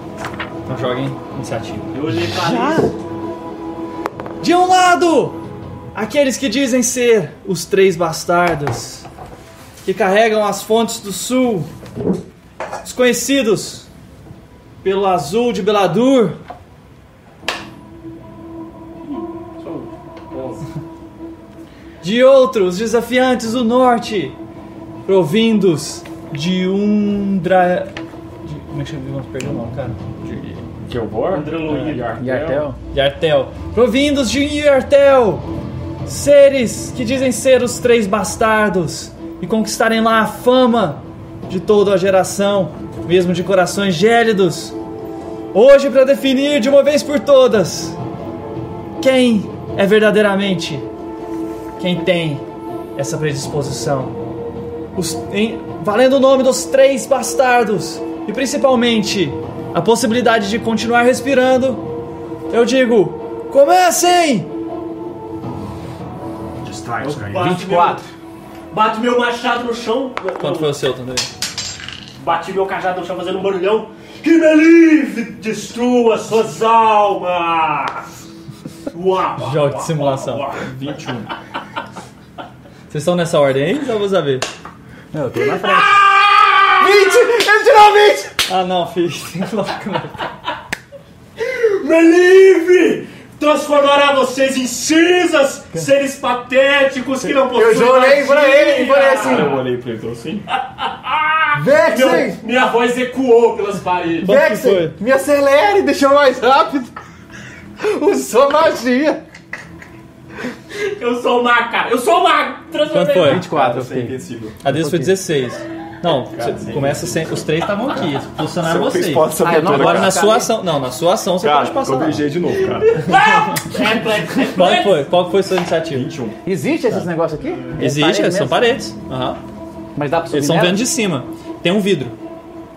Speaker 1: Então joguem iniciativa.
Speaker 4: Eu olhei pra
Speaker 1: De um lado, aqueles que dizem ser os três bastardos, que carregam as fontes do sul, os conhecidos pelo azul de Beladur,
Speaker 4: Sou 11.
Speaker 1: de outros desafiantes do norte, provindos de Undra. de- Como é que chama? Vamos perder o nome, cara.
Speaker 5: Que eu vou?
Speaker 1: É.
Speaker 5: Yartel.
Speaker 1: Yartel. Provindos de Yartel. Seres que dizem ser os três bastardos e conquistarem lá a fama de toda a geração, mesmo de corações gélidos. Hoje, para definir de uma vez por todas quem é verdadeiramente quem tem essa predisposição. Os- em- valendo o nome dos três bastardos e principalmente a possibilidade de continuar respirando, eu digo: comecem!
Speaker 5: Distrai
Speaker 1: os
Speaker 4: Bate Meu, bate meu machado no chão.
Speaker 1: Quanto foi o seu, Tandrei?
Speaker 4: Bati meu cajado no chão fazendo um barulhão. Que believe destrua suas almas! Uau! uau,
Speaker 1: Jogo de
Speaker 4: uau,
Speaker 1: simulação.
Speaker 4: uau, uau.
Speaker 1: 21. Vocês estão nessa ordem aí? Já vou saber. Não, eu tô na frente.
Speaker 5: 20! Ele tirou 20!
Speaker 1: Ah, não, filho. *laughs* Tem que colocar mais.
Speaker 4: Me livre! Transformará vocês em cinzas, seres patéticos que não possuem
Speaker 20: Eu já olhei pra
Speaker 4: magia.
Speaker 20: ele e falei assim, É
Speaker 5: Eu olhei pra ele então assim.
Speaker 20: Vexen!
Speaker 4: Meu- minha voz ecoou pelas paredes.
Speaker 20: Vexen, me acelere, deixa eu mais rápido. Usou magia.
Speaker 4: Eu sou o mago, cara. Eu sou o mago. Transformei.
Speaker 1: 24, eu fiquei. A desse foi 16. Não, você começa sempre. Os três estavam aqui, posicionaram
Speaker 5: Você fez
Speaker 1: vocês.
Speaker 5: pausa
Speaker 1: Ah, não,
Speaker 5: abertura,
Speaker 1: agora
Speaker 5: cara.
Speaker 1: na sua ação. Não, na sua ação você
Speaker 5: Cara,
Speaker 1: pode passar.
Speaker 5: eu beijei de novo, cara.
Speaker 1: Qual que foi? Qual que foi a sua iniciativa? 21.
Speaker 3: Existe esses negócios aqui?
Speaker 1: Tá. É Existe,
Speaker 3: Parede
Speaker 1: são
Speaker 3: mesmo?
Speaker 1: paredes. Aham.
Speaker 3: Mas dá pra subir
Speaker 1: Eles estão
Speaker 3: nela?
Speaker 1: vendo de cima. Tem um vidro.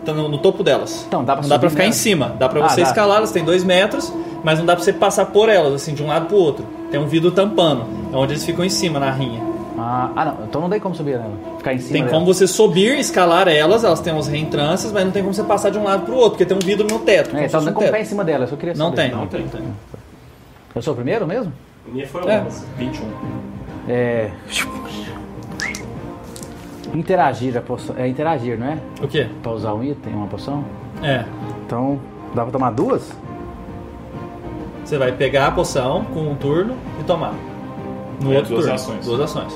Speaker 1: Tá no, no topo delas. Então, dá
Speaker 3: pra
Speaker 1: não dá
Speaker 3: subir
Speaker 1: pra ficar em
Speaker 3: nela?
Speaker 1: cima. Dá pra
Speaker 3: Ah,
Speaker 1: você
Speaker 3: dá.
Speaker 1: escalar, elas têm dois metros, mas não dá pra você passar por elas, assim, de um lado pro outro. Tem um vidro tampando. É onde eles ficam em cima, na rinha.
Speaker 3: Ah, ah, não. Então não tem como subir nela. Ficar em cima
Speaker 1: Tem
Speaker 3: dela.
Speaker 1: como você subir, escalar elas, elas têm umas reentrâncias, mas não tem como você passar de um lado pro outro, porque tem um vidro no teto.
Speaker 3: É,
Speaker 1: como se
Speaker 3: então
Speaker 1: fosse
Speaker 3: não
Speaker 1: um
Speaker 3: comprar em
Speaker 1: teto.
Speaker 3: cima dela, eu só queria
Speaker 1: Não
Speaker 3: saber.
Speaker 1: tem. Não tem, tem.
Speaker 3: Eu sou o primeiro mesmo?
Speaker 4: A minha foi
Speaker 1: É.
Speaker 4: 11, 21.
Speaker 3: É. Interagir a poção. É interagir, não é?
Speaker 1: O quê?
Speaker 3: Pra usar um item, uma poção?
Speaker 1: É.
Speaker 3: Então, dá pra tomar duas?
Speaker 1: Você vai pegar a poção com um turno e tomar. No
Speaker 3: É,
Speaker 1: outro
Speaker 3: duas
Speaker 1: turno.
Speaker 3: ações.
Speaker 1: Duas ações.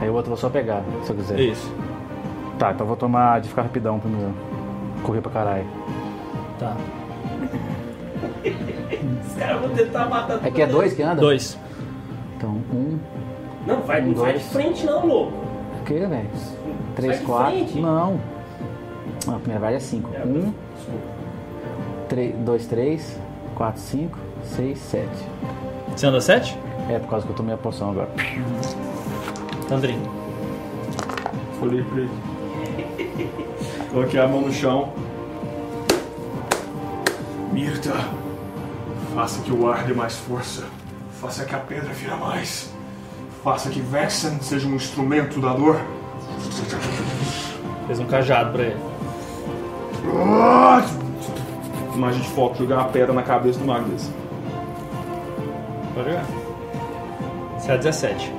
Speaker 1: É
Speaker 3: Aí o outro eu vou só pegar, se eu quiser.
Speaker 1: Isso.
Speaker 3: Tá, então eu vou tomar de ficar rapidão primeiro. Correr pra caralho.
Speaker 1: Tá.
Speaker 4: Os caras vão tentar matar
Speaker 3: É que é dois que anda?
Speaker 1: Dois.
Speaker 3: Então, um.
Speaker 4: Não, vai,
Speaker 3: um,
Speaker 4: não vai de
Speaker 3: dois.
Speaker 4: frente não, louco.
Speaker 3: O que, velho? Três,
Speaker 4: de
Speaker 3: quatro.
Speaker 4: frente.
Speaker 3: Não. Não, A primeira vai é cinco. Um. Três, dois, três. Quatro, cinco. Seis, sete.
Speaker 1: Você anda sete?
Speaker 3: É, por causa que eu tomei a poção agora.
Speaker 1: Tandrinho.
Speaker 5: Olhei pra ele. Coloquei a mão no chão. Mirta, faça que o ar dê mais força. Faça que a pedra vira mais. Faça que Vexen seja um instrumento da dor.
Speaker 1: Fez um cajado pra ele.
Speaker 5: Magia de foco, jogar uma pedra na cabeça do Magnus.
Speaker 1: Pode jogar. Você é 17.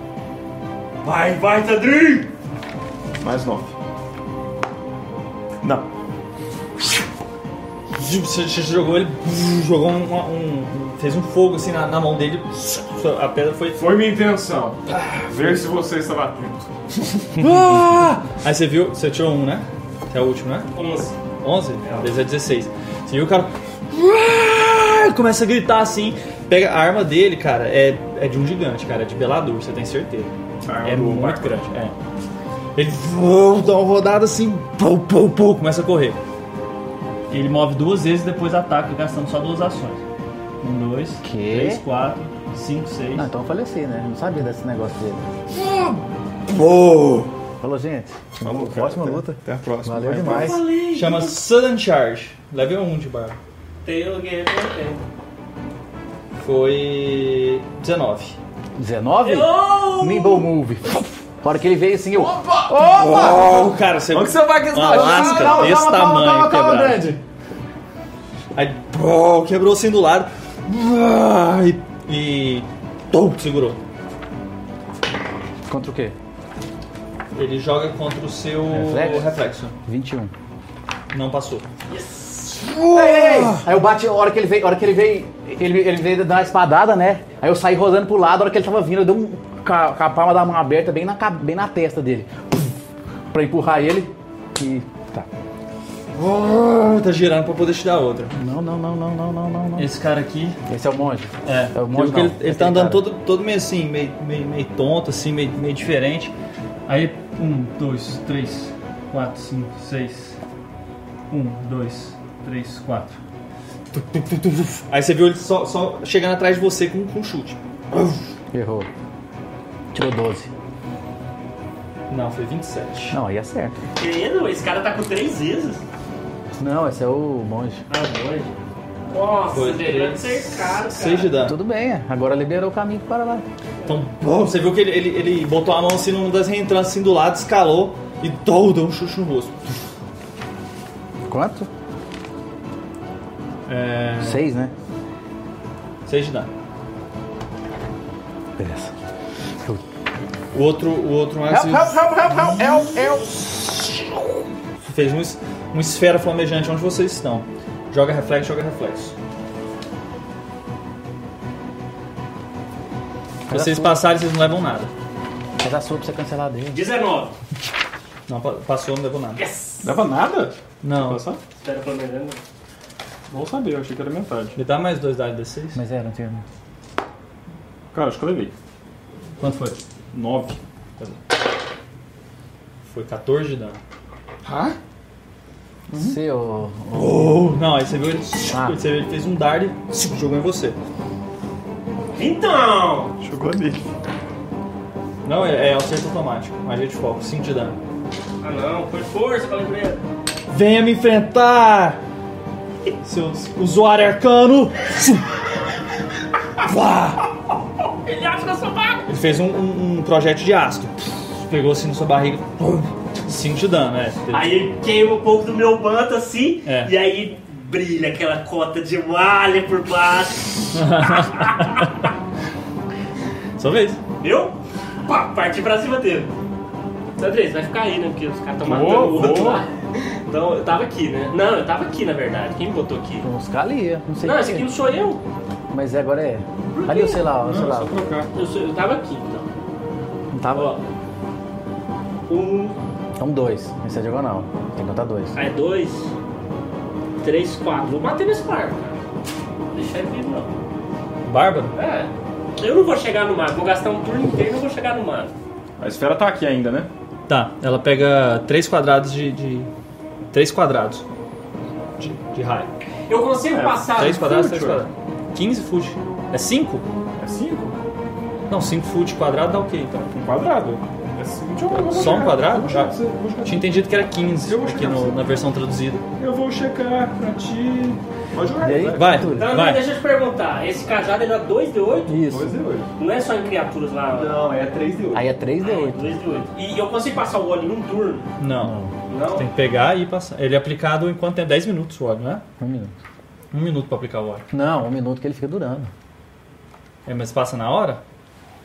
Speaker 5: Vai, vai, Tadrim! Mais 9. Não.
Speaker 1: Tipo, Você você jogou ele, jogou um, um- fez um fogo assim na, na mão dele. A pedra foi.
Speaker 5: Foi minha intenção. Ver se você estava atento.
Speaker 1: Ah! Aí você viu, você tirou um, né? Que é o último, né?
Speaker 4: 11.
Speaker 1: 11? Beleza, é 16. Você viu o cara. Ah! Começa a gritar assim. Pega a arma dele, cara, é, é de um gigante, cara, é de Beladur, você tem certeza. É
Speaker 5: do
Speaker 1: muito
Speaker 5: Barco.
Speaker 1: grande, é. Ele vum, dá uma rodada assim, pum, pum, pum, começa a correr. Ele move duas vezes e depois ataca, gastando só duas ações. Um, dois,
Speaker 3: Que?
Speaker 1: três, quatro, cinco, seis.
Speaker 3: Não, então eu faleci, né? Não sabia desse negócio dele.
Speaker 5: Uou!
Speaker 3: Falou, gente.
Speaker 5: Falou, cara.
Speaker 3: Ótima luta.
Speaker 5: Até a próxima.
Speaker 3: Valeu
Speaker 5: Vai,
Speaker 3: demais.
Speaker 5: vai.
Speaker 1: Chama Sudden Charge, level 1 de barba.
Speaker 4: Tail Game Tempo.
Speaker 1: Foi 19.
Speaker 3: 19?
Speaker 4: Eu-
Speaker 3: Nimble Move. Na hora que ele veio assim, eu. Opa!
Speaker 1: Oh, cara, você.
Speaker 3: Onde que você vai com esse
Speaker 1: Uma
Speaker 3: negócio?
Speaker 1: lasca
Speaker 3: Calma,
Speaker 1: desse
Speaker 3: calma, calma,
Speaker 1: tamanho
Speaker 3: calma, calma,
Speaker 1: quebrada.
Speaker 3: grande.
Speaker 1: Aí, pô, quebrou assim do lado. E. e tum, segurou.
Speaker 3: Contra o quê?
Speaker 1: Ele joga contra o seu
Speaker 3: Reflexo?
Speaker 1: reflexo.
Speaker 3: 21.
Speaker 1: Não passou.
Speaker 3: Ei, ei, ei. Aí eu bati, a hora que ele veio, a hora que ele veio, ele, ele veio dar uma espadada, né? Aí eu saí rodando pro lado, a hora que ele tava vindo, eu dei um ca- com a, palma da mão aberta bem na, ca- bem na testa dele. Pra empurrar ele. E. Tá.
Speaker 1: Oh, tá girando pra poder te dar outra.
Speaker 3: Não, não, não, não, não, não, não, não.
Speaker 1: Esse cara aqui.
Speaker 3: Esse é o monge.
Speaker 1: É,
Speaker 3: É o monge.
Speaker 1: porque
Speaker 3: Não,
Speaker 1: ele, ele tá
Speaker 3: aquele
Speaker 1: andando
Speaker 3: cara.
Speaker 1: todo, todo meio assim, meio, meio, meio tonto, assim, meio, meio diferente. Aí, um, dois, três, quatro, cinco, seis. Um, dois, três, quatro. Tu, tu, tu, tu, tu. Aí você viu ele só, só chegando atrás de você com, com um chute.
Speaker 3: Errou. Tirou 12.
Speaker 1: Não, foi 27.
Speaker 3: Não, aí acerta.
Speaker 4: Querendo, esse cara tá com 3 vezes.
Speaker 3: Não, esse é o monge.
Speaker 4: Ah, doido. Nossa,
Speaker 1: Foi
Speaker 4: melhor
Speaker 1: três.
Speaker 4: ser caro, cara.
Speaker 1: Seis de dano.
Speaker 3: Tudo bem, agora liberou o caminho para lá.
Speaker 1: Então, bom, você viu que ele, ele, ele botou a mão assim numa das reentrâncias assim do lado, escalou e dou, deu um chute no rosto.
Speaker 3: Quanto?
Speaker 1: É...
Speaker 3: Seis, né?
Speaker 1: Seis de dano.
Speaker 3: Beleza.
Speaker 1: O outro, o outro
Speaker 6: Help,
Speaker 1: Magnus
Speaker 6: help, help, help, help, help, help.
Speaker 1: fez um, es- uma esfera flamejante onde vocês estão. Joga reflexo, joga reflexo.
Speaker 3: Era
Speaker 1: Vocês
Speaker 3: sua.
Speaker 1: passarem, vocês não levam nada.
Speaker 3: Faz a sua pra você cancelar dele.
Speaker 4: 19.
Speaker 1: Não, pa- passou, não levou nada.
Speaker 4: Yes!
Speaker 5: Leva nada?
Speaker 1: Não.
Speaker 5: Passar?
Speaker 4: Espera pelo menos.
Speaker 5: Bom saber, eu achei que era metade.
Speaker 1: Me dá mais dois dados D6.
Speaker 3: Mas era, não tinha.
Speaker 5: Cara, acho que eu levei.
Speaker 1: Quanto foi?
Speaker 5: 9.
Speaker 1: Foi 14 de dano.
Speaker 7: Hã?
Speaker 3: Seu.
Speaker 1: Oh, não, aí você viu ele. Você viu, ele fez um dard e jogou em você.
Speaker 4: Então!
Speaker 1: Jogou nele. Não, é, é acerto automático. Magia de foco, 5 de dano.
Speaker 4: Ah não, foi força, cavaleiro.
Speaker 1: Venha me enfrentar! Seu usuário arcano! Vá!
Speaker 4: Ele acha que eu sou mago!
Speaker 1: Ele fez um, um, um projétil de ácido. Pegou assim na sua barriga. 5 de dano, é.
Speaker 4: Aí queima um pouco do meu manto assim,
Speaker 1: É.
Speaker 4: e aí brilha aquela cota de malha por baixo.
Speaker 1: Sua vez.
Speaker 4: Viu? Pá, parti pra cima dele. Sandrei, você vai ficar aí, né? Porque os caras estão
Speaker 1: Vou,
Speaker 4: matando o outro
Speaker 1: vou.
Speaker 4: lá. Então eu tava aqui, né? Não, eu tava aqui na verdade. Quem me botou aqui?
Speaker 3: Os caras ali, não sei
Speaker 4: Não,
Speaker 3: quem
Speaker 4: esse
Speaker 3: é.
Speaker 4: aqui não sou eu.
Speaker 3: Mas é, agora é.
Speaker 4: Por quê?
Speaker 3: Ali, eu sei lá, ó, sei lá.
Speaker 4: Eu, sou- eu tava aqui então.
Speaker 3: Não tava.
Speaker 4: Um.
Speaker 3: Então dois. Esse é diagonal. Tem que contar dois.
Speaker 4: Aí dois. Três, quatro. Vou bater nesse barco, cara. Vou Deixar ele vivo não.
Speaker 1: Bárbaro?
Speaker 4: É. Eu não vou chegar no mago, vou gastar um turno inteiro e não vou chegar no mago.
Speaker 1: A esfera tá aqui ainda, né? Tá, ela pega 3 quadrados de. 3 quadrados. De, de raio.
Speaker 4: Eu consigo passar.
Speaker 1: 3
Speaker 4: do
Speaker 1: É, quadrados, 3
Speaker 4: Vulture?
Speaker 1: quadrados. 15 foot. É 5? É 5? Não, 5 foot quadrado dá o quê então? Um quadrado.
Speaker 5: É
Speaker 1: Só um quadrado? Já.
Speaker 5: Tá.
Speaker 1: Tinha entendido que era 15
Speaker 4: é
Speaker 1: aqui no- na versão traduzida.
Speaker 5: Eu vou checar pra ti. Pode jogar.
Speaker 1: Vai,
Speaker 4: Então,
Speaker 1: vai.
Speaker 4: deixa eu te perguntar, esse cajado ele é dá 2d8?
Speaker 3: Isso.
Speaker 4: 2d8. Não é só em criaturas lá.
Speaker 5: Não, é 3d8.
Speaker 3: Aí é 3D8.
Speaker 4: 2d8. E eu consigo passar o olho em um turno?
Speaker 1: Não.
Speaker 4: Não?
Speaker 1: Tem que pegar e passar. Ele é aplicado enquanto tem 10 minutos o óleo, não é?
Speaker 3: Um minuto.
Speaker 1: Um minuto pra aplicar o óleo.
Speaker 3: Não, um minuto que ele fica durando.
Speaker 1: É, mas passa na hora?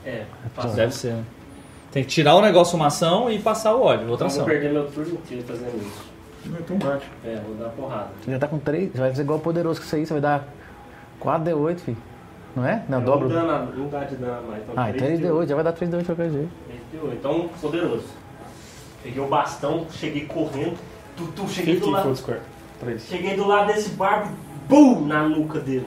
Speaker 4: É,
Speaker 1: Passa. Deve ser. né? Tem que tirar o negócio uma ação e passar o óleo, outra
Speaker 4: Então, vou
Speaker 1: ação.
Speaker 4: perder meu turno inteiro fazendo isso.
Speaker 5: Não é tão mágico.
Speaker 4: É, vou dar porrada.
Speaker 3: Você já tá com três. Você vai fazer igual o poderoso que isso aí. Você vai dar 4D8, filho. Não é? Não, dobro.
Speaker 4: Não, dá, não dá de dano a mais. Então,
Speaker 3: Ah, então
Speaker 1: é
Speaker 3: 3D8. Já vai dar 3D8 de qualquer jeito.
Speaker 4: 3D8. Então, poderoso. Peguei o bastão, cheguei correndo, tu, tu, cheguei do lado. Cheguei do lado desse barco, BUM! Na nuca dele.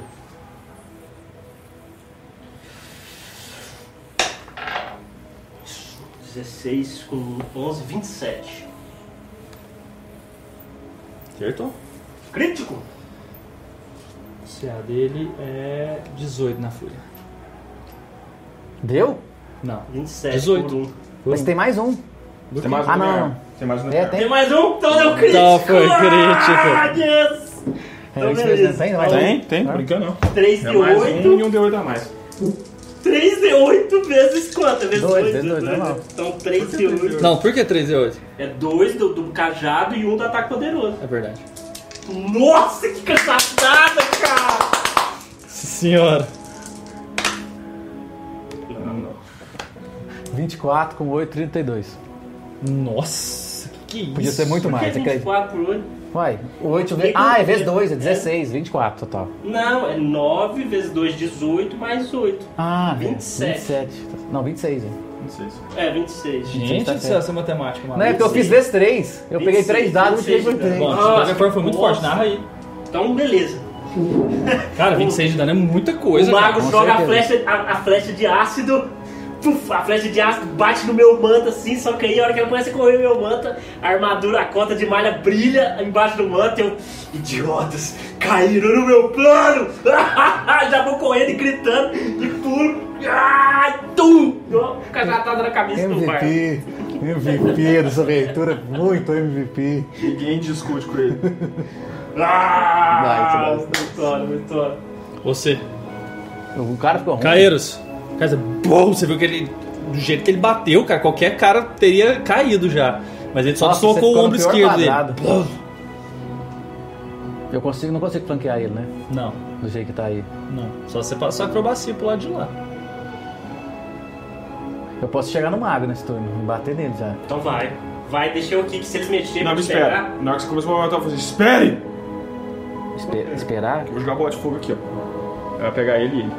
Speaker 4: Isso, 16 com 11, 27.
Speaker 13: Acertou?
Speaker 4: Crítico?
Speaker 1: O CA dele é 18 na folha.
Speaker 3: Deu?
Speaker 1: Não.
Speaker 4: 27
Speaker 1: 18.
Speaker 3: Mas tem mais um.
Speaker 1: Do
Speaker 3: Tem mais um Ah, não.
Speaker 5: Tem mais um
Speaker 3: É, tem.
Speaker 4: Tem mais um? Então deu crítico!
Speaker 1: Então foi crítico.
Speaker 4: Ah, yes! Então, beleza.
Speaker 3: tem,
Speaker 5: Tem, tem, tô brincando não.
Speaker 4: 3
Speaker 5: É
Speaker 4: de
Speaker 5: mais
Speaker 4: 8.
Speaker 5: um e um de 8 a mais.
Speaker 4: 3 de 8 vezes quanto? Vezes
Speaker 3: Dois,
Speaker 4: 2,
Speaker 3: vezes dois, normal.
Speaker 4: Então 3 de 8.
Speaker 1: Não, por que 3 e 8?
Speaker 4: É 2 do, do cajado e 1 um do ataque poderoso.
Speaker 1: É verdade.
Speaker 4: Nossa, que cansada, cara!
Speaker 1: Senhora.
Speaker 3: 24 com 8, 32.
Speaker 1: Nossa, que, que isso?
Speaker 3: Podia ser muito
Speaker 4: Por que
Speaker 1: tá
Speaker 3: mais, acredito.
Speaker 4: 24 por 8?
Speaker 3: Vai, o 8 vezes. Ah, é vezes 2, é 16, 24 total.
Speaker 4: Não, é 9 vezes 2, 18, mais 8.
Speaker 3: Ah,
Speaker 4: 27.
Speaker 3: 27. Não, 26. é.
Speaker 4: É, 26.
Speaker 1: Gente do céu, essa matemática, mano.
Speaker 3: tá Não, é porque eu fiz vezes 3. Eu peguei 3 dados e né? tirei por 3.
Speaker 1: Bom, de qualquer forma foi muito forte. Narra aí.
Speaker 4: Então, beleza.
Speaker 1: Cara, 26 de dano é muita coisa.
Speaker 4: o mago
Speaker 1: cara. Com
Speaker 4: joga a
Speaker 1: certeza.
Speaker 4: flecha, a, a flecha de ácido. puf, a flecha de ácido bate no meu manto assim, só que aí a hora que ela começa a correr no meu manto, a armadura, a cota de malha brilha embaixo do manto. Eu, idiotas, caíram no meu plano! *laughs* Já vou correndo e gritando e pulo. Ah, tum! Dou uma Cajatada na cabeça do barco.
Speaker 2: MVP, MVP dessa aventura, muito MVP.
Speaker 5: Ninguém discute com ele.
Speaker 4: Ah, vitória, vitória.
Speaker 1: Você.
Speaker 3: O cara ficou ruim.
Speaker 1: Caeiros. Cara, você- Bom, você viu que ele. Do jeito que ele bateu, cara, qualquer cara teria caído já. Mas ele só
Speaker 3: Nossa, você
Speaker 1: socou
Speaker 3: ficou
Speaker 1: o
Speaker 3: no
Speaker 1: ombro
Speaker 3: pior
Speaker 1: esquerdo dele.
Speaker 3: quadrado.
Speaker 1: Bom.
Speaker 3: Eu consigo, não consigo flanquear ele, né?
Speaker 1: Não,
Speaker 3: Do jeito que tá aí.
Speaker 1: não. Só você passar acrobacia pro lado de lá.
Speaker 3: Eu posso chegar no mago nesse turno e bater nele já.
Speaker 4: Então vai. Vai, deixa eu aqui que se eles mexerem
Speaker 5: *laughs* Não,
Speaker 4: pra
Speaker 5: me
Speaker 4: pegar.
Speaker 5: espera. Na hora que você começou a matar, eu falei: espere!
Speaker 3: Espe- esperar?
Speaker 5: Eu vou jogar a bola de fogo aqui, ó. Eu vou pegar ele e ele.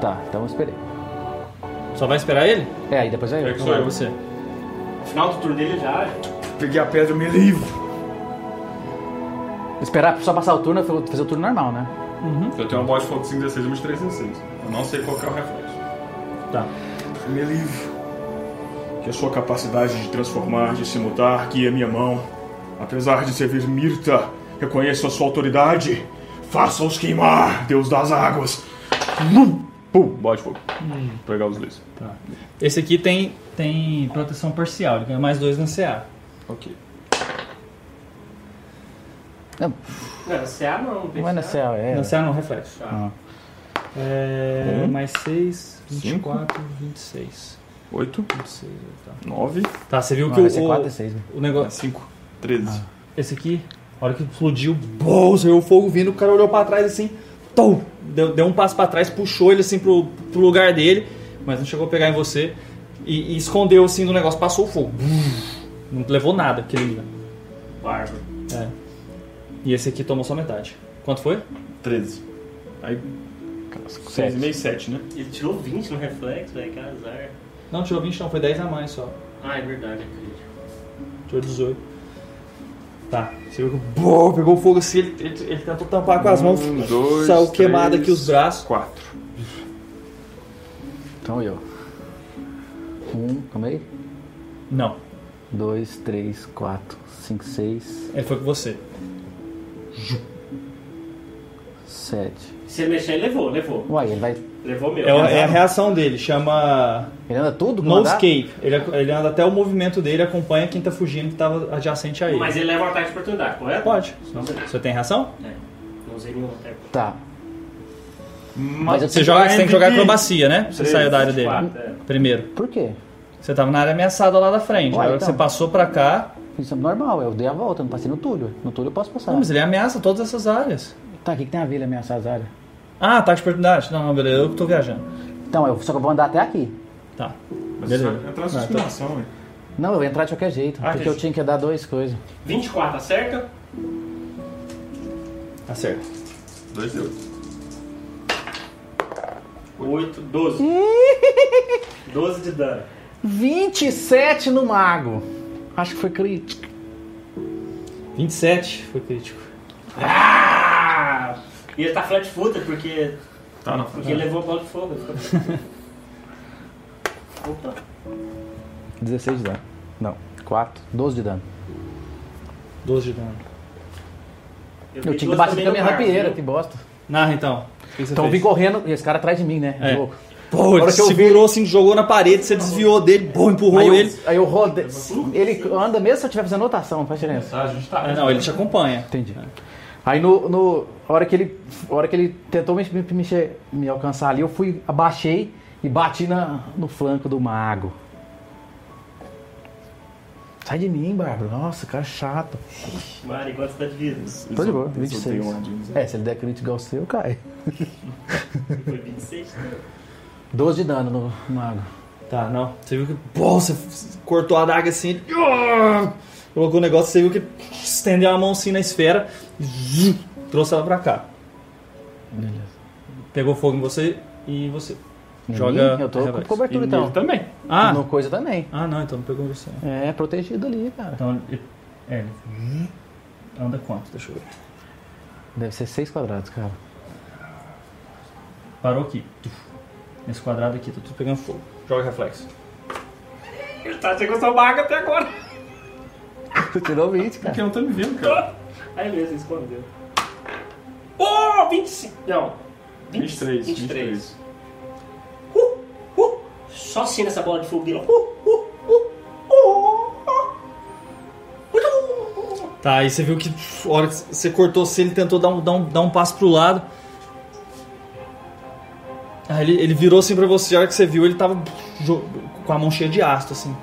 Speaker 3: Tá, então eu esperei.
Speaker 1: Só vai esperar ele?
Speaker 3: É, aí depois vai eu.
Speaker 1: Só é você.
Speaker 4: No final do turno dele já.
Speaker 5: Peguei a pedra e me livro.
Speaker 3: Esperar só passar o turno, eu vou fazer o turno normal, né?
Speaker 1: Então
Speaker 5: Eu tenho uma bola de fogo de 5, 16 e uma de 3, 16. Eu não sei qual que é o reflexo.
Speaker 1: Tá.
Speaker 5: Me livro. que a sua capacidade de transformar, de se mudar, guie a minha mão. Apesar de servir Mirta, reconheço a sua autoridade. Faça-os queimar, Deus das águas. Lum! Pum, bola de fogo.
Speaker 1: Hum.
Speaker 5: Pra pegar os dois.
Speaker 1: Tá. Esse aqui tem, tem proteção parcial, ele ganha mais dois na CA.
Speaker 5: Ok.
Speaker 4: Não, CA não, não tem
Speaker 3: Não é na CA, é.
Speaker 1: Na CA não, reflexo.
Speaker 3: Ah.
Speaker 1: É,
Speaker 5: Um.
Speaker 1: mais 6, 24, 26.
Speaker 5: 8,
Speaker 1: 26, tá. É,
Speaker 5: 9.
Speaker 1: Tá, você viu
Speaker 3: Não,
Speaker 1: que
Speaker 3: vai ser
Speaker 1: o,
Speaker 3: quatro e seis, né?
Speaker 1: o negócio.
Speaker 5: 5, 13.
Speaker 1: Esse aqui, a hora que explodiu, bom, saiu o fogo vindo, o cara olhou pra trás assim, tom, deu, deu um passo pra trás, puxou ele assim pro, pro lugar dele, mas não chegou a pegar em você e, e escondeu assim do negócio, passou o fogo. Não levou nada aquele ali.
Speaker 4: Bárbaro.
Speaker 1: É. E esse aqui tomou só metade. Quanto foi?
Speaker 5: 13. Aí. 6 e meio, 7, né?
Speaker 4: Ele tirou 20 no reflexo, velho, que azar.
Speaker 1: Não, tirou 20 não, foi 10 a mais só.
Speaker 4: Ah, é verdade, acredito.
Speaker 1: Tirou 18. Tá, você viu que bom, pegou fogo assim, ele, ele, ele tentou tampar Tá com as mãos,
Speaker 5: Um, dois,
Speaker 1: saiu
Speaker 5: três,
Speaker 1: queimado aqui os braços.
Speaker 5: Quatro.
Speaker 3: Então eu. Um, calma aí.
Speaker 1: Não.
Speaker 3: Dois, três, quatro, cinco, seis,
Speaker 1: Ele foi com você.
Speaker 3: sete.
Speaker 4: Se ele mexer, ele levou, levou.
Speaker 3: Uai, ele vai.
Speaker 4: Levou meu.
Speaker 1: É, a- é a reação dele, chama.
Speaker 3: Ele anda tudo?
Speaker 1: No escape. Ele, ele anda até o movimento dele, acompanha quem tá fugindo que tava adjacente a ele.
Speaker 4: Mas ele leva um ataque de oportunidade, correto?
Speaker 1: Pode.
Speaker 4: Não, beleza.
Speaker 1: Você tem reação?
Speaker 4: É. Não usei nenhum ataque.
Speaker 3: Tá.
Speaker 1: Mas você, joga, você tem que jogar acrobacia, né? Você
Speaker 4: Três,
Speaker 1: saiu da área dele.
Speaker 4: quatro, é.
Speaker 1: Primeiro.
Speaker 3: Por quê?
Speaker 1: Você tava na área ameaçada lá da frente. Na
Speaker 3: Ué,
Speaker 1: hora que
Speaker 3: então.
Speaker 1: você passou pra cá.
Speaker 3: Isso é normal, eu dei a volta, não passei no Túlio. No Túlio eu posso passar.
Speaker 1: Não, mas ele ameaça todas essas áreas.
Speaker 3: Tá, o que, que tem a ver ele ameaçar as áreas?
Speaker 1: Ah, ataque de oportunidade. Não, não, beleza. Eu que tô viajando.
Speaker 3: Então, eu, só que eu vou andar até aqui.
Speaker 1: Tá.
Speaker 5: Mas
Speaker 1: Beleza.
Speaker 5: você vai entrar na
Speaker 1: Vai,
Speaker 5: suspiração, né?
Speaker 3: Não, eu vou entrar de qualquer jeito,
Speaker 4: Ah,
Speaker 3: porque
Speaker 4: entendi.
Speaker 3: eu tinha que dar dois coisas.
Speaker 4: 24, acerta?
Speaker 1: Acerta.
Speaker 5: 2 deu.
Speaker 4: 8, *laughs* 12. 12 de dano.
Speaker 3: 27 no mago. Acho que foi crítico.
Speaker 1: 27 foi crítico.
Speaker 4: Ah! E ele tá flat footed porque.
Speaker 5: Tá, não.
Speaker 4: Porque ele é levou a bola de fogo. ele ficou- Opa!
Speaker 3: 16 de dano. Não, 4. 12 de dano.
Speaker 1: 12 de dano.
Speaker 3: Eu tinha que bater com a minha rapieira, que bosta.
Speaker 1: Narra então. O que você
Speaker 3: Então eu vim
Speaker 1: fez?
Speaker 3: correndo, e esse cara atrás de mim, né?
Speaker 1: É.
Speaker 3: Louco.
Speaker 1: Pô,
Speaker 3: Na
Speaker 1: ele
Speaker 3: hora que eu vi-
Speaker 1: segurou assim, jogou na parede, você desviou dele, bom, empurrou
Speaker 3: aí eu,
Speaker 1: ele.
Speaker 3: Aí eu rodei. Ele anda mesmo se eu estiver fazendo anotação, não faz diferença.
Speaker 18: Tá, a gente tá.
Speaker 1: É, não, ele te acompanha.
Speaker 3: Entendi. Aí no, no a hora que ele, a hora que ele tentou me, me, me- me alcançar ali, eu fui abaixei e bati na, no flanco do mago. Sai de mim, Bárbaro. Nossa, cara chato.
Speaker 4: Mari, quanto você tá de vida?
Speaker 3: Tô de boa,
Speaker 5: Eles odeiam
Speaker 3: 26.
Speaker 5: Odins.
Speaker 3: É, se ele der crítico igual o seu, cai.
Speaker 4: Foi 26, né?
Speaker 3: 12 de dano no mago.
Speaker 1: Tá, não. Você viu que. Pô, você f- cortou a adaga assim. ele- Ah! Colocou o negócio, você viu que estendeu a mão assim na esfera. zum, Trouxe ela pra cá.
Speaker 3: Beleza.
Speaker 1: Pegou fogo em você e você.
Speaker 3: Em
Speaker 1: Joga.
Speaker 3: mim? Eu tô
Speaker 1: é,
Speaker 3: com
Speaker 1: revés.
Speaker 3: cobertura
Speaker 1: E
Speaker 3: então.
Speaker 1: nele também. Ah!
Speaker 3: No coisa também.
Speaker 1: Ah, não, então não pegou em você. não.
Speaker 3: É, protegido ali, cara.
Speaker 1: Então ele. É, ele. zum, Anda quanto? Deixa eu ver.
Speaker 3: Deve ser 6 quadrados, cara.
Speaker 1: Parou aqui. Tuf. Nesse quadrado aqui, tá tudo pegando fogo. Joga reflexo.
Speaker 4: Ele tá sem gostar maga até agora.
Speaker 3: Tu tirou 20, é cara.
Speaker 5: Porque eu não tô me vendo, cara.
Speaker 4: Aí mesmo, escondeu. Oh, 25. Não.
Speaker 5: 23,
Speaker 4: 23.
Speaker 5: 23.
Speaker 4: Uh, uh. Só assim nessa bola de fogo dele. ó. Uh, uh, uh, uh, uh. Muito bom.
Speaker 1: Tá, aí você viu que a hora que você cortou se ele tentou dar um, dar um, dar um passo pro lado. Aí ele, ele virou assim pra você, a hora que você viu, ele tava jo- com a mão cheia de ácido, assim.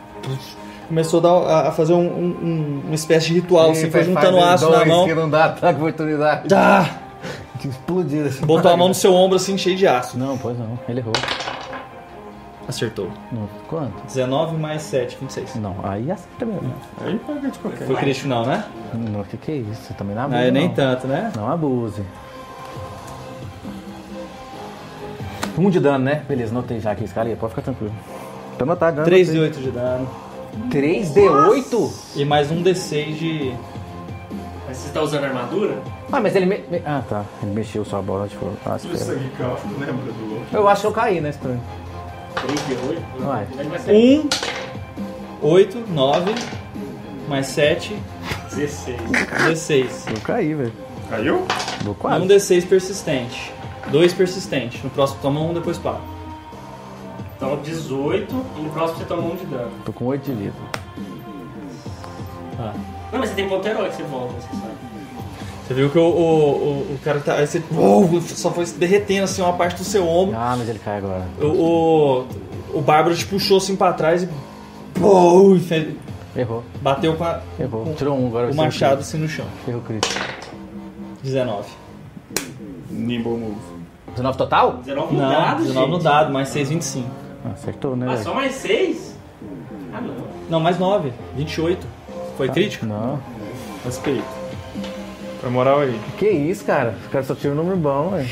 Speaker 1: Começou a, dar- a- a fazer um, um- uma espécie de ritual, assim, foi juntando ácido na mão.
Speaker 2: Que não dá ataque de oportunidade.
Speaker 1: Tá!
Speaker 2: Explodiu esse
Speaker 1: Botou a
Speaker 2: mago.
Speaker 1: mão no seu ombro, assim, cheio de ácido.
Speaker 3: Não, pois não. Ele errou.
Speaker 1: Acertou.
Speaker 3: Não. Quanto?
Speaker 1: 19 mais 7, 26.
Speaker 3: Não, aí acerta mesmo.
Speaker 5: Aí paga de qualquer.
Speaker 1: Foi crítico não, né?
Speaker 3: Não, que que é isso? Também não
Speaker 1: Não,
Speaker 3: abuse.
Speaker 1: é nem
Speaker 3: não.
Speaker 1: tanto, né?
Speaker 3: Não abuse. Um de dano, né? Beleza, notei já aqui, escalei. Pode ficar tranquilo. Tá anotado, já
Speaker 1: 3 e 8 de dano.
Speaker 3: 3D8?
Speaker 1: E mais um D6 de...
Speaker 4: Mas você tá usando armadura?
Speaker 3: Ah, mas ele... Me... me- Ah, tá. Ele mexeu sua bola de fogo. Ah,
Speaker 5: Isso
Speaker 3: espera.
Speaker 5: aqui, cara, não lembra do outro.
Speaker 3: Eu acho que eu caí, né, Stan?
Speaker 4: 3 de 8?
Speaker 3: Vai.
Speaker 4: Ele vai ser.
Speaker 1: 1, 8, 9, mais 7.
Speaker 4: Uh. 16.
Speaker 1: 16.
Speaker 2: Eu caí, velho.
Speaker 1: Caiu?
Speaker 2: Vou quase.
Speaker 1: Um D6 persistente. Dois persistente. No próximo toma um, depois para.
Speaker 4: Então 18 e no próximo você toma um de dano.
Speaker 2: Tô com 8 de vida.
Speaker 4: Não, mas você tem ponto herói que você volta, você sabe.
Speaker 1: Você viu que o, o, o, o cara tá. Aí você. Uou, só foi se derretendo assim uma parte do seu ombro.
Speaker 3: Ah, mas ele cai agora.
Speaker 1: O, o, o Bárbaro te puxou assim pra trás e. Uou, e fe-
Speaker 3: Errou.
Speaker 1: bateu com, a-
Speaker 3: Errou.
Speaker 1: com
Speaker 3: Tirou um agora.
Speaker 1: o
Speaker 3: vai ser
Speaker 1: machado
Speaker 3: crítico.
Speaker 1: assim no chão.
Speaker 3: Errou crítico.
Speaker 1: 19.
Speaker 5: Nimble move.
Speaker 3: 19 total?
Speaker 4: 19 no
Speaker 1: Não,
Speaker 4: dado,
Speaker 1: 19
Speaker 4: gente.
Speaker 1: no dado, mais 6, 25.
Speaker 3: Acertou, né?
Speaker 4: Ah, só mais 6? Ah, não.
Speaker 1: Não, mais 9, 28.
Speaker 3: Tá.
Speaker 1: Foi crítico?
Speaker 3: Não.
Speaker 5: Respeito. Pra moral aí.
Speaker 2: Que isso, cara? Os caras só tiram um número bom, velho.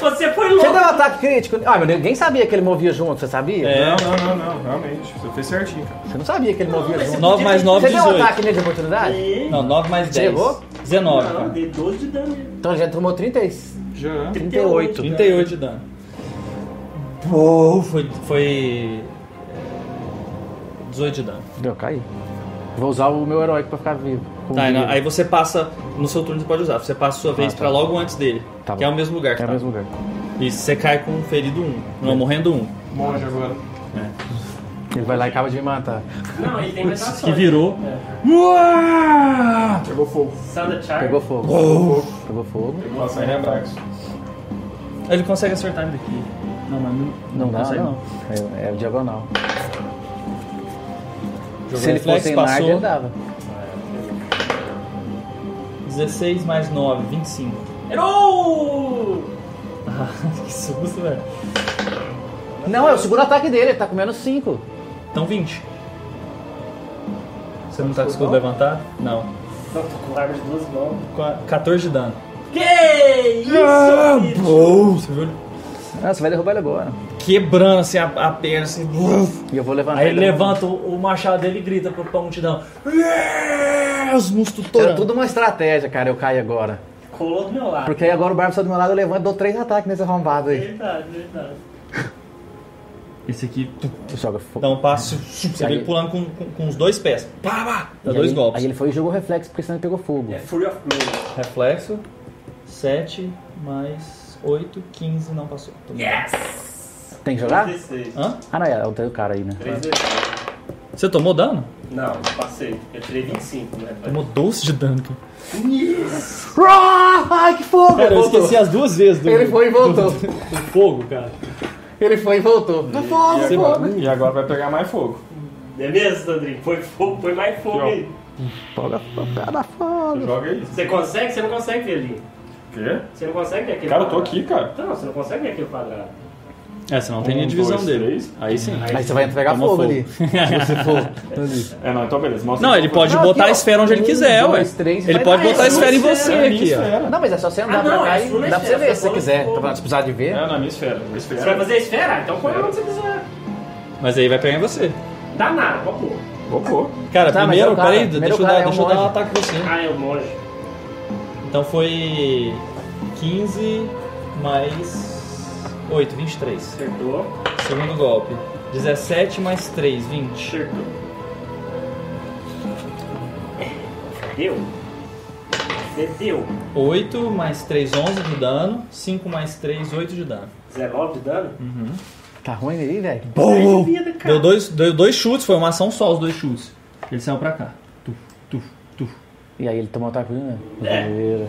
Speaker 4: Você foi
Speaker 3: Você deu
Speaker 4: louco.
Speaker 3: um ataque crítico. Ah, mas ninguém sabia que ele movia junto, você sabia?
Speaker 1: É.
Speaker 5: Não, não, não, não. Realmente. Você fez certinho, cara.
Speaker 3: Você não sabia que ele movia
Speaker 4: mas
Speaker 3: junto.
Speaker 4: você
Speaker 1: 9 mais 9,
Speaker 3: Você deu um
Speaker 1: 18.
Speaker 3: ataque nele de oportunidade?
Speaker 1: Não, 9 mais 10.
Speaker 3: Você errou?
Speaker 1: 19,
Speaker 4: Não,
Speaker 1: cara.
Speaker 4: dei 12 de dano. nele.
Speaker 3: Então ele já tomou 30 e...
Speaker 5: Já.
Speaker 3: 38.
Speaker 1: 38 de dano. Uou, foi. Foi. é, 18 de dano.
Speaker 3: Deu, caí. Vou usar o meu heróico pra ficar vivo. Com
Speaker 1: Tá, e
Speaker 3: vida.
Speaker 1: na- aí você passa. No seu turno você pode usar. Você passa a sua vez
Speaker 3: tá.
Speaker 1: pra logo antes dele.
Speaker 3: Tá
Speaker 1: que é
Speaker 3: bom.
Speaker 1: o mesmo lugar que
Speaker 3: É o
Speaker 1: tá.
Speaker 3: mesmo É. lugar.
Speaker 1: E você cai com um ferido 1. Não, morrendo 1.
Speaker 5: Monge agora.
Speaker 3: Ele vai lá e acaba de me matar.
Speaker 4: Não, ele tem mais ações.
Speaker 1: Que virou.
Speaker 5: Ah, pegou fogo.
Speaker 4: Sound Charm.
Speaker 3: Pegou fogo. Pegou fogo.
Speaker 5: Pegou ação em Abrax.
Speaker 1: Ele consegue acertar ele daqui. Não, mas não,
Speaker 3: Não dá,
Speaker 1: consegue.
Speaker 3: não. É, é o diagonal.
Speaker 1: Jogou
Speaker 3: Se ele
Speaker 1: reflex,
Speaker 3: fosse em Nard,
Speaker 1: passou.
Speaker 3: ele dava.
Speaker 1: 16 mais 9, 25.
Speaker 4: Errou!
Speaker 1: Ah, *laughs* que susto, velho.
Speaker 3: Não, é o segundo ataque dele, ele tá com menos 5.
Speaker 1: Então 20. Você não tá com o escudo levantado? Não.
Speaker 4: Não, tô com arma de duas mãos.
Speaker 1: Qua- 14 de dano.
Speaker 4: Que isso, bicho?
Speaker 1: bom! Você viu ele
Speaker 3: Ah, você vai derrubar ele agora.
Speaker 1: quebrando assim a, a perna, assim. uf.
Speaker 3: E eu vou levantar
Speaker 1: Aí ele
Speaker 3: também.
Speaker 1: levanta o, o machado dele e grita pro pra multidão. "Ah, Os monstros
Speaker 3: Era
Speaker 1: todos.
Speaker 3: tudo uma estratégia, cara, eu caio agora.
Speaker 4: Colou do meu lado.
Speaker 3: Porque aí agora o Barba saiu do meu lado, eu levanto e dou três ataques nesse arrombado aí.
Speaker 4: Verdade, verdade.
Speaker 1: Esse aqui tu,
Speaker 3: Joga fogo.
Speaker 1: dá um passo. Você vê ele pulando com, com, com os dois pés. Pá, pá, dá
Speaker 3: E
Speaker 1: dois
Speaker 3: aí,
Speaker 1: golpes.
Speaker 3: Aí ele foi e jogou reflexo, porque senão ele pegou fogo.
Speaker 4: É Fury of Blood.
Speaker 1: Reflexo. 7 mais 8, 15, não passou. Tudo bem.
Speaker 3: Tem que
Speaker 4: Tá?
Speaker 3: jogar?
Speaker 4: 16.
Speaker 1: Hã?
Speaker 3: Ah, não, é o teu cara aí, né?
Speaker 4: 3 d
Speaker 1: Você tomou dano?
Speaker 4: Não, passei. Eu tirei 25, né?
Speaker 1: Tomou 12 de dano. cara.
Speaker 3: Ah, Ai, que fogo!
Speaker 1: Cara, eu
Speaker 3: Voltou.
Speaker 1: esqueci as duas vezes do,
Speaker 3: Ele foi e voltou.
Speaker 1: do fogo, cara.
Speaker 3: Ele foi e voltou. Do
Speaker 1: Ah,
Speaker 3: fogo,
Speaker 5: E
Speaker 3: fogo.
Speaker 5: agora, e agora vai pegar mais fogo.
Speaker 4: Não é mesmo, Sandrinho? Põe fogo, põe mais fogo
Speaker 5: Aqui,
Speaker 4: aí.
Speaker 5: Joga aí.
Speaker 4: Você consegue? Você não consegue ver ali.
Speaker 5: Quê?
Speaker 4: Você não consegue ver aquele
Speaker 5: Cara, eu tô
Speaker 4: quadrado.
Speaker 5: aqui, cara.
Speaker 4: Então, você não consegue ver aquele quadrado.
Speaker 1: É, você não tem
Speaker 5: Um,
Speaker 1: nem divisão
Speaker 5: dois,
Speaker 1: dele.
Speaker 5: três.
Speaker 1: Aí sim.
Speaker 3: Aí você vai entregar
Speaker 1: Tomou
Speaker 3: fogo,
Speaker 1: fogo.
Speaker 3: ali. Se você for. ali.
Speaker 5: É, não, então beleza. Mostra
Speaker 1: Não,
Speaker 5: aí.
Speaker 1: ele pode
Speaker 3: Não,
Speaker 1: botar
Speaker 3: aqui,
Speaker 1: a
Speaker 3: ó.
Speaker 1: esfera onde ele
Speaker 3: Um,
Speaker 1: quiser,
Speaker 3: dois,
Speaker 1: ué.
Speaker 3: três,
Speaker 1: ele
Speaker 3: vai
Speaker 1: pode
Speaker 3: dar
Speaker 1: botar a
Speaker 4: isso,
Speaker 1: esfera em
Speaker 4: isso,
Speaker 1: você
Speaker 5: É na minha
Speaker 1: aqui, ó.
Speaker 5: esfera.
Speaker 3: *laughs* Não, mas é só você andar
Speaker 4: Ah,
Speaker 3: pra
Speaker 4: não,
Speaker 3: cá
Speaker 4: é sua
Speaker 3: e dá pra você
Speaker 4: esfera,
Speaker 3: ver
Speaker 4: você
Speaker 3: se você
Speaker 4: falou
Speaker 3: quiser.
Speaker 4: fogo.
Speaker 3: Tá, Se precisar de ver.
Speaker 5: É na minha esfera. Minha
Speaker 4: Você vai
Speaker 5: esfera.
Speaker 4: fazer a esfera? Então põe onde você quiser.
Speaker 1: Mas aí vai pegar em você.
Speaker 4: Dá nada, pô.
Speaker 5: Bocou.
Speaker 1: Cara,
Speaker 3: Tá, mas é
Speaker 1: primeiro,
Speaker 3: o cara.
Speaker 1: peraí,
Speaker 3: Primeiro
Speaker 1: deixa
Speaker 3: o
Speaker 1: eu,
Speaker 3: cara
Speaker 1: dar,
Speaker 3: é um
Speaker 1: deixa eu dar um
Speaker 3: monge.
Speaker 1: ataque com você.
Speaker 4: Ah, é o monge.
Speaker 1: Então foi 15 mais 8, 23.
Speaker 4: Acertou.
Speaker 1: Segundo golpe. 17 mais 3, 20.
Speaker 4: Acertou. É. Deu. Você deu.
Speaker 1: 8 mais 3, 11 de dano. 5 mais 3, 8 de dano.
Speaker 4: 19 de dano?
Speaker 3: Tá ruim aí, velho?
Speaker 4: Boa! Vida, cara.
Speaker 1: Deu dois, deu dois chutes, foi uma ação só os dois chutes. Ele saiu pra cá. Tu, tu, tu.
Speaker 3: E aí ele tomou um ataque, né?
Speaker 4: É.
Speaker 3: Zoeira.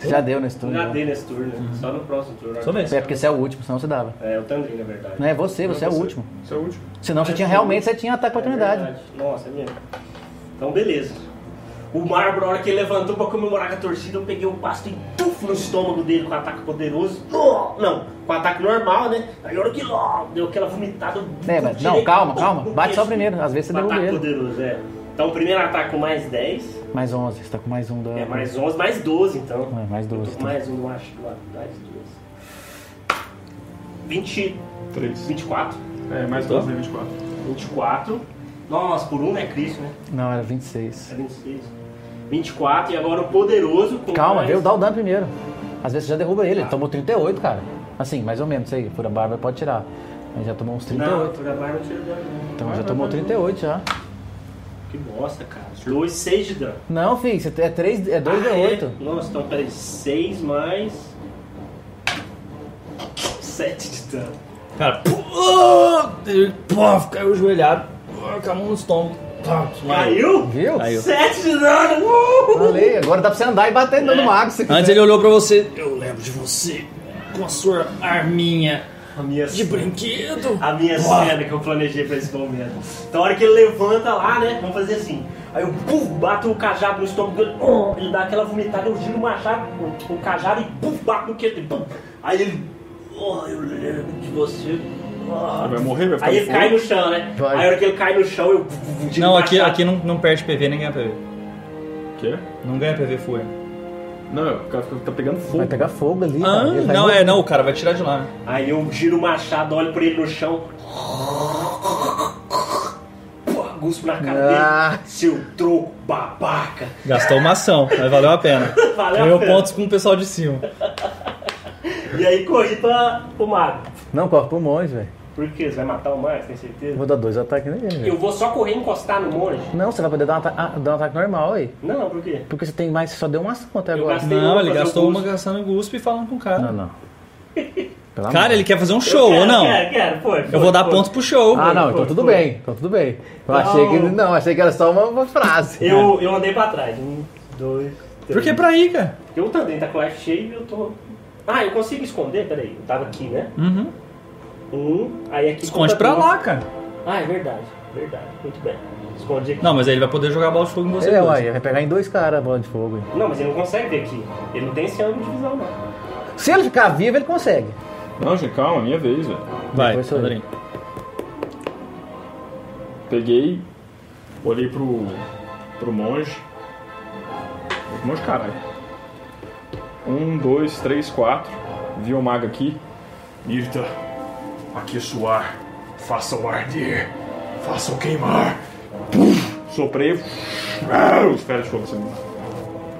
Speaker 3: Você já deu nesse turno.
Speaker 4: Já
Speaker 3: né?
Speaker 4: dei nesse turno, só no próximo turno.
Speaker 1: Só vez.
Speaker 3: É porque você é o último, senão você dava.
Speaker 4: É, o Tandrin, na verdade.
Speaker 3: Não é você, você é o último.
Speaker 5: Isso é o último.
Speaker 3: Senão você tinha realmente, você tinha ataque de
Speaker 4: É
Speaker 3: oportunidade.
Speaker 4: verdade. Nossa, é mesmo. Então, beleza. O Marlboro, a hora que ele levantou pra comemorar com a torcida, eu peguei o pasto e tuf no estômago dele com um ataque poderoso. Nó! Não, com um ataque normal, né? Aí a hora que nó, deu aquela vomitada. eu
Speaker 3: É, mas-
Speaker 4: tirei-
Speaker 3: não, calma, calma.
Speaker 4: Pum, no
Speaker 3: Bate só
Speaker 4: queixo.
Speaker 3: primeiro, às vezes você
Speaker 4: Um
Speaker 3: derruba
Speaker 4: ataque
Speaker 3: ele.
Speaker 4: poderoso, é. Então, o primeiro ataque com mais 10,
Speaker 3: Mais 11, você tá com mais um da.
Speaker 4: é mais 11, mais 12 então.
Speaker 3: É, mais 12,
Speaker 4: Eu tô com
Speaker 3: tá.
Speaker 4: mais um, eu acho, do lado, mais 12. 20,
Speaker 5: Três.
Speaker 4: 24.
Speaker 5: É, mais 12 é 24.
Speaker 4: 24. Nossa, por um é Cristo, né?
Speaker 3: Não, era
Speaker 4: É
Speaker 3: 26.
Speaker 4: 26. 24 e agora o poderoso com
Speaker 3: Calma,
Speaker 4: mais...
Speaker 3: viu? Dá o dano primeiro. Às vezes você já derruba ele, ele tomou 38, cara. Assim, mais ou menos, isso aí. Fura barba pode tirar. Ele já tomou uns
Speaker 4: Não,
Speaker 3: 38.
Speaker 4: tu da barba não tira dano, não.
Speaker 3: Então
Speaker 4: Vai,
Speaker 3: já
Speaker 4: vai,
Speaker 3: tomou
Speaker 4: vai,
Speaker 3: 38 já.
Speaker 4: Que bosta, cara. 2, 6 de dano.
Speaker 3: Não, filho, você é 3, é 2
Speaker 4: Ah,
Speaker 3: é 8.
Speaker 4: Nossa, então peraí. 6 mais. 7 de dano.
Speaker 13: Cara, pô, oh, ele, pô, caiu ajoelhado, pô, com a mão no estômago. Tá,
Speaker 4: Caiu?
Speaker 3: Viu?
Speaker 13: Caiu.
Speaker 4: Sete de dano! Uh!
Speaker 2: Falei, agora dá pra você andar e bater no
Speaker 13: É.
Speaker 2: mago. se
Speaker 13: Antes
Speaker 2: quiser.
Speaker 13: ele olhou pra você. Eu lembro de você com a sua arminha de brinquedo.
Speaker 4: A minha
Speaker 13: Uau.
Speaker 4: cena que eu planejei pra esse momento. Então a hora que ele levanta lá, né? Vamos fazer assim. Aí eu puf, bato o cajado no estômago dele, oh, ele dá aquela vomitada, eu giro o machado, o, o cajado e puf, bato no queixo dele. pum. Aí ele. Oh, eu lembro de você. Ah.
Speaker 5: Vai morrer, vai ficar
Speaker 4: Aí ele
Speaker 5: de
Speaker 4: cai
Speaker 5: fogo?
Speaker 4: no chão, né?
Speaker 5: Vai.
Speaker 4: Aí a hora que ele cai no chão, eu. giro
Speaker 1: Não,
Speaker 4: o
Speaker 1: aqui,
Speaker 4: machado.
Speaker 1: aqui não, não perde PV, nem ganha PV.
Speaker 5: Quê?
Speaker 1: Não ganha PV full.
Speaker 5: Não, o cara tá pegando fogo.
Speaker 3: Vai pegar fogo ali.
Speaker 1: Ah,
Speaker 3: cara. Ele um- vai
Speaker 1: não,
Speaker 3: morrer.
Speaker 1: é, não, o cara vai tirar de lá. né?
Speaker 4: Aí eu giro o machado, olho pra ele no chão. Pô, Guspo na cara dele. Seu troco babaca.
Speaker 1: Gastou uma ação, mas valeu a pena.
Speaker 4: *laughs* Valeu a
Speaker 1: Ganhou
Speaker 4: pena.
Speaker 1: pontos com o pessoal de cima.
Speaker 4: E aí corri pra, pro mago.
Speaker 3: Não, corre pro monge, velho.
Speaker 4: Por quê? Você vai matar o Max, tem certeza?
Speaker 3: Eu vou dar dois ataques nele,
Speaker 4: Eu
Speaker 3: velho.
Speaker 4: vou só correr e encostar no monge?
Speaker 3: Não, você vai poder dar um, ata- ah, dar um ataque normal aí.
Speaker 4: Não, por quê?
Speaker 3: Porque você tem mais, você só deu uma ação até agora.
Speaker 4: gastei Não, uma ele pra fazer gastou o
Speaker 1: Uma gastando guspe e falando com o cara.
Speaker 3: Não, não. Pelo amor.
Speaker 1: Cara, ele quer fazer um show,
Speaker 3: quero,
Speaker 1: ou não?
Speaker 3: quero, quero, foi,
Speaker 1: Eu
Speaker 3: foi,
Speaker 1: vou dar
Speaker 3: foi.
Speaker 1: pontos pro show.
Speaker 3: Ah, não,
Speaker 1: Foi,
Speaker 3: então
Speaker 1: foi,
Speaker 3: tudo
Speaker 1: foi.
Speaker 3: bem, então tudo bem. Eu achei que. Não, achei que era só uma, uma frase.
Speaker 4: Eu, eu andei pra trás. Um, dois, três.
Speaker 1: Por que pra aí, cara?
Speaker 4: Eu também, tá com a cheio e eu tô. Ah, eu consigo esconder? Peraí, eu tava aqui, né?
Speaker 1: Uhum.
Speaker 4: Um, aí aqui.
Speaker 1: Esconde
Speaker 4: conta
Speaker 1: pra
Speaker 4: dois.
Speaker 1: lá, cara.
Speaker 4: Ah, é verdade, verdade. Muito bem. Esconde aqui.
Speaker 1: Não, mas aí ele vai poder jogar bola de fogo em você.
Speaker 3: É,
Speaker 1: dois.
Speaker 3: uai, vai pegar em dois caras a bola de fogo. aí.
Speaker 4: Não, mas ele não consegue ver aqui. Ele não tem esse ângulo de visão, não.
Speaker 3: Se ele ficar vivo, ele consegue.
Speaker 5: Não, gente, calma, é minha vez, velho.
Speaker 1: Vai,
Speaker 3: Depois sou eu.
Speaker 1: Andrinho.
Speaker 5: Peguei, olhei pro, pro monge. Monge, caralho. Um, dois, três, quatro. Vi o mago aqui. Mirta, aqueça o ar. Faça-o arder. Faça-o queimar. Puf, soprei. Ah, Os ferros de fogo assim.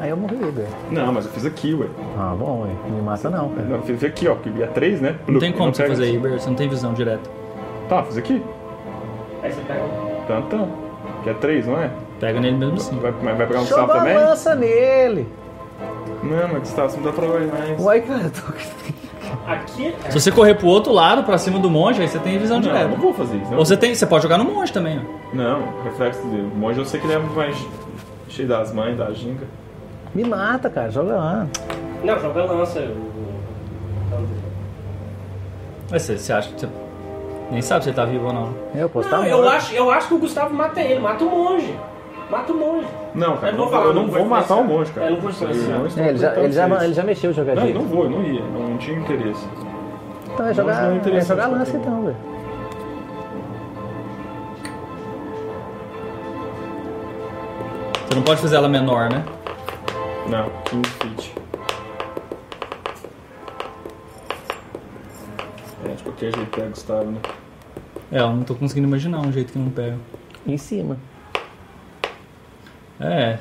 Speaker 3: Aí eu morri, velho.
Speaker 5: Não, mas eu fiz aqui, ué.
Speaker 3: Ah, bom, ué. Não me mata não, cara.
Speaker 5: Não, eu fiz aqui, ó. Que ia três, né?
Speaker 1: Não tem como
Speaker 5: Eu
Speaker 1: você
Speaker 5: pego-
Speaker 1: fazer aí, Ber, você não tem visão direta.
Speaker 5: Tá, fiz aqui.
Speaker 4: Aí você pega um.
Speaker 5: Tantã. Que é três, não é?
Speaker 1: Pega nele mesmo assim. sim.
Speaker 5: Vai, vai vai pegar um
Speaker 3: Joga
Speaker 5: sapo
Speaker 3: uma
Speaker 5: também?
Speaker 3: lança nele.
Speaker 5: Não, mas Gustavo, não dá pra olhar mais.
Speaker 3: Uai, cara, eu tô...
Speaker 4: Aqui é.
Speaker 1: Se você correr pro outro lado, pra cima do monge, aí você tem visão
Speaker 5: Não,
Speaker 1: direta.
Speaker 5: não vou fazer isso, não.
Speaker 1: Ou você, tem, você pode jogar no monge também, ó.
Speaker 5: Não, reflexo dele. O monge eu sei que ele é mais cheio das mães, da ginga.
Speaker 3: Me mata, cara. Joga lá.
Speaker 4: Não, joga lança. Eu... eu-
Speaker 1: Mas você, você acha que você... Nem sabe se ele tá vivo ou não.
Speaker 3: Eu posso
Speaker 4: Não,
Speaker 3: tá
Speaker 4: eu
Speaker 3: morto.
Speaker 4: acho, eu acho que o Gustavo mata ele, mata o monge. Mata o monge.
Speaker 5: Não,
Speaker 4: Eu
Speaker 5: cara, eu
Speaker 4: vou
Speaker 5: não,
Speaker 4: falar,
Speaker 5: eu não
Speaker 4: não
Speaker 5: vou
Speaker 4: vou
Speaker 5: matar o
Speaker 4: influenciar.
Speaker 5: monge, cara.
Speaker 4: É, eu não vou influenciar.
Speaker 5: Eu estou
Speaker 3: É, ele, já, ele,
Speaker 5: tentando
Speaker 3: já,
Speaker 5: ser
Speaker 3: ele já mexeu o
Speaker 5: então isso. Não, eu
Speaker 3: jogadinho.
Speaker 5: não vou, eu não ia. Não, não tinha interesse.
Speaker 3: Então é
Speaker 5: Mas
Speaker 3: jogar,
Speaker 5: não é
Speaker 3: é
Speaker 5: interessante
Speaker 3: jogar
Speaker 5: pra
Speaker 3: lança
Speaker 5: mim.
Speaker 3: então, velho.
Speaker 1: Você não pode fazer ela menor, né?
Speaker 5: Não, 15 feet. É, de qualquer jeito pega o Gustavo, né?
Speaker 1: É, eu não tô conseguindo imaginar um jeito que não pega.
Speaker 3: Em cima.
Speaker 1: É.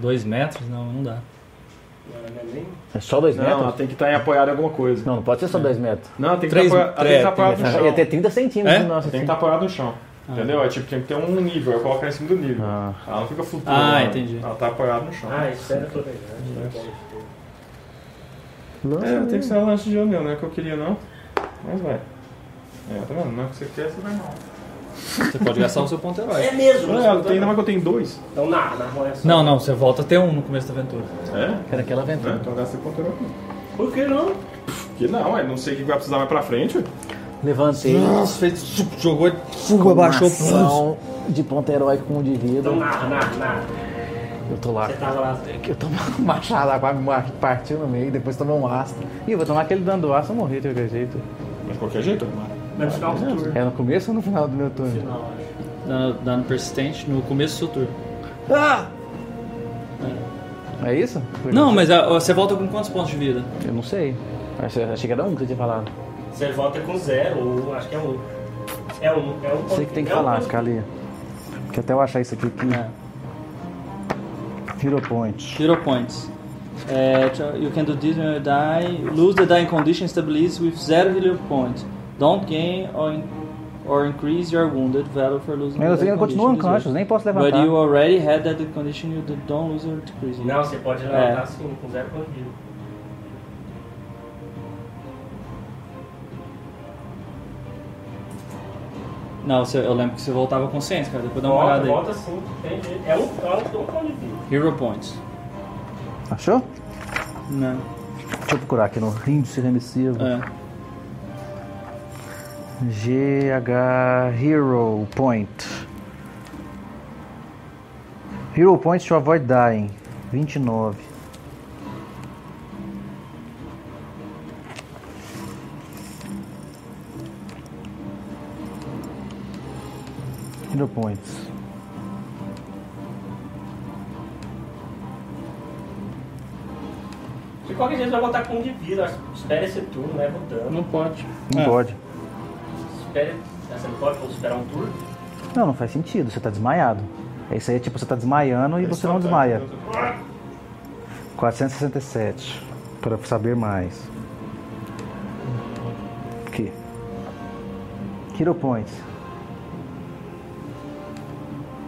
Speaker 1: Dois metros? Não, não dá.
Speaker 4: Não, não é nem-
Speaker 3: É só dois
Speaker 5: Não, É. ela
Speaker 3: metros?
Speaker 5: tem que estar em apoiada em alguma coisa.
Speaker 3: Não, não pode ser só dois metros.
Speaker 5: Não, tem que
Speaker 1: Três-
Speaker 5: estar apoiada, ela tem que estar apoiada no
Speaker 3: Ia
Speaker 5: chão.
Speaker 3: ter 30 centímetros,
Speaker 1: É?
Speaker 3: nossa.
Speaker 5: Tem que
Speaker 3: Assim.
Speaker 5: tá- estar apoiada no chão. Entendeu? É tipo, tem que ter um nível, eu colocar em cima do nível. Ela não fica flutuando.
Speaker 1: Ah,
Speaker 5: né?
Speaker 1: entendi.
Speaker 5: Ela tá apoiada no chão.
Speaker 4: Ah, isso era toda verdade.
Speaker 3: Lança
Speaker 5: É, tem
Speaker 3: nele.
Speaker 5: que ser a lanche de anel, não é o que eu queria não. Mas vai. É, tá vendo? Não é o que você quer, você vai mal.
Speaker 1: Você pode gastar o seu ponto herói.
Speaker 4: É mesmo,
Speaker 5: Não,
Speaker 4: mas-
Speaker 5: ela tem, não é que eu tenho dois.
Speaker 4: Então na, na rola é só.
Speaker 1: Não, não, você volta a ter um no começo da aventura.
Speaker 5: É?
Speaker 3: Era aquela aventura.
Speaker 5: Então gasta com o teu não.
Speaker 4: Por que não?
Speaker 5: Que não, é, não sei o que vai precisar mais pra frente, ué.
Speaker 3: Levantei.
Speaker 1: Nossa, fez, jogou,
Speaker 3: Uma
Speaker 1: abaixou
Speaker 3: ação de ponto heróico com um de vida.
Speaker 4: Então na, na, na.
Speaker 3: Eu tô lá.
Speaker 4: Você tava lá.
Speaker 3: Eu tomei um machado, a quase me mar- partiu no meio, depois tomei um ácido. Ih, eu vou tomar aquele dano do ácido e morrer de qualquer jeito.
Speaker 5: Mas de qualquer jeito, mano.
Speaker 4: Vai ficar um turno.
Speaker 3: É no começo ou no final do meu turno?
Speaker 4: Não,
Speaker 1: Dano, dano persistente no começo do seu turno.
Speaker 3: Ah! É isso?
Speaker 1: Não, mas ah, você volta com quantos pontos de vida?
Speaker 3: Eu não sei. Achei, achei que era um que você tinha falado.
Speaker 4: Você volta com zero, ou acho que é um. É um, é um.
Speaker 3: Sei que tem que
Speaker 4: é um-
Speaker 3: falar, Scalia. Que até eu achar isso aqui que
Speaker 1: É,
Speaker 3: Hero Point.
Speaker 1: Hero points. É, you can do this when you die. Lose the dying condition, stabilize with zero hero points.
Speaker 21: Don't gain or, in- or increase your wounded value for losing.
Speaker 3: Mas
Speaker 21: that
Speaker 3: eu continuo
Speaker 21: condition
Speaker 3: unconscious,
Speaker 21: as
Speaker 3: nem posso
Speaker 21: well.
Speaker 3: levantar.
Speaker 21: But you already had that condition, you don't lose or decrease. it.
Speaker 4: Não, você pode
Speaker 21: É.
Speaker 4: levantar sim, com zero ponto de vida.
Speaker 1: Não, você- eu lembro que você voltava consciência, cara. Depois dá uma
Speaker 4: Volta,
Speaker 1: olhada
Speaker 4: volta sim, tem jeito. É um, é um, um ponto de vida.
Speaker 1: aí. Hero Points.
Speaker 3: Achou?
Speaker 1: Não.
Speaker 3: Deixa eu procurar aqui no Ríndice Remissivo.
Speaker 1: É.
Speaker 3: GH Hero Point. Hero Point to avoid dying. 29. Hero Points.
Speaker 4: De qualquer jeito, você vai voltar com um de vida. acho. Espera esse turno, né? Voltando.
Speaker 1: Não pode.
Speaker 3: Não pode.
Speaker 4: Espera. Ah, Você não pode vou esperar um turno?
Speaker 3: Não, não faz sentido. Você tá desmaiado. É isso aí, tipo, você tá desmaiando e você não desmaia. 467. Para saber mais. Aqui. Hero points.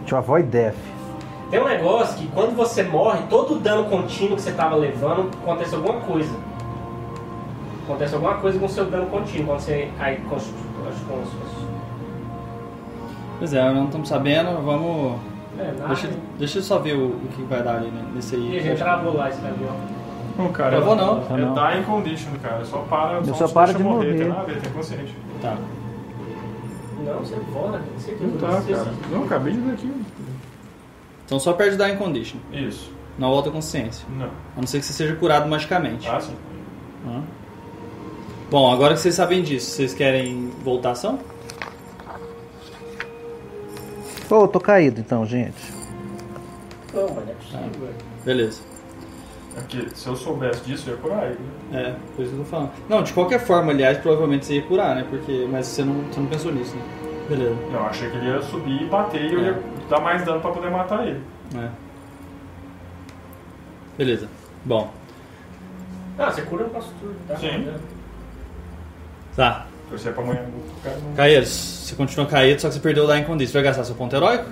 Speaker 3: To avoid death.
Speaker 4: Tem um negócio que quando você morre, todo o dano contínuo que você tava levando, acontece alguma coisa. Acontece alguma coisa com o seu dano contínuo, quando você aí cons- cons- cons-
Speaker 1: Pois é, não estamos sabendo, vamos.
Speaker 4: É, nada.
Speaker 1: deixa, deixa eu só ver o, o que vai dar ali né, nesse aí.
Speaker 4: Ih, gente, travou lá esse caminhão.
Speaker 18: Não, cara.
Speaker 1: Travou não.
Speaker 18: É dying condition, cara. Só para.
Speaker 1: Eu
Speaker 18: não
Speaker 1: só paro
Speaker 18: deixa
Speaker 1: de morrer.
Speaker 18: Tem nada a ver, tem consciente.
Speaker 1: Tá.
Speaker 4: Não, você vola, com certeza.
Speaker 18: Não tá,
Speaker 4: Você-
Speaker 18: cara. Não, acabei de ver aqui.
Speaker 1: Então só perde dar em condition.
Speaker 18: Isso.
Speaker 1: Não volta à consciência.
Speaker 18: Não.
Speaker 1: A não ser que você seja curado magicamente.
Speaker 18: Ah, sim.
Speaker 1: Bom, agora que vocês sabem disso, vocês querem voltar a ação?
Speaker 3: Ô, eu tô caído então, gente.
Speaker 4: Não, mas não é possível.
Speaker 1: Beleza.
Speaker 18: Aqui, É se eu soubesse disso, eu ia curar ele.
Speaker 1: É, por isso que eu tô falando. Não, de qualquer forma, aliás, provavelmente você ia curar, né? Porque, mas você não, você não pensou nisso, né? Beleza.
Speaker 18: Não, achei que ele ia subir e bater e eu ia
Speaker 5: É.
Speaker 18: dar mais dano pra poder matar ele.
Speaker 1: É. Beleza. Bom,
Speaker 4: Ah, você cura no próximo turno, tá?
Speaker 18: Sim.
Speaker 1: tá.
Speaker 18: Torcer pra amanhã o cara não.
Speaker 1: Caeiros, você continua caído, só que você perdeu o Dying Condition. Você vai gastar seu ponto heróico?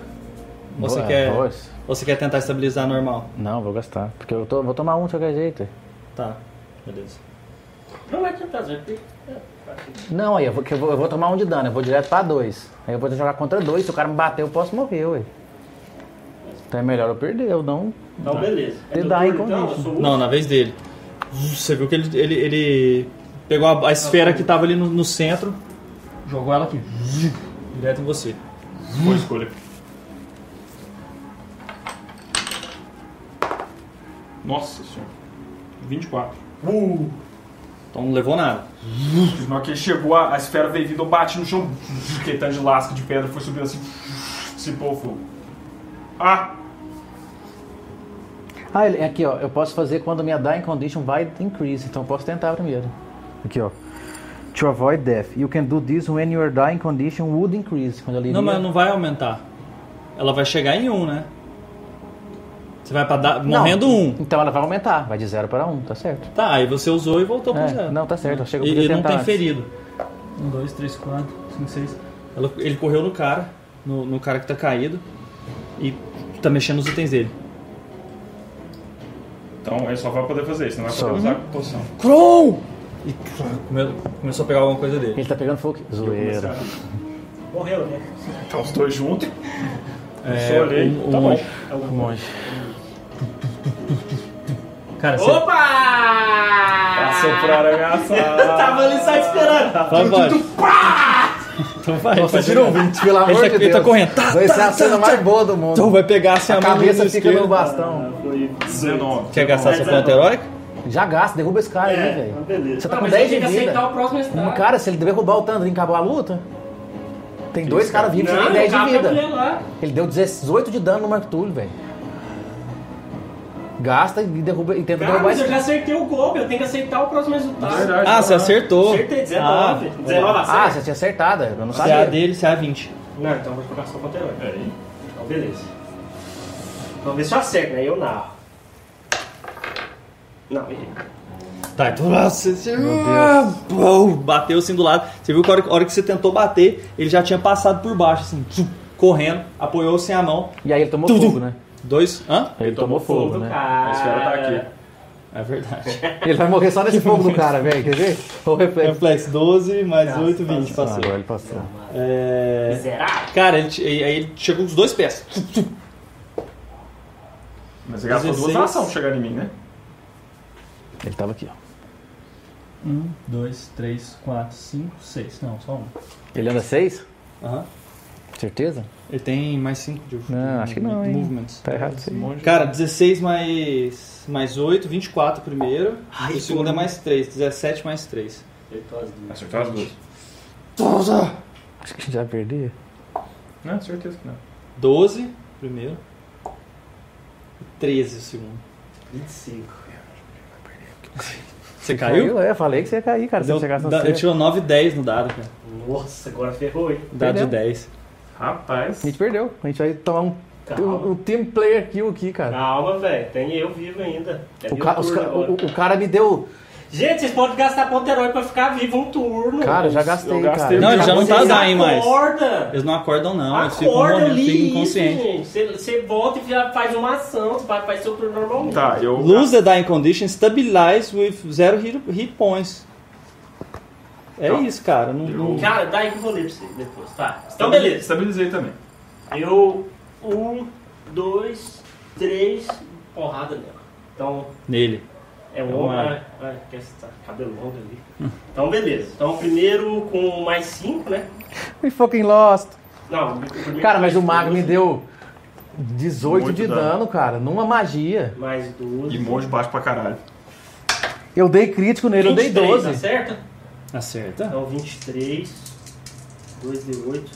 Speaker 1: Ou você
Speaker 3: Boa,
Speaker 1: quer.
Speaker 3: pois.
Speaker 1: Ou você quer tentar estabilizar normal?
Speaker 3: Não, vou gastar. Porque eu tô- vou tomar um de qualquer jeito.
Speaker 1: Tá, beleza.
Speaker 4: Não vai tentar, Zé, porque- é, tá aqui.
Speaker 3: Não, aí eu vou, que eu vou- eu vou tomar um de dano, eu vou direto pra dois. Aí eu vou jogar contra dois, se o cara me bater, eu posso morrer, ué. Então é melhor eu perder, eu não.
Speaker 4: Então, beleza.
Speaker 3: Te
Speaker 4: do
Speaker 3: dá em
Speaker 4: turno, então, eu sou o
Speaker 1: Não, na vez dele. Você viu que ele, ele, ele pegou a, a esfera que tava ali no, no centro, jogou ela aqui. Direto em você.
Speaker 18: Boa escolha. Nossa senhora. 24.
Speaker 4: Uh!
Speaker 1: Então não levou nada.
Speaker 18: Na hora que ele chegou, a, a esfera veio vindo, eu bati no chão, aquele tanto de lasca de pedra, foi subindo assim, se pôr o fogo. Ah!
Speaker 3: Ah, ele- aqui ó, eu posso fazer quando minha dying condition vai increase, então eu posso tentar primeiro. Aqui ó. To avoid death, you can do this when your dying condition would increase. Quando ela
Speaker 1: Não,
Speaker 3: iria-
Speaker 1: mas não vai aumentar. Ela vai chegar em um, né? Você vai pra dar. Morrendo um.
Speaker 3: Então ela vai aumentar, vai de 0 para 1, um, tá certo.
Speaker 1: Tá, aí você usou e voltou pro
Speaker 3: É,
Speaker 1: zero.
Speaker 3: não, tá certo, achei que eu
Speaker 1: E-
Speaker 3: podia
Speaker 1: e não
Speaker 3: tentar
Speaker 1: tem
Speaker 3: antes.
Speaker 1: ferido. Um, dois, três, quatro, cinco, seis. Ela- ele correu no cara, no, no cara que tá caído. E tá mexendo nos itens dele.
Speaker 18: Então ele só vai poder fazer isso, não vai poder usar a poção.
Speaker 1: Kron! E come- começou a pegar alguma coisa dele.
Speaker 3: Ele tá pegando fogo. Zoeira.
Speaker 4: Morreu, né?
Speaker 18: Tá os dois juntos.
Speaker 1: É,
Speaker 18: Só olhei.
Speaker 1: um- um
Speaker 18: tá
Speaker 1: monge.
Speaker 18: bom.
Speaker 1: Um monge. Cara, você.
Speaker 4: Opa!
Speaker 18: Passou por aranhaçada.
Speaker 4: Tava ali só esperando.
Speaker 1: Vai, vai. Então vai,
Speaker 3: Nossa,
Speaker 1: vai
Speaker 3: tira
Speaker 1: jogar.
Speaker 3: um 20, pelo amor
Speaker 1: ele tá,
Speaker 3: de
Speaker 1: Ele tá
Speaker 3: Deus.
Speaker 1: correndo. Tá,
Speaker 3: Vai
Speaker 1: tá,
Speaker 3: ser a cena
Speaker 1: tá,
Speaker 3: mais
Speaker 1: tá.
Speaker 3: boa do mundo.
Speaker 1: Então vai pegar assim
Speaker 3: a
Speaker 1: mão no é
Speaker 3: cabeça fica
Speaker 1: isqueiro.
Speaker 3: no bastão.
Speaker 4: Foi
Speaker 18: 19.
Speaker 1: Quer gastar seu ponto heróico?
Speaker 3: Já gasta, derruba esse cara
Speaker 4: É,
Speaker 3: aí, velho.
Speaker 4: beleza.
Speaker 3: Você tá
Speaker 4: Ah,
Speaker 3: com
Speaker 4: mas ele
Speaker 3: 10 de
Speaker 4: tem que
Speaker 3: vida.
Speaker 4: aceitar o próximo
Speaker 3: Um
Speaker 4: estado.
Speaker 3: cara, se ele derrubar o Tandrin, acabou a luta. Tem dois
Speaker 4: Isso,
Speaker 3: caras vivos, você
Speaker 4: Não,
Speaker 3: tem 10 de
Speaker 2: tá
Speaker 4: acaba a mulher
Speaker 3: vida.
Speaker 4: lá.
Speaker 3: Ele deu 18 de dano no Martulho, velho. Gasta e derruba e tenta
Speaker 4: Cara,
Speaker 3: derrubar
Speaker 4: mas eu
Speaker 3: esse
Speaker 4: já acertei o golpe, eu tenho que aceitar o próximo resultado.
Speaker 1: Ah, você acertou.
Speaker 4: Acertei 19.
Speaker 1: Ah,
Speaker 4: 19
Speaker 3: Ah,
Speaker 4: acerta.
Speaker 3: você tinha acertado, eu não
Speaker 1: CA
Speaker 3: sabia.
Speaker 1: dele, é CA 20.
Speaker 4: Não, então eu vou jogar só contra herói. Então, beleza. Vamos ver se eu acerto, né? Eu narro. Não, errei.
Speaker 1: Tá, então ah, você, você ah, pum, bateu assim do lado. Você viu que a hora, a hora que você tentou bater, ele já tinha passado por baixo, assim, tchum, correndo, apoiou sem a mão.
Speaker 3: E aí ele tomou fogo, né?
Speaker 1: Dois. Hã?
Speaker 3: Ele, tomou, fogo, né?
Speaker 4: cara.
Speaker 1: A esfera tá aqui. É verdade.
Speaker 3: Ele vai morrer só nesse fogo do cara, velho. Quer ver? O reflexo. Ah,
Speaker 1: Reflexo 12, mais 8, 20. É, Passou.
Speaker 3: Agora ele passou.
Speaker 1: É...
Speaker 4: Miserável.
Speaker 1: Cara, ele, aí ele chegou com os dois pés.
Speaker 5: Mas você gastou duas
Speaker 1: 16.
Speaker 5: ações pra chegar em mim, né?
Speaker 3: Ele tava aqui, ó.
Speaker 22: 1, 2, 3, 4, 5, 6. Não, só um.
Speaker 3: Ele anda seis?
Speaker 1: Aham.
Speaker 3: Certeza?
Speaker 1: Ele tem mais 5 de
Speaker 3: Não, acho que não, hein?
Speaker 1: Movements.
Speaker 3: Tá errado isso aí.
Speaker 1: Cara, 16 mais, mais 8, 24 primeiro.
Speaker 4: Ai,
Speaker 1: e o segundo é mais 3, 17 mais 3.
Speaker 4: Acertou as duas.
Speaker 5: Acertou as duas.
Speaker 3: Acho que a gente já perdi.
Speaker 5: Não, certeza que não.
Speaker 1: 12 primeiro. E 13 o segundo.
Speaker 4: 25.
Speaker 1: Você caiu?
Speaker 3: É, falei que você ia cair, cara. Se
Speaker 1: Deu-
Speaker 3: você chegasse no
Speaker 1: da-
Speaker 3: seu.
Speaker 1: ele tirou 9 e 10 no dado, cara.
Speaker 4: Nossa, agora ferrou, hein?
Speaker 1: Dado de
Speaker 3: Perdeu.
Speaker 1: 10.
Speaker 5: Rapaz.
Speaker 3: A gente perdeu. A gente vai tomar um,
Speaker 4: Calma.
Speaker 3: um, um team player kill aqui, cara.
Speaker 4: Calma, velho. Tem eu vivo ainda. É
Speaker 3: O,
Speaker 4: meu
Speaker 3: ca- os
Speaker 4: turno
Speaker 3: ca-
Speaker 4: agora.
Speaker 3: o- o cara me deu.
Speaker 4: Gente, vocês podem gastar ponto herói pra ficar vivo um turno.
Speaker 3: Cara, eu já gastei,
Speaker 5: eu
Speaker 3: cara.
Speaker 5: gastei
Speaker 1: Não, ele já não tá
Speaker 4: Vocês
Speaker 1: dying mais.
Speaker 4: Acorda!
Speaker 1: Eles não acordam, não. Eles ficam
Speaker 4: Acorda
Speaker 1: rolando,
Speaker 4: ali,
Speaker 1: ficam
Speaker 4: isso,
Speaker 1: inconscientes.
Speaker 4: gente. Você- Você volta e já faz uma ação, você vai faz seu turno normalmente.
Speaker 5: Tá, eu.
Speaker 1: Lose the dying condition, stabilize with zero hit, hit points. É
Speaker 5: Tá.
Speaker 1: isso, cara. Não, não-
Speaker 4: Cara, dá aí que eu vou ler pra você depois, tá? Então, beleza.
Speaker 5: Estabilizei também.
Speaker 4: Eu. Um, dois, três. Porrada nela. Então,
Speaker 1: Nele.
Speaker 4: é
Speaker 1: É
Speaker 4: um
Speaker 1: uma-
Speaker 4: homem. Ah, que essa cabelo longo ali. Então, beleza. Então, primeiro com mais cinco, né?
Speaker 3: Me fucking lost.
Speaker 4: Não, o primeiro
Speaker 3: Cara,
Speaker 4: com
Speaker 3: mas o mago me
Speaker 4: doze,
Speaker 3: deu 18
Speaker 5: Muito
Speaker 3: de
Speaker 5: dano.
Speaker 3: dano. cara, numa magia.
Speaker 4: Mais
Speaker 5: E
Speaker 4: 12.
Speaker 5: monge baixo pra caralho.
Speaker 3: Eu dei crítico nele, eu dei
Speaker 4: 23,
Speaker 3: 12.
Speaker 4: Acerta?
Speaker 1: Acerta.
Speaker 4: tá Então 23, 2 de 8,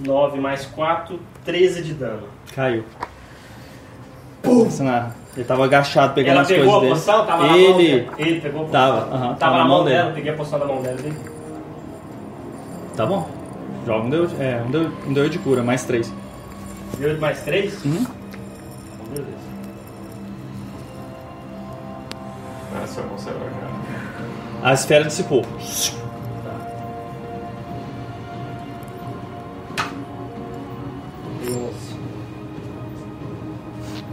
Speaker 4: 9 mais 4, 13 de dano.
Speaker 1: Caiu. Isso na- Ele tava agachado pegando
Speaker 4: Ela
Speaker 1: as
Speaker 4: pegou a
Speaker 1: coisas dele.
Speaker 4: poção? Tava na mão
Speaker 1: ele
Speaker 4: dela. Ele pegou a poção.
Speaker 1: Tava, aham,
Speaker 4: tava na mão dela, peguei a poção da mão dela. dele.
Speaker 1: Tá bom. Joga um deu, é, um deu, um deu de cura, mais três.
Speaker 4: 8 mais 3?
Speaker 1: Uhum.
Speaker 4: Beleza.
Speaker 5: Essa é a nossa herói, cara.
Speaker 1: A esfera dissipou.
Speaker 4: E 11.
Speaker 5: né?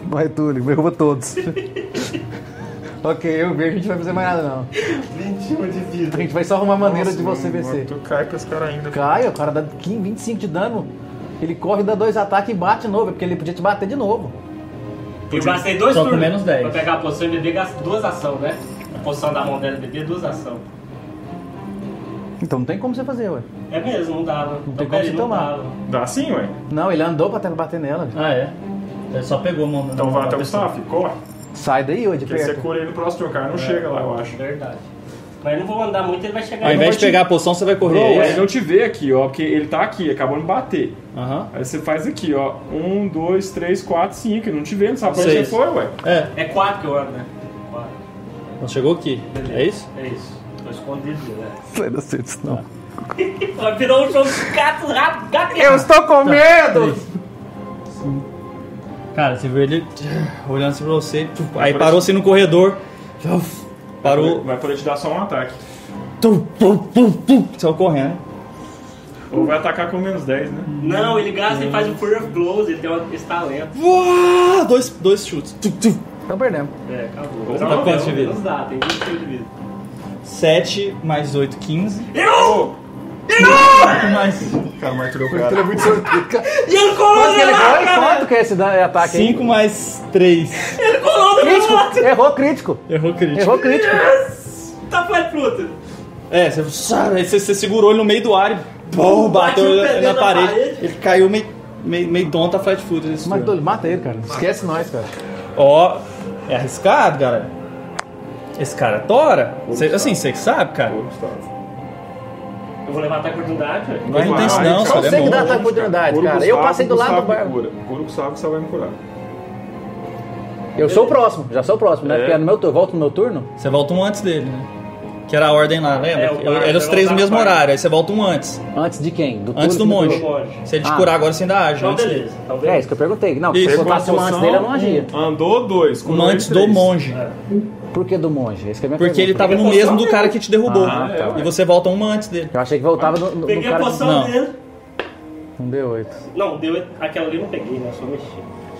Speaker 3: Vai, Túlio, me derruba todos. *laughs* ok, eu vejo, a gente não vai fazer mais nada, não.
Speaker 4: 21 de
Speaker 3: A
Speaker 4: vida.
Speaker 3: gente vai só arrumar maneira de você
Speaker 5: mano,
Speaker 3: vencer.
Speaker 5: Tu cai com esse cara ainda.
Speaker 3: Caio, o cara dá 15, 25 de dano. Ele corre, dá dois ataques e bate de novo, é porque ele podia te bater de novo.
Speaker 4: Eu gastei dois
Speaker 22: Só com
Speaker 4: turnos.
Speaker 22: menos 10.
Speaker 4: Pra pegar a poção e beber, gasto duas ações, né? A poção da mão dela e beber, duas ações.
Speaker 3: Então não tem como você fazer, ué.
Speaker 4: É mesmo, não dava. Então,
Speaker 3: tem como
Speaker 4: peraí,
Speaker 3: se
Speaker 4: não
Speaker 3: tomar.
Speaker 4: dava.
Speaker 5: Dá sim, ué.
Speaker 3: Não, ele andou pra tentar bater nela.
Speaker 22: Ah, é? Ele só pegou a mão na
Speaker 5: Então
Speaker 22: mão
Speaker 5: vai
Speaker 22: da
Speaker 5: até o
Speaker 22: pessoa.
Speaker 5: staff, corre.
Speaker 3: Sai daí, ô, de
Speaker 5: Porque você
Speaker 3: perto.
Speaker 5: cura ele no próximo turno, o cara não chega lá, eu acho.
Speaker 4: Verdade. Mas eu não vou andar muito, ele vai chegar
Speaker 1: Ao
Speaker 4: aí.
Speaker 1: invés de pegar a poção, você vai correr.
Speaker 5: Bro,
Speaker 1: é
Speaker 5: ele
Speaker 1: isso?
Speaker 5: não te vê aqui, ó, porque ele tá aqui, acabou de bater.
Speaker 1: Aham.
Speaker 5: Aí você faz aqui, ó. Um, dois, três, quatro, cinco. Ele não te vê, não sabe pra onde você
Speaker 1: Seis.
Speaker 5: foi, ué.
Speaker 1: É,
Speaker 4: É 4 que eu ando, né? Quatro.
Speaker 1: então chegou aqui. É isso?
Speaker 4: É isso. Tô escondido, né?
Speaker 3: Sai da cesta,
Speaker 4: *laughs*
Speaker 3: não.
Speaker 4: Vai virar um jogo de gato rápido, gato
Speaker 3: estou com medo!
Speaker 1: Cara, você viu ele olhando assim pra você. tipo, Aí parou assim no corredor. Parou.
Speaker 5: Vai poder te dar só um ataque.
Speaker 1: Tum, pum, pum, pum, saiu correndo.
Speaker 5: Ou vai atacar com menos 10, né?
Speaker 4: Não, ele gasta e faz o Fury of Blows, ele tem um- esse talento.
Speaker 1: Uá, dois, dois chutes. Tum, tum.
Speaker 3: Então perdemos.
Speaker 4: É, acabou.
Speaker 5: Tá
Speaker 4: Não,
Speaker 1: quanto de
Speaker 4: não,
Speaker 1: vida?
Speaker 4: Menos dá, tem 25 de vida.
Speaker 1: 7 mais 8, 15.
Speaker 5: Eu!
Speaker 1: Mais
Speaker 5: Cara, o martelho cara.
Speaker 4: E ele colou
Speaker 3: Mas ele errou
Speaker 4: lá,
Speaker 3: e
Speaker 4: cara!
Speaker 3: quanto que é esse dano- é ataque aí?
Speaker 1: 5 mais 3.
Speaker 4: Ele colou no meu lado!
Speaker 3: Crítico! Errou crítico!
Speaker 1: Errou crítico.
Speaker 3: Errou crítico!
Speaker 4: Tá faz fruta!
Speaker 1: É, você, sabe, aí você, você segurou ele no meio do ar e bom, bateu
Speaker 4: Bateu o
Speaker 1: ele na
Speaker 4: pé dele na
Speaker 1: parede.
Speaker 4: parede.
Speaker 1: Ele caiu meio, meio, meio tonta flat foot. nesse
Speaker 3: Mas
Speaker 1: turno.
Speaker 3: Túlio, mata ele, cara. Esquece nós, cara.
Speaker 1: Ó, é arriscado, cara. Esse cara é tora? Cê- assim, você que sabe, cara.
Speaker 4: Eu vou levantar a né? oportunidade, velho.
Speaker 1: Mas não tem isso não,
Speaker 5: Vai,
Speaker 1: só
Speaker 5: cara.
Speaker 3: Eu sei
Speaker 1: é
Speaker 3: que dá
Speaker 1: bom.
Speaker 3: ataque de oportunidade, cara. Eu passei do lado do bar.
Speaker 5: Cura o Gustavo, que você vai me curar.
Speaker 3: Eu sou o próximo, já sou o próximo, né? Porque é no é meu turno, volto no meu turno.
Speaker 1: Você volta um antes dele, né? Que era a ordem lá, lembra?
Speaker 4: É, o
Speaker 1: Eu-
Speaker 4: bar-
Speaker 1: era os
Speaker 4: você
Speaker 1: três no
Speaker 4: voltava
Speaker 1: mesmo
Speaker 4: pro bar.
Speaker 1: horário, aí você volta um antes.
Speaker 11: Antes de quem? Do
Speaker 1: antes do
Speaker 11: túnel?
Speaker 4: Então,
Speaker 1: monge. Se ele te curar agora, você ainda age.
Speaker 11: Então
Speaker 1: antes
Speaker 11: beleza,
Speaker 1: dele.
Speaker 4: talvez.
Speaker 11: É isso que eu perguntei. Não, se
Speaker 1: Isso.
Speaker 11: eu botasse uma antes dele, eu não agia.
Speaker 18: Andou dois.
Speaker 1: Um antes
Speaker 5: Então,
Speaker 1: do monge.
Speaker 11: Por que do monge? Essa que é a minha
Speaker 1: Porque ele tava
Speaker 11: pergunta.
Speaker 1: no mesmo do cara que te derrubou.
Speaker 11: Ah, tá.
Speaker 1: E você volta uma antes dele.
Speaker 11: Eu achei que voltava no, no,
Speaker 4: Peguei
Speaker 11: no cara
Speaker 4: a poção
Speaker 1: Não.
Speaker 4: dele.
Speaker 11: Um D8.
Speaker 4: Não, deu aquela ali eu não peguei, né? Só mexi.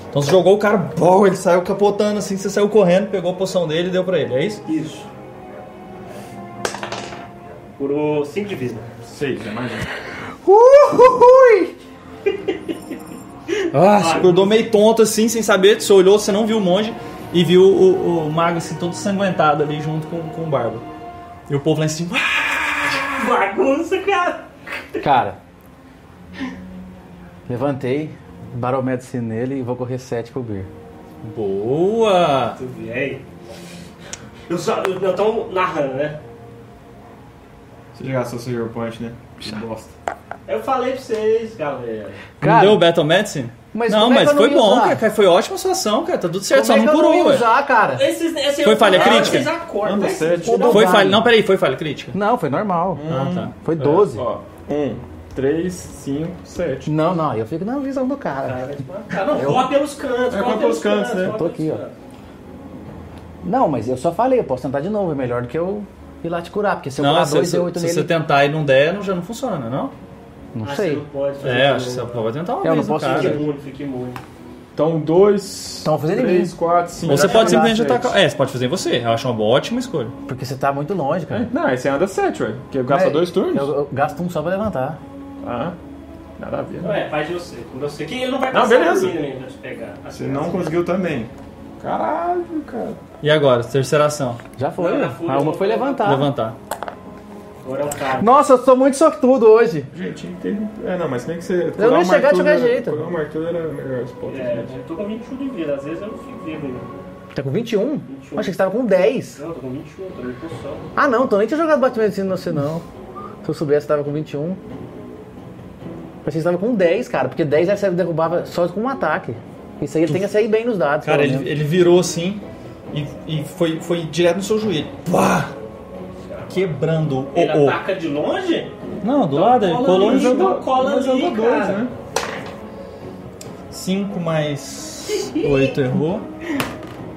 Speaker 1: Então você jogou o cara, bom, ele saiu capotando assim, você saiu correndo, pegou a poção dele e deu pra ele, é isso?
Speaker 4: Isso. Curou 5 de vida.
Speaker 18: 6, é mais um.
Speaker 1: Uhuhui! Ah, você acordou meio tonto assim, sem saber, você olhou, você não viu o monge e viu o, o mago assim, todo sanguentado ali junto com, com o barba. E o povo lá em cima. "Ah!"
Speaker 4: Bagunça, cara!
Speaker 3: Cara, levantei, baromedicine nele e vou correr 7 pro Beer.
Speaker 1: Boa!
Speaker 4: Tudo bem. Eu só. eu- Nós estamos narrando, né?
Speaker 18: Você já gastou seu hero point, né? Que bosta.
Speaker 4: Eu falei pra vocês, galera.
Speaker 1: não deu o Battle Medicine?
Speaker 4: Mas
Speaker 1: não,
Speaker 4: como é que
Speaker 1: mas
Speaker 4: eu não
Speaker 1: foi
Speaker 4: ia
Speaker 1: bom,
Speaker 4: usar?
Speaker 1: cara. Foi ótima a sua ação, cara. Tá tudo certo,
Speaker 4: Como
Speaker 1: só
Speaker 4: é
Speaker 1: não
Speaker 4: que eu
Speaker 1: curou,
Speaker 4: não ia
Speaker 1: ué.
Speaker 4: usar,
Speaker 11: cara?
Speaker 4: Esses, esse
Speaker 1: Foi falha
Speaker 4: Não,
Speaker 1: crítica?
Speaker 4: Vocês acordam,
Speaker 1: Anda,
Speaker 4: esses
Speaker 1: sete.
Speaker 4: filhos
Speaker 1: Foi
Speaker 4: da-
Speaker 1: falha. Não, peraí, foi falha crítica.
Speaker 3: Não, foi normal.
Speaker 1: Ah, tá.
Speaker 3: Foi
Speaker 5: É,
Speaker 3: 12.
Speaker 18: 1, 3, 5, 7.
Speaker 3: Não, não, eu fico na visão do cara. né?
Speaker 4: Ah, não,
Speaker 3: Eu-
Speaker 4: corre pelos cantos,
Speaker 18: É,
Speaker 4: corre pelos cantos, né?
Speaker 3: Tô aqui, ó. Não, mas eu só falei, eu posso tentar de novo, é melhor do que eu ir lá te curar, porque se eu
Speaker 1: Não,
Speaker 3: curar
Speaker 1: se,
Speaker 3: 2
Speaker 1: se-
Speaker 3: e 8
Speaker 1: se
Speaker 3: nele.
Speaker 1: você tentar e não der, não, já não funciona, não?
Speaker 3: Não
Speaker 4: Ah,
Speaker 3: sei.
Speaker 4: você não pode fazer
Speaker 1: É,
Speaker 4: de
Speaker 1: acho que você
Speaker 4: novo.
Speaker 1: pode tentar uma
Speaker 4: Eu não
Speaker 1: vez,
Speaker 4: posso
Speaker 1: cara.
Speaker 4: Fica imune, fica imune.
Speaker 18: Então, 2.
Speaker 3: Estão fazendo em mim.
Speaker 18: 3, 4, 5.
Speaker 1: Ou você pode simplesmente atacar. É, você pode fazer em você. Eu acho uma ótima escolha.
Speaker 3: Porque você tá muito longe,
Speaker 5: É.
Speaker 3: cara.
Speaker 18: Não, esse anda 7, ué. Porque gasta
Speaker 3: Mas
Speaker 18: 2 turnos.
Speaker 3: É, Eu, eu gasto um só pra levantar.
Speaker 18: Ah, nada a ver. né?
Speaker 4: Ué, é, faz de você, com você. Que ele não vai
Speaker 18: Não,
Speaker 4: passar
Speaker 18: beleza.
Speaker 4: por mim, né, pra te pegar.
Speaker 18: Você não conseguiu também. Caralho, cara.
Speaker 1: E agora? Terceira ação.
Speaker 3: Já foi,
Speaker 4: Não, já
Speaker 3: né?
Speaker 4: foi,
Speaker 3: A uma foi levantar.
Speaker 1: Levantar.
Speaker 4: Agora é o cara.
Speaker 3: Nossa, eu sou muito sortudo hoje.
Speaker 18: Gente, teve... É, não, mas nem que você...
Speaker 3: não ia chegar de qualquer jeito.
Speaker 18: Curar uma armadura era melhor os pontos.
Speaker 4: É,
Speaker 18: né?
Speaker 4: eu tô com 21 de vida, às vezes eu não fico vivo ainda.
Speaker 3: Tá com 21?
Speaker 4: 21.
Speaker 3: Eu Achei que você tava com 10.
Speaker 4: Não, eu tô com 21, tô meio poção.
Speaker 3: Ah não, então nem tinha jogado Batman Medicina no você não. Se eu soubesse, eu tava com 21. Pensei que você tava com 10, cara, porque 10 era você derrubava só com um ataque. Isso aí ele tem que sair bem nos dados.
Speaker 1: Cara,
Speaker 3: pelo
Speaker 1: ele,
Speaker 3: menos.
Speaker 1: ele virou assim e, e foi, foi direto no seu joelho. Pá! Quebrando o
Speaker 4: Ele
Speaker 1: o.
Speaker 4: ataca de longe?
Speaker 1: Não, do lado, ele
Speaker 4: cola
Speaker 1: colou
Speaker 4: ali,
Speaker 1: em
Speaker 4: então cola
Speaker 18: mas
Speaker 4: ali,
Speaker 18: andou dois,
Speaker 4: cara.
Speaker 18: né?
Speaker 1: 5
Speaker 4: *laughs*
Speaker 1: mais 8 errou.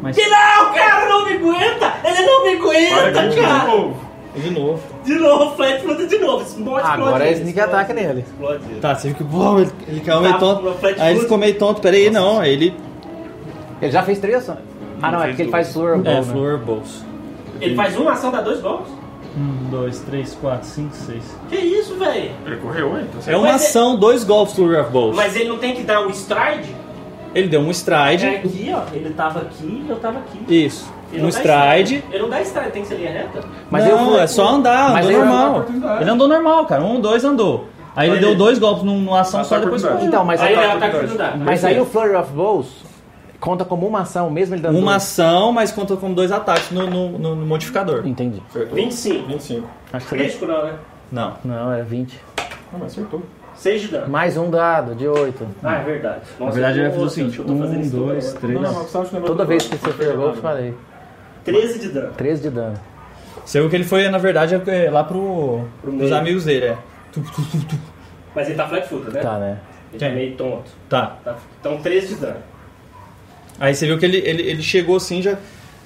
Speaker 1: Mas
Speaker 4: Que não, cara, não me aguenta! Ele não me aguenta,
Speaker 1: Para de
Speaker 4: cara!
Speaker 1: de novo.
Speaker 4: De novo, flat fruta de novo. Explode,
Speaker 3: Agora é
Speaker 4: explode.
Speaker 3: sneak ataque nele.
Speaker 4: Explode.
Speaker 1: Tá, você viu que. Uau, ele, ele caiu meio
Speaker 4: Tá,
Speaker 1: tonto.
Speaker 4: flat
Speaker 1: Aí ele
Speaker 4: foot.
Speaker 1: ficou meio tonto. Peraí, não. Aí ele.
Speaker 3: Ele já fez três ações? Ah não, é porque ele faz floor ball,
Speaker 1: É,
Speaker 3: né?
Speaker 1: floor bolso.
Speaker 4: Ele faz uma ação, dá dois gols?
Speaker 1: 1, 2, 3, 4, 5, 6.
Speaker 4: Que isso, velho?
Speaker 18: Ele correu, hein? Então,
Speaker 1: É uma
Speaker 4: Mas é-
Speaker 1: ação, dois golpes do Rev Balls.
Speaker 4: Mas ele não tem que dar um stride?
Speaker 1: Ele deu um stride.
Speaker 4: É aqui, ó. Ele tava aqui eu tava aqui.
Speaker 1: Isso.
Speaker 4: Ele
Speaker 1: um
Speaker 4: não tá dá
Speaker 1: stride.
Speaker 4: Ele não dá stride, tem que ser linha reta?
Speaker 1: Mas
Speaker 3: eu
Speaker 1: não,
Speaker 3: fui-
Speaker 1: é só andar,
Speaker 3: Mas
Speaker 1: andou
Speaker 3: ele-
Speaker 1: normal. Ele andou normal, cara. Um, dois, andou. Aí ele
Speaker 3: Mas
Speaker 1: deu
Speaker 3: ele-
Speaker 1: dois golpes num- numa ação só, depois correu.
Speaker 3: Então, mas
Speaker 4: Aí
Speaker 3: aí,
Speaker 4: ele
Speaker 1: tá,
Speaker 4: é ataque de dá.
Speaker 3: mas aí o Flurry of Balls conta como uma ação, mesmo
Speaker 4: Então,
Speaker 3: ele dando
Speaker 1: Uma
Speaker 3: dois.
Speaker 1: ação, mas contou como dois ataques no, no- no- no modificador.
Speaker 3: Entendi.
Speaker 4: 25.
Speaker 18: 25.
Speaker 3: Acho que você
Speaker 4: Crítico não, né?
Speaker 1: Não.
Speaker 3: Não, é 20.
Speaker 18: Ah, mas acertou.
Speaker 4: 6 de dano.
Speaker 3: Mais um dado, de 8.
Speaker 4: Ah, é verdade. Nossa,
Speaker 1: Na verdade,
Speaker 4: eu
Speaker 1: ele vai fazer o
Speaker 4: tô- eu
Speaker 1: seguinte:
Speaker 4: tô fazendo
Speaker 1: um,
Speaker 4: isso toda
Speaker 1: dois,
Speaker 4: hora.
Speaker 1: três.
Speaker 3: Toda vez que você fez o gol, eu te falei.
Speaker 4: 13 de dano.
Speaker 3: 13 de dano.
Speaker 1: Você viu que ele foi, na verdade, é lá pro,
Speaker 4: Pro
Speaker 1: pros
Speaker 4: meio.
Speaker 1: amigos dele, é.
Speaker 4: Mas ele tá flat footed, né?
Speaker 3: Tá, né?
Speaker 4: Ele tá meio tonto.
Speaker 1: Tá.
Speaker 4: Tá- Então 13 de dano.
Speaker 1: Aí você viu que ele, ele, ele chegou assim, já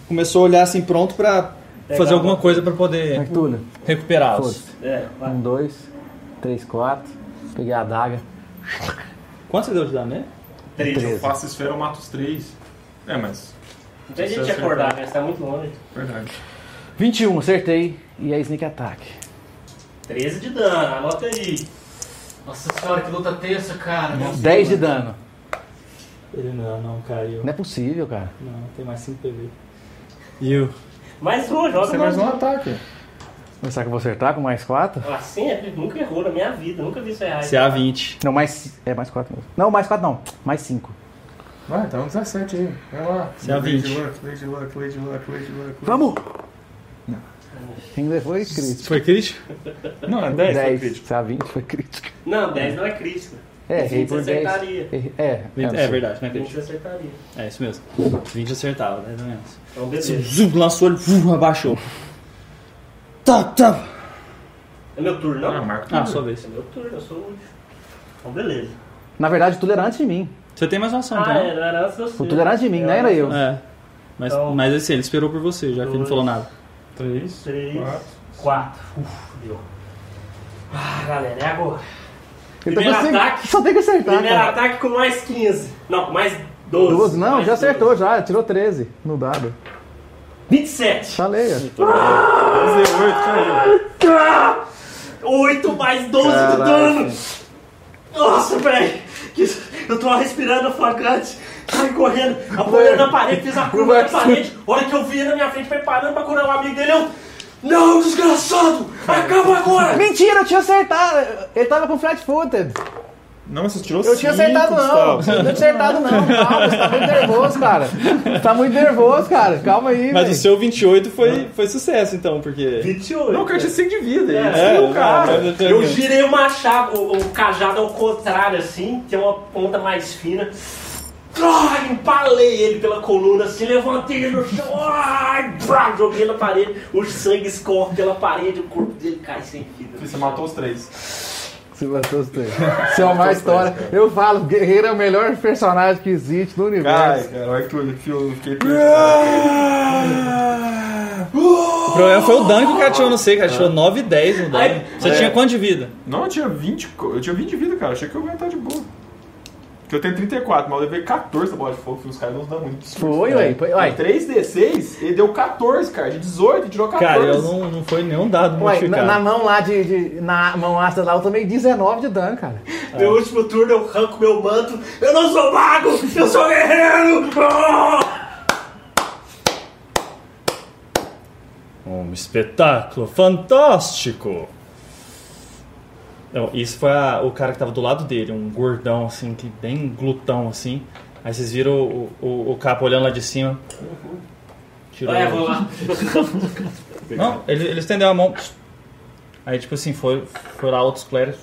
Speaker 1: começou a olhar assim, pronto pra
Speaker 4: Pegar
Speaker 1: fazer alguma
Speaker 4: uma-
Speaker 1: coisa pra poder
Speaker 3: Artulho.
Speaker 1: recuperá-los.
Speaker 3: Foda-se.
Speaker 4: É, vai.
Speaker 3: Um, dois, três, quatro. Peguei a adaga.
Speaker 1: Quanto você deu de dano, né?
Speaker 4: Três.
Speaker 18: Eu faço esfera, eu mato os 3. É, mas...
Speaker 4: um Não tem
Speaker 18: Se
Speaker 4: gente
Speaker 18: acertar.
Speaker 4: acordar, mas tá muito longe.
Speaker 18: Verdade.
Speaker 3: Tá 21, acertei. E aí, sneak attack.
Speaker 4: 13 de dano, anota aí. Nossa senhora, que luta tensa, cara.
Speaker 3: 10 de dano.
Speaker 1: Ele não, não caiu.
Speaker 3: Não é possível, cara.
Speaker 1: Não, tem mais 5 PV. E o.
Speaker 4: Mais um, joga
Speaker 18: Você
Speaker 4: mais
Speaker 18: mais um ataque.
Speaker 3: Será que eu vou acertar com mais 4?
Speaker 1: um.
Speaker 4: Assim, ele nunca errou na minha vida, nunca vi isso errar.
Speaker 1: CA20.
Speaker 3: Não, mais. É, mais 4 mesmo. Não, mais 4 não. Mais 5.
Speaker 18: Vai, tá um 17 aí. Vai lá.
Speaker 1: Você é
Speaker 18: Lady
Speaker 1: 20.
Speaker 18: Luck, Lady Luck, Lady Luck, Lady Luck.
Speaker 3: Vamos! Ainda foi crítico.
Speaker 1: Foi crítico?
Speaker 18: Não, é 10.
Speaker 3: 10. Tá 20 foi crítico.
Speaker 4: Não, 10 não é crítico.
Speaker 3: É, errei
Speaker 4: 20
Speaker 3: por 10.
Speaker 4: acertaria.
Speaker 3: Errei- É,
Speaker 1: Vinte-
Speaker 3: não
Speaker 1: é
Speaker 3: sei.
Speaker 1: verdade, não é
Speaker 4: 20
Speaker 1: crítico.
Speaker 4: acertaria.
Speaker 1: É isso mesmo. 20 acertava, 10 ou menos.
Speaker 4: Então,
Speaker 1: Zum,
Speaker 4: beleza.
Speaker 1: zum, lançou ele, zum, abaixou.
Speaker 23: Tá, tá.
Speaker 4: É meu turno, não?
Speaker 5: Ah, Marco,
Speaker 1: Ah, sua vez.
Speaker 4: É meu turno, eu sou o último. Então, beleza.
Speaker 3: Na verdade, o tolerante em mim.
Speaker 1: Você tem mais uma ação,
Speaker 4: Ah,
Speaker 1: então.
Speaker 4: é, não era essa eu
Speaker 3: O
Speaker 4: sei.
Speaker 3: tolerante em mim, não Tá. era eu.
Speaker 1: É. Mas, mas assim, ele esperou por você, já que ele não falou nada.
Speaker 4: Três, três, quatro. Uf, deu. Ah, galera, é agora.
Speaker 3: Ele tá
Speaker 4: Primeiro
Speaker 3: conseguindo-
Speaker 4: ataque.
Speaker 3: Só um tem que acertar,
Speaker 4: Primeiro
Speaker 3: cara.
Speaker 4: ataque com mais 15. Não, com mais 12.
Speaker 3: 12, não,
Speaker 4: mais
Speaker 3: já acertou, já. Tirou 13 no dado.
Speaker 4: 27.
Speaker 3: Falei, ó.
Speaker 4: 8 mais 12 de
Speaker 3: Caraca.
Speaker 4: dano. Nossa, velho. Que- Eu tô respirando afagante. Saí correndo, apoiando na parede, fiz a curva na parede. A hora que eu vi ele na minha frente, foi parando pra curar o amigo dele. Eu. Não, desgraçado! Acaba agora!
Speaker 3: Mentira, eu tinha acertado. Ele tava com flat footed.
Speaker 24: Não, mas você tirou
Speaker 3: Eu tinha
Speaker 24: cinco,
Speaker 3: acertado, não.
Speaker 24: Gustavo.
Speaker 18: *laughs*
Speaker 3: Eu não tinha acertado, não. Calma, você tá muito nervoso, cara. Você Tá muito nervoso, cara. Calma aí,
Speaker 1: Mas o
Speaker 3: velho.
Speaker 1: seu 28 foi, foi sucesso, então, porque.
Speaker 4: 28?
Speaker 1: Não, o cara tinha
Speaker 5: 5 de vida.
Speaker 1: É,
Speaker 4: destruiu
Speaker 1: é,
Speaker 4: o cara.
Speaker 1: mas eu-
Speaker 4: Eu girei o machado, o, o cajado ao contrário, assim, tem uma ponta mais fina. Ah, empalei ele pela coluna, se levantei ele no chão, ah, brá, joguei na parede, o sangue escorre pela parede, o corpo dele cai sem vida.
Speaker 5: Você matou os três.
Speaker 3: Você matou os três. Isso é uma história. Eu falo, Guerreiro é o melhor personagem que existe no
Speaker 24: Ai,
Speaker 3: universo.
Speaker 24: cara, olha que eu- que eu fiquei
Speaker 23: O problema foi o dano que o cara tirou, não sei, cara tirou 9 e 10 no dano. Você
Speaker 5: é.
Speaker 23: tinha quanto de vida?
Speaker 5: Não, eu tinha 20. co- Eu tinha 20 de vida, cara. Achei que eu ia aguentar de boa. Porque eu tenho 34, mas eu levei 14 da bola de fogo, que os caras não dão muito.
Speaker 3: Foi, ué, foi, ué.
Speaker 5: 3D6, ele deu 14, cara. De 18, tirou 14.
Speaker 23: Cara, eu não, não foi nenhum dado
Speaker 3: Ué, na,
Speaker 23: modificado.
Speaker 3: Tá na mão lá de, de- Na mão ácida lá, eu tomei 19 de dano, cara.
Speaker 4: Meu último turno eu arranco meu manto, eu não sou mago, eu sou guerreiro! Ah!
Speaker 1: Um espetáculo fantástico! Não, isso foi a- o cara que tava do lado dele, um gordão assim, que bem glutão assim. Aí vocês viram o, o, o capa olhando lá de cima. Tirou.
Speaker 4: Vai, vou
Speaker 1: *laughs*
Speaker 4: lá.
Speaker 1: Não, ele, ele estendeu a mão. Aí tipo assim, foi, foi lá outros clérigos.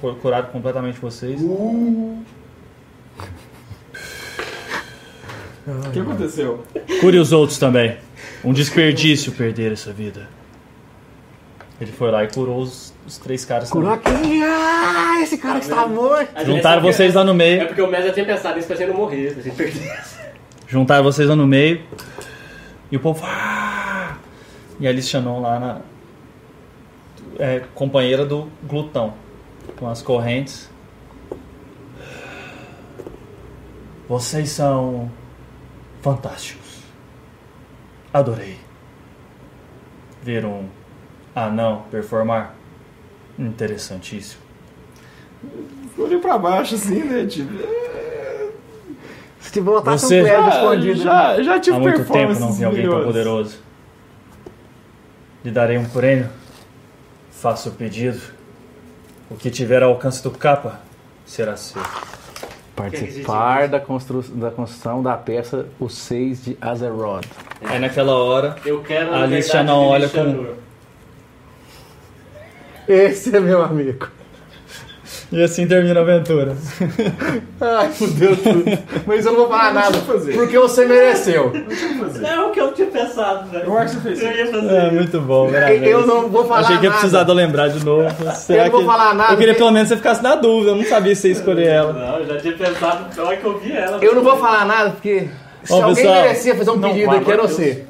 Speaker 1: Foi curado completamente vocês.
Speaker 5: O que aconteceu?
Speaker 1: Cure os outros também. Um desperdício perder essa vida. Ele foi lá e curou os, os três caras.
Speaker 3: Curou
Speaker 1: também.
Speaker 3: aqui. Ah, esse cara que está morto.
Speaker 1: Juntaram vocês lá no meio.
Speaker 4: É porque o Messi já tinha pensado nisso pra gente não morrer, né? pra
Speaker 1: *laughs*
Speaker 4: gente perder.
Speaker 1: Juntaram vocês lá no meio. E o povo. "Ah!" E a Alice Shannon lá na. É, companheira do glutão. Com as correntes. Vocês são. fantásticos. Adorei. Ver um anão performar. Interessantíssimo.
Speaker 5: Eu olhei pra baixo assim, né? Tipo.
Speaker 3: Se te botasse
Speaker 1: Você-
Speaker 3: um clérigo
Speaker 1: Ah,
Speaker 3: escondido.
Speaker 5: já- já
Speaker 3: Tipo
Speaker 5: tive
Speaker 1: Há muito
Speaker 5: né?
Speaker 1: tempo
Speaker 5: performances
Speaker 1: não vi alguém tão
Speaker 5: melhores.
Speaker 1: poderoso. Lhe darei um prêmio. Faça o pedido. O que tiver ao alcance do capa será seu.
Speaker 3: Participar da, constru- da construção da peça Os Seis de Azeroth.
Speaker 1: Aí É naquela hora,
Speaker 4: Eu quero, na
Speaker 1: a Alice já
Speaker 4: verdade,
Speaker 1: não olha
Speaker 4: Alexandre.
Speaker 1: com.
Speaker 3: Esse é meu amigo.
Speaker 1: E assim termina a aventura.
Speaker 3: Ai, fudeu tudo. Mas eu não vou falar nada. Porque você mereceu.
Speaker 4: Não é o que eu tinha pensado, velho.
Speaker 5: é
Speaker 4: Eu acho que você fez. Eu ia fazer.
Speaker 1: É, muito bom,
Speaker 3: Eu- eu não vou falar
Speaker 1: Achei que ia
Speaker 3: nada.
Speaker 1: precisar de eu lembrar de novo. Será
Speaker 3: não vou
Speaker 1: que-
Speaker 3: falar nada,
Speaker 1: Eu queria
Speaker 3: porque-
Speaker 1: pelo menos que você ficasse na dúvida, eu não sabia se você ia escolher ela.
Speaker 4: Não, eu já tinha pensado na hora que eu vi ela.
Speaker 3: Eu não vou falar nada porque se
Speaker 1: Ó,
Speaker 3: alguém
Speaker 1: pessoal.
Speaker 3: merecia fazer um
Speaker 1: Não,
Speaker 3: pedido
Speaker 1: pelo
Speaker 3: aqui, era
Speaker 1: amor de
Speaker 3: você.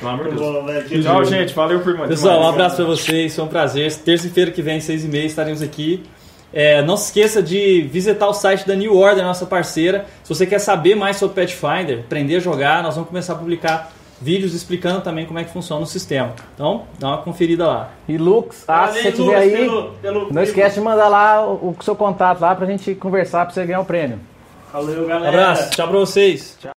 Speaker 5: Pelo amor de
Speaker 4: Bom, velho, que
Speaker 5: Deus. Tchau,
Speaker 4: jogo.
Speaker 5: gente. Valeu por mais.
Speaker 1: Pessoal, um
Speaker 5: mais.
Speaker 1: abraço pra vocês, foi um prazer. Terça-feira que vem, seis e meia, estaremos aqui. É, não se esqueça de visitar o site da New Order, nossa parceira. Se você quer saber mais sobre Pathfinder, aprender a jogar, nós vamos começar a publicar vídeos explicando também como é que funciona o sistema. Então, dá uma conferida lá.
Speaker 3: E Lux, ah, se você
Speaker 4: Valeu,
Speaker 3: estiver
Speaker 4: Lux,
Speaker 3: aí,
Speaker 4: pelo- pelo-
Speaker 3: não esquece de mandar lá o, o seu contato lá pra gente conversar pra você ganhar o prêmio.
Speaker 4: Valeu, galera.
Speaker 1: Abraço, Um tchau pra vocês.